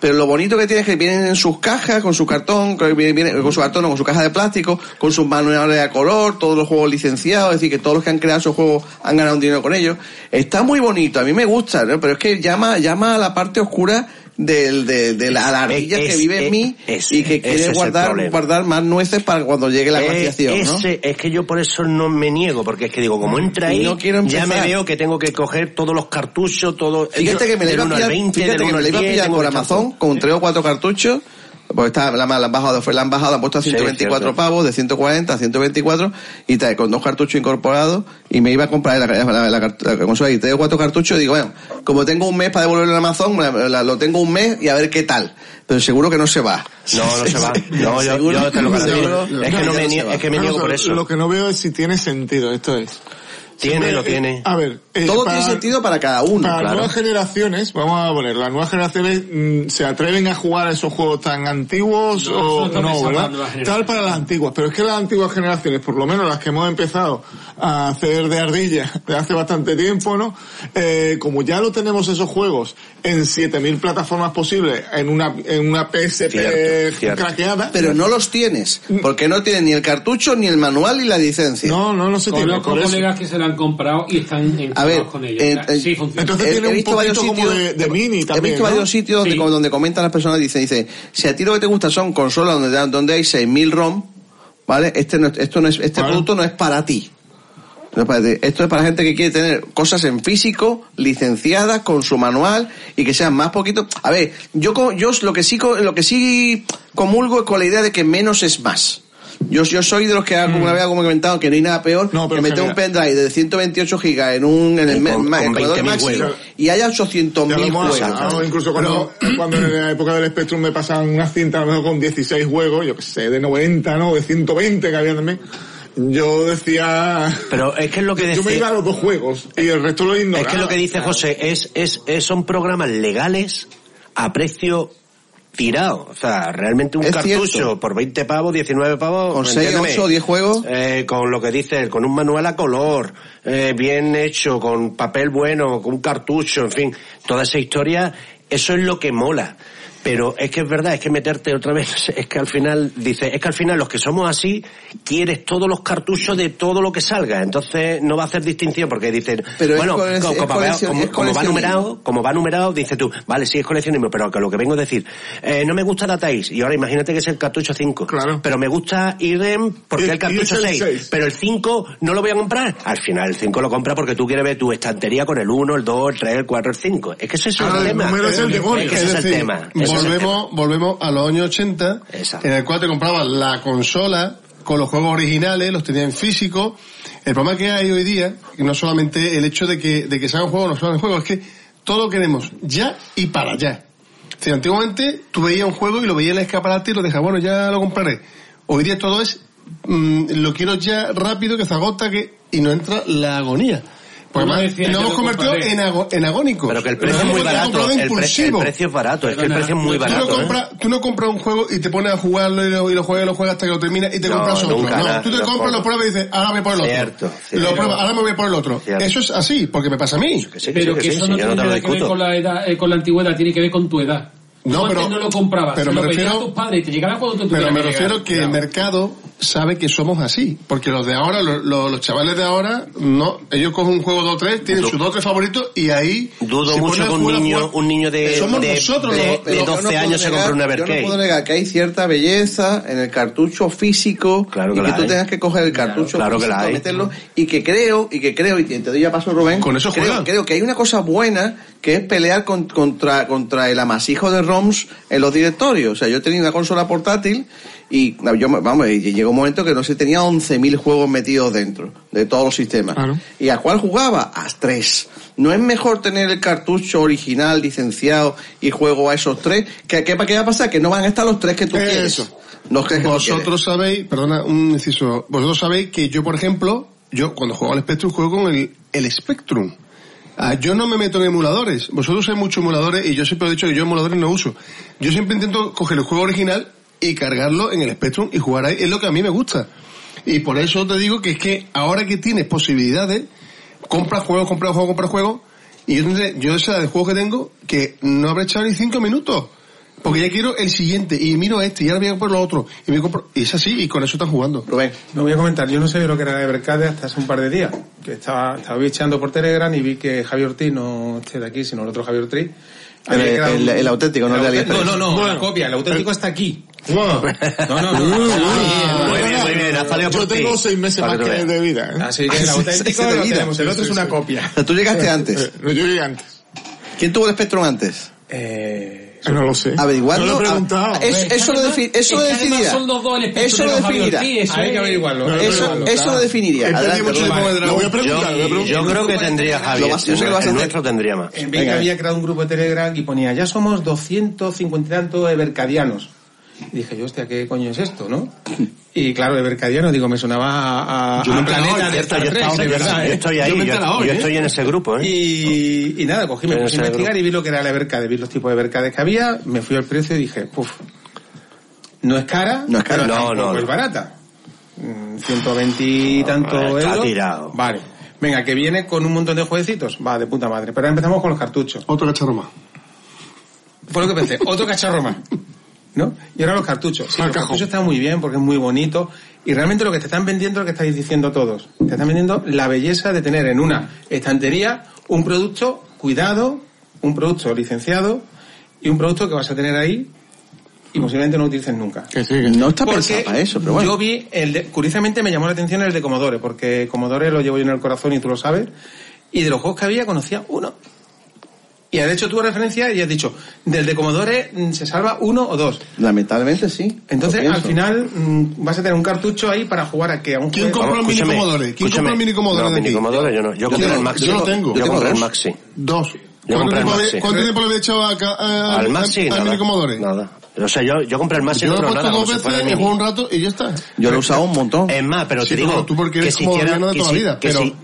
[SPEAKER 1] Pero lo bonito que tiene es que vienen en sus cajas, con su cartón, que viene- viene- con su cartón, no, con su caja de plástico, con sus manuales a color, todos los juegos licenciados, es decir, que todos los que han creado esos juegos han ganado un dinero con ellos. Está muy bonito, a mí me gusta, ¿no? pero es que llama, llama a la parte oscura del, de, de la, a la ardilla
[SPEAKER 5] Es-
[SPEAKER 1] que vive en mí
[SPEAKER 5] es-
[SPEAKER 1] y
[SPEAKER 5] ese
[SPEAKER 1] que
[SPEAKER 5] es
[SPEAKER 1] quiere
[SPEAKER 5] el
[SPEAKER 1] guardar,
[SPEAKER 5] problema.
[SPEAKER 1] guardar más nueces para cuando llegue la
[SPEAKER 5] Eh,
[SPEAKER 1] glaciación, ¿no? Ah,
[SPEAKER 5] ese- Es que yo por eso no me niego, porque es que digo, como entra
[SPEAKER 1] Y
[SPEAKER 5] ahí,
[SPEAKER 1] no quiero
[SPEAKER 5] ya me
[SPEAKER 1] empezar.
[SPEAKER 5] veo que tengo que coger todos los cartuchos, todo
[SPEAKER 1] Fíjate que me la
[SPEAKER 5] del
[SPEAKER 1] iba a
[SPEAKER 5] 1 al
[SPEAKER 1] pillar,
[SPEAKER 5] 20,
[SPEAKER 1] fíjate
[SPEAKER 5] del
[SPEAKER 1] que
[SPEAKER 5] 1
[SPEAKER 1] me
[SPEAKER 5] al
[SPEAKER 1] la iba a
[SPEAKER 5] 10,
[SPEAKER 1] pillar
[SPEAKER 5] tengo
[SPEAKER 1] por
[SPEAKER 5] que
[SPEAKER 1] Amazon con tres o cuatro cartuchos, porque está, la, la han bajado después, la han bajado, la han puesto a
[SPEAKER 5] Sí,
[SPEAKER 1] 124
[SPEAKER 5] cierto.
[SPEAKER 1] pavos, de 140 a 124, y trae con dos cartuchos incorporados, y me iba a comprar la, la, la- la cart- la consola y tres o cuatro cartuchos, y digo, bueno, como tengo un mes para devolverlo a Amazon, la- la- lo tengo un mes y a ver qué tal. Pero seguro que no se va.
[SPEAKER 5] No, no se va. No, yo-
[SPEAKER 1] Seguro
[SPEAKER 5] yo te lo
[SPEAKER 1] que
[SPEAKER 5] garantizo.
[SPEAKER 1] seguro
[SPEAKER 5] Es que no me
[SPEAKER 1] se
[SPEAKER 5] nie-
[SPEAKER 1] va.
[SPEAKER 5] es que me niego por eso.
[SPEAKER 6] Lo que no veo es si tiene sentido, esto es.
[SPEAKER 5] Tiene,
[SPEAKER 6] Siempre,
[SPEAKER 5] lo
[SPEAKER 6] eh,
[SPEAKER 5] tiene.
[SPEAKER 6] A ver, eh,
[SPEAKER 1] Todo
[SPEAKER 6] para-
[SPEAKER 1] tiene sentido para cada uno.
[SPEAKER 6] Para
[SPEAKER 1] claro.
[SPEAKER 6] nuevas generaciones, vamos a poner, las nuevas generaciones mm, se atreven a jugar a esos juegos tan antiguos o
[SPEAKER 2] eso no
[SPEAKER 6] no, ¿verdad?
[SPEAKER 2] me llaman nuevas generaciones.
[SPEAKER 6] Tal para las antiguas, pero es que las antiguas generaciones, por lo menos las que hemos empezado a hacer de ardilla de hace bastante tiempo, ¿no? Eh, como ya lo tenemos esos juegos en 7000 plataformas posibles, en una, en una PSP craqueada.
[SPEAKER 1] Pero no los tienes, porque no tienen ni el cartucho, ni el manual, ni la licencia.
[SPEAKER 6] Mm. No, no, no
[SPEAKER 2] Conozco colegas que se la han comprado y están
[SPEAKER 1] A ver,
[SPEAKER 2] encantados con ellos.
[SPEAKER 1] eh, eh,
[SPEAKER 2] sí, funciona.
[SPEAKER 1] he- he visto varios sitios- He visto varios sitios donde, como- donde comentan las personas, dicen, dice, si a ti lo que te gusta son consolas donde, dan- donde hay 6.000 ROM, ¿vale? Este, no, esto no es, este producto no es para ti. No es para ti. Esto es para gente que quiere tener cosas en físico, licenciadas, con su manual y que sean más poquito. A ver, yo, co- yo lo que sí, co- lo que sí comulgo es con la idea de que menos es más. Yo, yo soy de los que
[SPEAKER 6] Mm.
[SPEAKER 1] alguna vez como he comentado que no hay nada peor que meter un pendrive de 128 gigas en un en el,
[SPEAKER 6] Y
[SPEAKER 1] me-
[SPEAKER 6] con-
[SPEAKER 1] ma-
[SPEAKER 6] con
[SPEAKER 1] el jugador
[SPEAKER 6] 20.000
[SPEAKER 1] máximo
[SPEAKER 6] juegos.
[SPEAKER 1] y haya 800.000
[SPEAKER 6] Ya lo hemos
[SPEAKER 1] juegos.
[SPEAKER 6] hablado, incluso cuando, cuando en la época del Spectrum me pasaban unas cintas a lo mejor con 16 juegos, yo que sé, de 90, ¿no? De 120 que había también. Yo decía...
[SPEAKER 5] Pero es que es lo que
[SPEAKER 6] Yo me
[SPEAKER 5] decía-
[SPEAKER 6] iba a los dos juegos y el resto lo ignoraba.
[SPEAKER 5] Es que lo que dice José es, es, es- son programas legales a precio tirado. O sea, realmente un
[SPEAKER 1] Es
[SPEAKER 5] cartucho
[SPEAKER 1] cierto.
[SPEAKER 5] por 20 pavos, 19 pavos.
[SPEAKER 1] Con seis,
[SPEAKER 5] entiéndeme.
[SPEAKER 1] ocho, diez juegos.
[SPEAKER 5] Eh, con lo que dice él, con un manual a color, eh, bien hecho, con papel bueno, con un cartucho, en fin. Toda esa historia, eso es lo que mola. Pero es que es verdad, es que meterte otra vez, es que al final, dice, es que al final los que somos así, quieres todos los cartuchos de todo lo que salga. Entonces no va a hacer distinción porque dicen,
[SPEAKER 1] Pero es
[SPEAKER 5] bueno,
[SPEAKER 1] colec-
[SPEAKER 5] co-
[SPEAKER 1] es
[SPEAKER 5] como,
[SPEAKER 1] coleccion-
[SPEAKER 5] como- como
[SPEAKER 1] es
[SPEAKER 5] va
[SPEAKER 1] coleccionismo.
[SPEAKER 5] numerado, como va numerado, dice tú, vale, sí es coleccionismo, pero que lo que vengo a decir, eh, no me gusta Data East, y ahora imagínate que es el cartucho 5. Pero me gusta Irem porque
[SPEAKER 6] Y-
[SPEAKER 5] es el cartucho
[SPEAKER 6] y es el
[SPEAKER 5] 6.
[SPEAKER 6] seis.
[SPEAKER 5] Pero el 5 no lo voy a comprar. Al final el 5 lo compra porque tú quieres ver tu estantería con el 1, el 2, el 3, el 4, el 5. Es que ese es
[SPEAKER 4] Ah,
[SPEAKER 5] el
[SPEAKER 4] el
[SPEAKER 5] tema.
[SPEAKER 4] número es el demonio.
[SPEAKER 5] que ese es, el
[SPEAKER 4] decir,
[SPEAKER 5] tema. Ese es el
[SPEAKER 4] Volvemos, volvemos a los años 80, en el cual te comprabas la consola con los juegos originales, los tenías en físico. El problema que hay hoy día, que no solamente el hecho de que, de que se hagan juegos o no se hagan juegos, es que todo lo queremos ya y para allá. O sea, antiguamente tú veías un juego y lo veías en el escaparate y lo dejabas, bueno, ya lo compraré. Hoy día todo es, mm, lo quiero ya rápido, que se agota que, y no entra la agonía. Porque
[SPEAKER 5] Uno
[SPEAKER 4] además
[SPEAKER 5] decía,
[SPEAKER 4] nos
[SPEAKER 5] ya
[SPEAKER 4] hemos
[SPEAKER 5] lo
[SPEAKER 4] convertido
[SPEAKER 5] compraré.
[SPEAKER 4] en, ago- en agónicos.
[SPEAKER 5] Pero que el precio es
[SPEAKER 4] Nos
[SPEAKER 5] muy
[SPEAKER 4] hemos
[SPEAKER 5] barato.
[SPEAKER 4] comprado
[SPEAKER 5] El, pre-
[SPEAKER 4] impulsivo.
[SPEAKER 5] el precio es barato. Es que el precio es muy barato.
[SPEAKER 4] Tú no,
[SPEAKER 5] ¿eh?
[SPEAKER 4] compras, tú no compras un juego y te pones a jugarlo y lo, y lo juegas y lo juegas hasta que lo terminas y te
[SPEAKER 5] No,
[SPEAKER 4] compras otro.
[SPEAKER 5] nunca,
[SPEAKER 4] no,
[SPEAKER 5] nada,
[SPEAKER 4] tú te
[SPEAKER 5] lo
[SPEAKER 4] compras, lo
[SPEAKER 5] compro.
[SPEAKER 4] pruebas y dices, ahora me voy por el
[SPEAKER 5] Cierto,
[SPEAKER 4] otro.
[SPEAKER 5] cierto.
[SPEAKER 4] Lo pruebas, ahora me voy por el otro.
[SPEAKER 5] Cierto.
[SPEAKER 4] Eso es así, porque me pasa a mí.
[SPEAKER 2] pero que eso no tiene nada que ver con la edad, eh, con la antigüedad, tiene que ver con tu edad.
[SPEAKER 4] No,
[SPEAKER 2] Tú antes
[SPEAKER 4] pero-
[SPEAKER 2] no lo comprabas,
[SPEAKER 4] pero
[SPEAKER 2] se
[SPEAKER 4] me
[SPEAKER 2] lo pedías
[SPEAKER 4] refiero-
[SPEAKER 2] a tus padres y te llegaba cuando te
[SPEAKER 4] Pero
[SPEAKER 2] tuviera
[SPEAKER 4] me
[SPEAKER 2] que llegar.
[SPEAKER 4] refiero que el mercado sabe que somos así, porque los de ahora, lo- lo- los, chavales de ahora, no, ellos cogen un juego 2 3, tienen
[SPEAKER 5] Du-
[SPEAKER 4] sus 2 3 favoritos y ahí
[SPEAKER 5] Dudo
[SPEAKER 4] se
[SPEAKER 5] mucho
[SPEAKER 4] ponen a
[SPEAKER 5] que un
[SPEAKER 4] jugar a
[SPEAKER 5] niño,
[SPEAKER 4] jugar.
[SPEAKER 5] un niño de,
[SPEAKER 4] somos
[SPEAKER 5] de,
[SPEAKER 4] nosotros
[SPEAKER 5] de-
[SPEAKER 4] los-
[SPEAKER 5] de
[SPEAKER 4] los-
[SPEAKER 5] 12
[SPEAKER 4] yo no puedo
[SPEAKER 5] años se
[SPEAKER 4] negar- yo no
[SPEAKER 5] compra una
[SPEAKER 1] Yo no
[SPEAKER 5] Evercade.
[SPEAKER 1] puedo negar que hay cierta belleza en el cartucho físico y
[SPEAKER 5] que
[SPEAKER 1] que
[SPEAKER 5] la
[SPEAKER 1] tú
[SPEAKER 5] hay.
[SPEAKER 1] tengas que coger el cartucho
[SPEAKER 5] claro que la
[SPEAKER 1] físico,
[SPEAKER 5] hay.
[SPEAKER 1] meterlo y que creo, y que creo, y te doy ya paso Rubén,
[SPEAKER 4] Con eso
[SPEAKER 1] creo,
[SPEAKER 4] juegan.
[SPEAKER 1] creo que hay una cosa buena que es pelear con- contra, contra el amasijo de ROMs en los directorios. O sea, yo tenía una consola portátil y yo, me- vamos, y llegó un momento que no sé, tenía 11.000 juegos metidos dentro de todos los sistemas. ¿Y a cuál jugaba? A tres. ¿No es mejor tener el cartucho original, licenciado y juego a esos tres? ¿Qué, qué, qué va a pasar? Que no van a estar los tres que tú quieres. No crees que tú
[SPEAKER 4] Vosotros sabéis, perdona, un inciso, vosotros sabéis que yo, por ejemplo, yo cuando juego al Spectrum juego con el, el Spectrum. Ah, yo no me meto en emuladores. Vosotros usáis muchos emuladores y yo siempre he dicho que yo emuladores no uso. Yo siempre intento coger el juego original y cargarlo en el Spectrum y jugar ahí. Es lo que a mí me gusta. Y por eso te digo que es que ahora que tienes posibilidades, compra juegos, compra juegos, compra juegos. Y yo, tendré- yo esa de juego que tengo, que no habré echado ni cinco minutos. Porque ya quiero el siguiente, y miro este, y ahora voy a comprar lo otro. Y, me compro, y es así, y con eso están jugando.
[SPEAKER 1] Rubén.
[SPEAKER 8] Lo voy a comentar, yo no sabía lo que era Evercade hasta hace un par de días, que estaba, estaba bicheando por Telegram y vi que Javier Ortiz, no este de aquí, sino el otro Javier Ortiz,
[SPEAKER 1] El-
[SPEAKER 8] había creado
[SPEAKER 1] el- el auténtico, no el de
[SPEAKER 8] auténtico.
[SPEAKER 1] AliExpress.
[SPEAKER 8] No, no, no,
[SPEAKER 1] Bueno.
[SPEAKER 8] la copia, el auténtico está aquí.
[SPEAKER 6] No,
[SPEAKER 8] no, no. Muy
[SPEAKER 6] bien, muy bien, ha salido por Yo tengo ti. seis meses Para más que que tú veas. de vida, ¿eh?
[SPEAKER 8] Así que el
[SPEAKER 6] Sí,
[SPEAKER 8] auténtico
[SPEAKER 6] sí, sí,
[SPEAKER 8] lo
[SPEAKER 6] de vida.
[SPEAKER 8] tenemos, el
[SPEAKER 6] Sí,
[SPEAKER 8] otro es
[SPEAKER 6] sí,
[SPEAKER 8] una
[SPEAKER 6] sí.
[SPEAKER 8] copia.
[SPEAKER 1] sea, tú llegaste antes.
[SPEAKER 6] Eh, No, yo llegué antes.
[SPEAKER 1] ¿Quién tuvo el Spectrum antes?
[SPEAKER 8] Eh,
[SPEAKER 6] no lo sé.
[SPEAKER 1] Averiguarlo.
[SPEAKER 6] No lo he preguntado.
[SPEAKER 1] Ah, es-
[SPEAKER 6] Es que
[SPEAKER 1] eso lo,
[SPEAKER 6] además-
[SPEAKER 1] defi- eso
[SPEAKER 6] es
[SPEAKER 1] lo
[SPEAKER 6] que además
[SPEAKER 1] decidirá.
[SPEAKER 6] son los dos el espectro
[SPEAKER 1] Eso
[SPEAKER 6] de
[SPEAKER 1] lo
[SPEAKER 6] los Javier
[SPEAKER 1] definirá.
[SPEAKER 6] Ortiz, eso Hay que es- averiguarlo, hay que
[SPEAKER 1] Eso,
[SPEAKER 6] averiguarlo,
[SPEAKER 1] eso
[SPEAKER 6] claro.
[SPEAKER 1] lo definiría.
[SPEAKER 6] Él tenía mucho tiempo de drama. Lo voy a preguntar, lo voy a
[SPEAKER 5] yo,
[SPEAKER 6] preguntar.
[SPEAKER 5] yo creo que tendría
[SPEAKER 8] Lo
[SPEAKER 5] Javier.
[SPEAKER 8] vas- yo sé que lo vas a
[SPEAKER 5] el
[SPEAKER 8] hacer.
[SPEAKER 5] nuestro tendría más.
[SPEAKER 8] En vez que había creado un grupo de Telegram y ponía, ya somos 250 y tantos evercadianos. Y dije yo, hostia, ¿qué coño es esto, no? Y claro, evercadiano, digo, me sonaba a, a-
[SPEAKER 5] Yo
[SPEAKER 8] a
[SPEAKER 5] me he enterado
[SPEAKER 8] planeta
[SPEAKER 5] hoy,
[SPEAKER 8] de
[SPEAKER 5] cierto,
[SPEAKER 8] Star
[SPEAKER 5] yo
[SPEAKER 8] Trek,
[SPEAKER 5] estaba-
[SPEAKER 8] de
[SPEAKER 5] yo-
[SPEAKER 8] verdad,
[SPEAKER 5] yo
[SPEAKER 8] ¿eh?
[SPEAKER 5] estoy ahí, Yo me he yo- enterado hoy, yo ¿eh? estoy en ese grupo, ¿eh?
[SPEAKER 8] Y, y nada, cogí, me
[SPEAKER 5] Estoy en
[SPEAKER 8] puse a
[SPEAKER 5] ese
[SPEAKER 8] investigar
[SPEAKER 5] grupo.
[SPEAKER 8] y vi lo que era la evercade, vi los tipos de evercades que había, me fui al precio y dije, puf, no es cara,
[SPEAKER 1] No es cara.
[SPEAKER 8] pero
[SPEAKER 1] No,
[SPEAKER 8] tampoco
[SPEAKER 1] no.
[SPEAKER 8] es barata. Mm, 120 y tanto
[SPEAKER 5] Ah, está
[SPEAKER 8] euros.
[SPEAKER 5] tirado.
[SPEAKER 8] Vale. Venga, que viene con un montón de jueguecitos. Va, de puta madre. Pero ahora empezamos con los cartuchos.
[SPEAKER 4] Otro cacharro más.
[SPEAKER 8] Fue lo que pensé. Otro cacharro más. ¿No? Y ahora los cartuchos. Sí, los cartuchos están muy bien porque es muy bonito. Y realmente lo que te están vendiendo es lo que estáis diciendo todos. Te están vendiendo la belleza de tener en una estantería un producto cuidado, un producto licenciado y un producto que vas a tener ahí y posiblemente no utilices nunca.
[SPEAKER 1] No está
[SPEAKER 8] Porque
[SPEAKER 1] pensado para eso, pero bueno.
[SPEAKER 8] Yo vi el de, curiosamente me llamó la atención el de Commodore, porque Commodore lo llevo yo en el corazón y tú lo sabes. Y de los juegos que había conocía uno. Y has hecho tu referencia y has dicho, del de Commodore mm, se salva uno o dos.
[SPEAKER 1] Lamentablemente sí.
[SPEAKER 8] Entonces,
[SPEAKER 1] Lo
[SPEAKER 8] al
[SPEAKER 1] pienso.
[SPEAKER 8] final, mm, vas a tener un cartucho ahí para jugar a que a un
[SPEAKER 4] ¿Quién
[SPEAKER 8] juego-
[SPEAKER 4] compró el mini Commodore? ¿Quién compró el mini Commodore
[SPEAKER 5] No,
[SPEAKER 4] de aquí?
[SPEAKER 5] mini Commodore yo no. Yo compré
[SPEAKER 4] tengo-
[SPEAKER 5] el Maxi.
[SPEAKER 4] Yo lo tengo.
[SPEAKER 5] Yo compré el Maxi.
[SPEAKER 4] Dos.
[SPEAKER 5] Yo
[SPEAKER 4] ¿Cuánto
[SPEAKER 5] compré el
[SPEAKER 4] tiempo, había-
[SPEAKER 5] Maxi.
[SPEAKER 4] cuánto tiempo le había echado a, ca- a-
[SPEAKER 5] Al
[SPEAKER 4] a-
[SPEAKER 5] Maxi,
[SPEAKER 4] al
[SPEAKER 5] nada.
[SPEAKER 4] mini Commodore?
[SPEAKER 5] Nada. O sea, yo, yo compré el Maxi
[SPEAKER 4] Yo
[SPEAKER 5] no
[SPEAKER 4] lo he
[SPEAKER 5] otro
[SPEAKER 4] puesto
[SPEAKER 5] nada, como
[SPEAKER 4] dos
[SPEAKER 5] si fuera
[SPEAKER 4] veces,
[SPEAKER 5] el
[SPEAKER 4] he
[SPEAKER 5] mini.
[SPEAKER 4] jugado un rato y ya está.
[SPEAKER 1] Yo lo he usado un montón.
[SPEAKER 5] Es más, Ah, pero
[SPEAKER 4] Sí,
[SPEAKER 5] te digo
[SPEAKER 4] tú porque eres
[SPEAKER 5] que si
[SPEAKER 4] como
[SPEAKER 5] hiciera-
[SPEAKER 4] de
[SPEAKER 5] que
[SPEAKER 4] toda
[SPEAKER 5] si-
[SPEAKER 4] la vida,
[SPEAKER 5] que
[SPEAKER 4] pero
[SPEAKER 5] si-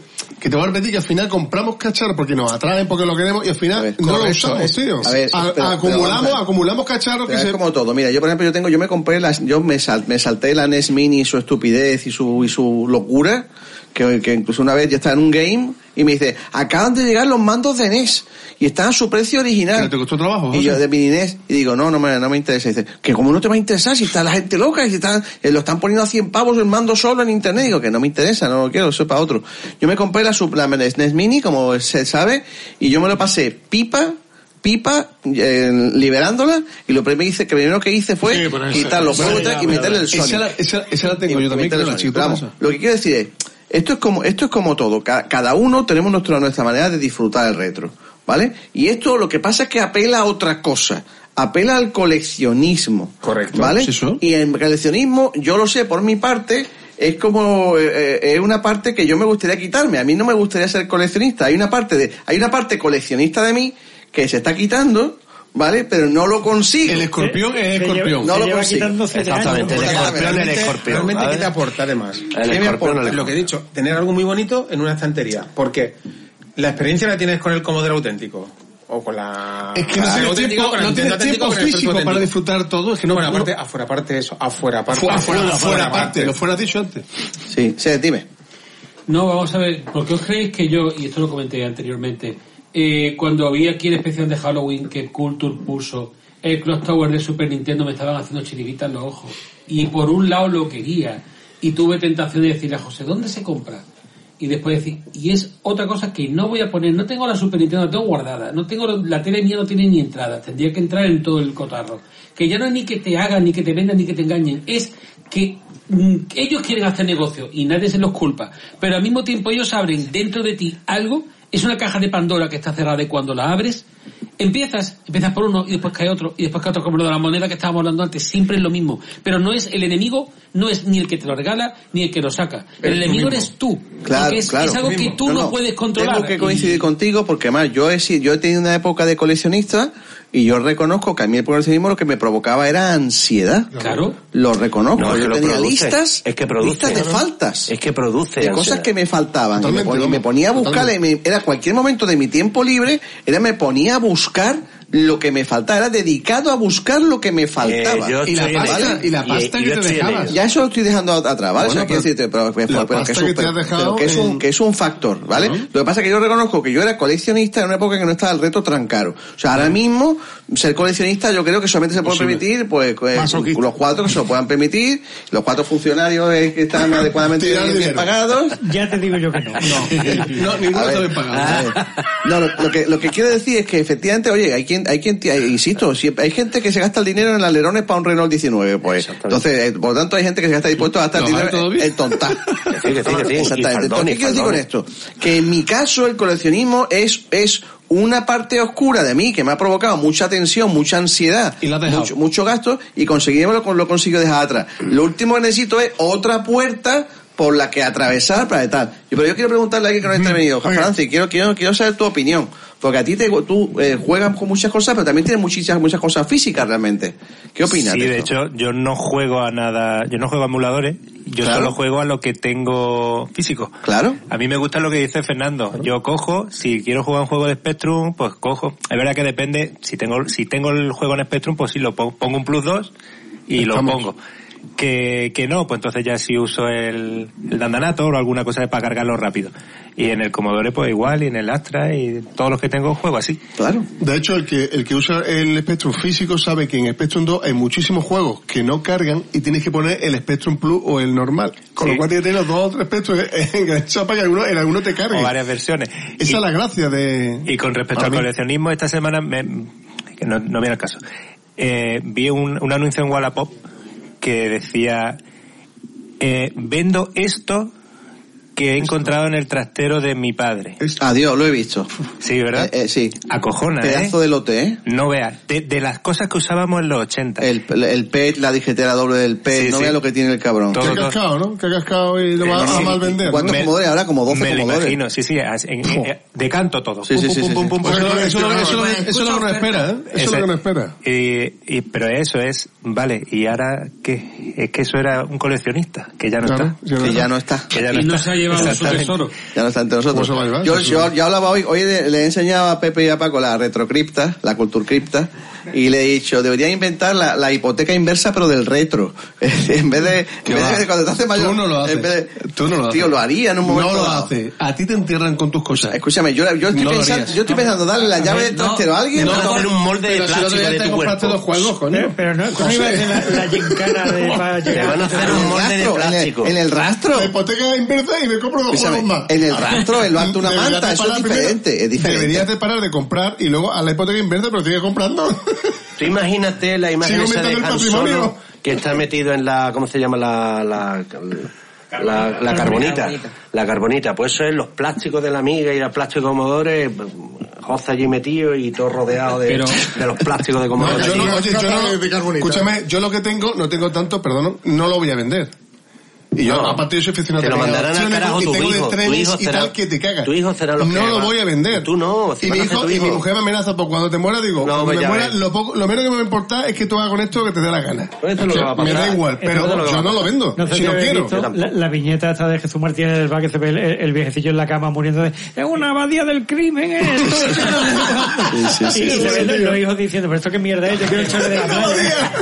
[SPEAKER 4] que te voy a repetir que al final compramos cacharros porque nos atraen, porque lo queremos y al final no lo
[SPEAKER 1] correcto,
[SPEAKER 4] usamos,
[SPEAKER 1] es-
[SPEAKER 4] tío.
[SPEAKER 1] a ver,
[SPEAKER 4] A-
[SPEAKER 1] pero-
[SPEAKER 4] acumulamos,
[SPEAKER 1] pero-
[SPEAKER 4] acumulamos cacharros que
[SPEAKER 1] Pero es
[SPEAKER 4] se...
[SPEAKER 1] como todo. Mira, yo por ejemplo, yo tengo, yo me compré las, yo me, sal- me salté la E NES Mini, su estupidez y su, y su locura, que, que incluso una vez yo estaba en un game y me dice, acaban de llegar los mandos de NES y están a su precio original.
[SPEAKER 10] ¿Te costó trabajo?
[SPEAKER 1] Y yo
[SPEAKER 10] José?
[SPEAKER 1] de mi Inés, y digo, no, no me, no me interesa. Y dice, que como no te va a interesar si está la gente loca y si están, eh, lo están poniendo a 100 pavos el mando solo en internet. Digo, que no me interesa, no lo quiero, eso es para otro. Yo me compré la, sub- la SNES Mini, como se sabe, y yo me lo pasé pipa, pipa, eh, liberándola, y lo primero que hice, que, primero que hice fue quitar los juegos y tal, y meterle pues. el Sonic.
[SPEAKER 10] Esa la, esa, esa la tengo yo también,
[SPEAKER 1] Meterle
[SPEAKER 10] creo, la
[SPEAKER 1] Sonic.
[SPEAKER 10] chica.
[SPEAKER 1] Vamos, lo que quiero decir es, esto es como, esto es como todo. Ca- Cada, uno tenemos nuestra, nuestra manera de disfrutar el retro. ¿Vale? Y esto lo que pasa es que apela a otra cosa. Apela al coleccionismo.
[SPEAKER 10] Correcto.
[SPEAKER 1] ¿Vale?
[SPEAKER 10] Sí, sí.
[SPEAKER 1] Y el coleccionismo, yo lo sé por mi parte, es como eh, eh, es una parte que yo me gustaría quitarme. A mí no me gustaría ser coleccionista. Hay una parte de hay una parte coleccionista de mí que se está quitando, ¿vale? Pero no lo consigo. El
[SPEAKER 10] escorpión es Se- se escorpión. lleva-
[SPEAKER 1] No
[SPEAKER 10] se
[SPEAKER 1] lo
[SPEAKER 10] lleva
[SPEAKER 1] consigo.
[SPEAKER 10] quitando siete Exactamente, años. el escorpión, el
[SPEAKER 8] Realmente-
[SPEAKER 10] escorpión,
[SPEAKER 8] Realmente,
[SPEAKER 10] ¿vale?
[SPEAKER 8] ¿qué te aporta además? ¿Qué me
[SPEAKER 10] escorpión,
[SPEAKER 8] aporta?
[SPEAKER 10] el
[SPEAKER 8] Lo que he dicho, tener algo muy bonito en una estantería. Porque la experiencia la tienes con el Commodore auténtico. O con la.
[SPEAKER 10] Es que no
[SPEAKER 8] la
[SPEAKER 10] tienes
[SPEAKER 8] auténtica,
[SPEAKER 10] tiempo-
[SPEAKER 8] con el
[SPEAKER 10] no
[SPEAKER 8] Nintendo
[SPEAKER 10] tienes
[SPEAKER 8] auténtico,
[SPEAKER 10] tiempo
[SPEAKER 8] con el Turbo
[SPEAKER 10] físico para
[SPEAKER 8] auténtico.
[SPEAKER 10] disfrutar todo. Es que no
[SPEAKER 8] Bueno,
[SPEAKER 10] uno-
[SPEAKER 8] aparte, afuera, aparte eso. Afuera, aparte.
[SPEAKER 10] Fuera, fuera,
[SPEAKER 8] aparte,
[SPEAKER 10] fuera, aparte. Lo fuera dicho antes.
[SPEAKER 1] Sí, sí, dime.
[SPEAKER 2] No, vamos a ver, ¿por qué os creéis que yo, y esto lo comenté anteriormente, eh, cuando vi aquí el especial de Halloween que Culture puso, el Clock Tower de Super Nintendo me estaban haciendo chiribitas en los ojos. Y por un lado lo quería, y tuve tentación de decirle a José, ¿dónde se compra? Y después decir, y es otra cosa que no voy a poner, no tengo la Super Nintendo, la tengo guardada, no tengo la tele mía, no tiene ni entrada, tendría que entrar en todo el cotarro. Que ya no es ni que te hagan, ni que te vendan, ni que te engañen, es que mm, ellos quieren hacer negocio y nadie se los culpa, pero al mismo tiempo ellos abren dentro de ti algo, es una caja de Pandora que está cerrada y cuando la abres, empiezas, empiezas por uno y después cae otro y después cae otro, como lo de la moneda que estábamos hablando antes, siempre es lo mismo, pero no es el enemigo, no es ni el que te lo regala, ni el que lo saca, el
[SPEAKER 1] Eres tú
[SPEAKER 2] enemigo
[SPEAKER 1] mismo.
[SPEAKER 2] eres tú,
[SPEAKER 1] Claro,
[SPEAKER 2] porque es,
[SPEAKER 1] claro.
[SPEAKER 2] es algo que tú no, puedes controlar.
[SPEAKER 1] Tengo que
[SPEAKER 2] Y-
[SPEAKER 1] coincidir contigo porque más yo he sido- yo he tenido una época de coleccionista y yo reconozco que a mí el coleccionismo lo que me provocaba era ansiedad.
[SPEAKER 2] Claro.
[SPEAKER 1] Lo reconozco.
[SPEAKER 5] No, es que
[SPEAKER 1] yo
[SPEAKER 5] lo
[SPEAKER 1] tenía
[SPEAKER 5] produce.
[SPEAKER 1] listas,
[SPEAKER 5] Es que produce.
[SPEAKER 1] listas de
[SPEAKER 5] Claro.
[SPEAKER 1] faltas.
[SPEAKER 5] Es que produce.
[SPEAKER 1] de cosas
[SPEAKER 5] ansiedad.
[SPEAKER 1] que me faltaban. Y me,
[SPEAKER 5] Totalmente,
[SPEAKER 1] ponía, y me
[SPEAKER 5] vamos.
[SPEAKER 1] ponía a buscar, y me- era cualquier momento de mi tiempo libre, era me ponía a buscar lo que me faltaba, era dedicado a buscar lo que me faltaba.
[SPEAKER 5] Eh, yo
[SPEAKER 1] y, la
[SPEAKER 5] estoy en
[SPEAKER 1] pasta,
[SPEAKER 5] ello.
[SPEAKER 1] y la
[SPEAKER 5] Y-
[SPEAKER 1] pasta
[SPEAKER 5] y
[SPEAKER 1] que
[SPEAKER 5] yo
[SPEAKER 1] te
[SPEAKER 5] estoy en
[SPEAKER 1] dejabas.
[SPEAKER 5] ello.
[SPEAKER 1] Ya eso lo estoy dejando at- atrás,
[SPEAKER 5] Bueno,
[SPEAKER 1] ¿vale? o sea, quiero
[SPEAKER 5] pero-
[SPEAKER 1] decirte, pero, pero-
[SPEAKER 5] la
[SPEAKER 1] pero que
[SPEAKER 5] pasta
[SPEAKER 1] es
[SPEAKER 5] que
[SPEAKER 1] un-
[SPEAKER 5] te has dejado
[SPEAKER 1] pero que es un,
[SPEAKER 5] en-
[SPEAKER 1] que es un factor, ¿vale? Lo que pasa es que yo reconozco que yo era coleccionista en una época que no estaba el reto tan caro. O sea, ahora mismo, ser coleccionista yo creo que solamente se puede permitir, pues, pues, los cuatro que se lo puedan permitir, los cuatro funcionarios eh, que están adecuadamente
[SPEAKER 3] Tirar
[SPEAKER 1] bien
[SPEAKER 3] dinero.
[SPEAKER 1] pagados.
[SPEAKER 3] Ya te digo yo que no.
[SPEAKER 1] No, ninguno está bien pagado. No, lo, lo que, lo que quiero decir es que efectivamente, oye, hay quien, hay quien, hay- insisto, siempre- hay gente que se gasta el dinero en alerones para un Renault 19, pues. Entonces, eh, por lo tanto, hay gente que se está dispuesto a gastar
[SPEAKER 5] Los hay
[SPEAKER 1] dinero en- en tontas.
[SPEAKER 5] sí, que sí, que sí. Y
[SPEAKER 1] Exactamente.
[SPEAKER 5] faldones,
[SPEAKER 1] Entonces, ¿qué quiero decir con
[SPEAKER 5] faldones.
[SPEAKER 1] esto? Que en mi caso, el coleccionismo es, es una parte oscura de mí que me ha provocado mucha tensión, mucha ansiedad, mucho, mucho gasto y conseguirlo lo, lo consigo dejar atrás. Lo último que necesito es otra puerta por la que atravesar para tal. Yo- Pero yo quiero preguntarle a alguien que no está venido, Francis, quiero, quiero, quiero saber tu opinión. Porque a ti te, tú eh, juegas con muchas cosas, pero también tienes muchísimas muchas cosas físicas realmente. ¿Qué opinas?
[SPEAKER 7] Sí, de
[SPEAKER 1] esto?
[SPEAKER 7] hecho, yo no juego a nada, yo no juego a emuladores, yo
[SPEAKER 1] Claro.
[SPEAKER 7] solo juego a lo que tengo físico.
[SPEAKER 1] Claro.
[SPEAKER 7] A mí me gusta lo que dice Fernando. Yo cojo, si quiero jugar un juego de Spectrum, pues cojo. Es verdad que depende, si tengo, si tengo el juego en Spectrum, pues sí lo pongo, pongo un plus 2 y lo
[SPEAKER 5] Estamos.
[SPEAKER 7] pongo. Que, que no, pues entonces ya sí uso el, el Dandanato o alguna cosa para cargarlo rápido. Y en el Commodore pues igual, y en el Astra, y todos los que tengo juego así.
[SPEAKER 1] Claro.
[SPEAKER 4] De hecho, el que, el que usa el Spectrum físico sabe que en Spectrum 2 hay muchísimos juegos que no cargan y tienes que poner el Spectrum Plus o el normal. Con lo cual tienes que tener los dos o tres Spectrum enganchados para que alguno, en alguno te cargue.
[SPEAKER 7] O varias versiones.
[SPEAKER 4] Esa es la gracia de...
[SPEAKER 7] Y con respecto
[SPEAKER 4] Para
[SPEAKER 7] al
[SPEAKER 4] mí.
[SPEAKER 7] coleccionismo, esta semana, me- que no, no viene al caso, eh, vi un, un anuncio en Wallapop que decía, eh, vendo esto que he encontrado en el trastero de mi padre.
[SPEAKER 1] Adiós, lo he visto.
[SPEAKER 7] Sí, ¿verdad?
[SPEAKER 1] Eh, eh, sí.
[SPEAKER 7] Acojona,
[SPEAKER 1] Pedazo
[SPEAKER 7] ¿eh?
[SPEAKER 1] de lote, ¿eh?
[SPEAKER 7] No veas, de, de las cosas que usábamos en los 80.
[SPEAKER 1] El, el PET, la dijetera doble del PET,
[SPEAKER 7] Sí,
[SPEAKER 1] no
[SPEAKER 7] sí.
[SPEAKER 1] veas lo que tiene el cabrón.
[SPEAKER 4] Que ha cascado, ¿no? Que ha cascado y lo va
[SPEAKER 7] Sí.
[SPEAKER 4] a mal vender.
[SPEAKER 1] Eh, ¿Cuántos
[SPEAKER 7] Me-
[SPEAKER 1] comodores habrá? Como 12
[SPEAKER 7] me lo
[SPEAKER 1] comodores.
[SPEAKER 7] imagino, sí, sí, así, en- en- en- de canto todo.
[SPEAKER 1] Sí,
[SPEAKER 7] Pum,
[SPEAKER 1] sí,
[SPEAKER 7] pum,
[SPEAKER 1] sí,
[SPEAKER 7] pum,
[SPEAKER 1] sí,
[SPEAKER 7] pum,
[SPEAKER 1] sí.
[SPEAKER 7] pum, pum.
[SPEAKER 4] Eso es lo que- eso es lo que- eso es lo que- eso es lo que no espera, ¿eh? Eso es lo que no espera.
[SPEAKER 7] Y, y- pero eso es, vale, y ahora, ¿qué? Es que eso era un coleccionista, que ya no
[SPEAKER 1] Claro,
[SPEAKER 7] está.
[SPEAKER 1] ya no Que está. ya no está.
[SPEAKER 7] Que ya no
[SPEAKER 1] Y no
[SPEAKER 7] está.
[SPEAKER 1] se ha llevado su
[SPEAKER 7] Exactamente.
[SPEAKER 1] tesoro. Ya no está entre nosotros.
[SPEAKER 7] Pues se va a llevar,
[SPEAKER 1] Yo,
[SPEAKER 7] sí,
[SPEAKER 1] yo, yo hablaba hoy, hoy le, le he enseñado a Pepe y a Paco la retrocripta, la culturcripta, y le he dicho, debería inventar la, la hipoteca inversa, pero del retro. en vez de, en vez de- cuando te haces mayor.
[SPEAKER 10] Tú no lo haces.
[SPEAKER 1] en vez de-
[SPEAKER 10] Tú no lo haces.
[SPEAKER 1] Tío, lo haría en un momento
[SPEAKER 10] No lo
[SPEAKER 1] dado.
[SPEAKER 10] hace. A ti te entierran con tus cosas.
[SPEAKER 1] Escúchame, yo, yo estoy
[SPEAKER 10] No lo
[SPEAKER 1] pensando,
[SPEAKER 10] harías.
[SPEAKER 1] yo estoy pensando darle la llave de
[SPEAKER 10] No,
[SPEAKER 1] trastero a alguien.
[SPEAKER 10] no, Pero hacer un molde de pero si el otro plástico día de te tu compraste cuerpo. los juegos, coño.
[SPEAKER 1] Pero,
[SPEAKER 3] Eh, no, ¿cómo iba a ser la, la gincana de para llegar?
[SPEAKER 1] En el, en el rastro.
[SPEAKER 4] La hipoteca inversa y me compro dos
[SPEAKER 1] Escúchame,
[SPEAKER 4] juegos más.
[SPEAKER 1] en el rastro, el arte una
[SPEAKER 4] Deberías
[SPEAKER 1] manta,
[SPEAKER 4] de
[SPEAKER 1] eso
[SPEAKER 4] parar
[SPEAKER 1] es diferente, es diferente.
[SPEAKER 4] Deberías de parar de comprar y luego a la hipoteca inversa, pero sigue comprando.
[SPEAKER 5] Tú imagínate la imagen
[SPEAKER 4] Sigo
[SPEAKER 5] esa de
[SPEAKER 4] metiendo el
[SPEAKER 5] Han
[SPEAKER 4] patrimonio.
[SPEAKER 5] Solo que está metido en la, ¿cómo se llama? La, la, la, la- la carbonita. La carbonita. Pues eso es los plásticos de la amiga y los plásticos de Comodores. José allí metido y todo rodeado de, de los plásticos de
[SPEAKER 4] No,
[SPEAKER 5] Comodores.
[SPEAKER 4] yo no, oye, yo no- escúchame, yo lo que tengo, no tengo tanto, perdón, no lo voy a vender. Y yo,
[SPEAKER 5] No.
[SPEAKER 4] a partir de soy aficionado
[SPEAKER 5] Te lo
[SPEAKER 4] a las
[SPEAKER 5] mandarán al
[SPEAKER 4] acciones,
[SPEAKER 5] carajo
[SPEAKER 4] y
[SPEAKER 5] tu
[SPEAKER 4] tengo de
[SPEAKER 5] hijo, tu
[SPEAKER 4] trenes
[SPEAKER 5] hijo
[SPEAKER 4] y
[SPEAKER 5] será-
[SPEAKER 4] tal que te cagas.
[SPEAKER 5] tu hijo será los que
[SPEAKER 4] No lo
[SPEAKER 5] va.
[SPEAKER 4] voy a vender.
[SPEAKER 5] Tú no, si
[SPEAKER 4] y mi,
[SPEAKER 5] van a ser
[SPEAKER 4] hijo,
[SPEAKER 5] tu
[SPEAKER 4] y mi
[SPEAKER 5] hijo.
[SPEAKER 4] mujer me amenaza, pues cuando te mueras, digo, cuando
[SPEAKER 5] pues
[SPEAKER 4] me
[SPEAKER 5] ya
[SPEAKER 4] muera,
[SPEAKER 5] ves.
[SPEAKER 4] lo, poco- lo menos que me va a importar es que tú hagas con esto lo que te dé la gana.
[SPEAKER 5] Pues esto es lo que va a
[SPEAKER 4] me da
[SPEAKER 5] pasar.
[SPEAKER 4] igual,
[SPEAKER 5] Esto es lo
[SPEAKER 4] pero
[SPEAKER 5] que
[SPEAKER 4] yo
[SPEAKER 5] va a
[SPEAKER 4] no lo
[SPEAKER 5] pasar.
[SPEAKER 4] vendo,
[SPEAKER 5] No sé
[SPEAKER 4] si
[SPEAKER 5] si
[SPEAKER 4] no
[SPEAKER 5] habéis
[SPEAKER 4] quiero.
[SPEAKER 5] visto
[SPEAKER 3] La, la viñeta esta de Jesús Martínez del bar que se ve el, el viejecillo en la cama muriendo de es una abadía del crimen ¿eh? esto es una-".
[SPEAKER 1] Sí, sí, sí.
[SPEAKER 3] y se ven los hijos diciendo pero esto qué mierda es yo quiero echarle de la playa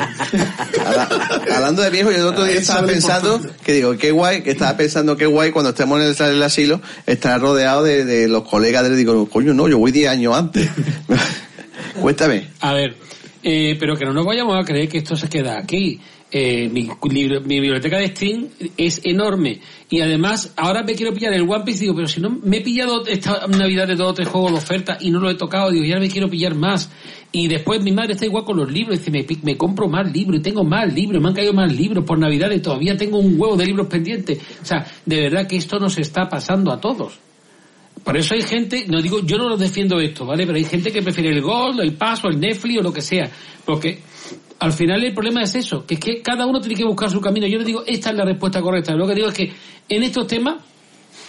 [SPEAKER 1] Habla- Hablando de viejo, yo el otro día estaba pensando, que digo, qué guay, que estaba pensando qué guay cuando estemos en el, el asilo, estar rodeado de, de los colegas de él. Digo, coño, no, yo voy 10 años antes. Cuéntame.
[SPEAKER 2] A ver, eh, pero que no nos vayamos a creer que esto se queda aquí. Eh, mi, libro- mi biblioteca de Steam es enorme. Y además, ahora me quiero pillar el One Piece. Digo, pero si no, me he pillado esta Navidad de dos o tres juegos de oferta y no lo he tocado. Digo, ya me quiero pillar más. Y después mi madre está igual con los libros. Dice, me, pi- me compro más libros y tengo más libros. Me han caído más libros por Navidad y todavía tengo un huevo de libros pendientes. O sea, de verdad que esto nos está pasando a todos. Por eso hay gente, no digo, yo no lo defiendo esto, ¿vale? Pero hay gente que prefiere el Gold, el Paso, el Netflix o lo que sea. Porque al final el problema es eso, que es que cada uno tiene que buscar su camino. Yo no digo, esta es la respuesta correcta. Lo que digo es que en estos temas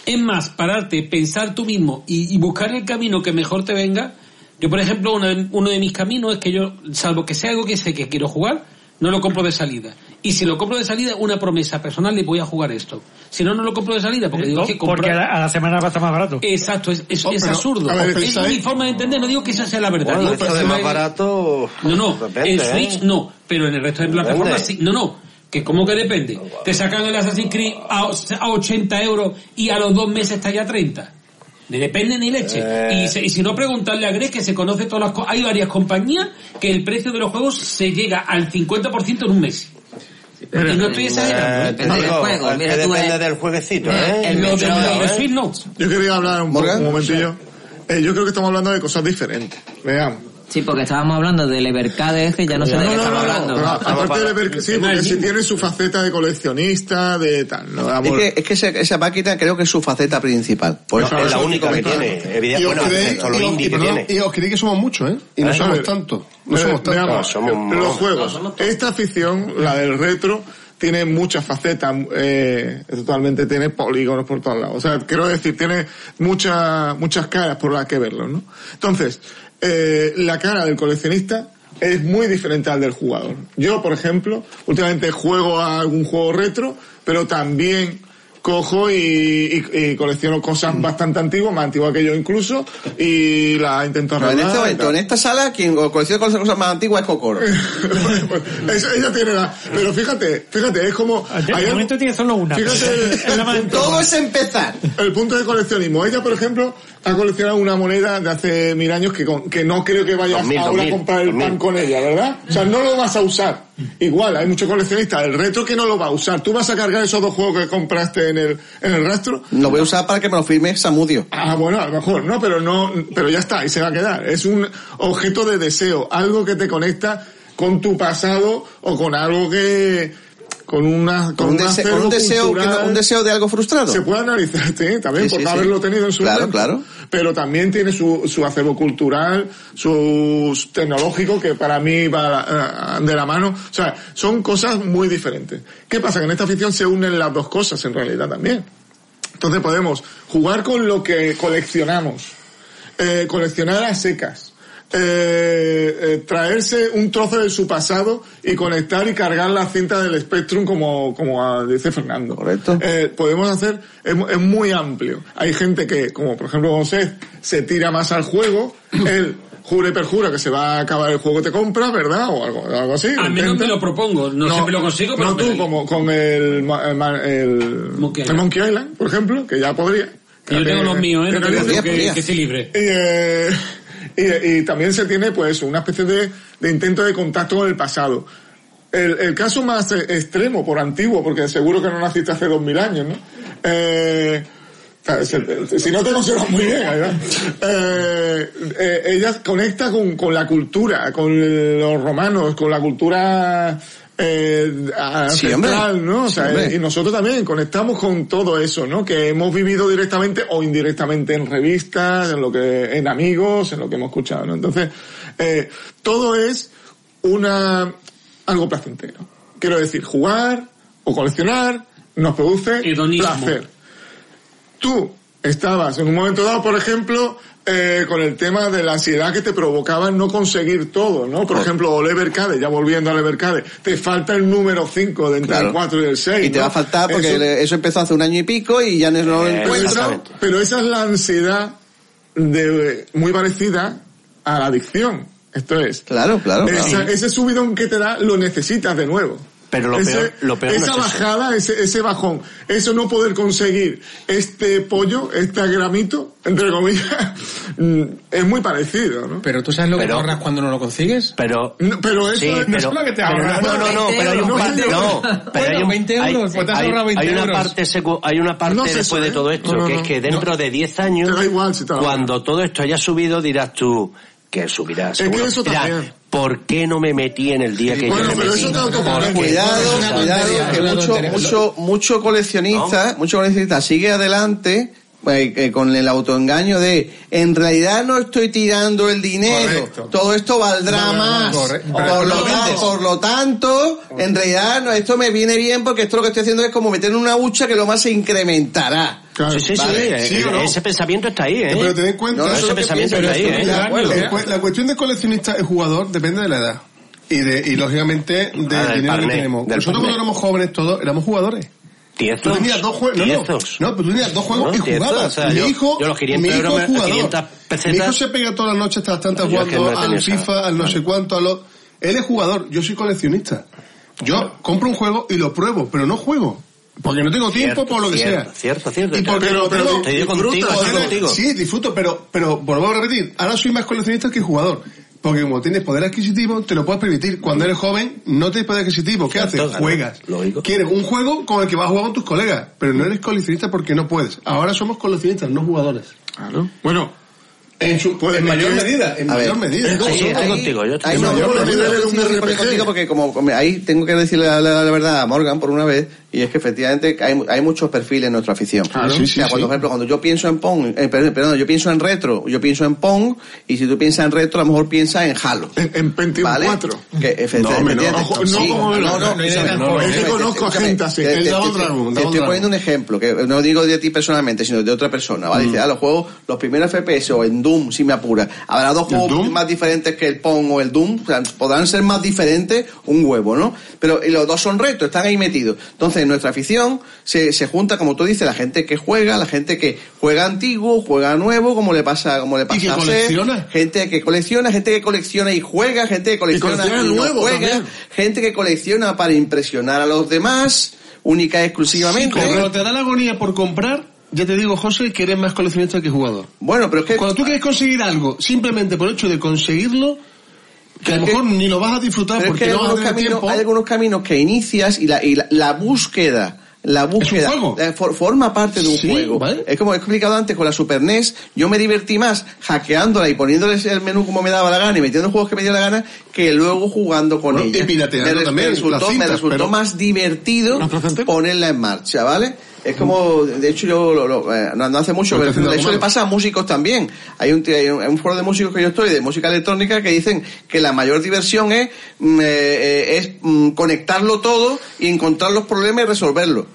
[SPEAKER 2] es más pararte, pensar tú mismo y, y buscar el camino que mejor te venga. Yo, por ejemplo, uno de, uno de mis caminos es que yo, salvo que sea algo que sé que quiero jugar, no lo compro de salida. Y si lo compro de salida, una promesa personal le voy a jugar esto. Si no, no lo compro de salida porque digo
[SPEAKER 3] ¿no?
[SPEAKER 2] "Es que comprar...
[SPEAKER 3] porque a la, a la semana va a estar más barato
[SPEAKER 2] Exacto, es, es,
[SPEAKER 3] Oh,
[SPEAKER 2] es
[SPEAKER 3] pero,
[SPEAKER 2] absurdo.
[SPEAKER 3] a ver,
[SPEAKER 2] es
[SPEAKER 3] ¿pensáis?
[SPEAKER 2] mi forma de entender, no digo que esa sea la verdad.
[SPEAKER 5] Bueno,
[SPEAKER 2] digo,
[SPEAKER 5] esto de
[SPEAKER 2] pero
[SPEAKER 5] más
[SPEAKER 2] es-
[SPEAKER 5] barato...
[SPEAKER 2] No, no,
[SPEAKER 5] depende,
[SPEAKER 2] en
[SPEAKER 5] ¿eh?
[SPEAKER 2] Switch no, pero en el resto de plataformas sí. No, no, que como que depende. Te sacan el Assassin's Creed a, a 80 euros y a los dos meses está ya a 30. De depende ni leche.
[SPEAKER 5] Eh.
[SPEAKER 2] Y, se- y si no, preguntarle a Greg que se conoce todas las cosas. Hay varias compañías que el precio de los juegos se llega al 50% en un mes. y no estoy
[SPEAKER 5] Eh,
[SPEAKER 2] exagerando.
[SPEAKER 5] te digo, eh, que depende del jueguecito, ¿eh?
[SPEAKER 2] Lo de- lo de
[SPEAKER 5] ¿eh?
[SPEAKER 2] Switch no.
[SPEAKER 6] Yo quería hablar un, poco,
[SPEAKER 13] Morgan.
[SPEAKER 6] un momentillo. Eh, yo creo que estamos hablando de cosas diferentes. Veamos.
[SPEAKER 13] Sí, porque estábamos hablando del Evercade este, ya no sé de qué estamos hablando.
[SPEAKER 6] Pero aparte de ver que sí, porque sí tiene su faceta de coleccionista, de tal. ¿no?
[SPEAKER 1] Es
[SPEAKER 6] Vamos,
[SPEAKER 1] que, es que esa, esa máquina creo que es su faceta principal. Por
[SPEAKER 5] No,
[SPEAKER 1] eso-
[SPEAKER 5] es la única que
[SPEAKER 1] comentario.
[SPEAKER 5] tiene. eh, Evidente, bueno, excepto lo indie que tiene.
[SPEAKER 4] Y os creí que somos muchos, ¿eh? Y no
[SPEAKER 5] ¿Eh?
[SPEAKER 4] somos
[SPEAKER 5] Hombre,
[SPEAKER 4] tantos. No
[SPEAKER 6] Pero,
[SPEAKER 4] somos tantos.
[SPEAKER 6] veamos, pero los juegos. Esta afición, la del retro, tiene muchas facetas, eh, totalmente tiene polígonos por todos lados. O sea, quiero decir, tiene muchas, muchas caras por las que verlo, ¿no? Entonces, eh, la cara del coleccionista es muy diferente al del jugador. Yo, por ejemplo, últimamente juego a algún juego retro, pero también cojo y, y- y colecciono
[SPEAKER 4] Mm.
[SPEAKER 6] cosas bastante antiguas, más antiguas que yo incluso, y las intento
[SPEAKER 1] No, en
[SPEAKER 6] arreglar
[SPEAKER 1] este
[SPEAKER 6] y
[SPEAKER 1] momento,
[SPEAKER 6] tal.
[SPEAKER 1] en esta sala, quien colecciona con las cosas más antiguas es Cocoro.
[SPEAKER 6] Eso- ella tiene la... Pero fíjate, fíjate, es como...
[SPEAKER 1] Ah, De
[SPEAKER 6] hay
[SPEAKER 1] momento
[SPEAKER 6] algo-
[SPEAKER 1] tiene solo una.
[SPEAKER 6] Fíjate, el- el punto-
[SPEAKER 1] Todo es empezar.
[SPEAKER 6] El punto de coleccionismo. Ella, por ejemplo, ha coleccionado una moneda de hace mil años que, con- que no creo que vayas
[SPEAKER 5] 2000,
[SPEAKER 6] ahora a
[SPEAKER 5] 2000,
[SPEAKER 6] comprar el pan con ella, ¿verdad? O sea, no lo vas a usar. Igual, hay muchos coleccionistas. El reto es que no lo va a usar. Tú vas a cargar esos dos juegos que compraste en el, en el rastro
[SPEAKER 1] Lo voy a usar para que me lo firme Samudio.
[SPEAKER 6] Ah, bueno, a lo mejor, no, pero no, pero ya está, y se va a quedar. Es un objeto de deseo, algo que te conecta con tu pasado o con algo que, con una, con,
[SPEAKER 1] Con un,
[SPEAKER 6] un
[SPEAKER 1] dese-
[SPEAKER 6] acervo
[SPEAKER 1] con un deseo, que
[SPEAKER 6] cultural.
[SPEAKER 1] no- un deseo de algo frustrado.
[SPEAKER 6] Se puede analizar, sí, también,
[SPEAKER 1] Sí,
[SPEAKER 6] por
[SPEAKER 1] sí,
[SPEAKER 6] no
[SPEAKER 1] sí.
[SPEAKER 6] haberlo tenido en su
[SPEAKER 1] Claro,
[SPEAKER 6] momento. Pero también tiene su, su acervo cultural, su su tecnológico, que para mí va a la- de la mano. O sea, son cosas muy diferentes. ¿Qué pasa? Que en esta afición se unen las dos cosas en realidad también. Entonces podemos jugar con lo que coleccionamos, eh, coleccionar a secas, eh, eh, traerse un trozo de su pasado y conectar y cargar la cinta del Spectrum como, como ah, dice Fernando. Correcto. podemos hacer, es, mu- es muy amplio. Hay gente que, como por ejemplo José, se tira más al juego, él jura y perjura que se va a acabar el juego, te compras, ¿verdad? O algo, algo así.
[SPEAKER 2] Al menos me
[SPEAKER 6] intenta.
[SPEAKER 2] lo propongo. No, siempre lo consigo, pero...
[SPEAKER 6] No
[SPEAKER 2] me lo-
[SPEAKER 6] tú, como con el, ma- el, ma- el- el Monkey Island, por ejemplo, que ya podría.
[SPEAKER 2] Yo tengo los míos, ¿eh? No
[SPEAKER 6] Que
[SPEAKER 2] te
[SPEAKER 6] no dice-
[SPEAKER 2] digo que, que estoy libre.
[SPEAKER 6] y, eh, y- y también se tiene pues una especie de, de intento de contacto con el pasado. El, el caso más eh, extremo, por antiguo, porque seguro que no naciste hace dos mil años, ¿no? Eh, ta- se- si no te conservas muy bien, ¿verdad? Eh, eh, ella conecta con, con la cultura, con los romanos, con la cultura eh,
[SPEAKER 1] Sí,
[SPEAKER 6] ancestral,
[SPEAKER 1] hombre.
[SPEAKER 6] ¿no? O sea,
[SPEAKER 1] Sí, hombre.
[SPEAKER 6] eh, y nosotros también conectamos con todo eso, ¿no? Que hemos vivido directamente o indirectamente en revistas, en lo que, en amigos, en lo que hemos escuchado, ¿no? Entonces, eh, todo es una, algo placentero. Quiero decir, jugar o coleccionar nos produce placer. Tú estabas en un momento dado, por ejemplo, eh, con el tema de la ansiedad que te provocaba no conseguir todo, ¿no? Por ejemplo, o el Evercade, ya volviendo al Evercade, te falta el número 5 de entre
[SPEAKER 1] Claro.
[SPEAKER 6] el 4 y el 6.
[SPEAKER 1] Y te va a faltar porque
[SPEAKER 6] Eso-
[SPEAKER 1] le- eso empezó hace un año y pico y ya no lo encuentro.
[SPEAKER 6] encuentra, pero esa es la ansiedad de, muy parecida a la adicción. Esto es.
[SPEAKER 1] Claro, claro, claro.
[SPEAKER 6] Esa- Ese subidón que te da lo necesitas de nuevo.
[SPEAKER 5] Pero lo
[SPEAKER 6] Ese-
[SPEAKER 5] peor- lo peor no
[SPEAKER 6] esa
[SPEAKER 5] es eso.
[SPEAKER 6] bajada, ese, ese bajón, eso no poder conseguir este pollo, este gramito, entre comillas, mm, es muy parecido, ¿no?
[SPEAKER 8] Pero tú sabes lo que te ahorras cuando no lo consigues.
[SPEAKER 5] Pero,
[SPEAKER 6] pero eso es- no es lo que te ahorras.
[SPEAKER 5] No, no, no, pero hay un
[SPEAKER 6] No,
[SPEAKER 5] parte,
[SPEAKER 6] no,
[SPEAKER 5] no, pero hay un,
[SPEAKER 8] 20
[SPEAKER 5] hay-
[SPEAKER 8] euros, pues te has
[SPEAKER 5] hay-
[SPEAKER 8] ahorrado 20
[SPEAKER 5] hay una
[SPEAKER 8] euros.
[SPEAKER 5] parte, secu- hay una parte
[SPEAKER 8] No sé eso,
[SPEAKER 5] después de
[SPEAKER 8] ¿eh?
[SPEAKER 5] todo esto,
[SPEAKER 8] No, no,
[SPEAKER 5] que es
[SPEAKER 8] no.
[SPEAKER 5] que dentro de 10 años, cuando todo esto haya subido, dirás tú que subirá.
[SPEAKER 6] Es que
[SPEAKER 5] seguro.
[SPEAKER 6] eso
[SPEAKER 5] Dirás,
[SPEAKER 6] también.
[SPEAKER 5] ¿Por qué no me metí en el día que
[SPEAKER 6] Bueno,
[SPEAKER 5] yo me
[SPEAKER 6] pero
[SPEAKER 5] metí?
[SPEAKER 6] eso te autoconvence.
[SPEAKER 5] Porque-
[SPEAKER 1] Cuidado, cuidado, que mucho, mucho, mucho coleccionista, mucho coleccionista sigue adelante eh, eh, con el autoengaño de en realidad no estoy tirando el dinero, todo esto valdrá
[SPEAKER 8] No, no, no,
[SPEAKER 1] más.
[SPEAKER 8] corre-
[SPEAKER 1] por, lo tan- por lo tanto, en realidad no, esto me viene bien porque esto lo que estoy haciendo es como meter en una hucha que lo más se incrementará.
[SPEAKER 5] Sí, sí, sí,
[SPEAKER 1] Vale.
[SPEAKER 5] eh, ese pensamiento está ahí, ¿eh?
[SPEAKER 1] Pero ten en
[SPEAKER 4] cuenta-
[SPEAKER 5] No,
[SPEAKER 4] eso es lo
[SPEAKER 5] ese
[SPEAKER 4] que
[SPEAKER 5] pensamiento está
[SPEAKER 4] pienso,
[SPEAKER 5] ahí,
[SPEAKER 4] pero es
[SPEAKER 5] ¿eh?
[SPEAKER 4] que la- el cue- La cuestión de coleccionista y jugador depende de la edad. Y, de, y lógicamente del
[SPEAKER 5] Ah,
[SPEAKER 4] dinero
[SPEAKER 5] del
[SPEAKER 4] que
[SPEAKER 5] parné,
[SPEAKER 4] tenemos.
[SPEAKER 5] del
[SPEAKER 4] Nosotros
[SPEAKER 5] parné.
[SPEAKER 4] cuando éramos jóvenes todos éramos jugadores.
[SPEAKER 5] Tiezos.
[SPEAKER 4] Tú tenías dos juegos. No, no,
[SPEAKER 5] Tiezos.
[SPEAKER 4] no, pero tú tenías dos juegos
[SPEAKER 5] No,
[SPEAKER 4] y
[SPEAKER 5] tiezos,
[SPEAKER 4] jugabas.
[SPEAKER 5] o sea,
[SPEAKER 4] mi
[SPEAKER 5] yo-
[SPEAKER 4] hijo,
[SPEAKER 5] yo los 500
[SPEAKER 4] mi hijo
[SPEAKER 5] euros,
[SPEAKER 4] es jugador.
[SPEAKER 5] 500
[SPEAKER 4] Mi hijo
[SPEAKER 5] pesetas.
[SPEAKER 4] se pega todas las noches hasta las tantas
[SPEAKER 5] Yo es que
[SPEAKER 4] jugando
[SPEAKER 5] no he tenido
[SPEAKER 4] al
[SPEAKER 5] esa-
[SPEAKER 4] FIFA, al no sé cuánto, a los... Él es jugador, yo soy coleccionista. Yo compro un juego y lo pruebo, pero no juego. Porque no tengo tiempo
[SPEAKER 5] Cierto,
[SPEAKER 4] por lo que
[SPEAKER 5] cierto,
[SPEAKER 4] sea.
[SPEAKER 5] Cierto, cierto.
[SPEAKER 4] Y porque
[SPEAKER 5] Pero-
[SPEAKER 4] lo
[SPEAKER 5] pero
[SPEAKER 4] tengo,
[SPEAKER 5] estoy
[SPEAKER 4] disfruto,
[SPEAKER 5] contigo, estoy
[SPEAKER 4] ahora-
[SPEAKER 5] contigo.
[SPEAKER 4] Sí, disfruto, pero, pero vuelvo a repetir, ahora soy más coleccionista que jugador. Porque como tienes poder adquisitivo, te lo puedes permitir. Cuando eres joven, no tienes poder adquisitivo. ¿Qué haces?
[SPEAKER 5] claro,
[SPEAKER 4] Juegas. Quieres un juego con el que vas a jugar con tus colegas, pero no eres coleccionista porque no puedes. Ahora somos coleccionistas, no jugadores.
[SPEAKER 6] Claro. Bueno,
[SPEAKER 4] en, su,
[SPEAKER 6] pues,
[SPEAKER 4] en mayor
[SPEAKER 6] aquí-
[SPEAKER 4] medida, en
[SPEAKER 1] A
[SPEAKER 4] mayor
[SPEAKER 1] ver.
[SPEAKER 4] medida.
[SPEAKER 1] Ahí- ahí- ahí
[SPEAKER 4] en
[SPEAKER 1] no,
[SPEAKER 4] mayor
[SPEAKER 1] no, no,
[SPEAKER 4] medida
[SPEAKER 1] no,
[SPEAKER 4] eres un
[SPEAKER 1] sí, sí, porque
[SPEAKER 4] RPG.
[SPEAKER 1] contigo, porque como como ahí tengo que decirle la, la- la verdad a Morgan por una vez y es que efectivamente hay, hay muchos perfiles en nuestra afición.
[SPEAKER 4] Claro, sí, sí,
[SPEAKER 1] O sea, cuando,
[SPEAKER 4] sí.
[SPEAKER 1] por ejemplo, cuando yo pienso en Pong, eh, perdón, perdón, yo pienso en retro, yo pienso en Pong y si tú piensas en retro a lo mejor piensas en Halo.
[SPEAKER 6] En, Pentium
[SPEAKER 1] 4. Que
[SPEAKER 6] No, hombre, no,
[SPEAKER 1] efectivamente
[SPEAKER 6] ojo, no,
[SPEAKER 1] sí,
[SPEAKER 6] como- no,
[SPEAKER 1] no, no, escúchame,
[SPEAKER 6] no,
[SPEAKER 1] no,
[SPEAKER 6] no, es que
[SPEAKER 1] escúchame,
[SPEAKER 6] conozco a
[SPEAKER 1] escúchame,
[SPEAKER 6] gente así,
[SPEAKER 1] te-
[SPEAKER 6] el
[SPEAKER 1] te-
[SPEAKER 6] Double
[SPEAKER 1] te-
[SPEAKER 6] Dragon,
[SPEAKER 1] te
[SPEAKER 6] Double
[SPEAKER 1] estoy
[SPEAKER 6] Dragon.
[SPEAKER 1] poniendo un ejemplo, que no digo de ti personalmente, sino de otra persona, ¿vale?
[SPEAKER 6] Mm.
[SPEAKER 1] Dice, ah, los juegos, los primeros FPS o en Doom, si me apura, habrá dos juegos más diferentes que el Pong o el Doom, o sea, podrán ser más diferentes un huevo, ¿no? Pero y los dos son retos, están ahí metidos. Entonces, en nuestra afición se, se junta, como tú dices, la gente que juega, la gente que juega antiguo, juega nuevo, como le pasa, como le pasa
[SPEAKER 4] que
[SPEAKER 1] a Seth,
[SPEAKER 4] colecciona.
[SPEAKER 1] gente que colecciona, gente que colecciona y juega, gente que colecciona y,
[SPEAKER 4] colecciona
[SPEAKER 1] no
[SPEAKER 4] nuevo
[SPEAKER 1] juega,
[SPEAKER 4] también.
[SPEAKER 1] gente que colecciona para impresionar a los demás, única y exclusivamente.
[SPEAKER 10] Cuando te da la agonía por comprar, ya te digo, José, que eres más coleccionista que jugador.
[SPEAKER 1] Bueno, pero es que...
[SPEAKER 10] Cuando tú quieres conseguir algo, simplemente por el hecho de conseguirlo, que a lo mejor ni lo vas a disfrutar
[SPEAKER 1] Pero es
[SPEAKER 10] porque
[SPEAKER 1] que hay
[SPEAKER 10] no vas a
[SPEAKER 1] algunos,
[SPEAKER 10] tener
[SPEAKER 1] caminos,
[SPEAKER 10] tiempo.
[SPEAKER 1] hay algunos caminos que inicias y la, y la, la búsqueda. La búsqueda la for- forma parte de un juego. Es como he explicado antes con la Super NES, yo me divertí más hackeándola y poniéndoles el menú como me daba la gana y metiendo juegos que me dio la gana que luego jugando con
[SPEAKER 4] Bueno,
[SPEAKER 1] ella.
[SPEAKER 4] y pirateando
[SPEAKER 1] me, res-
[SPEAKER 4] también,
[SPEAKER 1] me resultó,
[SPEAKER 4] las
[SPEAKER 1] me
[SPEAKER 4] cintas,
[SPEAKER 1] resultó
[SPEAKER 4] pero-
[SPEAKER 1] más divertido ponerla en marcha, ¿vale? Es como, de hecho yo lo, lo- eh, no, no hace mucho,
[SPEAKER 4] Porque
[SPEAKER 1] pero
[SPEAKER 4] haciendo algo
[SPEAKER 1] eso le
[SPEAKER 4] malo.
[SPEAKER 1] pasa a músicos también. Hay un, hay un- hay un foro de músicos que yo estoy, de música electrónica, que dicen que la mayor diversión es, mm, eh, eh, es mm, conectarlo todo y encontrar los problemas y resolverlos.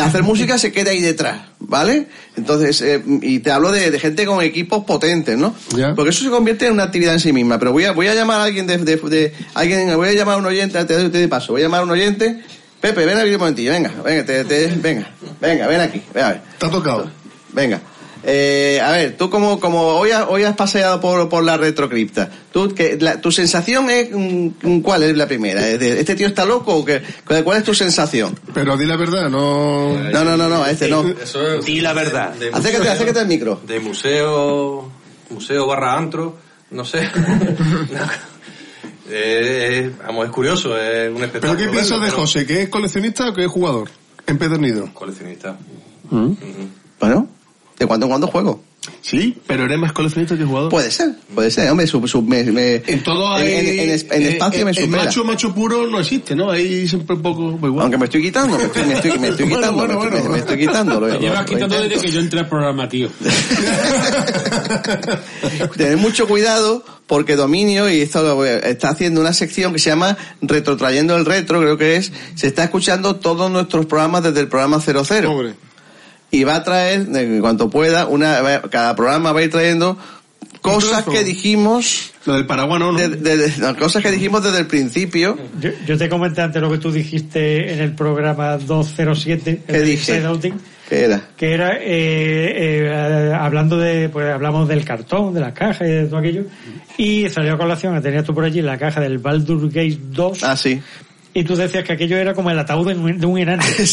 [SPEAKER 1] Hacer música se queda ahí detrás, ¿vale? Entonces, eh, y te hablo de, de gente con equipos potentes, ¿no? Porque eso se convierte en una actividad en sí misma. Pero voy a, voy a llamar a alguien de, de- de- alguien, voy a llamar a un oyente, te doy- te doy paso, voy a llamar a un oyente. Pepe, ven aquí un momentillo, venga, venga, te- te- venga, venga, ven aquí, ven a ver.
[SPEAKER 4] Está tocado.
[SPEAKER 1] Venga. Eh, a ver, tú como, como hoy, has, hoy has paseado por, por la retrocripta, ¿tú, que, la- ¿tu sensación es mm, cuál es la primera? ¿Es de, ¿Este tío está loco o qué? ¿Cuál cuál es tu sensación?
[SPEAKER 4] Pero di la verdad, no...
[SPEAKER 1] No, no, no, no, a este no.
[SPEAKER 22] Eso es-
[SPEAKER 1] Di la verdad.
[SPEAKER 22] de- de
[SPEAKER 1] Acércate,
[SPEAKER 22] museo-
[SPEAKER 1] acércate al micro.
[SPEAKER 22] De museo, museo barra antro, no sé. No. Eh, eh, vamos, es curioso, es un espectáculo.
[SPEAKER 4] ¿Pero qué piensas
[SPEAKER 22] verlo,
[SPEAKER 4] de
[SPEAKER 22] pero
[SPEAKER 4] José? ¿Que es coleccionista o que es jugador? Empedernido.
[SPEAKER 22] Coleccionista.
[SPEAKER 1] ¿Mm? Bueno, de cuando en cuando juego.
[SPEAKER 10] Sí, pero eres más coleccionista que jugador.
[SPEAKER 1] Puede ser, puede ser, hombre, sub, sub- me- me- en
[SPEAKER 10] Todo hay-
[SPEAKER 1] en, en es- en
[SPEAKER 10] eh,
[SPEAKER 1] espacio
[SPEAKER 10] eh,
[SPEAKER 1] me
[SPEAKER 10] el
[SPEAKER 1] supera.
[SPEAKER 10] macho, macho puro no existe, ¿no? Ahí siempre un poco... pues
[SPEAKER 1] Aunque me estoy quitando, me estoy, me estoy, me estoy quitando, me, estoy, me estoy quitando. lo-
[SPEAKER 2] Te
[SPEAKER 1] lo-
[SPEAKER 2] llevas
[SPEAKER 1] lo
[SPEAKER 2] quitando
[SPEAKER 1] intento.
[SPEAKER 2] desde que yo entré al programa, tío.
[SPEAKER 1] tener mucho cuidado porque Dominio, y esto lo voy a- está haciendo una sección que se llama Retrotrayendo el Retro, creo que es, se está escuchando todos nuestros programas desde el programa 00. Y va a traer, en cuanto pueda, una, va- cada programa va a ir trayendo cosas que dijimos.
[SPEAKER 10] Lo del paraguas no,
[SPEAKER 1] cosas que dijimos desde el principio.
[SPEAKER 3] Yo, yo te comenté antes lo que tú dijiste en el programa 207, el
[SPEAKER 1] ¿Qué
[SPEAKER 3] de
[SPEAKER 1] dije?
[SPEAKER 3] Inside Outing,
[SPEAKER 1] que era?
[SPEAKER 3] que era eh, eh, hablando de, pues hablamos del cartón, de las cajas y de todo aquello, y salió a colación, que tenías tú por allí la caja del Baldur Gate 2.
[SPEAKER 1] Ah, sí.
[SPEAKER 3] Y tú decías que aquello era como el ataúd de un, de un enano. Y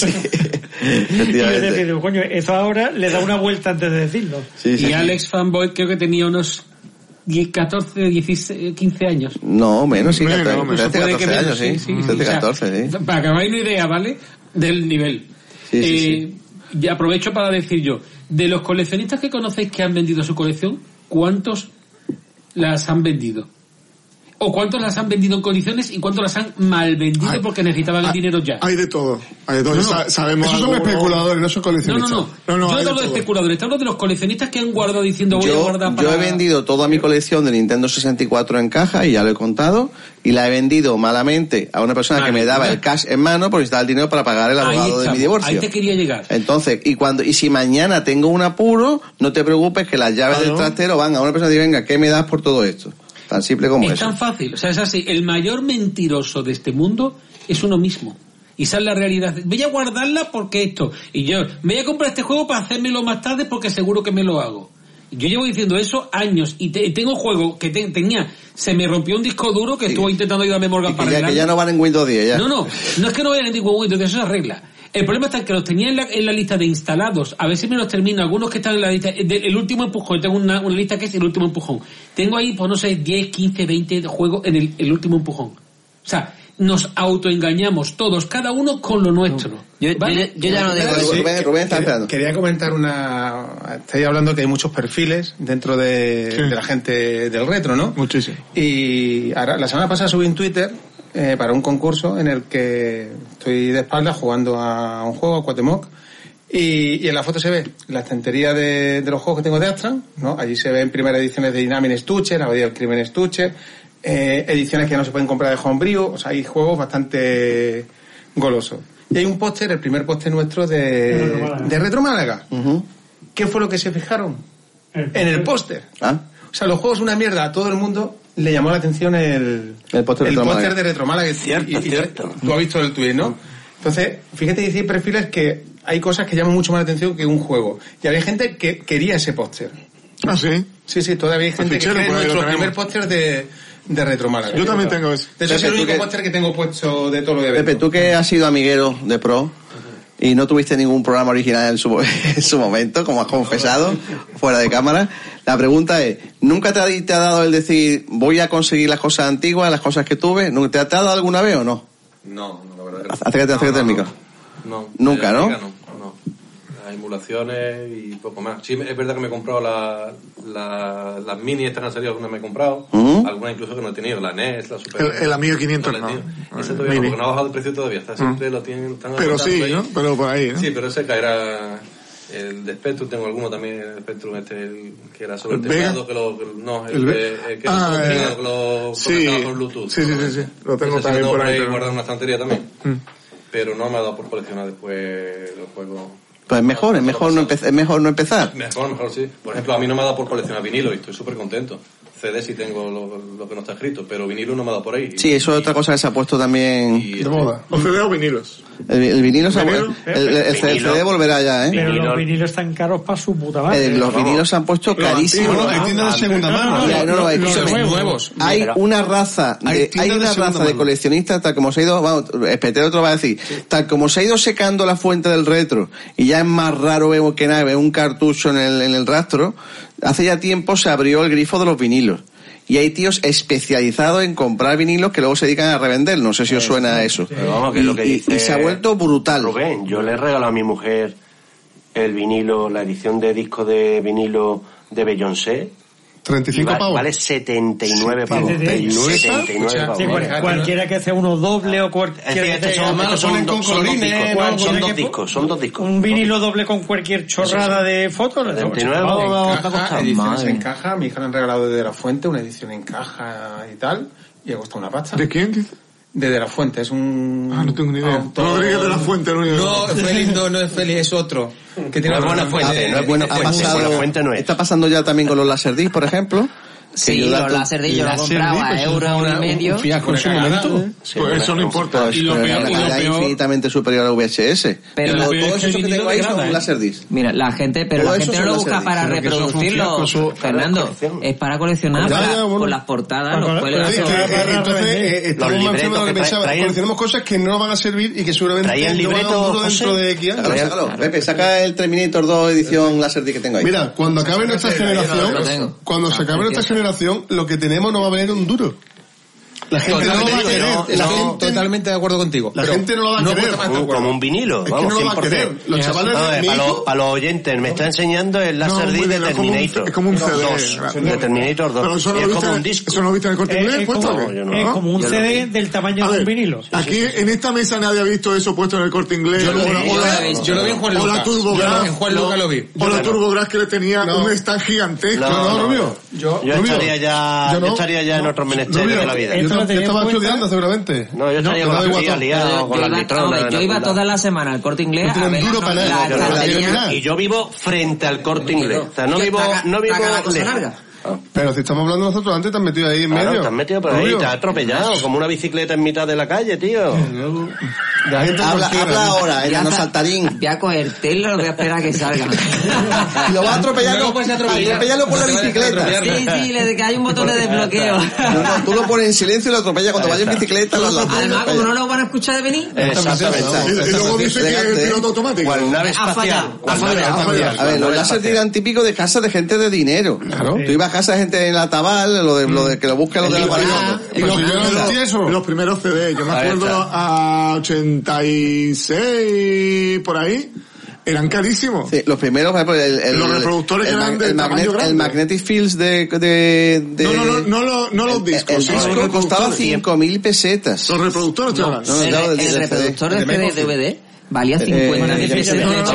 [SPEAKER 3] yo decía, digo, coño, eso ahora le da una vuelta antes de decirlo.
[SPEAKER 2] y Alex Fanboy creo que tenía unos 10, 14, 16, 15 años.
[SPEAKER 1] No, menos, sí,
[SPEAKER 2] Menos,
[SPEAKER 1] 13,
[SPEAKER 2] menos.
[SPEAKER 1] 13,
[SPEAKER 2] Puede que
[SPEAKER 1] 14
[SPEAKER 2] menos,
[SPEAKER 1] años, sí.
[SPEAKER 2] sí, sí,
[SPEAKER 1] 13,
[SPEAKER 2] o sea,
[SPEAKER 1] 14, sí.
[SPEAKER 2] Para que hagáis una idea, ¿vale? Del nivel.
[SPEAKER 1] Sí, sí,
[SPEAKER 2] Eh, Y aprovecho para decir yo, de los coleccionistas que conocéis que han vendido su colección, ¿cuántos las han vendido? ¿O cuántos las han vendido en condiciones y cuántos las han mal vendido porque necesitaban el dinero ya?
[SPEAKER 6] Hay de todo. Hay de todo.
[SPEAKER 2] No, no.
[SPEAKER 6] Sa- sabemos
[SPEAKER 2] Esos son
[SPEAKER 6] algunos-
[SPEAKER 2] especuladores,
[SPEAKER 4] no son
[SPEAKER 2] No, no, no.
[SPEAKER 6] no, hay
[SPEAKER 2] yo no
[SPEAKER 6] de
[SPEAKER 2] hablo de
[SPEAKER 6] todo.
[SPEAKER 2] especuladores, te hablo de los coleccionistas que han guardado diciendo voy a
[SPEAKER 1] yo,
[SPEAKER 2] guardar para...
[SPEAKER 1] yo he vendido toda mi colección de Nintendo 64 en caja, y ya lo he contado, y la he vendido malamente a una persona que me daba el cash en mano porque necesitaba el dinero para pagar el
[SPEAKER 2] Ahí
[SPEAKER 1] abogado de mi
[SPEAKER 2] estamos, Ahí
[SPEAKER 1] divorcio.
[SPEAKER 2] te quería llegar.
[SPEAKER 1] Entonces, y cuando y si mañana tengo un apuro, no te preocupes que las llaves del trastero van a una persona y dice, venga, ¿qué me das por todo esto? Tan simple como
[SPEAKER 2] es
[SPEAKER 1] eso.
[SPEAKER 2] tan fácil. O sea, es así. El mayor mentiroso de este mundo es uno mismo. Y esa es la realidad. Voy a guardarla porque esto. Y yo, me voy a comprar este juego para hacérmelo más tarde porque seguro que me lo hago. Yo llevo diciendo eso años y te- tengo juegos que te- tenía, se me rompió un disco duro que estuvo intentando ayudarme a Morgan para
[SPEAKER 1] Que ya, que
[SPEAKER 2] arreglarlo.
[SPEAKER 1] ya no van en Windows 10 ya.
[SPEAKER 2] No, no, no es que no vayan en ningún Windows, eso se arregla. El problema está en que los tenía en la, en la lista de instalados. A ver si me los termino. Algunos que están en la lista. eh, del- el último empujón. Tengo una, una lista que es el último empujón. Tengo ahí, pues no sé, 10, 15, 20 de juegos en el, el último empujón. O sea, nos autoengañamos todos, cada uno con lo nuestro. ¿Vale?
[SPEAKER 8] Sí,
[SPEAKER 1] Rubén, Rubén está
[SPEAKER 8] quería-
[SPEAKER 1] esperando.
[SPEAKER 8] Quería comentar una... Estáis hablando que hay muchos perfiles dentro de, de la gente del retro, ¿no?
[SPEAKER 6] Muchísimo.
[SPEAKER 8] Y ahora, la semana pasada subí en Twitter eh, para un concurso en el que estoy de espaldas jugando a un juego, a Cuatemoc, y, y en la foto se ve la estantería de, de los juegos que tengo de Astra, ¿no? Allí se ven primeras ediciones de Dynamic Stucher, Abadía del Crimen Stucher, eh, ediciones que ya no se pueden comprar de Homebrew, o sea, hay juegos bastante golosos. Y hay un póster, el primer póster nuestro
[SPEAKER 3] Retro
[SPEAKER 8] de,
[SPEAKER 3] Málaga.
[SPEAKER 8] de Retro Málaga. ¿Qué fue lo que se fijaron? En el póster.
[SPEAKER 1] Ah.
[SPEAKER 8] O sea, los juegos una mierda a todo el mundo le llamó la atención el,
[SPEAKER 1] El póster de
[SPEAKER 8] el
[SPEAKER 1] Retro
[SPEAKER 8] póster
[SPEAKER 1] Málaga.
[SPEAKER 8] de Retromálaga. Cierto, cierto. Tú has visto el tuit, ¿no? Entonces, fíjate que hay perfiles que hay cosas que llaman mucho más la atención que un juego. Y había gente que quería ese póster.
[SPEAKER 6] Ah, sí.
[SPEAKER 8] Sí, sí, todavía hay gente
[SPEAKER 6] fichero,
[SPEAKER 8] que
[SPEAKER 6] por
[SPEAKER 8] quiere
[SPEAKER 6] ahí lo
[SPEAKER 8] nuestro
[SPEAKER 6] tenemos.
[SPEAKER 8] primer póster de, de Retromálaga.
[SPEAKER 6] Yo también tengo ese.
[SPEAKER 8] De hecho, es el
[SPEAKER 1] Pepe, tú
[SPEAKER 8] único
[SPEAKER 1] que-
[SPEAKER 8] póster que tengo puesto de todo lo de
[SPEAKER 1] Pepe, tú que has sido amiguero de Pro y no tuviste ningún programa original en su, mo- en su momento, como has confesado, fuera de cámara, la pregunta es, ¿nunca te ha, te ha dado el decir voy a conseguir las cosas antiguas, las cosas que tuve? ¿Nunca ¿Te ha, te ha dado alguna vez o no?
[SPEAKER 22] No, no, la verdad que no.
[SPEAKER 1] Acércate, acércate al micro.
[SPEAKER 22] No.
[SPEAKER 1] Nunca,
[SPEAKER 22] Eh,
[SPEAKER 1] ¿no?
[SPEAKER 22] no, no. Las emulaciones y poco más. Sí, es verdad que me he comprado la- la- las mini estas que han salido, algunas me he comprado.
[SPEAKER 6] Ujú.
[SPEAKER 22] Algunas incluso que no he tenido, la NES, la Super E
[SPEAKER 6] El, el Amiga 500
[SPEAKER 22] No,
[SPEAKER 6] no.
[SPEAKER 22] la he tenido. Ese
[SPEAKER 6] Eh,
[SPEAKER 22] todavía no,
[SPEAKER 6] mini.
[SPEAKER 22] porque no ha bajado el precio todavía. Está, siempre lo tienen tan
[SPEAKER 6] Pero sí,
[SPEAKER 22] agotando
[SPEAKER 6] ¿no?
[SPEAKER 22] ahí.
[SPEAKER 6] Pero por ahí, ¿no?
[SPEAKER 22] Sí, pero ese caerá el de Spectrum, tengo alguno también el Spectrum este el que era sobre
[SPEAKER 6] ¿El
[SPEAKER 22] el
[SPEAKER 6] Vega?
[SPEAKER 22] teclado que lo, que lo- no, el,
[SPEAKER 6] El Ve-
[SPEAKER 22] que- el que
[SPEAKER 6] Ah,
[SPEAKER 22] lo-
[SPEAKER 6] eh,
[SPEAKER 22] que lo
[SPEAKER 6] sí.
[SPEAKER 22] conectaba con Bluetooth.
[SPEAKER 6] Sí, sí, sí, sí. Lo tengo
[SPEAKER 22] Ese sí
[SPEAKER 6] también por ahí,
[SPEAKER 22] Lo
[SPEAKER 6] pero-
[SPEAKER 22] tengo guardado en una estantería también. Pero no me ha dado por coleccionar después los juegos.
[SPEAKER 1] Pues mejor, es mejor no, empe- es mejor no empezar.
[SPEAKER 22] Mejor, mejor sí. Por ejemplo, a mí no me ha dado por coleccionar vinilo y estoy súper contento. CD sí tengo lo, lo que no está escrito, pero vinilo no me ha dado por ahí.
[SPEAKER 1] Sí, eso es otra cosa que se ha puesto también.
[SPEAKER 22] De moda.
[SPEAKER 6] O CD o vinilos.
[SPEAKER 1] El, el vinilo, se ha-
[SPEAKER 6] Vinilo,
[SPEAKER 1] el, el- el CD
[SPEAKER 6] vinilo.
[SPEAKER 1] CD volverá ya, ¿eh?
[SPEAKER 3] Pero los vinilos están caros para su puta madre.
[SPEAKER 1] Eh, los vinilos se han puesto
[SPEAKER 3] Los
[SPEAKER 1] carísimos.
[SPEAKER 3] antiguos, en tiendas de segunda mano.
[SPEAKER 1] Mira, no, no,
[SPEAKER 3] Los-
[SPEAKER 1] escúchame.
[SPEAKER 3] los nuevos.
[SPEAKER 1] Hay
[SPEAKER 3] Pero-
[SPEAKER 1] una raza, de-
[SPEAKER 3] Hay
[SPEAKER 1] hay,
[SPEAKER 3] tiendas de
[SPEAKER 1] una
[SPEAKER 3] segunda
[SPEAKER 1] raza de
[SPEAKER 3] mano.
[SPEAKER 1] coleccionistas, tal como se ha ido, vamos, Espetero te lo va a decir, tal como se ha ido secando la fuente del retro, y ya es más raro vemos que nada, ver un cartucho en el, en el rastro, hace ya tiempo se abrió el grifo de los vinilos. Y hay tíos especializados en comprar vinilos que luego se dedican a revender. No sé si os suena a eso.
[SPEAKER 5] Pero vamos, que
[SPEAKER 1] Y-
[SPEAKER 5] lo que
[SPEAKER 1] y-
[SPEAKER 5] dice
[SPEAKER 1] y se ha vuelto brutal.
[SPEAKER 5] Rubén, yo le he regalado a mi mujer el vinilo, la edición de disco de vinilo de Beyoncé.
[SPEAKER 4] 35
[SPEAKER 5] y va-
[SPEAKER 4] pavos.
[SPEAKER 5] Vale 79 pavos.
[SPEAKER 3] Sí, sí, sí.
[SPEAKER 5] 79 pavos.
[SPEAKER 3] Sí, cual- cualquiera que hace uno doble o cualquiera
[SPEAKER 5] Es decir,
[SPEAKER 3] que
[SPEAKER 5] estos
[SPEAKER 3] tenga-
[SPEAKER 5] son, estos son dos- son dos discos, son
[SPEAKER 3] cualquiera
[SPEAKER 5] dos
[SPEAKER 3] que-
[SPEAKER 5] discos, son dos discos.
[SPEAKER 3] Un vinilo doble con cualquier chorrada de fotos. le tengo
[SPEAKER 5] 79
[SPEAKER 3] chorrado.
[SPEAKER 5] va- va a
[SPEAKER 3] Encaja,
[SPEAKER 8] Ah,
[SPEAKER 5] costar
[SPEAKER 3] ediciones
[SPEAKER 5] más.
[SPEAKER 3] en
[SPEAKER 5] eh.
[SPEAKER 3] ca-
[SPEAKER 8] caja, mi hija le han regalado desde la fuente una edición en caja y tal, y ha costado una pasta.
[SPEAKER 6] ¿De quién?
[SPEAKER 8] Desde la fuente, es un. Ah, no tengo ni idea.
[SPEAKER 6] Rodríguez de la Fuente, el único.
[SPEAKER 12] No, Félix no, no es Félix, es otro. Que tiene una
[SPEAKER 1] Ah, ha pasado- Está pasando ya también con los Laserdisc, por ejemplo. que
[SPEAKER 13] Sí,
[SPEAKER 1] yo
[SPEAKER 13] los
[SPEAKER 1] dato-
[SPEAKER 13] Laserdisc yo los compraba a euro, euro y medio. ¿eh?
[SPEAKER 1] Pues
[SPEAKER 6] eso no importa.
[SPEAKER 1] Pues,
[SPEAKER 6] Y lo
[SPEAKER 1] pero
[SPEAKER 6] peor-
[SPEAKER 1] la
[SPEAKER 6] y lo
[SPEAKER 1] calidad
[SPEAKER 6] peor-
[SPEAKER 1] infinitamente superior al VHS.
[SPEAKER 13] Pero
[SPEAKER 1] Pero
[SPEAKER 13] lo peor es
[SPEAKER 1] todo
[SPEAKER 13] que
[SPEAKER 1] eso
[SPEAKER 13] el
[SPEAKER 1] que
[SPEAKER 13] vinilo
[SPEAKER 1] tengo ahí son
[SPEAKER 13] degrada, ¿eh?
[SPEAKER 1] Laserdisc.
[SPEAKER 13] Mira, la gente, pero la
[SPEAKER 1] Todo eso
[SPEAKER 13] gente
[SPEAKER 1] son
[SPEAKER 13] no lo
[SPEAKER 1] los
[SPEAKER 13] busca
[SPEAKER 1] Laserdisc.
[SPEAKER 13] para
[SPEAKER 1] Pero que eso es un
[SPEAKER 13] reproducirlo,
[SPEAKER 1] fiasco, eso-
[SPEAKER 13] Fernando. Es para coleccionar,
[SPEAKER 4] Ya,
[SPEAKER 13] para-
[SPEAKER 4] ya, bueno.
[SPEAKER 13] con las portadas,
[SPEAKER 4] Pero
[SPEAKER 13] los
[SPEAKER 4] es
[SPEAKER 13] cuelgas.
[SPEAKER 4] que, eh, entonces, eh, estamos más encima de lo que pensaba.
[SPEAKER 13] traen.
[SPEAKER 4] Coleccionamos cosas que no van a servir y que seguramente
[SPEAKER 1] Traían
[SPEAKER 4] no van a un
[SPEAKER 1] libretos,
[SPEAKER 4] duro dentro
[SPEAKER 1] José.
[SPEAKER 4] de X años.
[SPEAKER 1] Sácalo, sácalo. Pepe, saca el Terminator 2 edición Laserdisc que tengo ahí.
[SPEAKER 4] Mira, cuando acabe nuestra
[SPEAKER 1] Lo tengo.
[SPEAKER 4] generación, cuando se
[SPEAKER 1] Ah,
[SPEAKER 4] acabe nuestra
[SPEAKER 1] precioso.
[SPEAKER 4] generación, lo que tenemos no va a valer un duro. La
[SPEAKER 5] Pues
[SPEAKER 4] gente no lo va a
[SPEAKER 12] Totalmente,
[SPEAKER 4] querer.
[SPEAKER 12] no,
[SPEAKER 4] la
[SPEAKER 12] no,
[SPEAKER 4] gente-
[SPEAKER 12] totalmente de acuerdo contigo.
[SPEAKER 4] la
[SPEAKER 12] pero
[SPEAKER 4] gente no lo va a querer.
[SPEAKER 12] cuesta más
[SPEAKER 5] Como-
[SPEAKER 12] tampoco.
[SPEAKER 5] Uh, como un vinilo,
[SPEAKER 12] Es que
[SPEAKER 5] vamos,
[SPEAKER 12] no lo va a
[SPEAKER 5] 100%.
[SPEAKER 12] querer. Los chavales
[SPEAKER 5] No,
[SPEAKER 12] de
[SPEAKER 5] eh, para,
[SPEAKER 12] México-
[SPEAKER 5] los, para los oyentes, me está enseñando el
[SPEAKER 6] No,
[SPEAKER 5] láser
[SPEAKER 6] muy
[SPEAKER 5] D de
[SPEAKER 6] bien, es como un-
[SPEAKER 5] Terminator.
[SPEAKER 6] es como un CD.
[SPEAKER 5] Dos, de Terminator 2.
[SPEAKER 6] Pero eso no lo
[SPEAKER 5] Y es
[SPEAKER 6] viste
[SPEAKER 5] como
[SPEAKER 6] en-
[SPEAKER 5] un disco.
[SPEAKER 6] eso no lo viste en el corte
[SPEAKER 5] Eh,
[SPEAKER 6] inglés
[SPEAKER 5] es
[SPEAKER 6] puesto.
[SPEAKER 5] como-
[SPEAKER 6] ¿o qué?
[SPEAKER 5] yo no.
[SPEAKER 6] ¿No?
[SPEAKER 5] Es como un Yo lo CD vi.
[SPEAKER 3] del tamaño
[SPEAKER 6] A
[SPEAKER 3] de un
[SPEAKER 6] ver,
[SPEAKER 3] vinilo. Sí,
[SPEAKER 6] Aquí en esta mesa nadie ha visto eso puesto en el corte inglés.
[SPEAKER 12] Yo lo
[SPEAKER 6] O
[SPEAKER 12] vi,
[SPEAKER 6] la-
[SPEAKER 12] yo
[SPEAKER 6] o la-
[SPEAKER 12] lo vi, yo lo vi en Juan
[SPEAKER 6] o la
[SPEAKER 12] Lucas.
[SPEAKER 6] Turbo
[SPEAKER 12] Yo lo-
[SPEAKER 6] Grass.
[SPEAKER 12] en Juan
[SPEAKER 6] No.
[SPEAKER 12] Lucas lo vi.
[SPEAKER 6] O la
[SPEAKER 12] Yo no.
[SPEAKER 6] Turbo Grass que le tenía un stand gigantesco.
[SPEAKER 5] No, no,
[SPEAKER 6] Rubio?
[SPEAKER 5] Yo, yo
[SPEAKER 6] Rubio.
[SPEAKER 5] estaría ya,
[SPEAKER 6] Yo
[SPEAKER 5] yo
[SPEAKER 6] no.
[SPEAKER 5] estaría ya en otros menesteres
[SPEAKER 4] Rubio,
[SPEAKER 5] de la vida.
[SPEAKER 4] Yo, yo estaba estudiando seguramente.
[SPEAKER 5] No, yo estaría
[SPEAKER 4] pero
[SPEAKER 5] con la
[SPEAKER 4] da igual.
[SPEAKER 5] familia liado, con la litrona.
[SPEAKER 13] Yo iba toda la semana al corte inglés a ver la estantería.
[SPEAKER 5] Y yo vivo frente al corte inglés. O sea, no
[SPEAKER 13] Que
[SPEAKER 5] vivo,
[SPEAKER 13] para-
[SPEAKER 5] no vivo
[SPEAKER 13] para la cosa
[SPEAKER 5] lejos.
[SPEAKER 13] larga.
[SPEAKER 4] Pero si estamos hablando nosotros antes, te has metido ahí en
[SPEAKER 5] Claro,
[SPEAKER 4] medio.
[SPEAKER 5] te has metido por ahí,
[SPEAKER 4] Rubio.
[SPEAKER 5] te has atropellado como una bicicleta en mitad de la calle, tío.
[SPEAKER 1] Habla, habla ahora, el
[SPEAKER 13] Ya
[SPEAKER 1] nano
[SPEAKER 13] está.
[SPEAKER 1] saltarín.
[SPEAKER 13] Voy a coger telo, voy a esperar a que salga.
[SPEAKER 1] Lo va a atropellar, con- atropellarlo por la bicicleta.
[SPEAKER 13] Sí, sí, le- que hay un botón de desbloqueo.
[SPEAKER 1] No, no, tú lo pones en silencio y lo atropellas cuando vaya en bicicleta. Lo, lo,
[SPEAKER 13] Además, como no lo van a escuchar de venir,
[SPEAKER 1] Exactamente.
[SPEAKER 6] Y- y luego dice que es
[SPEAKER 1] Elegante, ¿eh?
[SPEAKER 6] piloto automático.
[SPEAKER 5] nave
[SPEAKER 13] espacial. fallado, ha fallado,
[SPEAKER 1] Bueno, a
[SPEAKER 13] ha
[SPEAKER 1] ver,
[SPEAKER 13] fallado.
[SPEAKER 1] A ver, los
[SPEAKER 13] Bueno,
[SPEAKER 1] láser eran típicos de casas de gente de dinero. Tú ibas a casas de gente en la tabal, lo de, lo de que lo busca lo de la pared.
[SPEAKER 6] Y los, primeros, Pues los primeros CD, yo me
[SPEAKER 1] Ahí
[SPEAKER 6] acuerdo a 86 por ahí, eran carísimos.
[SPEAKER 1] Sí, los primeros, por ejemplo, el, el-
[SPEAKER 6] Los reproductores
[SPEAKER 1] el,
[SPEAKER 6] eran
[SPEAKER 1] mag-
[SPEAKER 6] de
[SPEAKER 1] el
[SPEAKER 6] tamaño grande.
[SPEAKER 1] el Magnetic Fields de, de, de-
[SPEAKER 6] No, no, no, no, lo- no los discos,
[SPEAKER 1] El
[SPEAKER 6] sí, los
[SPEAKER 1] disco
[SPEAKER 6] reproductores.
[SPEAKER 1] costaba 5.000 pesetas.
[SPEAKER 6] Los reproductores,
[SPEAKER 1] No,
[SPEAKER 6] chaval.
[SPEAKER 1] no, no,
[SPEAKER 13] el,
[SPEAKER 1] no,
[SPEAKER 13] el
[SPEAKER 1] del CD.
[SPEAKER 13] reproductor de
[SPEAKER 1] El de
[SPEAKER 13] CD
[SPEAKER 1] Microsoft.
[SPEAKER 13] DVD valía
[SPEAKER 1] Eh,
[SPEAKER 13] 50
[SPEAKER 1] eh,
[SPEAKER 13] mil pesos.
[SPEAKER 1] ya, ya, ya, ya, ya, ya, ya,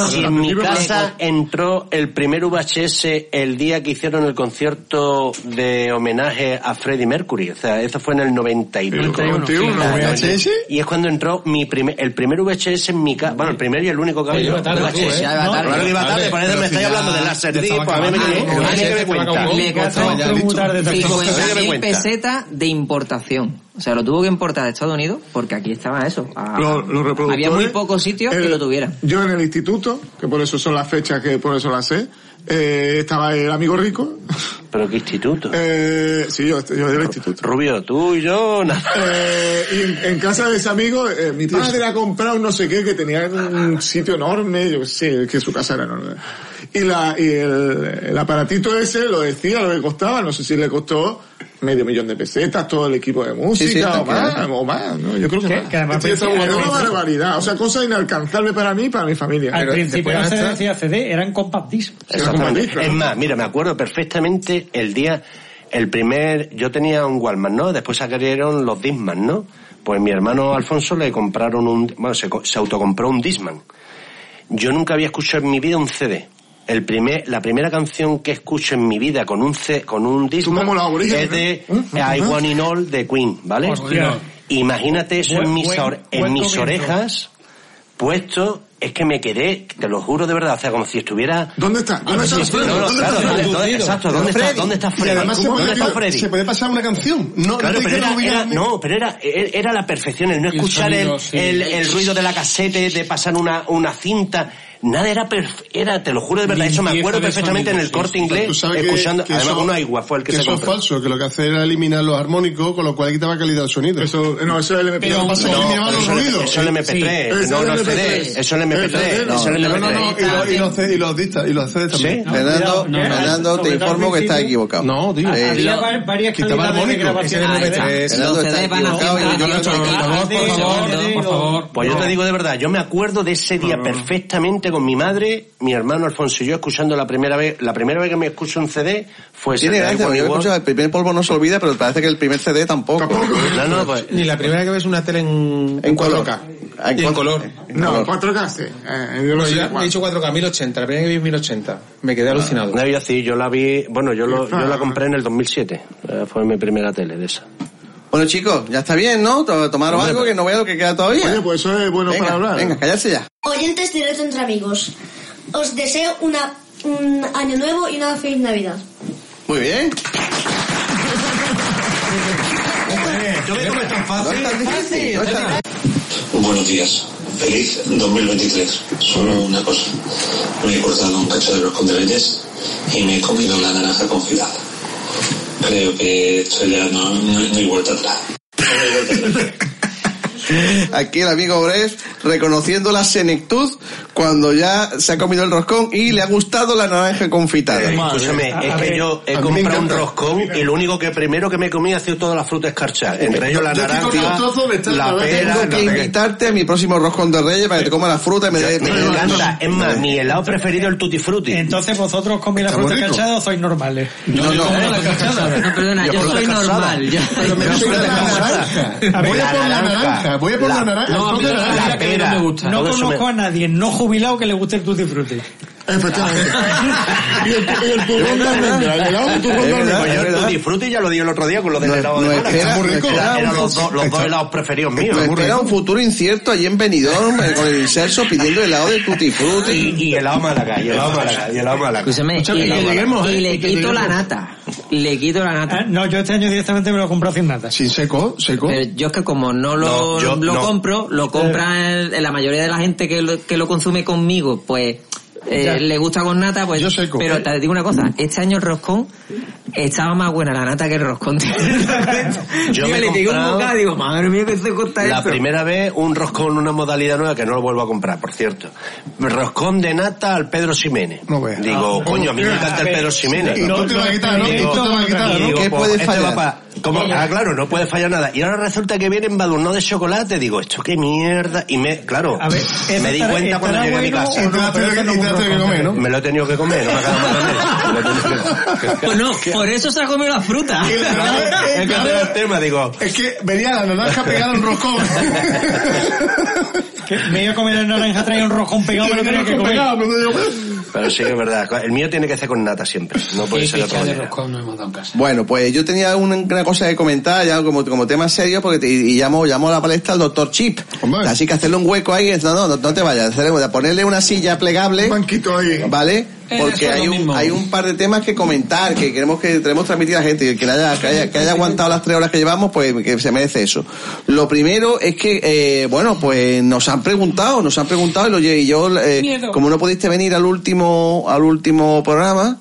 [SPEAKER 1] ya,
[SPEAKER 5] Si
[SPEAKER 1] ya,
[SPEAKER 5] en mi
[SPEAKER 1] ya, ya,
[SPEAKER 5] casa entró el primer VHS el día que hicieron el concierto de homenaje a Freddie Mercury. O sea, eso fue en el 91.
[SPEAKER 6] 91,
[SPEAKER 5] Claro,
[SPEAKER 6] VHS.
[SPEAKER 5] Y es cuando entró mi primer, el primer VHS en mi casa. Bueno, el primero y el único que había.
[SPEAKER 12] iba tarde tú, ¿eh?
[SPEAKER 5] No, Claro que iba tarde, por eso me estáis hablando de
[SPEAKER 12] láser
[SPEAKER 5] Laser Disc, pues a mí me
[SPEAKER 6] Ah,
[SPEAKER 5] tiene que me cuenta.
[SPEAKER 13] Le costó
[SPEAKER 5] pues,
[SPEAKER 13] 50.000 pesetas de importación. O sea, lo tuvo que importar de Estados Unidos porque aquí estaba eso. a-
[SPEAKER 6] Los- los reproductores,
[SPEAKER 13] había muy pocos sitios que
[SPEAKER 6] el-
[SPEAKER 13] lo tuvieran.
[SPEAKER 6] Yo en el instituto, que por eso son las fechas que por eso las sé, eh, estaba el amigo rico.
[SPEAKER 5] Pero qué instituto.
[SPEAKER 6] Eh, sí, yo, yo del instituto.
[SPEAKER 5] Rubio, tú y yo, nada.
[SPEAKER 6] Eh, y en, en casa de ese amigo, eh, mi padre ha comprado un no sé qué que tenía un sitio enorme, yo qué sé, que su casa era enorme. Y, la, y el, el aparatito ese lo decía lo que costaba, no sé si le costó medio millón de pesetas, todo el equipo de música
[SPEAKER 4] Sí, sí, está
[SPEAKER 6] o, más,
[SPEAKER 4] claro.
[SPEAKER 6] o más, ¿no? Yo creo que,
[SPEAKER 4] Que-
[SPEAKER 6] más.
[SPEAKER 4] que además
[SPEAKER 6] Estoy
[SPEAKER 4] pensé-
[SPEAKER 6] hablando de una
[SPEAKER 4] al-
[SPEAKER 6] barbaridad, o sea, cosa inalcanzable para mí y para mi familia.
[SPEAKER 3] Al
[SPEAKER 6] Pero
[SPEAKER 3] principio
[SPEAKER 6] después
[SPEAKER 3] no se
[SPEAKER 6] hasta-
[SPEAKER 3] decía CD, eran compact disc.
[SPEAKER 5] Exactamente. Es más, mira, me acuerdo perfectamente el día, el primer, yo tenía un Walkman, ¿no? Después salieron los Disman, ¿no? Pues mi hermano Alfonso le compraron un, bueno, se, co- se autocompró un Disman. Yo nunca había escuchado en mi vida un CD. El primer, la primera canción que escucho en mi vida con un C, con un Disman
[SPEAKER 6] como los aborígenes,
[SPEAKER 5] es de
[SPEAKER 6] ¿eh? ¿Eh?
[SPEAKER 5] I Want It All de Queen, ¿vale?
[SPEAKER 6] Hostia.
[SPEAKER 5] Imagínate eso
[SPEAKER 6] Buen-
[SPEAKER 5] en mis,
[SPEAKER 6] buen-
[SPEAKER 5] or- en
[SPEAKER 6] buen
[SPEAKER 5] mis
[SPEAKER 6] comienzo.
[SPEAKER 5] orejas puesto es que me quedé, te lo juro de verdad, o sea, como si estuviera...
[SPEAKER 6] ¿Dónde está?
[SPEAKER 5] No,
[SPEAKER 4] ¿Dónde
[SPEAKER 5] no,
[SPEAKER 4] está
[SPEAKER 5] sí,
[SPEAKER 4] Freddy?
[SPEAKER 5] no, no,
[SPEAKER 4] ¿Dónde
[SPEAKER 5] claro,
[SPEAKER 4] está
[SPEAKER 5] ¿dónde-
[SPEAKER 4] Freddy?
[SPEAKER 5] dónde- exacto, ¿dónde está- dónde está Freddy?
[SPEAKER 4] Y además se
[SPEAKER 5] ¿Cómo-
[SPEAKER 4] puede,
[SPEAKER 5] dónde está Freddy?
[SPEAKER 4] se puede pasar una canción. No,
[SPEAKER 5] claro,
[SPEAKER 4] no
[SPEAKER 5] pero
[SPEAKER 4] tiene que
[SPEAKER 5] era,
[SPEAKER 4] obligar
[SPEAKER 5] era-
[SPEAKER 4] a mí.
[SPEAKER 5] no, pero era, er- era la perfección, el no
[SPEAKER 4] El
[SPEAKER 5] escuchar el,
[SPEAKER 4] sonido, sí.
[SPEAKER 5] el- el ruido de la casete, de pasar una, una cinta, nada era, perf- era, te lo juro de verdad, eso me
[SPEAKER 4] Limpieza
[SPEAKER 5] acuerdo
[SPEAKER 4] de
[SPEAKER 5] perfectamente en
[SPEAKER 4] sonido,
[SPEAKER 5] el
[SPEAKER 4] sí, sí.
[SPEAKER 5] corte inglés,
[SPEAKER 4] Tú sabes que-
[SPEAKER 5] escuchando,
[SPEAKER 4] que
[SPEAKER 5] además
[SPEAKER 4] eso-
[SPEAKER 5] una igual fue el que,
[SPEAKER 4] que
[SPEAKER 5] se
[SPEAKER 4] eso es
[SPEAKER 5] compró.
[SPEAKER 4] falso, que lo que hace era eliminar los armónicos, con lo cual quitaba calidad al sonido. Eso,
[SPEAKER 6] no, eso es el
[SPEAKER 4] MP3. Pero pasa que eliminaba los
[SPEAKER 5] eso,
[SPEAKER 4] ruidos.
[SPEAKER 5] eso es el
[SPEAKER 4] Sí.
[SPEAKER 5] MP3, no, no,
[SPEAKER 4] Eso es el
[SPEAKER 5] CD,
[SPEAKER 4] MP3.
[SPEAKER 5] eso es el MP3,
[SPEAKER 4] No,
[SPEAKER 5] eso es el
[SPEAKER 4] no, no,
[SPEAKER 5] MP3.
[SPEAKER 4] y lo- y los CD, y los distas, y los CDs también.
[SPEAKER 1] Fernando, Fernando, te informo que estás equivocado.
[SPEAKER 10] No, tío.
[SPEAKER 1] Eh,
[SPEAKER 10] Había
[SPEAKER 1] lo-
[SPEAKER 10] var- varias
[SPEAKER 1] quitaba
[SPEAKER 10] calidades de
[SPEAKER 1] armónico.
[SPEAKER 10] grabación. Ah, está.
[SPEAKER 1] Fernando,
[SPEAKER 10] Los
[SPEAKER 1] estás
[SPEAKER 10] CD van a
[SPEAKER 1] equivocado.
[SPEAKER 10] quitar-
[SPEAKER 1] Yo lo he hecho
[SPEAKER 10] Por favor, por favor, por favor.
[SPEAKER 5] Pues yo te digo de verdad, yo me acuerdo de ese día perfectamente con mi madre, mi hermano Alfonso y yo escuchando la primera vez, la primera vez que me escucho un CD fue
[SPEAKER 1] Tiene
[SPEAKER 5] Saturday
[SPEAKER 1] gracia, porque
[SPEAKER 5] Morning
[SPEAKER 1] yo he
[SPEAKER 5] World.
[SPEAKER 1] escuchado el primer polvo no se olvida, pero parece que el primer CD tampoco.
[SPEAKER 5] No, no, pues-
[SPEAKER 8] Ni la primera que ves una tele en, en 4K. Y en color. Pues
[SPEAKER 6] No, 4K sí. yo
[SPEAKER 8] No,
[SPEAKER 1] Pues
[SPEAKER 6] lo sé
[SPEAKER 8] Eh, yo
[SPEAKER 6] igual.
[SPEAKER 8] he dicho 4K, 1080. La primera que vi es 1080. Me
[SPEAKER 5] Ah,
[SPEAKER 8] quedé alucinado.
[SPEAKER 5] No, yo sí, yo la vi, bueno, yo, lo- yo la compré en el 2007, eh, fue mi primera tele de esa.
[SPEAKER 1] Bueno, chicos, ya está bien, ¿no? To- Tomaros
[SPEAKER 5] Hombre,
[SPEAKER 1] algo que no vea lo que queda todavía. Oye,
[SPEAKER 6] pues eso es bueno
[SPEAKER 1] venga,
[SPEAKER 6] para hablar.
[SPEAKER 1] Venga, callarse ya.
[SPEAKER 21] Oyentes directo entre amigos, os deseo una, un año nuevo y una feliz Navidad.
[SPEAKER 1] Muy bien.
[SPEAKER 5] Yo veo que es tan fácil.
[SPEAKER 16] Buenos días. Feliz 2023. Solo una cosa. Me he cortado un cacho de los condeleyes y me he comido una naranja confitada. Creo que esto ya no, no- no hay vuelta atrás.
[SPEAKER 1] Aquí el amigo Bres reconociendo la senectud cuando ya se ha comido el roscón y le ha gustado la naranja confitada.
[SPEAKER 5] Eh, escúchame, es que yo he comprado un roscón y lo único que primero que me he comido ha sido todas las frutas escarchadas, entre ellos la
[SPEAKER 1] Yo estoy
[SPEAKER 5] naranja,
[SPEAKER 1] con un trozo de esta-
[SPEAKER 5] la pera,
[SPEAKER 1] Tengo
[SPEAKER 5] la
[SPEAKER 1] que
[SPEAKER 5] pera.
[SPEAKER 1] invitarte a mi próximo roscón de reyes para que te comas la fruta y me des...
[SPEAKER 5] Me encanta, es más, mi helado preferido el tutti frutti.
[SPEAKER 3] Entonces vosotros coméis la
[SPEAKER 5] Está
[SPEAKER 3] fruta
[SPEAKER 5] muy rico.
[SPEAKER 3] cachada o sois normales.
[SPEAKER 5] No, yo como la cachada.
[SPEAKER 3] No,
[SPEAKER 5] perdona, Yo yo fruta soy cachada. normal, ya. Pero me gusta la
[SPEAKER 4] Voy a por la naranja, voy a por la naranja.
[SPEAKER 3] No,
[SPEAKER 4] el
[SPEAKER 3] a mí
[SPEAKER 4] toque de
[SPEAKER 3] la
[SPEAKER 4] naranja.
[SPEAKER 3] verdad que no me gusta. No
[SPEAKER 4] Todo eso
[SPEAKER 3] conozco a nadie no jubilado que le guste el tutti frutti.
[SPEAKER 6] Efectivamente. y el, tu- y el turrón de almendra, el helado de turrón de almendra.
[SPEAKER 5] Pues yo el tutti frutti ya lo di el otro día con lo del helado de
[SPEAKER 1] no
[SPEAKER 5] Málaga.
[SPEAKER 1] espera, no espera.
[SPEAKER 5] Era- Eran los dos los dos helados preferidos míos.
[SPEAKER 1] Me espera un futuro incierto allí en Benidorm eh, con el inserso pidiendo helado de tutti frutti.
[SPEAKER 5] Y, helado Málaga, y helado Málaga, y helado Málaga.
[SPEAKER 13] Escúchame,
[SPEAKER 5] Escucha,
[SPEAKER 13] y,
[SPEAKER 5] que
[SPEAKER 13] le-
[SPEAKER 5] lleguemos,
[SPEAKER 13] y
[SPEAKER 5] eh,
[SPEAKER 13] le
[SPEAKER 5] que
[SPEAKER 13] quito la
[SPEAKER 5] lleguemos.
[SPEAKER 13] nata. Le quito la nata.
[SPEAKER 3] no, yo este año directamente me lo he comprado sin nata.
[SPEAKER 4] Sí, seco, seco.
[SPEAKER 13] Pero yo es que como no lo,
[SPEAKER 3] No, yo
[SPEAKER 13] lo
[SPEAKER 3] no.
[SPEAKER 13] compro, lo compra
[SPEAKER 5] Eh.
[SPEAKER 13] el- la mayoría de la gente que lo, que lo consume conmigo, pues eh,
[SPEAKER 3] Ya.
[SPEAKER 13] le gusta con nata, pues... Pero te digo una cosa, este año el roscón estaba más buena la nata que el roscón.
[SPEAKER 5] Yo
[SPEAKER 13] Digo,
[SPEAKER 5] me he
[SPEAKER 13] le pegué un
[SPEAKER 5] comprado-
[SPEAKER 13] bocado y digo, madre mía, que se cuesta
[SPEAKER 5] La
[SPEAKER 13] esto.
[SPEAKER 5] primera vez un roscón, una modalidad nueva que no lo vuelvo a comprar, por cierto. Roscón de nata al Pedro Ximénez.
[SPEAKER 3] Ah.
[SPEAKER 5] Digo, coño, a mí me encanta el Pedro Ximénez.
[SPEAKER 4] Y tú te vas a quitar, ¿no? Y tú te vas a quitar, ¿no?
[SPEAKER 5] Y digo,
[SPEAKER 4] ¿Qué
[SPEAKER 5] pues,
[SPEAKER 4] puede
[SPEAKER 5] este
[SPEAKER 4] fallar?
[SPEAKER 5] va pa- como- ah, claro, no puede fallar nada. Y ahora resulta que viene embadurnado de chocolate. Digo, esto qué mierda. Y me, claro, me di
[SPEAKER 3] estará-
[SPEAKER 5] cuenta cuando
[SPEAKER 3] estará
[SPEAKER 5] llegué a mi
[SPEAKER 3] bueno
[SPEAKER 5] casa.
[SPEAKER 3] o no, pero es que no es un roscón.
[SPEAKER 5] Me lo he tenido que comer, no me ha quedado más remedio. Me lo he tenido que comer.
[SPEAKER 13] Pues no, por eso se ha comido la fruta.
[SPEAKER 5] Es que ese era el tema, digo.
[SPEAKER 4] Es que venía la naranja pegada a un roscón.
[SPEAKER 3] Que me iba a comer el naranja, traía un roscón pegado, me lo tenía que comer.
[SPEAKER 5] Pero sí que es verdad. El mío tiene que ser con nata siempre. No puede ser de otra manera.
[SPEAKER 1] Bueno, pues yo tenía una, una cosa que comentar ya como, como tema serio porque te- y llamo, llamo a la palestra al doctor Chip. Así que hacerle un hueco ahí, no, no, no, no te vayas, hacerle- ponerle una silla plegable. ¿Vale?
[SPEAKER 4] Eh,
[SPEAKER 1] Porque
[SPEAKER 4] eso es
[SPEAKER 1] hay
[SPEAKER 4] lo
[SPEAKER 1] un,
[SPEAKER 4] mismo.
[SPEAKER 1] pues eh, pues
[SPEAKER 5] Miedo.
[SPEAKER 1] eh, como no pudiste venir al último, al último programa,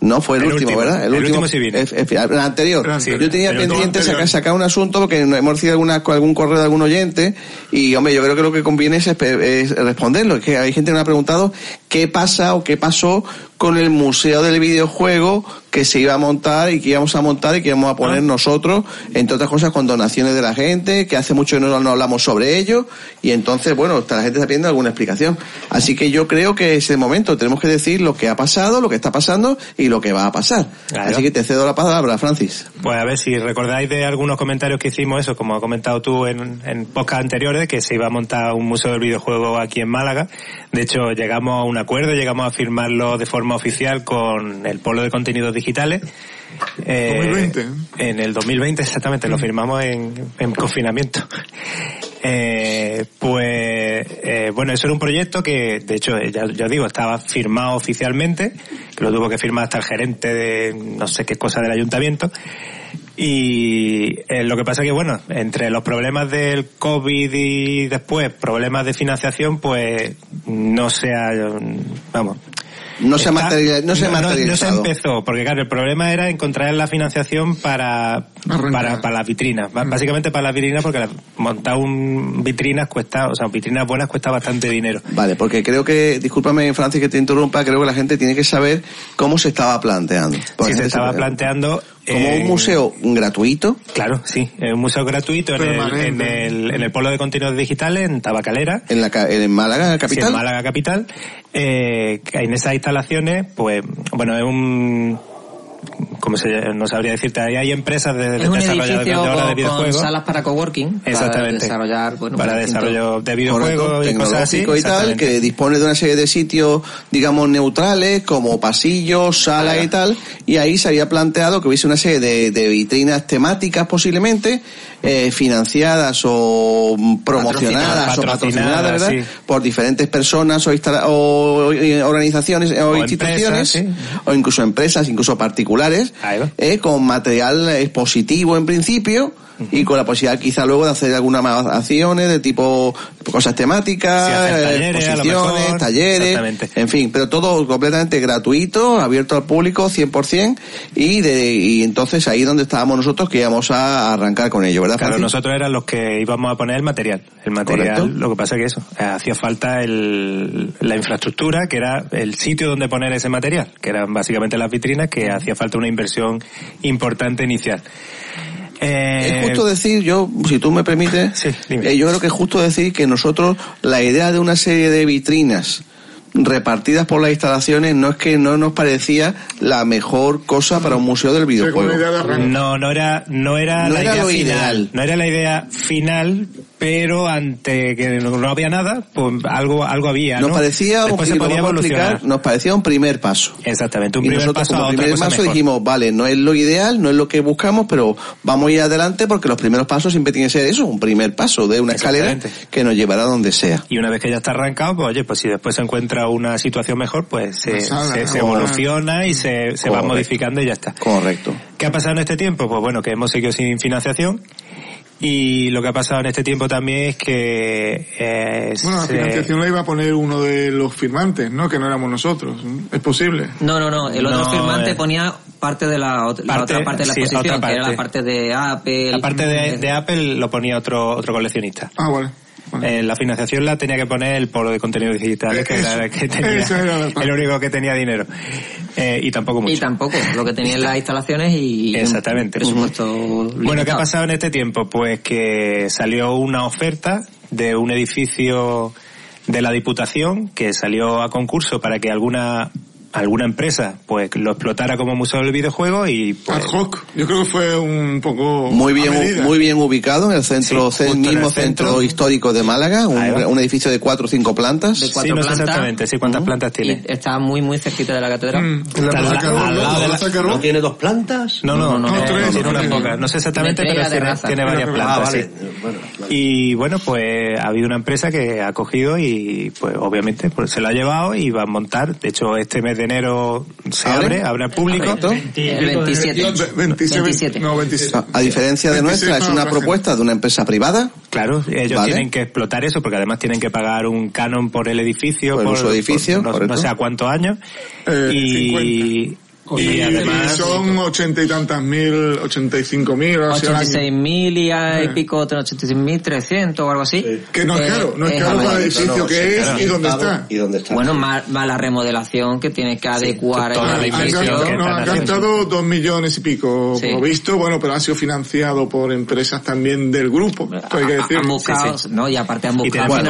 [SPEAKER 1] no fue el,
[SPEAKER 5] El
[SPEAKER 1] último,
[SPEAKER 5] último,
[SPEAKER 1] ¿verdad?
[SPEAKER 5] el último sí vine.
[SPEAKER 1] es- es- el anterior.
[SPEAKER 5] Sí,
[SPEAKER 1] yo tenía
[SPEAKER 5] el último
[SPEAKER 1] pendiente sacar,
[SPEAKER 5] anterior.
[SPEAKER 1] sacar un asunto porque hemos recibido alguna, algún correo de algún oyente y, hombre, yo creo que lo que conviene es, espe- es responderlo. Es que hay gente que me ha preguntado qué pasa o qué pasó con el museo del videojuego que se iba a montar y que íbamos a montar y que íbamos a
[SPEAKER 7] Ah.
[SPEAKER 1] poner nosotros, entre otras cosas, con donaciones de la gente, que hace mucho que no, no hablamos sobre ello y entonces, bueno, hasta la gente está pidiendo alguna explicación. Así que yo creo que es el momento, tenemos que decir lo que ha pasado, lo que está pasando y lo que va a pasar.
[SPEAKER 7] Claro.
[SPEAKER 1] Así que te cedo la palabra, Francis.
[SPEAKER 7] Pues a ver si recordáis de algunos comentarios que hicimos, eso, como ha comentado tú en, en podcast anteriores, que se iba a montar un museo del videojuego aquí en Málaga. De hecho, llegamos a un acuerdo, llegamos a firmarlo de forma oficial con el Polo de Contenidos Digitales. Eh,
[SPEAKER 6] 2020.
[SPEAKER 7] En el 2020, exactamente, lo firmamos en, en confinamiento. Eh, pues eh, bueno, eso era un proyecto que, de hecho, eh, ya, ya os digo, estaba firmado oficialmente, que lo tuvo que firmar hasta el gerente de no sé qué cosa del ayuntamiento. Y eh, lo que pasa que, bueno, entre los problemas del COVID y después problemas de financiación, pues no se ha, vamos.
[SPEAKER 1] No se ha
[SPEAKER 7] está-
[SPEAKER 1] material- no se ha
[SPEAKER 7] no- no se
[SPEAKER 1] materializado.
[SPEAKER 7] empezó, porque claro, el problema era encontrar la financiación para, para, para las vitrinas.
[SPEAKER 1] Mm.
[SPEAKER 7] Ba- Básicamente para las vitrinas, porque la- montar un vitrinas cuesta, o sea, vitrinas buenas cuesta bastante dinero.
[SPEAKER 1] Vale, porque creo que, discúlpame Francis que te interrumpa, creo que la gente tiene que saber cómo se estaba planteando.
[SPEAKER 7] Sí,
[SPEAKER 1] Porque la
[SPEAKER 7] se
[SPEAKER 1] gente
[SPEAKER 7] estaba
[SPEAKER 1] se-
[SPEAKER 7] planteando.
[SPEAKER 1] Pues Como
[SPEAKER 7] eh,
[SPEAKER 1] un museo gratuito.
[SPEAKER 7] Claro, sí, eh, un museo gratuito en el, en, el, en el pueblo de contenidos digitales, en Tabacalera.
[SPEAKER 1] En, la, en Málaga capital.
[SPEAKER 7] en Málaga capital. Eh, que en esas instalaciones, pues, bueno, es un... Como se, no sabría decirte, ahí hay empresas de, de
[SPEAKER 13] Es un
[SPEAKER 7] desarrolladores de
[SPEAKER 13] edificio
[SPEAKER 7] horas de
[SPEAKER 13] con, con
[SPEAKER 7] videojuegos.
[SPEAKER 13] salas para coworking. Para
[SPEAKER 7] Exactamente.
[SPEAKER 13] desarrollar, bueno,
[SPEAKER 7] Para
[SPEAKER 13] distintos-
[SPEAKER 7] desarrollo de videojuegos
[SPEAKER 1] Correcto,
[SPEAKER 7] y cosas así.
[SPEAKER 1] tecnológico y tal,
[SPEAKER 7] exactamente.
[SPEAKER 1] que dispone de una serie de sitios, digamos, neutrales, como pasillos, salas y tal, y ahí se había planteado que hubiese una serie de, de vitrinas temáticas posiblemente, eh, financiadas o mm, promocionadas o
[SPEAKER 7] Patrocinadas,
[SPEAKER 1] patrocinadas, ¿verdad?
[SPEAKER 7] sí.
[SPEAKER 1] Por diferentes personas o, instala- o, eh, organizaciones eh, o,
[SPEAKER 7] O
[SPEAKER 1] instituciones,
[SPEAKER 7] empresas,
[SPEAKER 1] o incluso empresas, incluso particulares, eh, con material expositivo en principio, y con la posibilidad quizá luego de hacer algunas más acciones de tipo cosas temáticas,
[SPEAKER 7] Sí, hacer
[SPEAKER 1] eh,
[SPEAKER 7] talleres, a lo
[SPEAKER 1] exposiciones,
[SPEAKER 7] mejor.
[SPEAKER 1] talleres,
[SPEAKER 7] Exactamente.
[SPEAKER 1] en fin, pero todo completamente gratuito, abierto al público 100% y, de, y entonces ahí donde estábamos nosotros que íbamos a arrancar con ello, ¿verdad?
[SPEAKER 7] Claro,
[SPEAKER 1] Francis?
[SPEAKER 7] nosotros eran los que íbamos a poner el material. El material,
[SPEAKER 1] Correcto.
[SPEAKER 7] lo que pasa que eso, eh, hacía falta el, la infraestructura, que era el sitio donde poner ese material, que eran básicamente las vitrinas, que hacía falta una inversión importante inicial. Eh,
[SPEAKER 1] Es justo decir, yo, si tú me permites, eh, yo creo que es justo decir que nosotros la idea de una serie de vitrinas repartidas por las instalaciones no es que no nos parecía la mejor cosa para un museo del videojuego.
[SPEAKER 7] No, no era, no era
[SPEAKER 1] No
[SPEAKER 7] la
[SPEAKER 1] era
[SPEAKER 7] idea
[SPEAKER 1] lo
[SPEAKER 7] final.
[SPEAKER 1] ideal.
[SPEAKER 7] No era la idea final, pero ante que no no había nada, pues algo, algo había.
[SPEAKER 1] Nos
[SPEAKER 7] ¿no?
[SPEAKER 1] parecía,
[SPEAKER 7] Después
[SPEAKER 1] y
[SPEAKER 7] se
[SPEAKER 1] lo
[SPEAKER 7] podía
[SPEAKER 1] vamos a explicar,
[SPEAKER 7] evolucionar.
[SPEAKER 1] nos parecía un primer paso.
[SPEAKER 7] Exactamente, un
[SPEAKER 1] y
[SPEAKER 7] primer
[SPEAKER 1] nosotros
[SPEAKER 7] paso a
[SPEAKER 1] como
[SPEAKER 7] otra
[SPEAKER 1] primer
[SPEAKER 7] cosa
[SPEAKER 1] paso
[SPEAKER 7] mejor.
[SPEAKER 1] dijimos, vale, no es lo ideal, no es lo que buscamos, pero vamos a ir adelante porque los primeros pasos siempre tienen que ser eso, un primer paso de una escalera que nos llevará donde sea.
[SPEAKER 7] Y una vez que ya está arrancado, pues oye, pues si después se encuentra una situación mejor, pues se,
[SPEAKER 1] Pues habla,
[SPEAKER 7] se-
[SPEAKER 1] ¿no?
[SPEAKER 7] se evoluciona y se, se va
[SPEAKER 1] Correcto.
[SPEAKER 7] modificando y ya está.
[SPEAKER 1] Correcto.
[SPEAKER 7] ¿Qué ha pasado en este tiempo? Pues bueno, que hemos seguido sin financiación. Y lo que ha pasado en este tiempo también es que... eh,
[SPEAKER 6] Bueno, la
[SPEAKER 7] se-
[SPEAKER 6] financiación la iba a poner uno de los firmantes, ¿no? Que no éramos nosotros. ¿no? Es posible.
[SPEAKER 13] No, no, no. El otro
[SPEAKER 6] No,
[SPEAKER 13] firmante
[SPEAKER 6] eh.
[SPEAKER 13] ponía parte de la, ot- la
[SPEAKER 7] Parte-
[SPEAKER 13] otra parte de la
[SPEAKER 7] sí,
[SPEAKER 13] exposición,
[SPEAKER 7] otra
[SPEAKER 13] que era la
[SPEAKER 7] parte.
[SPEAKER 13] parte de Apple. mm,
[SPEAKER 7] la parte de,
[SPEAKER 13] eh,
[SPEAKER 7] de Apple lo ponía otro otro coleccionista.
[SPEAKER 6] Ah, vale.
[SPEAKER 7] Eh, la financiación la tenía que poner el polo de contenido digital, que era el que tenía,
[SPEAKER 13] eso era la
[SPEAKER 7] el único que tenía dinero. Eh, y tampoco mucho.
[SPEAKER 13] Y tampoco, lo que tenían las instalaciones y...
[SPEAKER 7] Exactamente.
[SPEAKER 13] un presupuesto
[SPEAKER 7] Bueno, ¿qué ha
[SPEAKER 13] limitado.
[SPEAKER 7] pasado en este tiempo? Pues que salió una oferta de un edificio de la Diputación que salió a concurso para que alguna alguna empresa pues lo explotara como museo del videojuego y pues,
[SPEAKER 6] Ad hoc. Yo creo que fue un poco.
[SPEAKER 1] Muy
[SPEAKER 6] a
[SPEAKER 1] bien,
[SPEAKER 6] medida.
[SPEAKER 1] muy bien ubicado en el centro,
[SPEAKER 6] Sí,
[SPEAKER 1] el
[SPEAKER 6] justo en
[SPEAKER 1] mismo
[SPEAKER 6] el centro.
[SPEAKER 1] centro histórico de Málaga, un,
[SPEAKER 13] Ahí va.
[SPEAKER 1] un edificio de cuatro o cinco plantas.
[SPEAKER 13] de cuatro plantas.
[SPEAKER 7] cuántas plantas
[SPEAKER 13] tiene. está muy, muy cerquita de la catedral.
[SPEAKER 6] Mm,
[SPEAKER 7] Está al- al lado de la-
[SPEAKER 13] Carró.
[SPEAKER 5] ¿No tiene dos plantas?
[SPEAKER 7] No, no, no, no,
[SPEAKER 5] tres,
[SPEAKER 7] tiene una
[SPEAKER 5] tres.
[SPEAKER 7] poca. No sé exactamente,
[SPEAKER 5] Entre
[SPEAKER 7] pero
[SPEAKER 5] ellas de
[SPEAKER 7] tiene,
[SPEAKER 5] raza.
[SPEAKER 7] tiene varias
[SPEAKER 5] Ah,
[SPEAKER 7] plantas.
[SPEAKER 5] vale.
[SPEAKER 7] sí. Y bueno, pues ha habido una empresa que ha cogido y pues obviamente pues, se la ha llevado y va a montar. De hecho, este mes de enero se abre, abre al público.
[SPEAKER 13] El 27. 27.
[SPEAKER 6] No, 27.
[SPEAKER 1] A diferencia de
[SPEAKER 7] 26
[SPEAKER 1] nuestra, es una
[SPEAKER 7] para ofrecer.
[SPEAKER 1] propuesta de una empresa privada.
[SPEAKER 7] Claro, ellos
[SPEAKER 1] Vale.
[SPEAKER 7] tienen que explotar eso porque además tienen que pagar un canon por el edificio,
[SPEAKER 1] Por el uso de edificio,
[SPEAKER 7] no- no,
[SPEAKER 1] correcto.
[SPEAKER 7] sé a cuántos años. y,
[SPEAKER 6] Y,
[SPEAKER 7] y además
[SPEAKER 6] son ochenta y tantas mil, ochenta y cinco mil, así al año.
[SPEAKER 13] 86.000 y, hay
[SPEAKER 6] Eh.
[SPEAKER 13] pico, otro 86.300 o algo así. Eh,
[SPEAKER 6] Que no es caro, no es caro
[SPEAKER 13] avalado.
[SPEAKER 6] para el edificio que
[SPEAKER 13] sí,
[SPEAKER 6] es y dónde
[SPEAKER 13] claro.
[SPEAKER 6] está.
[SPEAKER 5] ¿Y dónde está?
[SPEAKER 13] Bueno, más, más la remodelación que tienes que adecuar.
[SPEAKER 6] Ah,
[SPEAKER 13] el
[SPEAKER 6] han
[SPEAKER 13] edificio.
[SPEAKER 6] gastado, no, han gastado dos millones y pico,
[SPEAKER 13] Sí.
[SPEAKER 6] por lo visto, bueno, pero ha sido financiado por empresas también del grupo, esto hay que
[SPEAKER 13] Ha-
[SPEAKER 6] decir.
[SPEAKER 13] Ah, han buscado, ¿no? Y aparte han buscado
[SPEAKER 1] En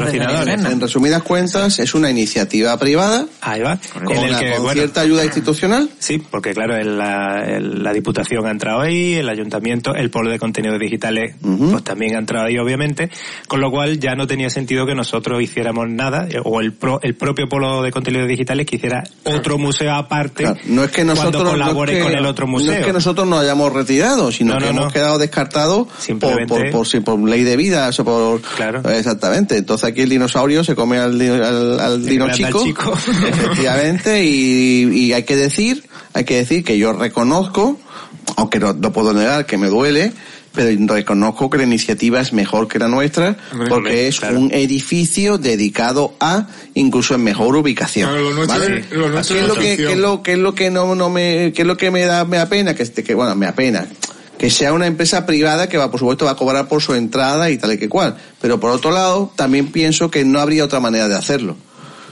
[SPEAKER 1] resumidas cuentas, es una iniciativa privada.
[SPEAKER 7] Ahí va.
[SPEAKER 1] Con,
[SPEAKER 7] En el
[SPEAKER 1] la-
[SPEAKER 7] que,
[SPEAKER 1] con
[SPEAKER 7] bueno,
[SPEAKER 1] cierta ayuda institucional.
[SPEAKER 7] Sí, Porque claro, el- la, el- la Diputación ha entrado ahí, el Ayuntamiento, el Polo de Contenidos Digitales pues también ha entrado ahí obviamente, con lo cual ya no tenía sentido que nosotros hiciéramos nada, eh, o el, pro- el propio Polo de Contenidos Digitales que hiciera otro museo aparte
[SPEAKER 1] Claro, no es que nosotros
[SPEAKER 7] cuando
[SPEAKER 1] no es
[SPEAKER 7] colabore
[SPEAKER 1] que-
[SPEAKER 7] con el otro
[SPEAKER 1] no
[SPEAKER 7] museo.
[SPEAKER 1] es que nosotros nos hayamos retirado, sino
[SPEAKER 7] No,
[SPEAKER 1] que
[SPEAKER 7] no,
[SPEAKER 1] hemos
[SPEAKER 7] no.
[SPEAKER 1] quedado descartados por,
[SPEAKER 7] Simplemente-
[SPEAKER 1] por, por, sí, por ley de vida, o sea, por exactamente. Entonces aquí el dinosaurio se come al, di- al, al
[SPEAKER 7] Se
[SPEAKER 1] dino
[SPEAKER 7] come al
[SPEAKER 1] chico,
[SPEAKER 7] chico.
[SPEAKER 1] efectivamente, y, y hay que decir, hay que decir que yo reconozco, aunque no, no puedo negar que me duele, pero reconozco que la iniciativa es mejor que la nuestra,
[SPEAKER 6] Hombre,
[SPEAKER 1] porque
[SPEAKER 6] hombre,
[SPEAKER 1] es un edificio dedicado a, incluso en mejor ubicación.
[SPEAKER 6] Claro, lo nuestro
[SPEAKER 1] ¿vale?
[SPEAKER 6] es- lo nuestro
[SPEAKER 1] ¿Qué
[SPEAKER 6] es
[SPEAKER 1] es lo que,
[SPEAKER 6] atención.
[SPEAKER 1] qué es lo, qué es lo que no, no me, qué es lo que me da, me apena? Que, este- que bueno, me apena. Que sea una empresa privada que va, por supuesto, va a cobrar por su entrada y tal y que cual. Pero por otro lado, también pienso que no habría otra manera de hacerlo.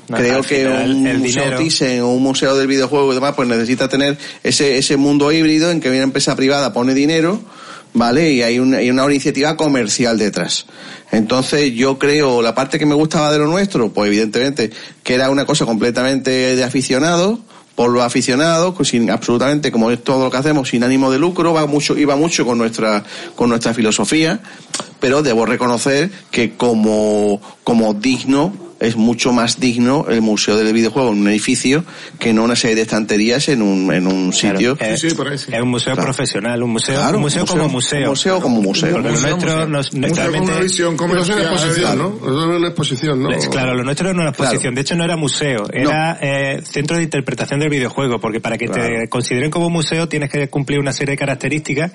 [SPEAKER 7] No,
[SPEAKER 1] Creo
[SPEAKER 7] al
[SPEAKER 1] que
[SPEAKER 7] final,
[SPEAKER 1] un
[SPEAKER 7] el
[SPEAKER 1] museo
[SPEAKER 7] dinero-
[SPEAKER 1] Thyssen o un museo del videojuego y demás, pues necesita tener ese, ese mundo híbrido en que una empresa privada pone dinero, ¿vale? Y hay una, hay una iniciativa comercial detrás. Entonces yo creo, la parte que me gustaba de lo nuestro, pues evidentemente que era una cosa completamente de aficionados, por los aficionados, pues sin absolutamente, como es todo lo que hacemos, sin ánimo de lucro, va mucho, iba mucho con nuestra, con nuestra filosofía, pero debo reconocer que como, como digno, es mucho más digno el museo del videojuego en un edificio que no una serie de estanterías en un, en un sitio.
[SPEAKER 7] es, es un museo profesional, un museo,
[SPEAKER 1] Claro,
[SPEAKER 7] un museo,
[SPEAKER 1] museo-
[SPEAKER 7] como museo.
[SPEAKER 1] museo como museo.
[SPEAKER 7] Porque
[SPEAKER 1] Museo,
[SPEAKER 7] lo nuestro
[SPEAKER 1] museo.
[SPEAKER 7] nos-
[SPEAKER 1] Museo
[SPEAKER 7] realmente-
[SPEAKER 4] Una visión comercial. Eso es una exposición, ¿no?
[SPEAKER 7] Es Pues Claro, lo nuestro no era una exposición, de hecho no era museo, era eh, centro de interpretación del videojuego, porque para que te consideren como museo tienes que cumplir una serie de características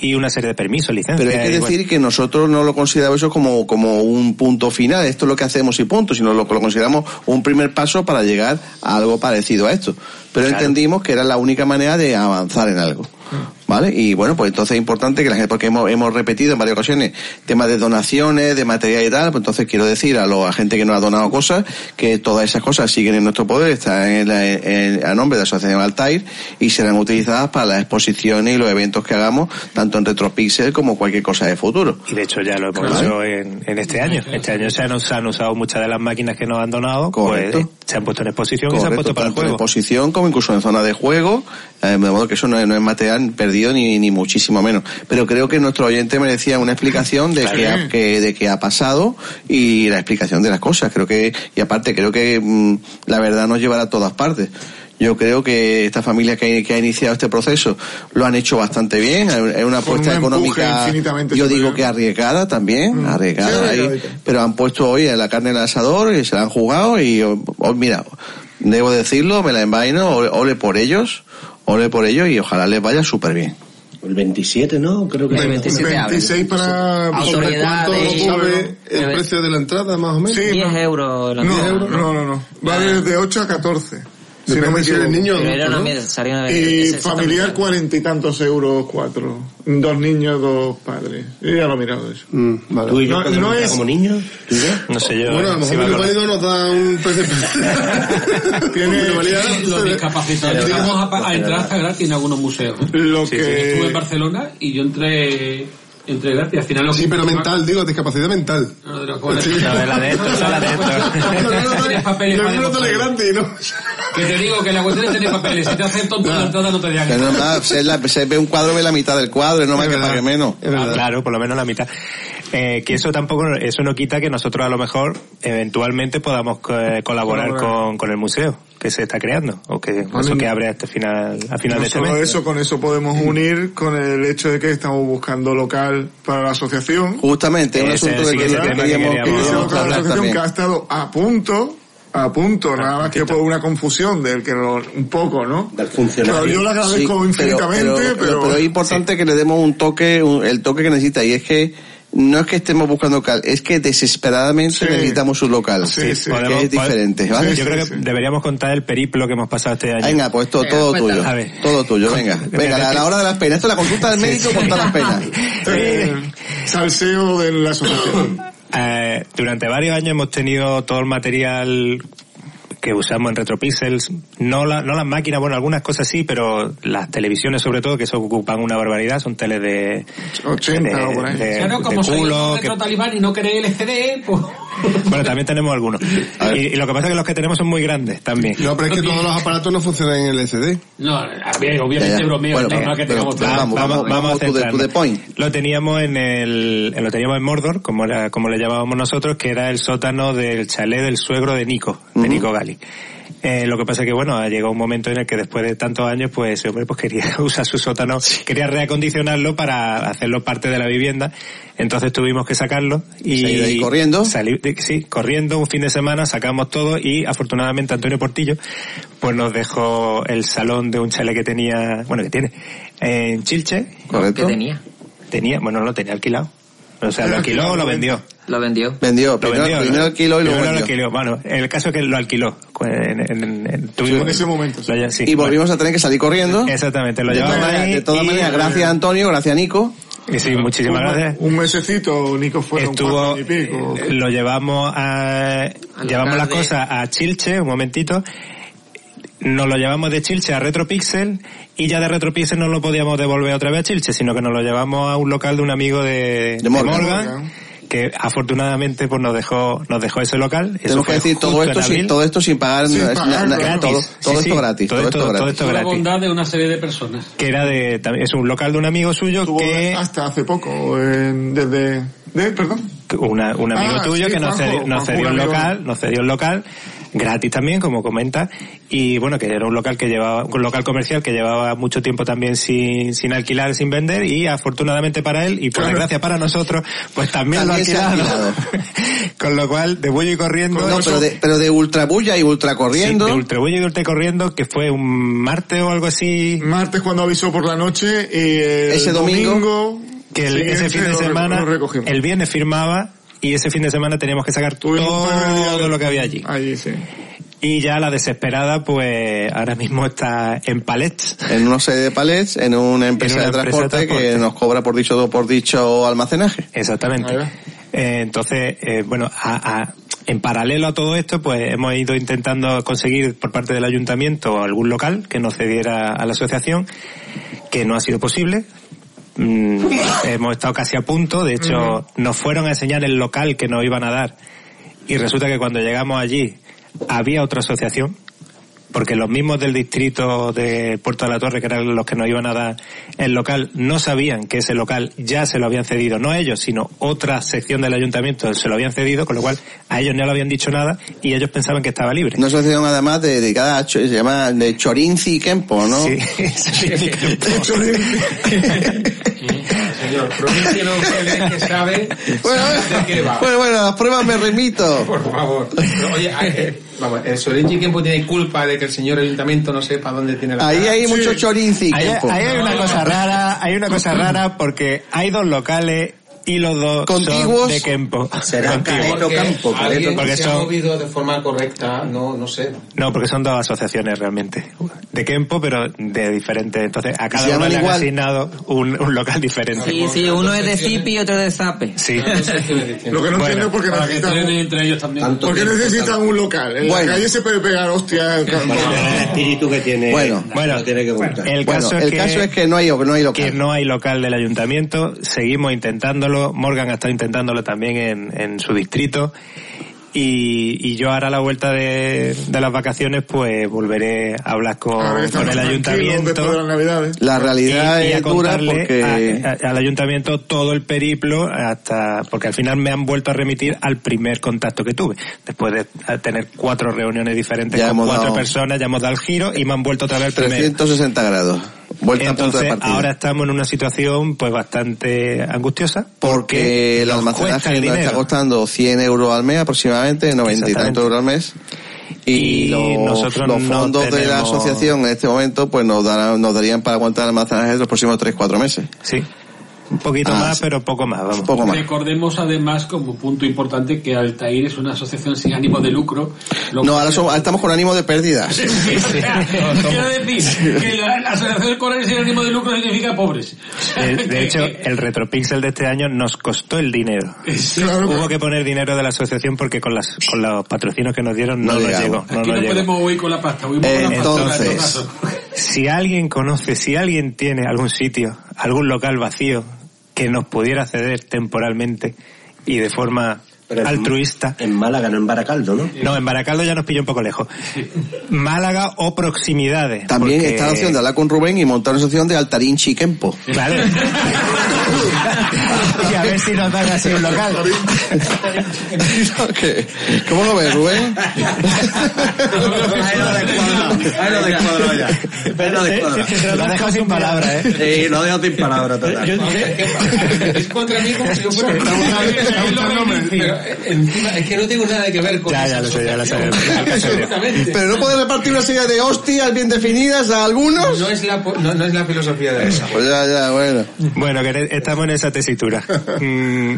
[SPEAKER 7] y una serie de permisos, licencias.
[SPEAKER 1] Pero hay que
[SPEAKER 7] y bueno.
[SPEAKER 1] decir que nosotros no lo consideramos eso como, como un punto final, esto es lo que hacemos y punto, sino lo, lo consideramos un primer paso para llegar a algo parecido a esto. Pero
[SPEAKER 7] Claro.
[SPEAKER 1] entendimos que era la única manera de avanzar en algo.
[SPEAKER 7] Mm.
[SPEAKER 1] ¿Vale? Y bueno, pues entonces es importante que la gente, porque hemos, hemos repetido en varias ocasiones temas de donaciones, de material y tal, pues entonces quiero decir a, los a gente que nos ha donado cosas, que todas esas cosas siguen en nuestro poder, están en la- en- a nombre de la Asociación Altair y serán utilizadas para las exposiciones y los eventos que hagamos, tanto en Retropixel como cualquier cosa de futuro.
[SPEAKER 7] Y de hecho ya lo hemos hecho en, en este año. Este año se han, se han usado muchas de las máquinas que nos han donado, pues,
[SPEAKER 1] Correcto.
[SPEAKER 7] se han puesto en exposición y se han
[SPEAKER 1] Correcto,
[SPEAKER 7] puesto para el
[SPEAKER 1] tanto en
[SPEAKER 7] juego.
[SPEAKER 1] exposición como incluso en zona de juego, eh, de modo que eso no es, no es material perdido ni, ni muchísimo menos. Pero creo que nuestro oyente merecía una explicación de,
[SPEAKER 7] Claro.
[SPEAKER 1] qué, ha, que- de qué ha pasado y la explicación de las cosas. Creo que, y aparte, creo que mm, la verdad nos llevará a todas partes. Yo creo que esta familia que, que ha iniciado este proceso lo han hecho bastante bien. Es una apuesta
[SPEAKER 6] un empuje
[SPEAKER 1] económica,
[SPEAKER 6] infinitamente
[SPEAKER 1] yo digo
[SPEAKER 6] superior. Mm.
[SPEAKER 1] que arriesgada también, arriesgada
[SPEAKER 6] Sí,
[SPEAKER 1] ahí.
[SPEAKER 6] ahorita.
[SPEAKER 1] Pero han puesto hoy la carne en el asador y se la han jugado y oh, oh, mira, debo decirlo, me la envaino, ole- ole por ellos, ole por ellos y ojalá les vaya súper bien.
[SPEAKER 5] El 27, ¿no? Creo que
[SPEAKER 13] El 27 de abril.
[SPEAKER 4] 26 para sobre
[SPEAKER 13] Autoridad
[SPEAKER 4] cuánto
[SPEAKER 13] de-
[SPEAKER 4] sabe el precio de la entrada más o menos.
[SPEAKER 6] Sí,
[SPEAKER 13] 10 euros la entrada,
[SPEAKER 6] no, no, no, no. Va desde 8 a 14. Si no me
[SPEAKER 4] Depende si eres
[SPEAKER 6] equivoco.
[SPEAKER 4] niño o
[SPEAKER 13] Ah. Pero era
[SPEAKER 4] adulto,
[SPEAKER 13] una
[SPEAKER 4] ¿no?
[SPEAKER 13] media, salía una
[SPEAKER 6] Y
[SPEAKER 13] esa- esa
[SPEAKER 6] familiar cuarenta y tantos euros, cuatro. Dos niños, dos padres. Yo ya lo he mirado eso.
[SPEAKER 4] Mm,
[SPEAKER 5] ¿Tú y yo
[SPEAKER 6] No-
[SPEAKER 5] cuando
[SPEAKER 6] no
[SPEAKER 5] nos
[SPEAKER 6] es- ¿eh?
[SPEAKER 5] como niños? ¿Tú y yo?
[SPEAKER 7] No sé yo.
[SPEAKER 4] Bueno, a lo mejor mi válido nos da un precio. Tiene
[SPEAKER 2] Los discapacitados
[SPEAKER 4] Pero-
[SPEAKER 2] llegamos a, pa- a entrar hasta gratis en algunos museos.
[SPEAKER 6] Lo
[SPEAKER 2] Yo
[SPEAKER 4] que-
[SPEAKER 2] estuve en Barcelona y yo entré, entré gratis. Al final lo
[SPEAKER 4] Sí,
[SPEAKER 2] que-
[SPEAKER 4] pero mental, digo, discapacidad mental.
[SPEAKER 2] Lo de los jóvenes.
[SPEAKER 4] Sí.
[SPEAKER 2] Lo de la de
[SPEAKER 7] esto,
[SPEAKER 2] la de Tienes papeles para demostrar.
[SPEAKER 4] grande, ¿no?
[SPEAKER 2] Que te digo que la cuestión es tener papeles. Si te haces tonto
[SPEAKER 6] Ah.
[SPEAKER 2] en la entrada no te digan
[SPEAKER 1] Que no es nada, se, la- se ve un cuadro, ve la mitad del cuadro, no más que para que menos.
[SPEAKER 7] Ah, claro, por lo menos la mitad. Eh, que eso tampoco, eso no quita que nosotros a lo mejor eventualmente podamos eh, colaborar
[SPEAKER 6] Colaborar.
[SPEAKER 7] con, con el museo que se está creando o que
[SPEAKER 6] A
[SPEAKER 7] eso
[SPEAKER 6] mí-
[SPEAKER 7] que abre hasta final, a final
[SPEAKER 6] No
[SPEAKER 7] de Mm. este
[SPEAKER 6] solo
[SPEAKER 7] mes.
[SPEAKER 6] eso, con eso podemos unir con el hecho de que estamos buscando local para la asociación.
[SPEAKER 1] Justamente, un
[SPEAKER 6] Ese
[SPEAKER 1] asunto de
[SPEAKER 6] siguiente
[SPEAKER 1] que
[SPEAKER 6] tema que
[SPEAKER 1] queríamos,
[SPEAKER 6] queríamos
[SPEAKER 1] queríamos
[SPEAKER 6] hablar
[SPEAKER 1] hablar
[SPEAKER 6] también.
[SPEAKER 1] también.
[SPEAKER 6] que ha estado a punto, a punto,
[SPEAKER 7] Ah,
[SPEAKER 6] nada más que por una confusión del que lo- un poco, ¿no? Claro, yo lo agradezco
[SPEAKER 1] Sí, pero-
[SPEAKER 6] infinitamente, pero,
[SPEAKER 1] pero, pero es importante que le demos un toque, un- el toque que necesita y es que no es que estemos buscando local, es que desesperadamente necesitamos un local, que
[SPEAKER 7] Podemos-
[SPEAKER 1] es diferente,
[SPEAKER 7] podemos-
[SPEAKER 1] ¿vale?
[SPEAKER 7] Yo creo que deberíamos contar el periplo que hemos pasado este año.
[SPEAKER 1] Venga, pues todo, todo tuyo.
[SPEAKER 7] A ver.
[SPEAKER 1] Todo tuyo, venga. Venga, la, la hora de las penas. Esto es la consulta del médico con todas las penas.
[SPEAKER 6] eh, salseo de la asociación.
[SPEAKER 7] Eh, durante varios años hemos tenido todo el material que usamos en RetroPixels, no, la- no las máquinas, bueno, algunas cosas sí, pero las televisiones sobre todo, que eso ocupan una barbaridad, son teles de...
[SPEAKER 6] 80
[SPEAKER 7] de,
[SPEAKER 6] o por ahí.
[SPEAKER 7] de-
[SPEAKER 2] Claro,
[SPEAKER 7] de
[SPEAKER 2] como soy
[SPEAKER 7] culo,
[SPEAKER 2] el
[SPEAKER 7] que-
[SPEAKER 2] retro talibán y no queréis el CD, pues...
[SPEAKER 7] Bueno, también tenemos algunos. Y, y lo que pasa es que los que tenemos son muy grandes también.
[SPEAKER 4] No, pero es que todos los aparatos no funcionan en LCD.
[SPEAKER 2] No, a ver, obviamente bromeo,
[SPEAKER 7] Bueno,
[SPEAKER 2] no,
[SPEAKER 7] venga,
[SPEAKER 2] no que
[SPEAKER 7] pero
[SPEAKER 2] tengamos
[SPEAKER 7] va-
[SPEAKER 2] tanto.
[SPEAKER 7] vamos, vamos a centrarnos. Lo teníamos en el, en- lo teníamos en Mordor, como era, como le llamábamos nosotros, que era el sótano del chalet del suegro de Nico, de Nico Gali. Eh, lo que pasa que bueno, ha llegado un momento en el que después de tantos años, pues ese hombre pues quería usar su sótano, quería reacondicionarlo para hacerlo parte de la vivienda. Entonces tuvimos que sacarlo y
[SPEAKER 1] Se ha ido ahí
[SPEAKER 7] corriendo. sí, corriendo un fin de semana, sacamos todo y afortunadamente Antonio Portillo pues nos dejó el salón de un chalet que tenía, bueno, que tiene en Chilche.
[SPEAKER 1] Correcto.
[SPEAKER 7] Que tenía. Tenía, bueno, no lo tenía alquilado. O sea, lo alquiló o lo vendió.
[SPEAKER 13] Lo vendió.
[SPEAKER 1] Vendió,
[SPEAKER 7] Lo
[SPEAKER 1] primero,
[SPEAKER 7] vendió, ¿no?
[SPEAKER 1] primero alquiló y luego
[SPEAKER 7] Primero lo
[SPEAKER 1] vendió.
[SPEAKER 7] alquiló. Bueno, el caso es que lo alquiló. En, en- en- tuvimos-
[SPEAKER 1] en ese
[SPEAKER 6] momento.
[SPEAKER 7] lo- sí,
[SPEAKER 1] y
[SPEAKER 7] bueno.
[SPEAKER 1] volvimos a tener que salir corriendo.
[SPEAKER 7] Exactamente, lo
[SPEAKER 1] de
[SPEAKER 7] llevamos
[SPEAKER 1] todas maneras,
[SPEAKER 7] ahí
[SPEAKER 1] de todas
[SPEAKER 7] y-
[SPEAKER 1] maneras, gracias Antonio, gracias Nico.
[SPEAKER 7] Y sí, muchísimas
[SPEAKER 6] un,
[SPEAKER 7] gracias.
[SPEAKER 6] Un mesecito, Nico, fueron
[SPEAKER 7] Estuvo- eh,
[SPEAKER 6] cuatro y pico.
[SPEAKER 7] Lo llevamos a, llevamos las
[SPEAKER 6] de-
[SPEAKER 7] cosas a Chilche, un momentito. Nos lo llevamos de Chilche a Retropixel y ya de Retropixel no lo podíamos devolver otra vez a Chilche, sino que nos lo llevamos a un local de un amigo de, de Morgan, que afortunadamente pues nos dejó nos dejó ese local. Eso
[SPEAKER 1] Tenemos que
[SPEAKER 7] fue
[SPEAKER 1] decir todo
[SPEAKER 7] justo
[SPEAKER 1] esto,
[SPEAKER 7] en
[SPEAKER 1] sin,
[SPEAKER 7] abril.
[SPEAKER 1] todo esto sin pagar, na- na- na-
[SPEAKER 7] Gratis.
[SPEAKER 1] todo,
[SPEAKER 7] Sí,
[SPEAKER 1] todo
[SPEAKER 7] sí.
[SPEAKER 1] esto gratis, todo, esto gratis.
[SPEAKER 7] todo esto
[SPEAKER 2] Una
[SPEAKER 7] gratis.
[SPEAKER 2] bondad de una serie de personas.
[SPEAKER 7] Que era de, también es un local de un amigo suyo que...
[SPEAKER 6] Hasta hace poco, en- desde... de- perdón.
[SPEAKER 7] Una, un amigo
[SPEAKER 6] Ah,
[SPEAKER 7] tuyo
[SPEAKER 6] sí,
[SPEAKER 7] que nos
[SPEAKER 6] Juanjo,
[SPEAKER 7] cedió, nos
[SPEAKER 6] Juanjo,
[SPEAKER 7] cedió
[SPEAKER 6] un
[SPEAKER 7] el
[SPEAKER 6] amigo.
[SPEAKER 7] local, nos cedió el local, gratis también, como comenta, y bueno, que era un local que llevaba, un local comercial que llevaba mucho tiempo también sin, sin alquilar, sin vender, y afortunadamente para él, y por desgracia para nosotros, pues también,
[SPEAKER 1] También se
[SPEAKER 7] lo
[SPEAKER 1] ha
[SPEAKER 7] ha alquilado. Con lo cual, de bullo y corriendo.
[SPEAKER 1] No, pero de, pero de ultrabulla y ultracorriendo.
[SPEAKER 7] Sí, de ultrabulla y ultracorriendo, que fue un martes o algo así.
[SPEAKER 6] Martes cuando avisó por la noche y el
[SPEAKER 7] Ese domingo,
[SPEAKER 6] domingo
[SPEAKER 7] que el-
[SPEAKER 6] siguiente
[SPEAKER 7] ese fin de
[SPEAKER 6] lo re-
[SPEAKER 7] semana,
[SPEAKER 6] lo recogimos.
[SPEAKER 7] el viernes firmaba y ese fin de semana teníamos que sacar todo lo que había allí. Y ya la desesperada, pues ahora mismo está en palets.
[SPEAKER 1] En una sede de palets, en una
[SPEAKER 7] En una
[SPEAKER 1] empresa,
[SPEAKER 7] empresa
[SPEAKER 1] de,
[SPEAKER 7] de
[SPEAKER 1] transporte que
[SPEAKER 7] transporte.
[SPEAKER 1] nos cobra por dicho, por dicho almacenaje.
[SPEAKER 7] Exactamente. Eh, entonces, eh, bueno, a- a- en paralelo a todo esto, pues hemos ido intentando conseguir por parte del ayuntamiento algún local que nos cediera a la asociación, que no ha sido posible. Mm, hemos estado casi a punto, de hecho,
[SPEAKER 6] Ujú.
[SPEAKER 7] nos fueron a enseñar el local que nos iban a dar y resulta que cuando llegamos allí había otra asociación porque los mismos del distrito de Puerto de la Torre, que eran los que nos iban a dar el local, no sabían que ese local ya se lo habían cedido, no ellos, sino otra sección del ayuntamiento se lo habían cedido, con lo cual a ellos no le habían dicho nada y ellos pensaban que estaba libre.
[SPEAKER 1] Una asociación además de- dedicada a, cho- se llama de Chorinci y Kempo, ¿no?
[SPEAKER 7] Sí.
[SPEAKER 2] Señor, provincia no que- que sabe
[SPEAKER 1] bueno,
[SPEAKER 2] de qué va.
[SPEAKER 1] bueno, bueno, a las pruebas me remito.
[SPEAKER 10] Por favor. Pero, oye, ay, eh, vamos, el Sorenji Kempo tiene culpa de que el señor ayuntamiento no sepa dónde tiene la
[SPEAKER 1] Ahí
[SPEAKER 10] cara.
[SPEAKER 1] hay mucho chorinci y
[SPEAKER 7] Ahí,
[SPEAKER 1] Kempo.
[SPEAKER 7] ahí hay una cosa rara, hay una cosa rara porque hay dos locales y los dos
[SPEAKER 10] Contiguos.
[SPEAKER 7] son de Kempo. Contiguos.
[SPEAKER 10] Porque alguien
[SPEAKER 7] Porque
[SPEAKER 10] se ha
[SPEAKER 7] son
[SPEAKER 10] movido de forma correcta, no, no sé.
[SPEAKER 7] No, porque son dos asociaciones realmente. De Kempo, pero de diferentes. Entonces, a
[SPEAKER 1] se
[SPEAKER 7] cada uno
[SPEAKER 1] llaman
[SPEAKER 7] le han
[SPEAKER 1] igual.
[SPEAKER 7] asignado un, un local diferente.
[SPEAKER 13] Sí, sí, uno es de Zipi y otro de Zape.
[SPEAKER 7] Sí.
[SPEAKER 6] Lo que no entiendo es por qué
[SPEAKER 7] porque
[SPEAKER 6] necesitan- ¿Por qué necesitan un local? En
[SPEAKER 7] Bueno.
[SPEAKER 6] la calle se puede pegar, hostia.
[SPEAKER 5] espíritu que tiene.
[SPEAKER 1] Bueno.
[SPEAKER 7] Bueno, el
[SPEAKER 1] Bueno,
[SPEAKER 7] caso,
[SPEAKER 1] el
[SPEAKER 7] es, que,
[SPEAKER 1] caso es que no hay, no hay local.
[SPEAKER 7] que no hay local del ayuntamiento. Seguimos intentándolo. Morgan ha estado intentándolo también en, en su distrito. Y, y yo ahora a la vuelta de, de las vacaciones pues volveré a hablar con,
[SPEAKER 6] A ver,
[SPEAKER 7] con
[SPEAKER 6] estamos
[SPEAKER 7] el
[SPEAKER 6] tranquilos después de
[SPEAKER 7] ayuntamiento.
[SPEAKER 6] las Navidades.
[SPEAKER 1] La realidad
[SPEAKER 7] y, y a
[SPEAKER 1] es dura
[SPEAKER 7] contarle
[SPEAKER 1] porque...
[SPEAKER 7] a- a- al ayuntamiento todo el periplo hasta porque al final me han vuelto a remitir al primer contacto que tuve después de a tener cuatro reuniones diferentes
[SPEAKER 1] Ya
[SPEAKER 7] con
[SPEAKER 1] hemos
[SPEAKER 7] cuatro
[SPEAKER 1] dado-
[SPEAKER 7] personas ya hemos dado el giro y me han vuelto otra vez al primero
[SPEAKER 1] 360 grados. Vuelta a punto de
[SPEAKER 7] entonces
[SPEAKER 1] partida.
[SPEAKER 7] ahora estamos en una situación pues bastante angustiosa
[SPEAKER 1] porque el
[SPEAKER 7] nos cuesta
[SPEAKER 1] almacenaje
[SPEAKER 7] el
[SPEAKER 1] nos está
[SPEAKER 7] dinero.
[SPEAKER 1] costando 100 euros al mes aproximadamente, 90 y
[SPEAKER 7] Exactamente.
[SPEAKER 1] tantos euros al mes. Y,
[SPEAKER 7] Y
[SPEAKER 1] los,
[SPEAKER 7] nosotros
[SPEAKER 1] los
[SPEAKER 7] no
[SPEAKER 1] fondos de la
[SPEAKER 7] tenemos-
[SPEAKER 1] asociación en este momento pues nos, darán, nos darían para aguantar el almacenaje de los próximos 3-4 meses.
[SPEAKER 7] Sí. Un poquito
[SPEAKER 1] Ah,
[SPEAKER 7] más, pero poco más, vamos.
[SPEAKER 1] Poco más.
[SPEAKER 2] Recordemos además como punto importante que Altair es una asociación sin ánimo de lucro. Lo
[SPEAKER 1] No, ahora, somos- ahora estamos con ánimo de pérdidas.
[SPEAKER 2] O sea, Quiero decir que la, la asociación con el sin ánimo de lucro significa pobres.
[SPEAKER 7] De, de hecho, el retropixel de este año nos costó el dinero. Hubo que poner dinero de la asociación porque con las con los patrocinios que nos dieron no,
[SPEAKER 2] No
[SPEAKER 7] nos
[SPEAKER 2] llegamos.
[SPEAKER 7] llegó. No
[SPEAKER 2] Aquí no
[SPEAKER 7] nos llegó.
[SPEAKER 2] podemos huir con la pasta, huimos con la pasta. en todo caso.
[SPEAKER 7] si alguien conoce, si alguien tiene algún sitio, algún local vacío que nos pudiera ceder temporalmente y de forma altruista.
[SPEAKER 5] En Málaga, no en Baracaldo, ¿no?
[SPEAKER 7] No, en Baracaldo ya nos pilló un poco lejos. Málaga o proximidades.
[SPEAKER 1] También
[SPEAKER 7] porque-
[SPEAKER 1] está la opción de hablar con Rubén y montar una asociación de Altarín Chiquempo.
[SPEAKER 7] Claro. y a ver si nos dan así un local.
[SPEAKER 1] ¿Qué? ¿Cómo lo ves, Rubén?
[SPEAKER 7] Lo ha dejado sin palabras, ¿eh?
[SPEAKER 10] Sí, lo dejo sin palabras, total.
[SPEAKER 12] Es contra mí como si yo fuera.
[SPEAKER 10] eh, Es que no tengo nada que ver con Ya, ya lo sé, ya lo sé.
[SPEAKER 1] Pero no puede repartir una serie de hostias bien definidas a algunos.
[SPEAKER 10] No es la, po- no, no es la filosofía de esa.
[SPEAKER 1] Pues ya, ya, bueno.
[SPEAKER 7] Bueno, que te- estamos en esa tesitura. Mm,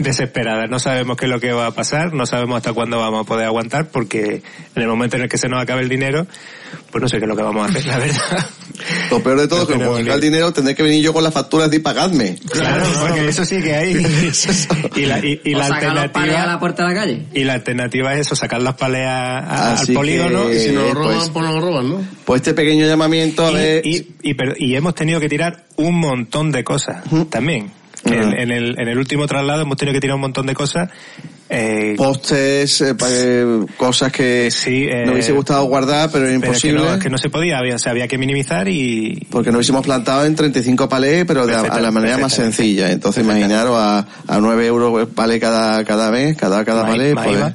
[SPEAKER 7] desesperada. No sabemos qué es lo que va a pasar, no sabemos hasta cuándo vamos a poder aguantar, porque en el momento en el que se nos acabe el dinero, pues no sé qué es lo que vamos a hacer, la verdad.
[SPEAKER 1] Lo peor de todo es que cuando salga el dinero tendré que venir yo con las facturas de pagadme.
[SPEAKER 7] Claro, porque eso sí que hay. Y la, y, y
[SPEAKER 13] O
[SPEAKER 7] la
[SPEAKER 13] sacar los pales a la
[SPEAKER 7] alternativa...
[SPEAKER 13] puerta de la calle.
[SPEAKER 7] Y la alternativa es eso, sacar las paleas a- al
[SPEAKER 1] Así
[SPEAKER 7] polígono.
[SPEAKER 1] que, Y si nos lo roban, pues-
[SPEAKER 7] nos lo roban, ¿no?
[SPEAKER 1] Pues este pequeño llamamiento
[SPEAKER 7] y,
[SPEAKER 1] de...
[SPEAKER 7] y- y per- y hemos tenido que tirar un montón de cosas también.
[SPEAKER 1] Ah.
[SPEAKER 7] En, en el, en el último traslado hemos tenido que tirar un montón de cosas. eh,
[SPEAKER 1] Postes, eh, pa- eh, cosas que no hubiese gustado guardar, pero era
[SPEAKER 7] eh, pero es que
[SPEAKER 1] imposible.
[SPEAKER 7] no, es que no se podía, había, o sea, había que minimizar y...
[SPEAKER 1] Porque nos hubiésemos plantado en 35 palés, pero de la- a la manera más sencilla. Entonces imaginaros a, a 9 euros palé cada, cada vez, cada, cada
[SPEAKER 7] Más-
[SPEAKER 1] palé,
[SPEAKER 7] más
[SPEAKER 1] pues,
[SPEAKER 7] IVA.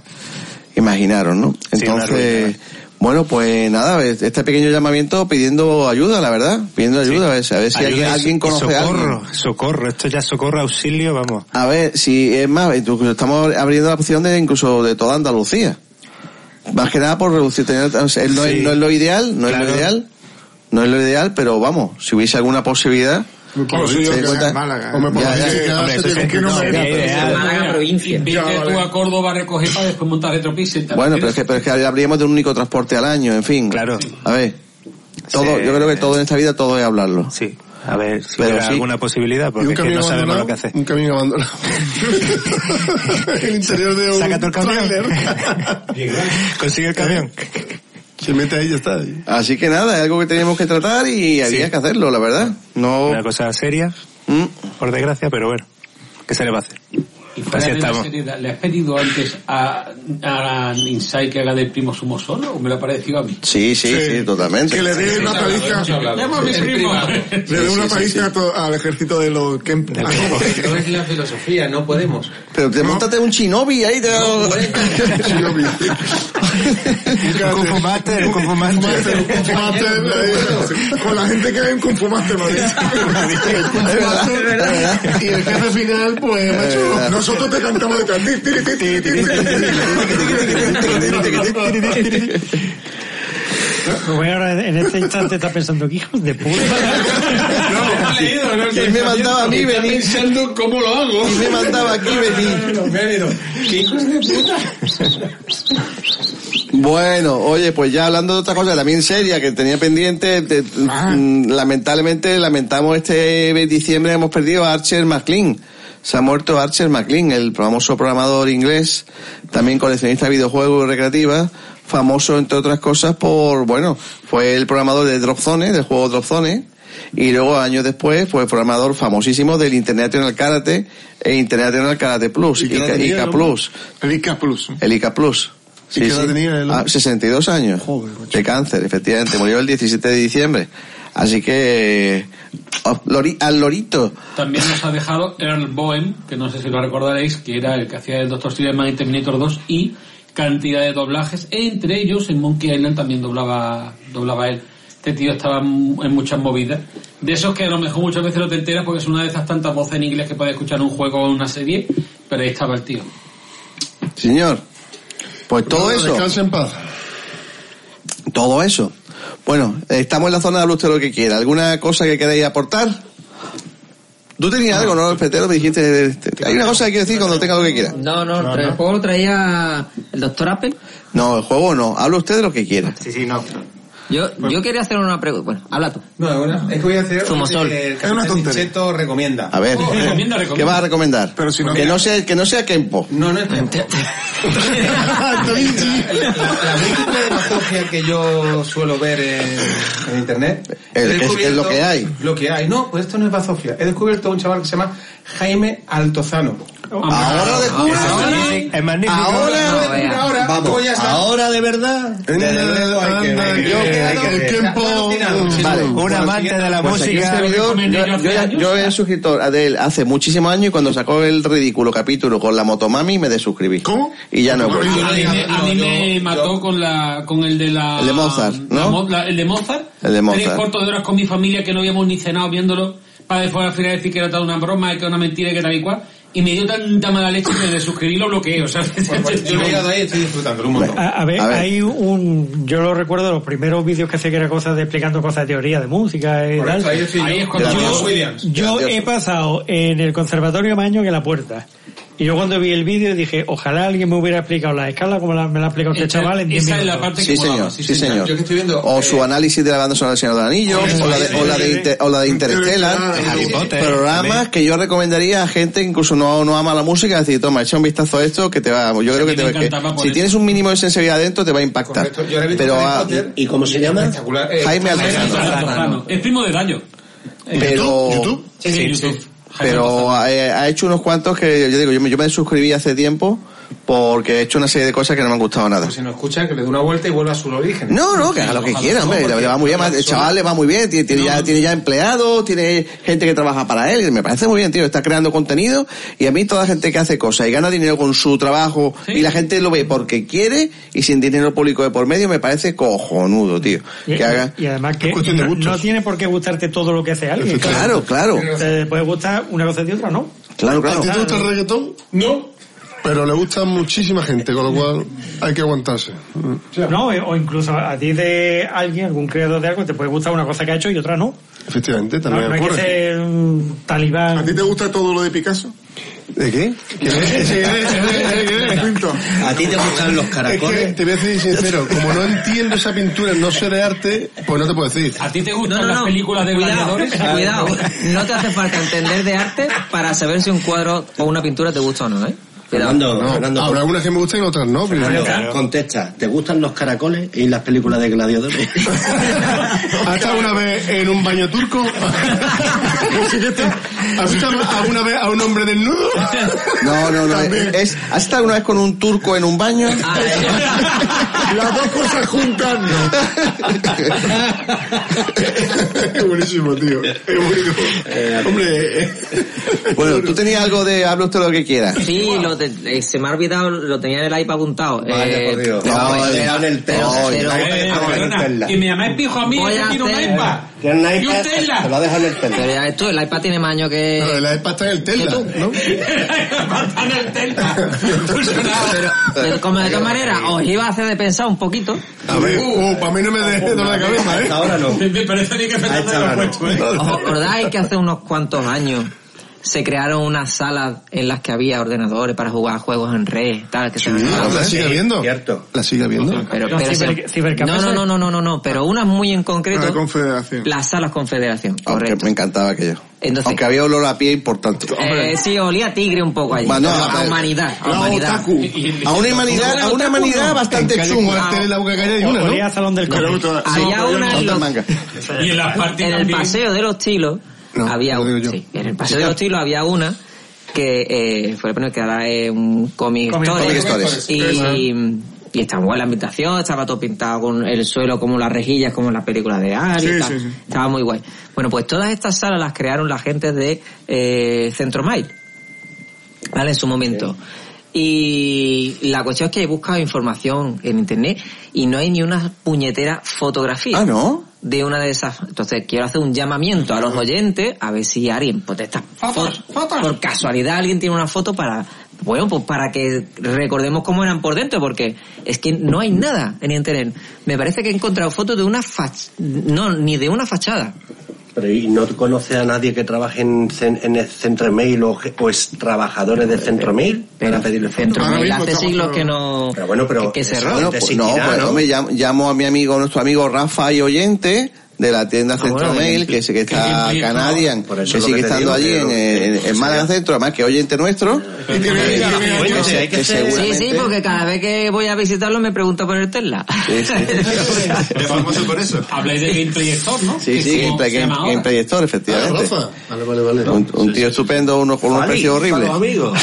[SPEAKER 1] imaginaros, ¿no?
[SPEAKER 7] Sí, una
[SPEAKER 1] Entonces, bueno, pues nada, este pequeño llamamiento pidiendo ayuda, la verdad, pidiendo ayuda, a ver, si- a ver si
[SPEAKER 7] Ayuda
[SPEAKER 1] alguien,
[SPEAKER 7] y-
[SPEAKER 1] alguien
[SPEAKER 7] y
[SPEAKER 1] conoce a alguien.
[SPEAKER 7] socorro, socorro, esto ya es socorro, auxilio, vamos.
[SPEAKER 1] A ver, si es más, incluso estamos abriendo la opción de incluso de toda Andalucía. Más que nada por reducir, tener- o sea, no,
[SPEAKER 7] Sí.
[SPEAKER 1] es, no es lo ideal, no es
[SPEAKER 7] Claro.
[SPEAKER 1] lo ideal, no es lo ideal, pero vamos, si hubiese alguna posibilidad.
[SPEAKER 6] Claro, sí,
[SPEAKER 1] ¿te
[SPEAKER 6] yo
[SPEAKER 1] das
[SPEAKER 6] que
[SPEAKER 1] cuenta?
[SPEAKER 6] en Málaga,
[SPEAKER 1] Ya,
[SPEAKER 6] hombre, por
[SPEAKER 1] ya,
[SPEAKER 6] lo menos
[SPEAKER 1] ya.
[SPEAKER 6] que quedarse Hombre, eso tiene sí, que no no, me- sería ideal.
[SPEAKER 2] provincia. Vete tú a Córdoba a recoger para después montar retropiso y tal.
[SPEAKER 1] Bueno, pero es, que, pero es que hablaríamos de un único transporte al año, en fin. Claro. A ver, todo,
[SPEAKER 7] Sí.
[SPEAKER 1] yo creo que todo en esta vida todo es hablarlo.
[SPEAKER 7] Sí. A ver si
[SPEAKER 1] Pero
[SPEAKER 7] hubiera
[SPEAKER 1] sí.
[SPEAKER 7] alguna posibilidad,
[SPEAKER 1] ¿Y
[SPEAKER 7] porque
[SPEAKER 1] un
[SPEAKER 7] es que
[SPEAKER 1] camión
[SPEAKER 7] no sabemos
[SPEAKER 1] abandonado?
[SPEAKER 7] lo que hacer.
[SPEAKER 4] Un camión abandonado. el interior de un tráiler.
[SPEAKER 7] Consigue el camión.
[SPEAKER 4] Se mete ahí y ya está.
[SPEAKER 1] Así que nada, es algo que teníamos que tratar y había que hacerlo, la verdad. No.
[SPEAKER 7] Una cosa seria, por desgracia, pero bueno, ¿qué se le va a hacer? Así
[SPEAKER 2] Fuera de la
[SPEAKER 7] estamos.
[SPEAKER 2] seriedad, ¿Le has pedido antes a, a Insight que haga del primo sumo solo o me lo ha parecido a mí?
[SPEAKER 1] Sí, sí, sí, totalmente.
[SPEAKER 6] Que le dé una paliza.
[SPEAKER 2] Llama a mi primo.
[SPEAKER 6] Le dé una paliza a to- al ejército de los Kemp.
[SPEAKER 10] No es la filosofía, no podemos.
[SPEAKER 1] Pero te montate un shinobi ahí. Te...
[SPEAKER 6] shinobi.
[SPEAKER 7] Kung Fu Master, Kung Fu Master.
[SPEAKER 6] Kung Fu Master, ahí, Con la gente que ve en Kung Fu Master, ¿no? El Kung Fu Master, Y el jefe final, pues, macho, nosotros te cantamos de cantar.
[SPEAKER 3] Rubén Eh, ahora en este instante está pensando, "¿Qué hijos de puta.
[SPEAKER 1] ¿Quién me mandaba a mí
[SPEAKER 3] Está
[SPEAKER 1] venir?
[SPEAKER 2] pensando cómo lo hago.
[SPEAKER 1] ¿Quién me mandaba aquí venir?
[SPEAKER 2] ¿Qué hijos de puta?
[SPEAKER 1] Bueno, oye, pues ya hablando de otra cosa también seria que tenía pendiente, de- mm, lamentablemente, lamentamos este diciembre hemos perdido a Archer McLean. Se ha muerto Archer McLean, el famoso programador inglés, también coleccionista de videojuegos y recreativa, famoso entre otras cosas por, bueno, fue el programador de Dropzone, del juego Dropzone, y luego años después fue programador famosísimo del International Karate e International Karate Plus,
[SPEAKER 6] qué edad
[SPEAKER 1] Ica,
[SPEAKER 6] tenía,
[SPEAKER 1] Ica
[SPEAKER 6] no?
[SPEAKER 1] Plus.
[SPEAKER 6] El ICA Plus.
[SPEAKER 1] El ICA Plus.
[SPEAKER 6] ¿Y qué edad tenía el
[SPEAKER 1] Ah,
[SPEAKER 6] hombre?
[SPEAKER 1] 62 años. de cáncer, efectivamente. Murió el 17 de diciembre. Así que... eh, oh, lori- al lorito.
[SPEAKER 2] También nos ha dejado Earl Boehm, que no sé si lo recordaréis, que era el que hacía el Doctor Silverman en Terminator 2 y cantidad de doblajes, entre ellos en Monkey Island también doblaba, doblaba él. Este tío estaba en en muchas movidas. De esos que a lo mejor muchas veces no te enteras porque es una de esas tantas voces en inglés que puedes escuchar en un juego o en una serie, pero ahí estaba el tío.
[SPEAKER 1] Señor. Pues todo
[SPEAKER 4] Bueno,
[SPEAKER 1] eso.
[SPEAKER 4] descanse en paz.
[SPEAKER 1] Todo eso. Bueno, eh, estamos en la zona de usted lo que quiera. ¿Alguna cosa que queráis aportar? Tú tenías algo, ¿no? Petero, me dijiste... eh, te- Hay una cosa que quiero decir cuando tenga lo que quiera.
[SPEAKER 13] No, no, el juego lo traía el doctor Apple.
[SPEAKER 1] No, el juego no. Habla usted de lo que quiera.
[SPEAKER 13] Sí, sí, no. Yo, yo quería hacer una pregunta. Bueno, habla tú.
[SPEAKER 12] No, bueno, es que voy a hacer
[SPEAKER 13] Somos
[SPEAKER 12] lo
[SPEAKER 13] sol.
[SPEAKER 12] que el
[SPEAKER 13] Es una
[SPEAKER 12] capitán Cheto recomienda.
[SPEAKER 1] A ver. ¿Qué vas a recomendar?
[SPEAKER 12] si no-
[SPEAKER 1] que, no sea, que no sea Kempo.
[SPEAKER 12] No, no es La película de masogia que yo suelo ver en, en internet.
[SPEAKER 1] El
[SPEAKER 12] he
[SPEAKER 1] que es- que es
[SPEAKER 12] descubierto-
[SPEAKER 1] lo que hay.
[SPEAKER 12] Lo que hay. No, pues esto no es bazofia. He descubierto un chaval que se llama
[SPEAKER 8] Jaime Altozano.
[SPEAKER 1] Ahora descubre.
[SPEAKER 8] Es magnífico.
[SPEAKER 1] Ahora,
[SPEAKER 8] No,
[SPEAKER 1] descubre,
[SPEAKER 8] vea.
[SPEAKER 1] ahora. pues Voy a estar-
[SPEAKER 10] ahora de verdad.
[SPEAKER 7] Un amante de la
[SPEAKER 1] Pues aquí
[SPEAKER 7] música.
[SPEAKER 1] este video, yo, yo ya- yo era suscriptor a de él hace muchísimos años y cuando sacó el ridículo capítulo con la motomami me desuscribí. ¿Cómo? Y ya no he
[SPEAKER 2] A
[SPEAKER 1] vuelto.
[SPEAKER 2] mí me, a mí me mató con la con el de la
[SPEAKER 1] El de Mozart, ¿no?
[SPEAKER 2] la mo- la- el de Mozart.
[SPEAKER 1] El de Mozart.
[SPEAKER 2] Tres cuartos de horas con mi familia que no habíamos ni cenado viéndolo para después al final decir que era toda una broma y que era una mentira y que tal y cual. Y me dio tanta mala leche que de suscribir lo bloqueé, o sea,
[SPEAKER 10] Yo he llegado ahí y estoy disfrutando un montón.
[SPEAKER 3] A, a ver, hay un. Yo lo recuerdo de los primeros vídeos que hacía que era cosas de explicando cosas de teoría, de música y
[SPEAKER 10] Correcto,
[SPEAKER 3] tal.
[SPEAKER 10] ahí estoy yo. Ahí es cuando
[SPEAKER 3] yo,
[SPEAKER 10] Grandioso. Williams.
[SPEAKER 3] yo he pasado en el conservatorio más años que en la puerta. Y yo cuando vi el vídeo dije, ojalá alguien me hubiera explicado la escala como la- me la ha explicado este
[SPEAKER 2] Esa-
[SPEAKER 3] chaval en 10
[SPEAKER 2] esa es la
[SPEAKER 3] minutos.
[SPEAKER 2] parte
[SPEAKER 1] Sí, señor, sí, señor.
[SPEAKER 3] Yo que estoy viendo,
[SPEAKER 1] o su análisis de la banda sonora del Señor del Anillo,
[SPEAKER 3] Eso,
[SPEAKER 1] o la
[SPEAKER 3] sí,
[SPEAKER 1] de, o la de,
[SPEAKER 3] sí,
[SPEAKER 1] Inter- o la de Interstellar.
[SPEAKER 3] Sí, Harry Potter,
[SPEAKER 1] Programas
[SPEAKER 3] también.
[SPEAKER 1] que yo recomendaría a gente que incluso no, no ama la música, decir, toma, echa un vistazo a esto que te va, yo creo
[SPEAKER 10] mí
[SPEAKER 1] que te
[SPEAKER 10] me
[SPEAKER 1] va, que,
[SPEAKER 10] encantaba por
[SPEAKER 1] si
[SPEAKER 10] eso.
[SPEAKER 1] tienes un mínimo de sensibilidad dentro te va a impactar.
[SPEAKER 10] Correcto, yo ahora he visto
[SPEAKER 1] Pero
[SPEAKER 10] Harry
[SPEAKER 1] a-
[SPEAKER 10] Potter.
[SPEAKER 1] ¿Y cómo se llama?
[SPEAKER 8] Eh,
[SPEAKER 1] Jaime Altozano.
[SPEAKER 2] Es primo de Daño.
[SPEAKER 1] Pero,
[SPEAKER 2] Sí, sí, YouTube.
[SPEAKER 1] pero eh, ha hecho unos cuantos que yo digo, yo me, yo me suscribí hace tiempo porque he hecho una serie de cosas que no me han gustado nada.
[SPEAKER 3] Pues
[SPEAKER 10] Si no escucha, que le dé una vuelta y vuelva a su origen.
[SPEAKER 1] No, no, que haga lo que quiera, hombre, le va muy bien, el chaval le va muy bien, tiene, tiene ya, tiene ya empleados, tiene gente que trabaja para él, y me parece muy bien, tío, está creando contenido, y a mí toda la gente que hace cosas y gana dinero con su trabajo, y la gente lo ve porque quiere, y sin dinero público de por medio, me parece cojonudo, tío,
[SPEAKER 3] Y,
[SPEAKER 1] que haga...
[SPEAKER 3] y además que no, no tiene por qué gustarte todo lo que hace alguien.
[SPEAKER 1] Claro, claro.
[SPEAKER 3] Te puede gustar una cosa y otra, ¿no?
[SPEAKER 1] Claro,
[SPEAKER 4] ¿A ti te gusta el reggaetón? No. Pero le gusta a muchísima gente, con lo cual hay que aguantarse.
[SPEAKER 3] No, eh, o incluso a ti de alguien, algún creador de algo, te puede gustar una cosa que ha hecho y otra no.
[SPEAKER 4] Efectivamente,
[SPEAKER 3] No,
[SPEAKER 4] también
[SPEAKER 3] no hay que
[SPEAKER 4] ocurre.
[SPEAKER 3] ser un talibán. ¿A ti
[SPEAKER 6] te gusta todo lo de Picasso?
[SPEAKER 4] ¿De qué?
[SPEAKER 10] ¿A ti te gustan los caracoles?
[SPEAKER 4] Es que te voy a decir sincero, como no entiendo esa pintura, no sé de arte, pues no te puedo decir.
[SPEAKER 2] ¿A ti te
[SPEAKER 4] gustan
[SPEAKER 13] No, no, no. cuidado, cuidado. No te hace falta entender de arte para saber si un cuadro o una pintura te gusta o no, ¿eh?
[SPEAKER 5] Fernando,
[SPEAKER 4] No,
[SPEAKER 5] Fernando,
[SPEAKER 4] habrá algunas que me gustan y otras no. Pero
[SPEAKER 5] Fernando, contesta, ¿te gustan los caracoles y las películas de gladiadores?
[SPEAKER 4] ¿Has estado una vez en un baño turco? ¿Has visto alguna vez a un hombre desnudo?
[SPEAKER 1] No, no, no, es, ¿has estado alguna vez con un turco en un baño?
[SPEAKER 4] Las dos cosas juntas, Es buenísimo, tío. Es buenísimo. Hombre, eh,
[SPEAKER 1] Bueno, tú tenías algo de habla usted lo que quiera.
[SPEAKER 13] Sí, lo de- eh, se me ha olvidado, lo tenía en el iPad apuntado. Eh,
[SPEAKER 1] Vale, por Dios.
[SPEAKER 13] pero-
[SPEAKER 1] No, le dan el
[SPEAKER 13] pero-
[SPEAKER 1] pelo.
[SPEAKER 13] pero-
[SPEAKER 1] Ay,
[SPEAKER 2] Perdona, y mi mamá es pijo a mí,
[SPEAKER 13] Voy
[SPEAKER 2] yo
[SPEAKER 13] a
[SPEAKER 2] quiero un
[SPEAKER 13] hacer-
[SPEAKER 2] iPad. Y un Tesla.
[SPEAKER 13] Te
[SPEAKER 5] lo ha dejado en el Tesla.
[SPEAKER 13] Pero ya esto, el iPad tiene más años que...
[SPEAKER 4] Pero el iPad está en el Tesla, ¿no?
[SPEAKER 1] Pues
[SPEAKER 13] Pero como de todas maneras, os iba a hacer de pensar un poquito.
[SPEAKER 4] a ver, uh, para mí no me dejes dolor de cabeza, ¿eh?
[SPEAKER 5] Ahora no.
[SPEAKER 2] Me parece ni que Fernando lo ha puesto, ¿eh?
[SPEAKER 13] ¿Os acordáis que hace unos cuantos años se crearon unas salas en las que había ordenadores para jugar a juegos en red, tal, que se llamaban-
[SPEAKER 4] ¿La sigue viendo? Cierto. ¿La sigue viendo?
[SPEAKER 13] Pero- pero se- no, no, no, no, no, no, no, pero unas muy en
[SPEAKER 1] Ah,
[SPEAKER 13] concreto, las salas Confederación.
[SPEAKER 1] Aunque Ah, me encantaba aquello.
[SPEAKER 13] Entonces-
[SPEAKER 1] Aunque había olor a pie importante.
[SPEAKER 13] Eh, sí, olía a tigre un poco allí.
[SPEAKER 1] Bueno,
[SPEAKER 13] a,
[SPEAKER 1] a-
[SPEAKER 13] humanidad, a
[SPEAKER 1] La
[SPEAKER 13] humanidad.
[SPEAKER 1] otaku. A una humanidad- a una humanidad bastante chunga.
[SPEAKER 3] Olía a salón del
[SPEAKER 13] Pero
[SPEAKER 3] cómic.
[SPEAKER 13] otra- Había
[SPEAKER 3] No,
[SPEAKER 13] una
[SPEAKER 3] otra
[SPEAKER 13] en los-
[SPEAKER 3] manga.
[SPEAKER 13] Y en, el paseo de los tilos había una. sí, en el paseo de los tilos había una que eh, fue el primero que ahora es un comic Comic story, Stories. y, y estaba guay la ambientación, estaba todo pintado con el suelo como las rejillas, como en las películas de Ari,
[SPEAKER 6] Sí,
[SPEAKER 13] tal.
[SPEAKER 6] sí, sí.
[SPEAKER 13] estaba muy guay. Bueno, pues todas estas salas las crearon la gente de eh, Centro Mail, ¿vale? En su momento. Y la cuestión es que he buscado información en internet y no hay ni una puñetera fotografía.
[SPEAKER 1] Ah, ¿no?
[SPEAKER 13] De una de esas. Entonces quiero hacer un llamamiento a los oyentes a ver si alguien, pues de estas fotos, por casualidad alguien tiene una foto para, bueno, pues para que recordemos cómo eran por dentro, porque es que no hay nada en internet. Me parece que he encontrado fotos de una fach, no, ni de una fachada.
[SPEAKER 5] Pero y no conoce a nadie que trabaje en, cen- en el centro mail o, ge- o es trabajadores de centro mail para pedirle
[SPEAKER 13] Centro Mail hace siglos que no,
[SPEAKER 5] Pero bueno, pero
[SPEAKER 13] que, que cerró.
[SPEAKER 1] Bueno, pues, no, pues, hombre, llam- llamo a mi amigo, nuestro amigo Rafa y oyente de la
[SPEAKER 10] Ah,
[SPEAKER 1] tienda Centro
[SPEAKER 14] bueno,
[SPEAKER 1] Mail, que, se- que está
[SPEAKER 14] bien, bien,
[SPEAKER 1] Canadian,
[SPEAKER 14] por eso
[SPEAKER 1] que
[SPEAKER 14] es lo
[SPEAKER 1] sigue
[SPEAKER 14] que te
[SPEAKER 1] estando
[SPEAKER 14] digo,
[SPEAKER 1] allí
[SPEAKER 14] que
[SPEAKER 1] en,
[SPEAKER 14] no-
[SPEAKER 1] en,
[SPEAKER 14] que
[SPEAKER 1] en
[SPEAKER 14] no
[SPEAKER 1] Málaga
[SPEAKER 14] sea-
[SPEAKER 1] Centro, además que oyente nuestro. Que-
[SPEAKER 13] Sí,
[SPEAKER 1] que-
[SPEAKER 13] sí, sí,
[SPEAKER 1] que seguramente-
[SPEAKER 13] porque cada vez que voy a visitarlo me pregunta por el Tesla.
[SPEAKER 1] Es famoso por eso.
[SPEAKER 2] Habláis de Gameplay Store, ¿no?
[SPEAKER 1] Sí,
[SPEAKER 2] Que
[SPEAKER 1] sí,
[SPEAKER 2] como
[SPEAKER 1] Gameplay,
[SPEAKER 2] se llama ahora.
[SPEAKER 1] Gameplay Store, efectivamente.
[SPEAKER 10] Vale, vale, vale.
[SPEAKER 1] Un, un tío estupendo, uno con unos
[SPEAKER 10] Fali,
[SPEAKER 1] precios horribles.
[SPEAKER 10] para los amigos.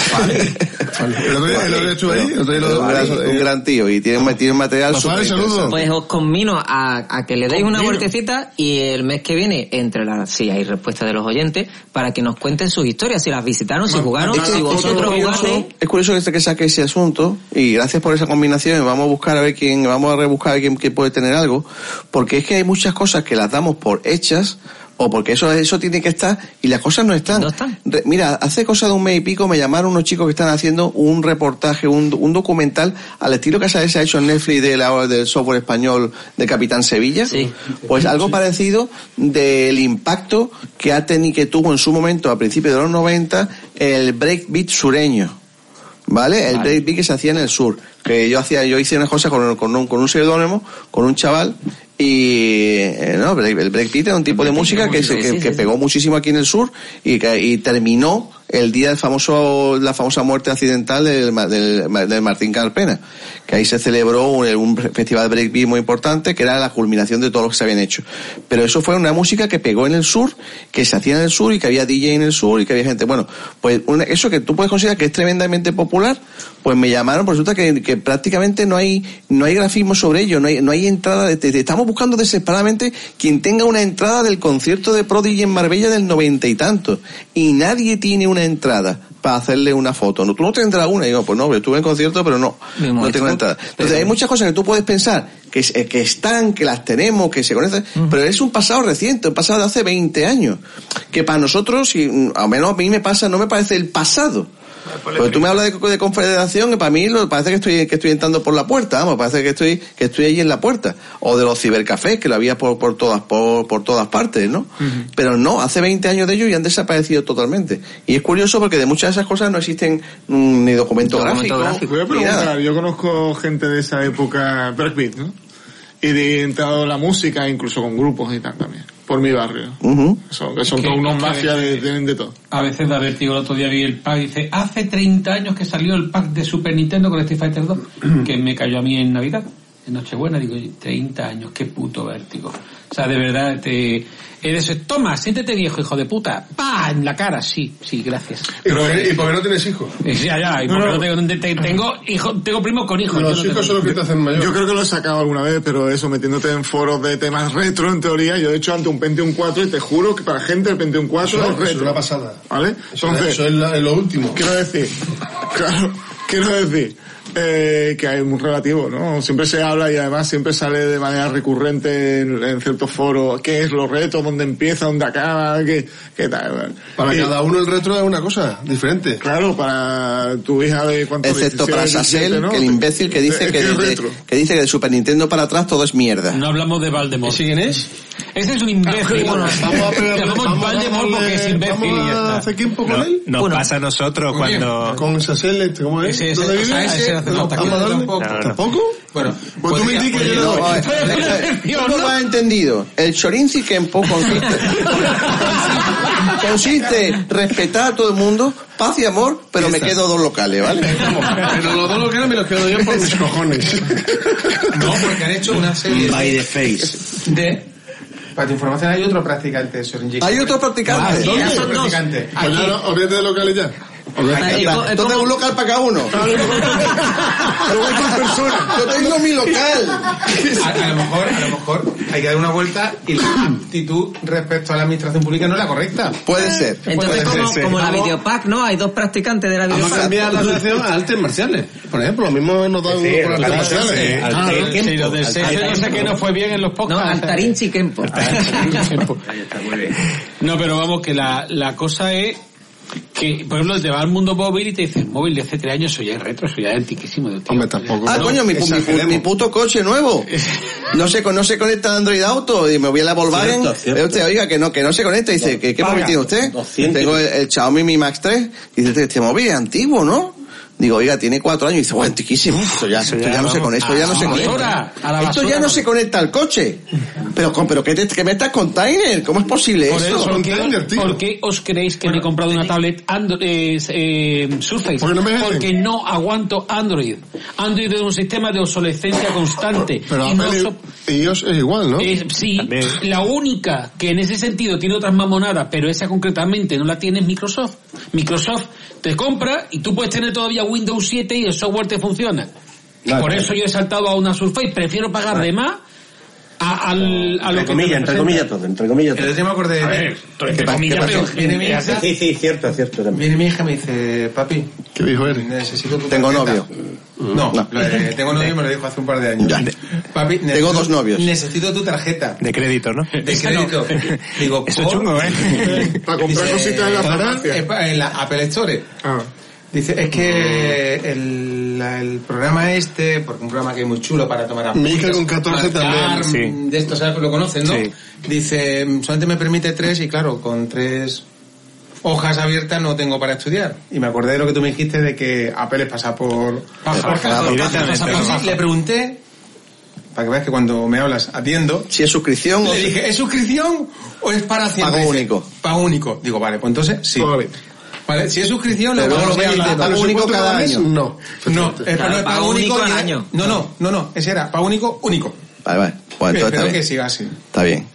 [SPEAKER 1] El
[SPEAKER 10] otro día- el otro día estuve ahí, el otro día lo-
[SPEAKER 1] un, gran, un gran tío y tiene, un- tiene un material súper
[SPEAKER 13] Pues os conmino a, a que le deis una
[SPEAKER 1] Conmino.
[SPEAKER 13] vueltecita y el mes que viene, entre las, si hay respuesta de los oyentes, para que nos cuenten sus historias, si las visitaron, si jugaron,
[SPEAKER 1] Es que
[SPEAKER 13] si
[SPEAKER 1] es
[SPEAKER 13] vosotros
[SPEAKER 1] curioso-
[SPEAKER 13] jugasteis.
[SPEAKER 1] Es curioso que, se- que saque ese asunto y gracias por esa combinación. Vamos a buscar a ver quién, vamos a rebuscar a ver quién, quién puede tener algo, porque es que hay muchas cosas que las damos por hechas o porque eso eso tiene que estar y las cosas no están. Re- mira, hace cosa de un mes y pico me llamaron unos chicos que están haciendo un reportaje, un, un documental al estilo que se ha hecho en Netflix de la, del software español de Capitán Sevilla. Pues algo parecido del impacto que ha tenido que tuvo en su momento a principios de los 90 el breakbeat sureño. ¿Vale? El breakbeat que se hacía en el sur. Que yo hacía, yo hice unas cosas con, con un, con un seudónimo, con un chaval, y eh, no, break- el breakbeat era un tipo de música que, se, que, que pegó muchísimo aquí en el sur y, que- y terminó el día del famoso, la famosa muerte accidental del, ma- del, ma- del Martín Carpena. Que ahí se celebró un, un festival breakbeat muy importante que era la culminación de todo lo que se habían hecho. Pero eso fue una música que pegó en el sur, que se hacía en el sur y que había DJ en el sur y que había gente. Bueno, pues una- eso que tú puedes considerar que es tremendamente popular, pues me llamaron, pues resulta que, que prácticamente no hay, no hay grafismo sobre ello, no hay, no hay entrada. de- te- te estamos buscando desesperadamente quien tenga una entrada del concierto de Prodigy en Marbella del noventa y tanto. Y nadie tiene una entrada para hacerle una foto. No, tú no tendrás una. Y digo, pues no, yo estuve en concierto, pero no, no tengo una entrada. Entonces hay muchas cosas que tú puedes pensar que, es- eh, que están, que las tenemos, que se conectan, pero es un pasado reciente, un pasado de hace 20 años. Que para nosotros, y, mm, al menos a mí me pasa, no me parece el pasado. Pero tú me hablas de, de confederación y para mí lo, parece que estoy, que estoy entrando por la puerta, vamos, parece que estoy, que estoy ahí en la puerta. O de los cibercafés, que lo había por, por todas, por, por todas partes, ¿no? Pero no, hace 20 años de ellos y han desaparecido totalmente. Y es curioso porque de muchas de esas cosas no existen mm, ni documentos gráficos.
[SPEAKER 6] Voy a
[SPEAKER 1] ni nada.
[SPEAKER 6] preguntar, yo conozco gente de esa época, breakbeat, ¿no? Y de entrado la música, incluso con grupos y tal también, por mi barrio. Eso, que son
[SPEAKER 2] Es que-
[SPEAKER 6] todos unos
[SPEAKER 2] es que-
[SPEAKER 6] mafias, de, tienen de todo.
[SPEAKER 2] A veces da vértigo. El otro día vi el pack y dice, hace 30 años que salió el pack de Super Nintendo con Street Fighter 2, que me cayó a mí en Navidad, en Nochebuena. Digo, 30 años, qué puto vértigo. O sea, de verdad, te... Eres, toma, siéntete viejo, hijo de puta. pa En la cara, sí, sí, gracias.
[SPEAKER 4] ¿Y por qué- y por qué no tienes hijos?
[SPEAKER 2] Y sí, Ya, ya, y porque no tengo, te- te- tengo, hijo, tengo primo con hijos. yo no tengo-
[SPEAKER 6] Yo creo que lo he sacado alguna vez, pero eso, metiéndote en foros de temas retro, en teoría, yo he hecho ante un Pentium 4 y te juro que para gente el Pentium 4
[SPEAKER 4] Eso-
[SPEAKER 6] es retro.
[SPEAKER 4] eso es una pasada.
[SPEAKER 6] ¿Vale?
[SPEAKER 4] Eso- eso es la- es lo último.
[SPEAKER 6] Quiero decir, claro, quiero decir, eh, que hay un relativo, ¿no? Siempre se habla y además siempre sale de manera recurrente en, en ciertos foros qué es lo reto, dónde empieza, dónde acaba, qué, qué tal.
[SPEAKER 4] Para cada uno el retro
[SPEAKER 6] es una cosa diferente. Claro, para tu hija de cuántos
[SPEAKER 1] Excepto
[SPEAKER 6] 17,
[SPEAKER 1] para Sasel,
[SPEAKER 6] 17, ¿no?
[SPEAKER 1] que el imbécil que dice
[SPEAKER 6] Es
[SPEAKER 1] que,
[SPEAKER 6] es
[SPEAKER 1] de-
[SPEAKER 6] retro.
[SPEAKER 1] que dice que de Super Nintendo para atrás todo es mierda.
[SPEAKER 2] No hablamos de Valdemort.
[SPEAKER 1] ¿Ese quién es?
[SPEAKER 2] Ese es un imbécil.
[SPEAKER 6] Ah,
[SPEAKER 1] Bueno, vamos a pegarle-
[SPEAKER 2] Llamamos
[SPEAKER 1] vamos a
[SPEAKER 2] Valdemort
[SPEAKER 1] darle-
[SPEAKER 2] porque es imbécil y ya está.
[SPEAKER 4] hace tiempo con
[SPEAKER 7] No-
[SPEAKER 4] él.
[SPEAKER 7] nos
[SPEAKER 4] Bueno.
[SPEAKER 7] pasa a nosotros
[SPEAKER 4] Muy bien.
[SPEAKER 7] cuando...
[SPEAKER 4] Con Sasel, este, ¿cómo es?
[SPEAKER 7] Ese- ese-
[SPEAKER 4] ¿Dónde
[SPEAKER 8] Ah,
[SPEAKER 4] vive?
[SPEAKER 7] a ese hace
[SPEAKER 4] No,
[SPEAKER 7] falta que-
[SPEAKER 4] vamos a darle.
[SPEAKER 7] tampoco.
[SPEAKER 4] ¿Tampoco?
[SPEAKER 12] Bueno,
[SPEAKER 4] pues tú me
[SPEAKER 1] Podría-
[SPEAKER 4] dices que yo le
[SPEAKER 1] podría-
[SPEAKER 4] doy.
[SPEAKER 1] no, a ver, tú no lo has entendido. El chorinzi Kempo consiste, consiste en respetar a todo el mundo, paz y amor, pero me quedo dos locales, ¿vale?
[SPEAKER 10] Pero los dos lo que eran me los quedo yo por mis cojones.
[SPEAKER 12] No, porque han hecho una serie
[SPEAKER 10] By
[SPEAKER 12] de-
[SPEAKER 10] the face.
[SPEAKER 12] de... Para tu información, hay otro practicante de Shorinji.
[SPEAKER 10] ¿Hay otro practicante?
[SPEAKER 12] Ah, sí,
[SPEAKER 10] ¿Dónde?
[SPEAKER 12] hay otro practicante.
[SPEAKER 4] Pues ya, no, olvídate de locales ya.
[SPEAKER 12] Ahí está.
[SPEAKER 1] Entonces un local para cada uno. Yo tengo mi local.
[SPEAKER 12] A, a lo mejor, a lo mejor hay que dar una vuelta y la actitud respecto a la administración pública no es la correcta.
[SPEAKER 1] Puede ser.
[SPEAKER 12] Puede
[SPEAKER 13] Ah. Entonces, como,
[SPEAKER 12] ser, sí.
[SPEAKER 13] como la
[SPEAKER 12] Vamos-
[SPEAKER 13] videopack, ¿no? Hay dos practicantes de la
[SPEAKER 10] Vamos a
[SPEAKER 13] videopack.
[SPEAKER 10] cambiar la asociación a artes marciales. Por ejemplo, lo mismo nos da uno con artes marciales. Ah, el Kenpo. Al Kenpo.
[SPEAKER 2] fue bien en los podcasts.
[SPEAKER 13] No, Altarinchi Kempo.
[SPEAKER 2] No, pero vamos, que la, la cosa es que, por ejemplo, te va al mundo móvil y te dices, móvil de hace tres años, soy ya es retro, soy ya es antiquísimo. Tío. Hombre, tampoco.
[SPEAKER 1] Ah, coño, mi, mi- mi puto coche nuevo. No se, con- no se conecta a Android Auto y me voy a la Volkswagen.
[SPEAKER 2] Cierto, cierto.
[SPEAKER 1] Pero usted, oiga, que no, que no se conecta. Dice, ¿qué, qué móvil
[SPEAKER 2] Paga.
[SPEAKER 1] tiene usted?
[SPEAKER 2] 200.
[SPEAKER 1] Tengo el, el Xiaomi Mi Max 3. Dice, este, este móvil es antiguo, ¿no? Digo, oiga, tiene cuatro años. Y dice, bueno, tiquísimo. Esto ya, esto ya no se conecta, esto ya no se
[SPEAKER 2] Ah,
[SPEAKER 1] conecta. Esto ya no se conecta al coche. Pero, con- pero ¿qué, te, qué metas container? ¿Cómo es posible
[SPEAKER 2] Por,
[SPEAKER 1] eso?
[SPEAKER 2] eso, ¿por, qué, por qué os creéis que me he comprado una tablet Andro- eh, eh, Surface? Porque no, aguanto Android. Android es un sistema de obsolescencia constante.
[SPEAKER 24] Pero
[SPEAKER 2] Y no
[SPEAKER 24] Apple
[SPEAKER 2] so-
[SPEAKER 24] y ellos es igual, ¿no?
[SPEAKER 2] Eh, sí, la única que en ese sentido tiene otras mamonadas, pero esa concretamente no la tiene es Microsoft. Microsoft te compra y tú puedes tener todavía Windows 7 y el software te funciona.
[SPEAKER 5] Claro.
[SPEAKER 2] Por eso yo he saltado a una Surface. Prefiero pagar de más a, al- a lo que
[SPEAKER 5] Entre comillas, entre comillas todo, entre comillas todo.
[SPEAKER 8] yo me acordé de-
[SPEAKER 5] A ver,
[SPEAKER 8] ¿Qué
[SPEAKER 5] ¿qué
[SPEAKER 8] pa-
[SPEAKER 5] pa-
[SPEAKER 8] qué pasó?
[SPEAKER 5] pero-
[SPEAKER 8] Viene mi hija-
[SPEAKER 5] Sí, sí, cierto, cierto también.
[SPEAKER 8] Viene mi hija y me dice, papi, ¿qué viejo eres? Necesito tu
[SPEAKER 5] Tengo
[SPEAKER 8] tarjeta". No,
[SPEAKER 5] No.
[SPEAKER 8] lo de- tengo novio y me lo dijo hace un par de años. Papi, necesito- Necesito tu tarjeta.
[SPEAKER 7] De crédito, ¿no?
[SPEAKER 8] De crédito. Digo,
[SPEAKER 7] Eso es chungo, ¿eh?
[SPEAKER 8] Para
[SPEAKER 7] comprar cositas en la farmacia. Ah.
[SPEAKER 8] En la Apple Store. Dice, es que
[SPEAKER 7] Mm.
[SPEAKER 8] el, la- el programa este, porque un programa que es muy chulo para tomar
[SPEAKER 4] Mi
[SPEAKER 8] apuntes.
[SPEAKER 4] hija con 14
[SPEAKER 8] marcar,
[SPEAKER 4] también.
[SPEAKER 8] mm, De esto, ¿sabes? Lo conoces, ¿no?
[SPEAKER 4] Sí.
[SPEAKER 8] Dice, mm, solamente me permite tres y claro, con tres hojas abiertas no tengo para estudiar. Y me acordé de lo que tú me dijiste de que Apple es pasar por...
[SPEAKER 4] Paja,
[SPEAKER 8] por-
[SPEAKER 4] claro,
[SPEAKER 8] por-
[SPEAKER 4] directamente,
[SPEAKER 8] pasar por-
[SPEAKER 4] paja.
[SPEAKER 8] Sí, Le pregunté, para que veas que cuando me hablas atiendo...
[SPEAKER 1] Si es suscripción
[SPEAKER 8] Le
[SPEAKER 1] o-
[SPEAKER 8] dije, ¿es suscripción o es para siempre?
[SPEAKER 1] Pago
[SPEAKER 8] Dice,
[SPEAKER 1] único.
[SPEAKER 8] Pago único. Digo, vale, pues entonces sí. Vale, si es suscripción,
[SPEAKER 1] Pero luego lo
[SPEAKER 8] pagamos
[SPEAKER 1] veis,
[SPEAKER 8] a-
[SPEAKER 1] pago
[SPEAKER 8] a los
[SPEAKER 1] único
[SPEAKER 8] impuestos
[SPEAKER 1] cada
[SPEAKER 8] mes,
[SPEAKER 1] año.
[SPEAKER 8] No, no, eh, pero
[SPEAKER 1] Claro,
[SPEAKER 8] el pago
[SPEAKER 1] pago
[SPEAKER 8] único
[SPEAKER 1] único al
[SPEAKER 8] ni-
[SPEAKER 1] año.
[SPEAKER 8] No, no, no, no, ese era pago único, único.
[SPEAKER 1] Vale, vale. Bueno, entonces está
[SPEAKER 8] Espero
[SPEAKER 1] bien.
[SPEAKER 8] que siga así.
[SPEAKER 1] Está bien.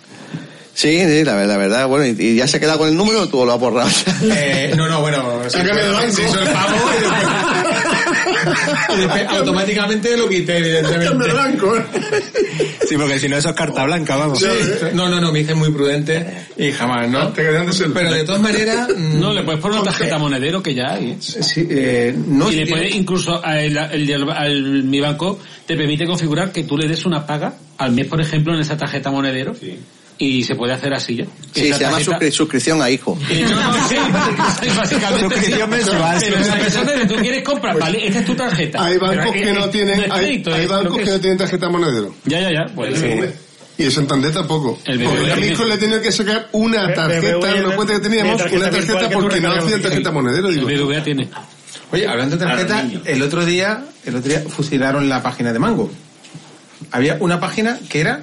[SPEAKER 1] Sí, sí, la, ver- la verdad, bueno, y, y ya se ha quedado con el número o tú lo has borrado.
[SPEAKER 8] Eh, no, no, bueno, se
[SPEAKER 1] Sácame
[SPEAKER 8] hizo-
[SPEAKER 1] de banco.
[SPEAKER 8] se hizo el pago y después, y después automáticamente lo quité, evidentemente.
[SPEAKER 4] ¿eh?
[SPEAKER 7] Sí, porque si no eso es carta blanca, vamos.
[SPEAKER 8] Sí. No, no, no, me hice muy prudente y jamás, ¿no? Pero de todas maneras... mm,
[SPEAKER 2] No, le puedes poner una tarjeta monedero que ya hay. ¿eh?
[SPEAKER 8] Sí, eh, no,
[SPEAKER 2] y
[SPEAKER 8] si
[SPEAKER 2] le
[SPEAKER 8] tiene-
[SPEAKER 2] puede, incluso a el- el de- al- mi banco te permite configurar que tú le des una paga al mes, por ejemplo, en esa tarjeta monedero. Y se puede hacer así ya.
[SPEAKER 1] Sí,
[SPEAKER 2] Esa
[SPEAKER 1] se llama
[SPEAKER 2] tarjeta-
[SPEAKER 1] suscri- suscripción a hijo.
[SPEAKER 2] Sí, básicamente. sí.
[SPEAKER 1] Suscripción mensual.
[SPEAKER 2] Pero esa persona que tú quieres comprar, vale, esta es tu tarjeta.
[SPEAKER 4] Hay bancos
[SPEAKER 2] Pero
[SPEAKER 4] que
[SPEAKER 2] es-
[SPEAKER 4] no
[SPEAKER 2] es- es
[SPEAKER 4] tienen, hay,
[SPEAKER 2] crédito,
[SPEAKER 4] hay
[SPEAKER 2] es lo
[SPEAKER 4] bancos
[SPEAKER 2] que
[SPEAKER 4] que
[SPEAKER 2] es.
[SPEAKER 4] no tienen tarjeta monedero.
[SPEAKER 2] Ya, ya, ya. Bueno, sí.
[SPEAKER 4] Y el Santander tampoco. Porque a mi hijo le tenía que sacar una tarjeta, una cuenta que teníamos, una tarjeta porque no hacía tarjeta monedero. Digo,
[SPEAKER 2] tiene.
[SPEAKER 8] Oye, hablando de tarjeta, el otro día, el otro día fusilaron la página de Mango. Había una página que era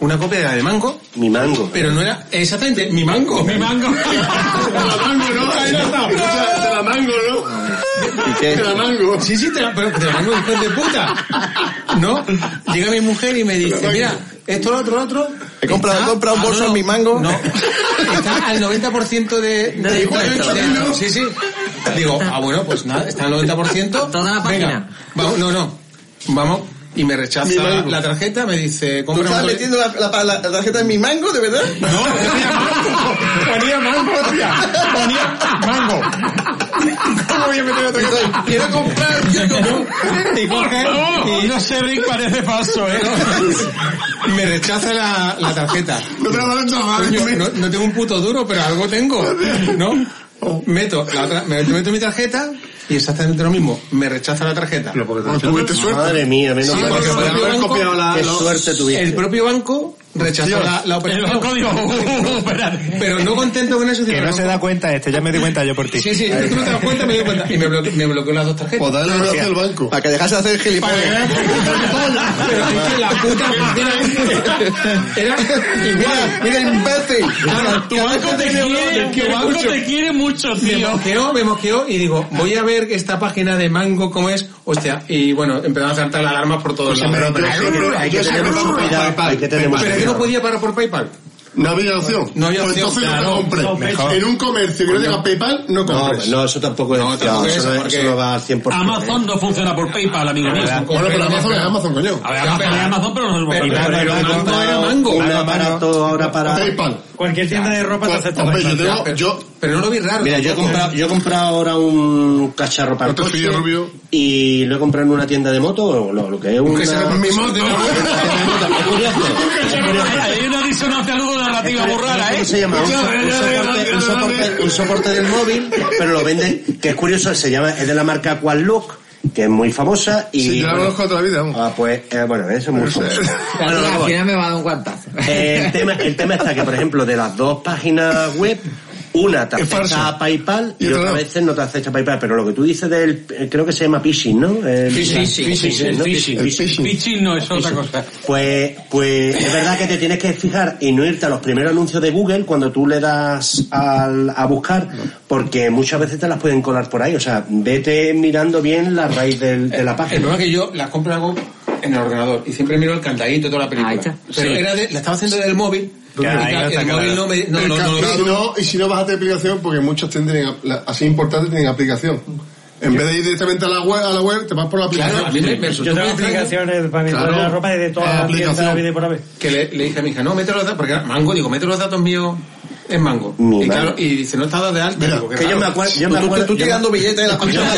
[SPEAKER 8] una copia de la de Mango.
[SPEAKER 5] Mi mango.
[SPEAKER 8] Pero no era exactamente mi mango. Mi mango. la mango, ¿no? Ahí no está. la mango, ¿no?
[SPEAKER 1] ¿Y qué?
[SPEAKER 8] la mango. Sí, sí, te la, pero te la mango, hijo de puta. ¿No? Llega mi mujer y me dice, mira, esto, lo otro, lo otro.
[SPEAKER 1] He comprado, he
[SPEAKER 8] está-
[SPEAKER 1] comprado un
[SPEAKER 8] ah,
[SPEAKER 1] bolso
[SPEAKER 8] no,
[SPEAKER 1] en
[SPEAKER 8] no.
[SPEAKER 1] mi mango.
[SPEAKER 8] Está al 90% de... de, de-
[SPEAKER 1] descuento.
[SPEAKER 8] sí, sí. Digo, ah, bueno, pues nada, está al 90%. Toda la página. vamos, no, no. Vamos, y me
[SPEAKER 1] Mi
[SPEAKER 8] rechaza
[SPEAKER 1] mango.
[SPEAKER 8] la tarjeta, me dice...
[SPEAKER 1] ¿Tú
[SPEAKER 8] compra
[SPEAKER 1] estás
[SPEAKER 8] un-
[SPEAKER 1] metiendo la, la- la tarjeta en mi mango, de verdad?
[SPEAKER 8] No, Ponía mango, tía. Ponía mango. ¿Cómo voy a meter otra cosa? Quiero comprar, quiero comprar. Y Jorge, y no sé, Rick, parece falso, ¿eh? Me rechaza la, la tarjeta. No te no, no tengo un puto duro, pero algo tengo, ¿no? Meto, la otra, me- meto mi tarjeta y exactamente lo mismo. Me rechaza la tarjeta. Pero
[SPEAKER 5] tuviste suerte. Madre mía, menos mal.
[SPEAKER 8] porque
[SPEAKER 5] Porque
[SPEAKER 8] el
[SPEAKER 5] podían haber
[SPEAKER 8] propio
[SPEAKER 5] copiado la-
[SPEAKER 8] banco-
[SPEAKER 5] Qué suerte tuviste.
[SPEAKER 8] El propio banco rechazó
[SPEAKER 7] Dios.
[SPEAKER 8] la, la operación.
[SPEAKER 7] El banco dijo, "Uh,
[SPEAKER 8] pero no contento con eso,
[SPEAKER 7] Que no se da cuenta este, ya me di cuenta yo por ti.
[SPEAKER 8] Sí, sí, tú no te das cuenta, me di cuenta. Y me bloqueó, me bloqueó las dos tarjetas.
[SPEAKER 7] Pues dale un abrazo al
[SPEAKER 1] banco. Para que dejase de hacer gilipollas.
[SPEAKER 8] Pero es que la puta este era, era igual.
[SPEAKER 1] Mira, imbécil.
[SPEAKER 8] tu banco te quiere,
[SPEAKER 2] tu banco te
[SPEAKER 8] quiere mucho, tío. Me mosqueó, me mosqueó y digo, voy a ver esta página de Mango cómo es. Hostia, y bueno, empezaron a saltar las alarmas por todos lados.
[SPEAKER 5] Pero yo siempre- yo siempre supe ya, hay que tener mucho
[SPEAKER 8] Pero que no
[SPEAKER 5] cuidado.
[SPEAKER 8] podía pagar por PayPal.
[SPEAKER 4] No había opción.
[SPEAKER 8] No había
[SPEAKER 4] Pues
[SPEAKER 8] opción.
[SPEAKER 4] entonces no
[SPEAKER 8] Claro,
[SPEAKER 4] te compres.
[SPEAKER 8] no, mejor.
[SPEAKER 4] en un comercio que no diga PayPal, no
[SPEAKER 5] No,
[SPEAKER 4] compres.
[SPEAKER 5] no, eso tampoco es. No,
[SPEAKER 4] tampoco es,
[SPEAKER 5] eso, no,
[SPEAKER 4] porque-
[SPEAKER 5] eso no va al 100%.
[SPEAKER 2] Amazon no funciona por PayPal, amigo mío.
[SPEAKER 5] Bueno, pero Amazon es
[SPEAKER 4] Amazon, coño.
[SPEAKER 2] A ver, Amazon, Amazon, pero no es
[SPEAKER 5] Y nada,
[SPEAKER 2] Pero
[SPEAKER 5] nada,
[SPEAKER 2] Mango
[SPEAKER 5] nada,
[SPEAKER 2] era
[SPEAKER 5] nada,
[SPEAKER 2] Mango.
[SPEAKER 5] Un aparato ahora para...
[SPEAKER 3] Cualquier tienda de ropa te acepta.
[SPEAKER 5] Hombre, yo
[SPEAKER 3] PayPal.
[SPEAKER 5] tengo- yo- Mira, yo he, comprado, yo he comprado ahora un cacharro para el
[SPEAKER 3] Otro
[SPEAKER 5] coche
[SPEAKER 3] pillo rubio.
[SPEAKER 5] y lo he comprado en una tienda de moto, o lo, lo que es una...
[SPEAKER 4] mi moto.
[SPEAKER 5] Es curioso.
[SPEAKER 2] Hay una disonancia algo narrativa muy rara, ¿eh?
[SPEAKER 5] ¿Cómo se llama? Un, so- un soporte, un soporte- un soporte del móvil, pero lo venden, que es curioso, se llama, es de la marca Quadlock, que es muy famosa y...
[SPEAKER 4] Sí, yo la
[SPEAKER 5] bueno,
[SPEAKER 4] conozco toda la vida. vamos. Pues,
[SPEAKER 5] Ah, pues, eh, bueno, eso es muy famoso. Bueno,
[SPEAKER 2] Ah,
[SPEAKER 25] al
[SPEAKER 5] vamos.
[SPEAKER 25] final me va a dar un guantazo.
[SPEAKER 5] Eh, el, tema, el tema está que, por ejemplo, de las dos páginas web, Una te
[SPEAKER 10] Es falso.
[SPEAKER 5] acepta a PayPal y,
[SPEAKER 10] Y otra
[SPEAKER 5] otra
[SPEAKER 10] no.
[SPEAKER 5] veces no te acepta PayPal. Pero lo que tú dices del, eh, creo que se llama phishing, ¿no? El-
[SPEAKER 2] Phishing, phishing,
[SPEAKER 5] ¿no?
[SPEAKER 2] phishing. Phishing no es otra cosa.
[SPEAKER 5] Pues, pues es verdad que te tienes que fijar y no irte a los primeros anuncios de Google cuando tú le das al- a buscar, porque muchas veces te las pueden colar por ahí. O sea, vete mirando bien la raíz del- de la
[SPEAKER 10] El
[SPEAKER 5] página.
[SPEAKER 10] problema es que yo las compro y hago en el ordenador y siempre miro el candadito de toda la película. Pero
[SPEAKER 5] Sí.
[SPEAKER 10] era de- la estaba haciendo desde el móvil. y
[SPEAKER 4] Pero ahí
[SPEAKER 10] el
[SPEAKER 4] está claro.
[SPEAKER 10] móvil no me. No,
[SPEAKER 4] El
[SPEAKER 10] no, no,
[SPEAKER 4] candado,
[SPEAKER 10] no,
[SPEAKER 4] y si no- y si no bajas de aplicación, porque muchas tienen, apl- la- así importantes tienen aplicación. En vez de ir directamente a la web, a la web te vas por la aplicación.
[SPEAKER 10] Claro, a mí me- me
[SPEAKER 3] Yo tengo aplicaciones para mi
[SPEAKER 10] Claro.
[SPEAKER 3] la ropa de todas
[SPEAKER 10] La
[SPEAKER 3] las tiendas de la
[SPEAKER 10] aplicación.
[SPEAKER 3] vida y por haber.
[SPEAKER 10] Que le, le dije a mi hija, no, mete los datos, porque era mango, digo, mete los datos míos en mango. y,
[SPEAKER 5] madre.
[SPEAKER 10] claro, y dice, no está dado de alta. Digo, qué
[SPEAKER 5] que yo
[SPEAKER 10] raro.
[SPEAKER 5] me acuerdo- yo me acuerdo- yo me- Yo me acuerdo- yo no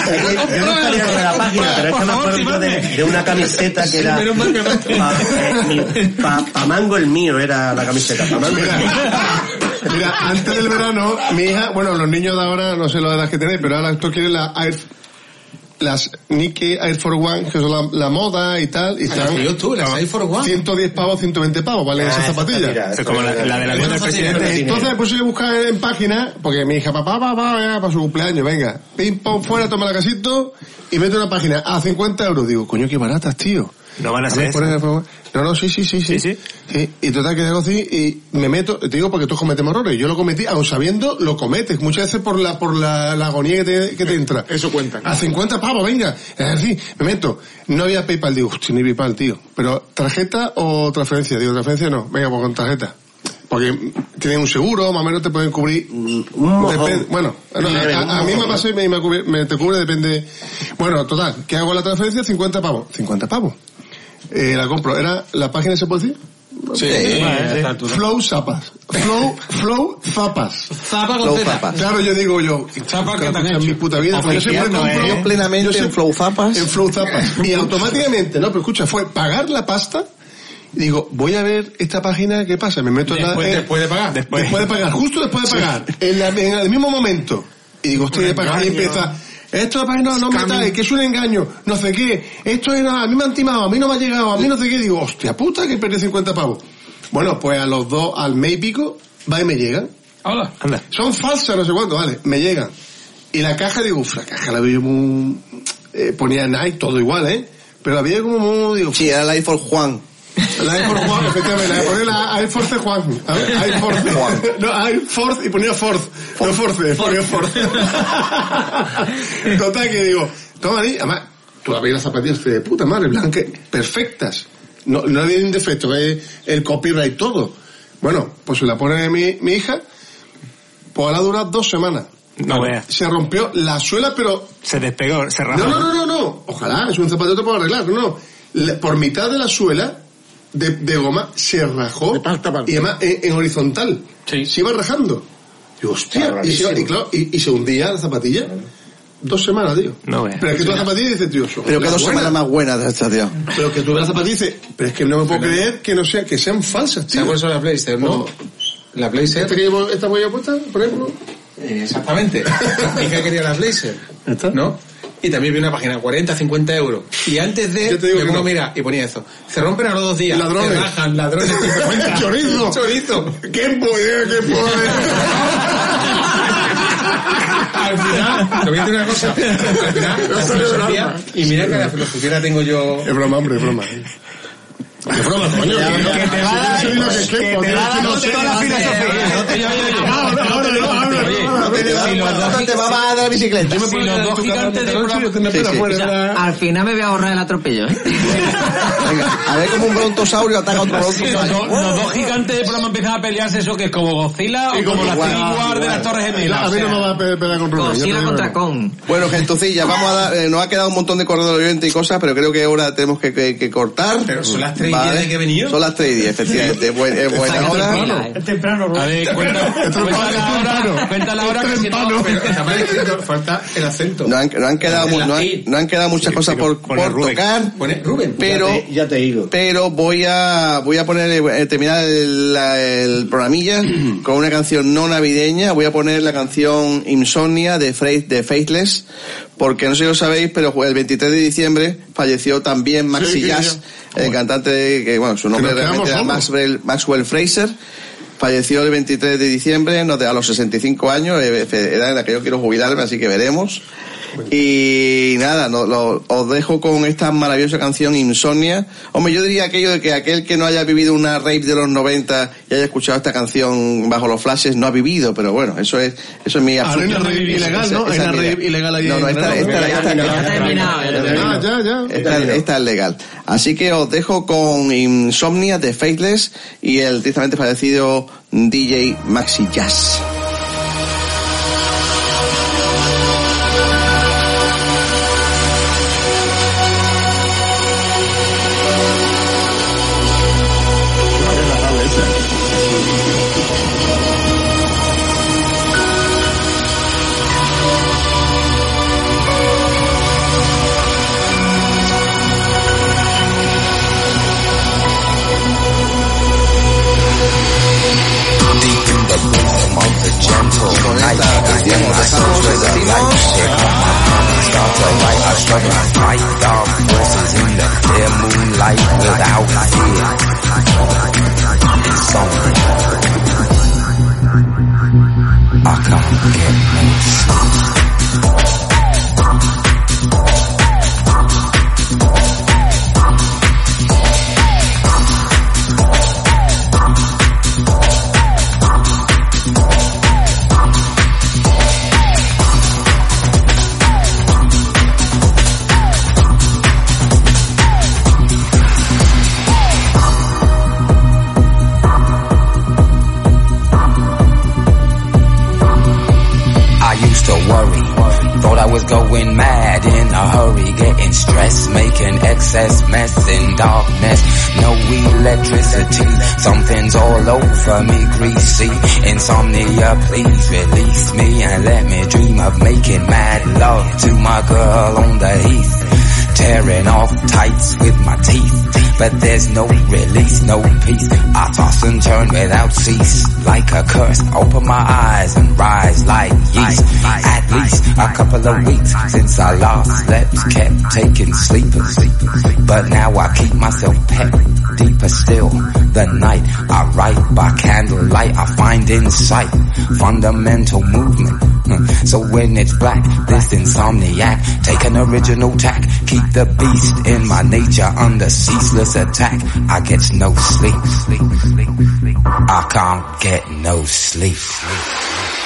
[SPEAKER 5] sabía lo de la página, pero es que me acuerdo de, de una camiseta que era eh, para Mango el mío era la camiseta. pa' Mango el mío.
[SPEAKER 4] Mira, antes del verano, mi hija, bueno, los niños de ahora no sé la edad que tenéis, pero ahora esto quiere la Air, las Nike Air for One, que son la, la moda y tal. Y
[SPEAKER 10] Ah, las que yo tuve, las Air for One.
[SPEAKER 4] 110 pavos, 120 pavos, ¿vale?
[SPEAKER 10] Ah,
[SPEAKER 4] Esas
[SPEAKER 10] esa
[SPEAKER 4] zapatillas.
[SPEAKER 10] zapatilla, Eso es como la- esa la de la vida del
[SPEAKER 4] Entonces,
[SPEAKER 10] presidente.
[SPEAKER 4] Entonces me puse yo a buscar en página, porque mi hija, papá, papá, venga, para su cumpleaños, venga, pim, pam, fuera, toma la casito y mete una página a 50 euros. Digo, coño, qué baratas, tío.
[SPEAKER 7] No van a ser
[SPEAKER 4] ver, pones
[SPEAKER 7] esas.
[SPEAKER 4] el favor. No, no, sí, sí, sí, sí. sí, Y total que hago así y me meto, te digo porque todos cometemos errores. Yo lo cometí, aun sabiendo, lo cometes. Muchas veces por la, por la, la agonía que te,
[SPEAKER 7] Eh,
[SPEAKER 4] que te entra. Eso cuenta. A 50 pavos, venga. Es decir, me meto. No había PayPal, digo, hostia, no hay PayPal, tío. Pero, ¿tarjeta o transferencia? Digo, transferencia no. Venga, pues con tarjeta. Porque tienen un seguro, más o menos te pueden cubrir. Depende- bueno, no, a, a mí me pasó y me, me cubre- me te cubre, depende. Bueno, total, ¿qué hago la transferencia? 50 pavos. 50 pavos. Eh, la compro. ¿Era la página se puede decir?
[SPEAKER 10] Sí.
[SPEAKER 4] Vale, sí. Eh, Flow Zapas. Flow, Flow Zapas.
[SPEAKER 10] Zapa con
[SPEAKER 4] Flow
[SPEAKER 10] Z.
[SPEAKER 4] Zapas. Claro, yo digo yo. Zapas que en mi puta vida. pues yo siempre
[SPEAKER 1] Oficial,
[SPEAKER 4] compro
[SPEAKER 1] ¿eh? plenamente
[SPEAKER 4] yo
[SPEAKER 1] en Flow Zapas.
[SPEAKER 4] En Flow Zapas. Y automáticamente, no, pero escucha, fue pagar la pasta. y Digo, voy a ver esta página, ¿qué pasa? Me meto en
[SPEAKER 10] Después-
[SPEAKER 4] la... eh,
[SPEAKER 10] después de pagar.
[SPEAKER 4] Después. de pagar, justo después de pagar. En, la- en el mismo momento. Y digo, estoy de pagar y
[SPEAKER 10] engaño.
[SPEAKER 4] empieza... Esto es la página, no me
[SPEAKER 10] Scamming.
[SPEAKER 4] tal, que es un engaño, no sé qué, esto es nada, a mí me han timado, a mí no me ha llegado, a mí no sé qué, digo, hostia puta que perdí 50 pavos. Bueno, pues a los dos, al mes y pico, va y me llegan.
[SPEAKER 2] Hola.
[SPEAKER 7] Anda.
[SPEAKER 4] Son falsas, no sé cuánto, vale, me llegan. Y la caja, digo, uff, la caja la veo muy... eh, ponía Nike, todo igual, ¿eh? Pero la veo como muy... Digo, sí,
[SPEAKER 1] era la iPhone Juan.
[SPEAKER 4] La iPhone Juan, efectivamente, la ponía la iPhone Juan. A ver, iPhone Juan. No, iPhone y ponía Force. No Force, eh, ponía Force. Total que digo, toma ahí, además, tú la veis las zapatillas de puta madre, blancas, perfectas. No, no había un defecto, eh, el copyright, todo. Bueno, pues se la pone mi, mi hija, pues la dura dos semanas.
[SPEAKER 7] No veas.
[SPEAKER 4] Se rompió la suela, pero...
[SPEAKER 7] Se despegó, se rajó.
[SPEAKER 4] No, no, no, no, no. Ojalá, es un zapato te puedo arreglar. No, no. Le- por mitad de la suela, de, de goma, se rajó. Y además, eh, en, en horizontal. Se iba rajando. Digo, hostia.
[SPEAKER 10] Está
[SPEAKER 4] Y se,
[SPEAKER 10] rarísimo.
[SPEAKER 4] y claro, y- y se hundía la zapatilla. Dos semanas, tío.
[SPEAKER 7] No
[SPEAKER 4] Pero es que tú la zapatilla dices, tío, son
[SPEAKER 1] Pero que
[SPEAKER 4] las
[SPEAKER 1] dos
[SPEAKER 4] buenas.
[SPEAKER 1] semanas más buenas de esta, tío.
[SPEAKER 4] Pero que tú ves la zapatilla y dices, pero es que no me puedo creer que no sea, que sean falsas, tío.
[SPEAKER 10] ¿Sabes cuáles son las Playster? No. La Playster.
[SPEAKER 4] ¿Esta que llevo, esta voy a puesta, por ejemplo?
[SPEAKER 10] Eh, Exactamente. Mi hija quería las Blazer. ¿No? Y también vi una página, 40, 50 euros. Y antes de, me pongo, mira, y ponía eso. Se rompen a los dos días.
[SPEAKER 4] Ladrones.
[SPEAKER 10] Se rajan, ladrones.
[SPEAKER 4] Chorizo.
[SPEAKER 10] Chorizo.
[SPEAKER 4] ¡Qué poder, qué poder!
[SPEAKER 10] Al final, te voy a decir una cosa. Al final, la filosofía, y mira que la filosofía la tengo yo.
[SPEAKER 4] Es broma, hombre, es broma. eh. Es broma,
[SPEAKER 10] Que
[SPEAKER 4] coño.
[SPEAKER 10] te va a dar-
[SPEAKER 4] Soy lo que
[SPEAKER 10] que
[SPEAKER 4] soy,
[SPEAKER 10] te
[SPEAKER 4] porque
[SPEAKER 10] va a
[SPEAKER 4] es
[SPEAKER 10] dar
[SPEAKER 4] que no sé
[SPEAKER 10] toda la
[SPEAKER 4] nada.
[SPEAKER 10] filosofía.
[SPEAKER 4] No te- yo- yo- yo- Oye,
[SPEAKER 10] te va-
[SPEAKER 1] No te va a dar la bicicleta.
[SPEAKER 10] Yo me pongo en tu canal de Telegram, te me pela fuera,
[SPEAKER 13] O sea,
[SPEAKER 10] ¿verdad?
[SPEAKER 13] al final me voy a ahorrar el atropello. ¿eh?
[SPEAKER 1] Venga, a ver cómo un brontosaurio ataca a otro
[SPEAKER 9] Sí, los, dos-
[SPEAKER 1] brontosaurio.
[SPEAKER 9] los dos gigantes del programa empiezan a pelearse eso que es como Godzilla
[SPEAKER 1] Sí,
[SPEAKER 9] o como
[SPEAKER 1] como
[SPEAKER 9] las
[SPEAKER 1] igual,
[SPEAKER 9] Triguar de
[SPEAKER 1] igual.
[SPEAKER 9] las Torres Gemelas.
[SPEAKER 1] A mí
[SPEAKER 9] o sea.
[SPEAKER 1] no me va a
[SPEAKER 4] con
[SPEAKER 1] Rubén, yo te digo que no. Bueno, gentucilla, vamos a dar, eh, nos ha quedado un montón de correo de oyente y cosas, pero creo que ahora tenemos que, que- que cortar. Pero
[SPEAKER 10] son las 3 y 10 de que he venido.
[SPEAKER 1] Son las 3 y 10, efectivamente. Buen- es buena hora.
[SPEAKER 3] Es temprano, Rubén.
[SPEAKER 9] A ver, cuenta, cuenta la hora, cuenta la hora que si no-
[SPEAKER 10] Pero está mal escrito, falta el acento.
[SPEAKER 1] No han, no han quedado, mu-
[SPEAKER 10] La
[SPEAKER 1] no han-
[SPEAKER 10] I.
[SPEAKER 1] no han quedado muchas cosas por, por tocar.
[SPEAKER 10] Pone Rubén. pues
[SPEAKER 1] Pero,
[SPEAKER 10] Ya te-
[SPEAKER 1] pero voy a, voy a poner, eh, terminar el, la- el programilla con una canción no navideña. Voy a poner la canción Insomnia de, Fre- de Faithless. Porque no sé si lo sabéis, pero el 23 de diciembre falleció también Maxi
[SPEAKER 4] Sí, sí,
[SPEAKER 1] Jazz,
[SPEAKER 4] sí.
[SPEAKER 1] el cantante que, bueno, su nombre
[SPEAKER 4] Que nos quedamos
[SPEAKER 1] realmente era
[SPEAKER 4] solos.
[SPEAKER 1] Maxwell, Maxwell Fraser. Falleció el 23 de diciembre, nos de- a los 65 años, eh, edad en la que yo quiero jubilarme, así que veremos. Y nada, no- lo- os dejo con esta maravillosa canción Insomnia. Hombre, yo diría aquello de que aquel que no haya vivido una rave de los 90 y haya escuchado esta canción bajo los flashes no ha vivido, pero bueno, eso es, eso es mi
[SPEAKER 4] Ahora hay una
[SPEAKER 1] absoluta-
[SPEAKER 4] rave
[SPEAKER 1] esa-
[SPEAKER 4] ilegal, ¿no? Hay
[SPEAKER 1] esa- esa
[SPEAKER 4] una
[SPEAKER 1] es mi idea.
[SPEAKER 4] rave ilegal ahí
[SPEAKER 1] No, no,
[SPEAKER 4] en
[SPEAKER 1] esta,
[SPEAKER 4] Granada.
[SPEAKER 1] esta, esta,
[SPEAKER 4] Ya, ya, ya.
[SPEAKER 1] esta-
[SPEAKER 4] Ya, ya, ya.
[SPEAKER 1] esta, esta es legal. Así que os dejo con Insomnia de Faithless y el tristemente fallecido DJ Maxi Jazz.
[SPEAKER 17] I used to worry. Thought I was going mad in a hurry, getting stressed, making excess mess in darkness. No electricity, something's all over me, greasy. Insomnia, please release me and let me dream of making mad love to my girl on the heath. Tearing off tights with my teeth, but there's no release, no peace. I toss and turn without cease, like a curse. Open my eyes and rise like yeast. At least a couple of weeks since I last slept, kept taking sleepers. But now I keep myself pet, deeper still. The night I write by candlelight, I find insight, fundamental movement. Hmm. So when it's black, this insomniac, take an original tack, keep the beast in my nature under ceaseless attack. I get no sleep, I can't get no sleep.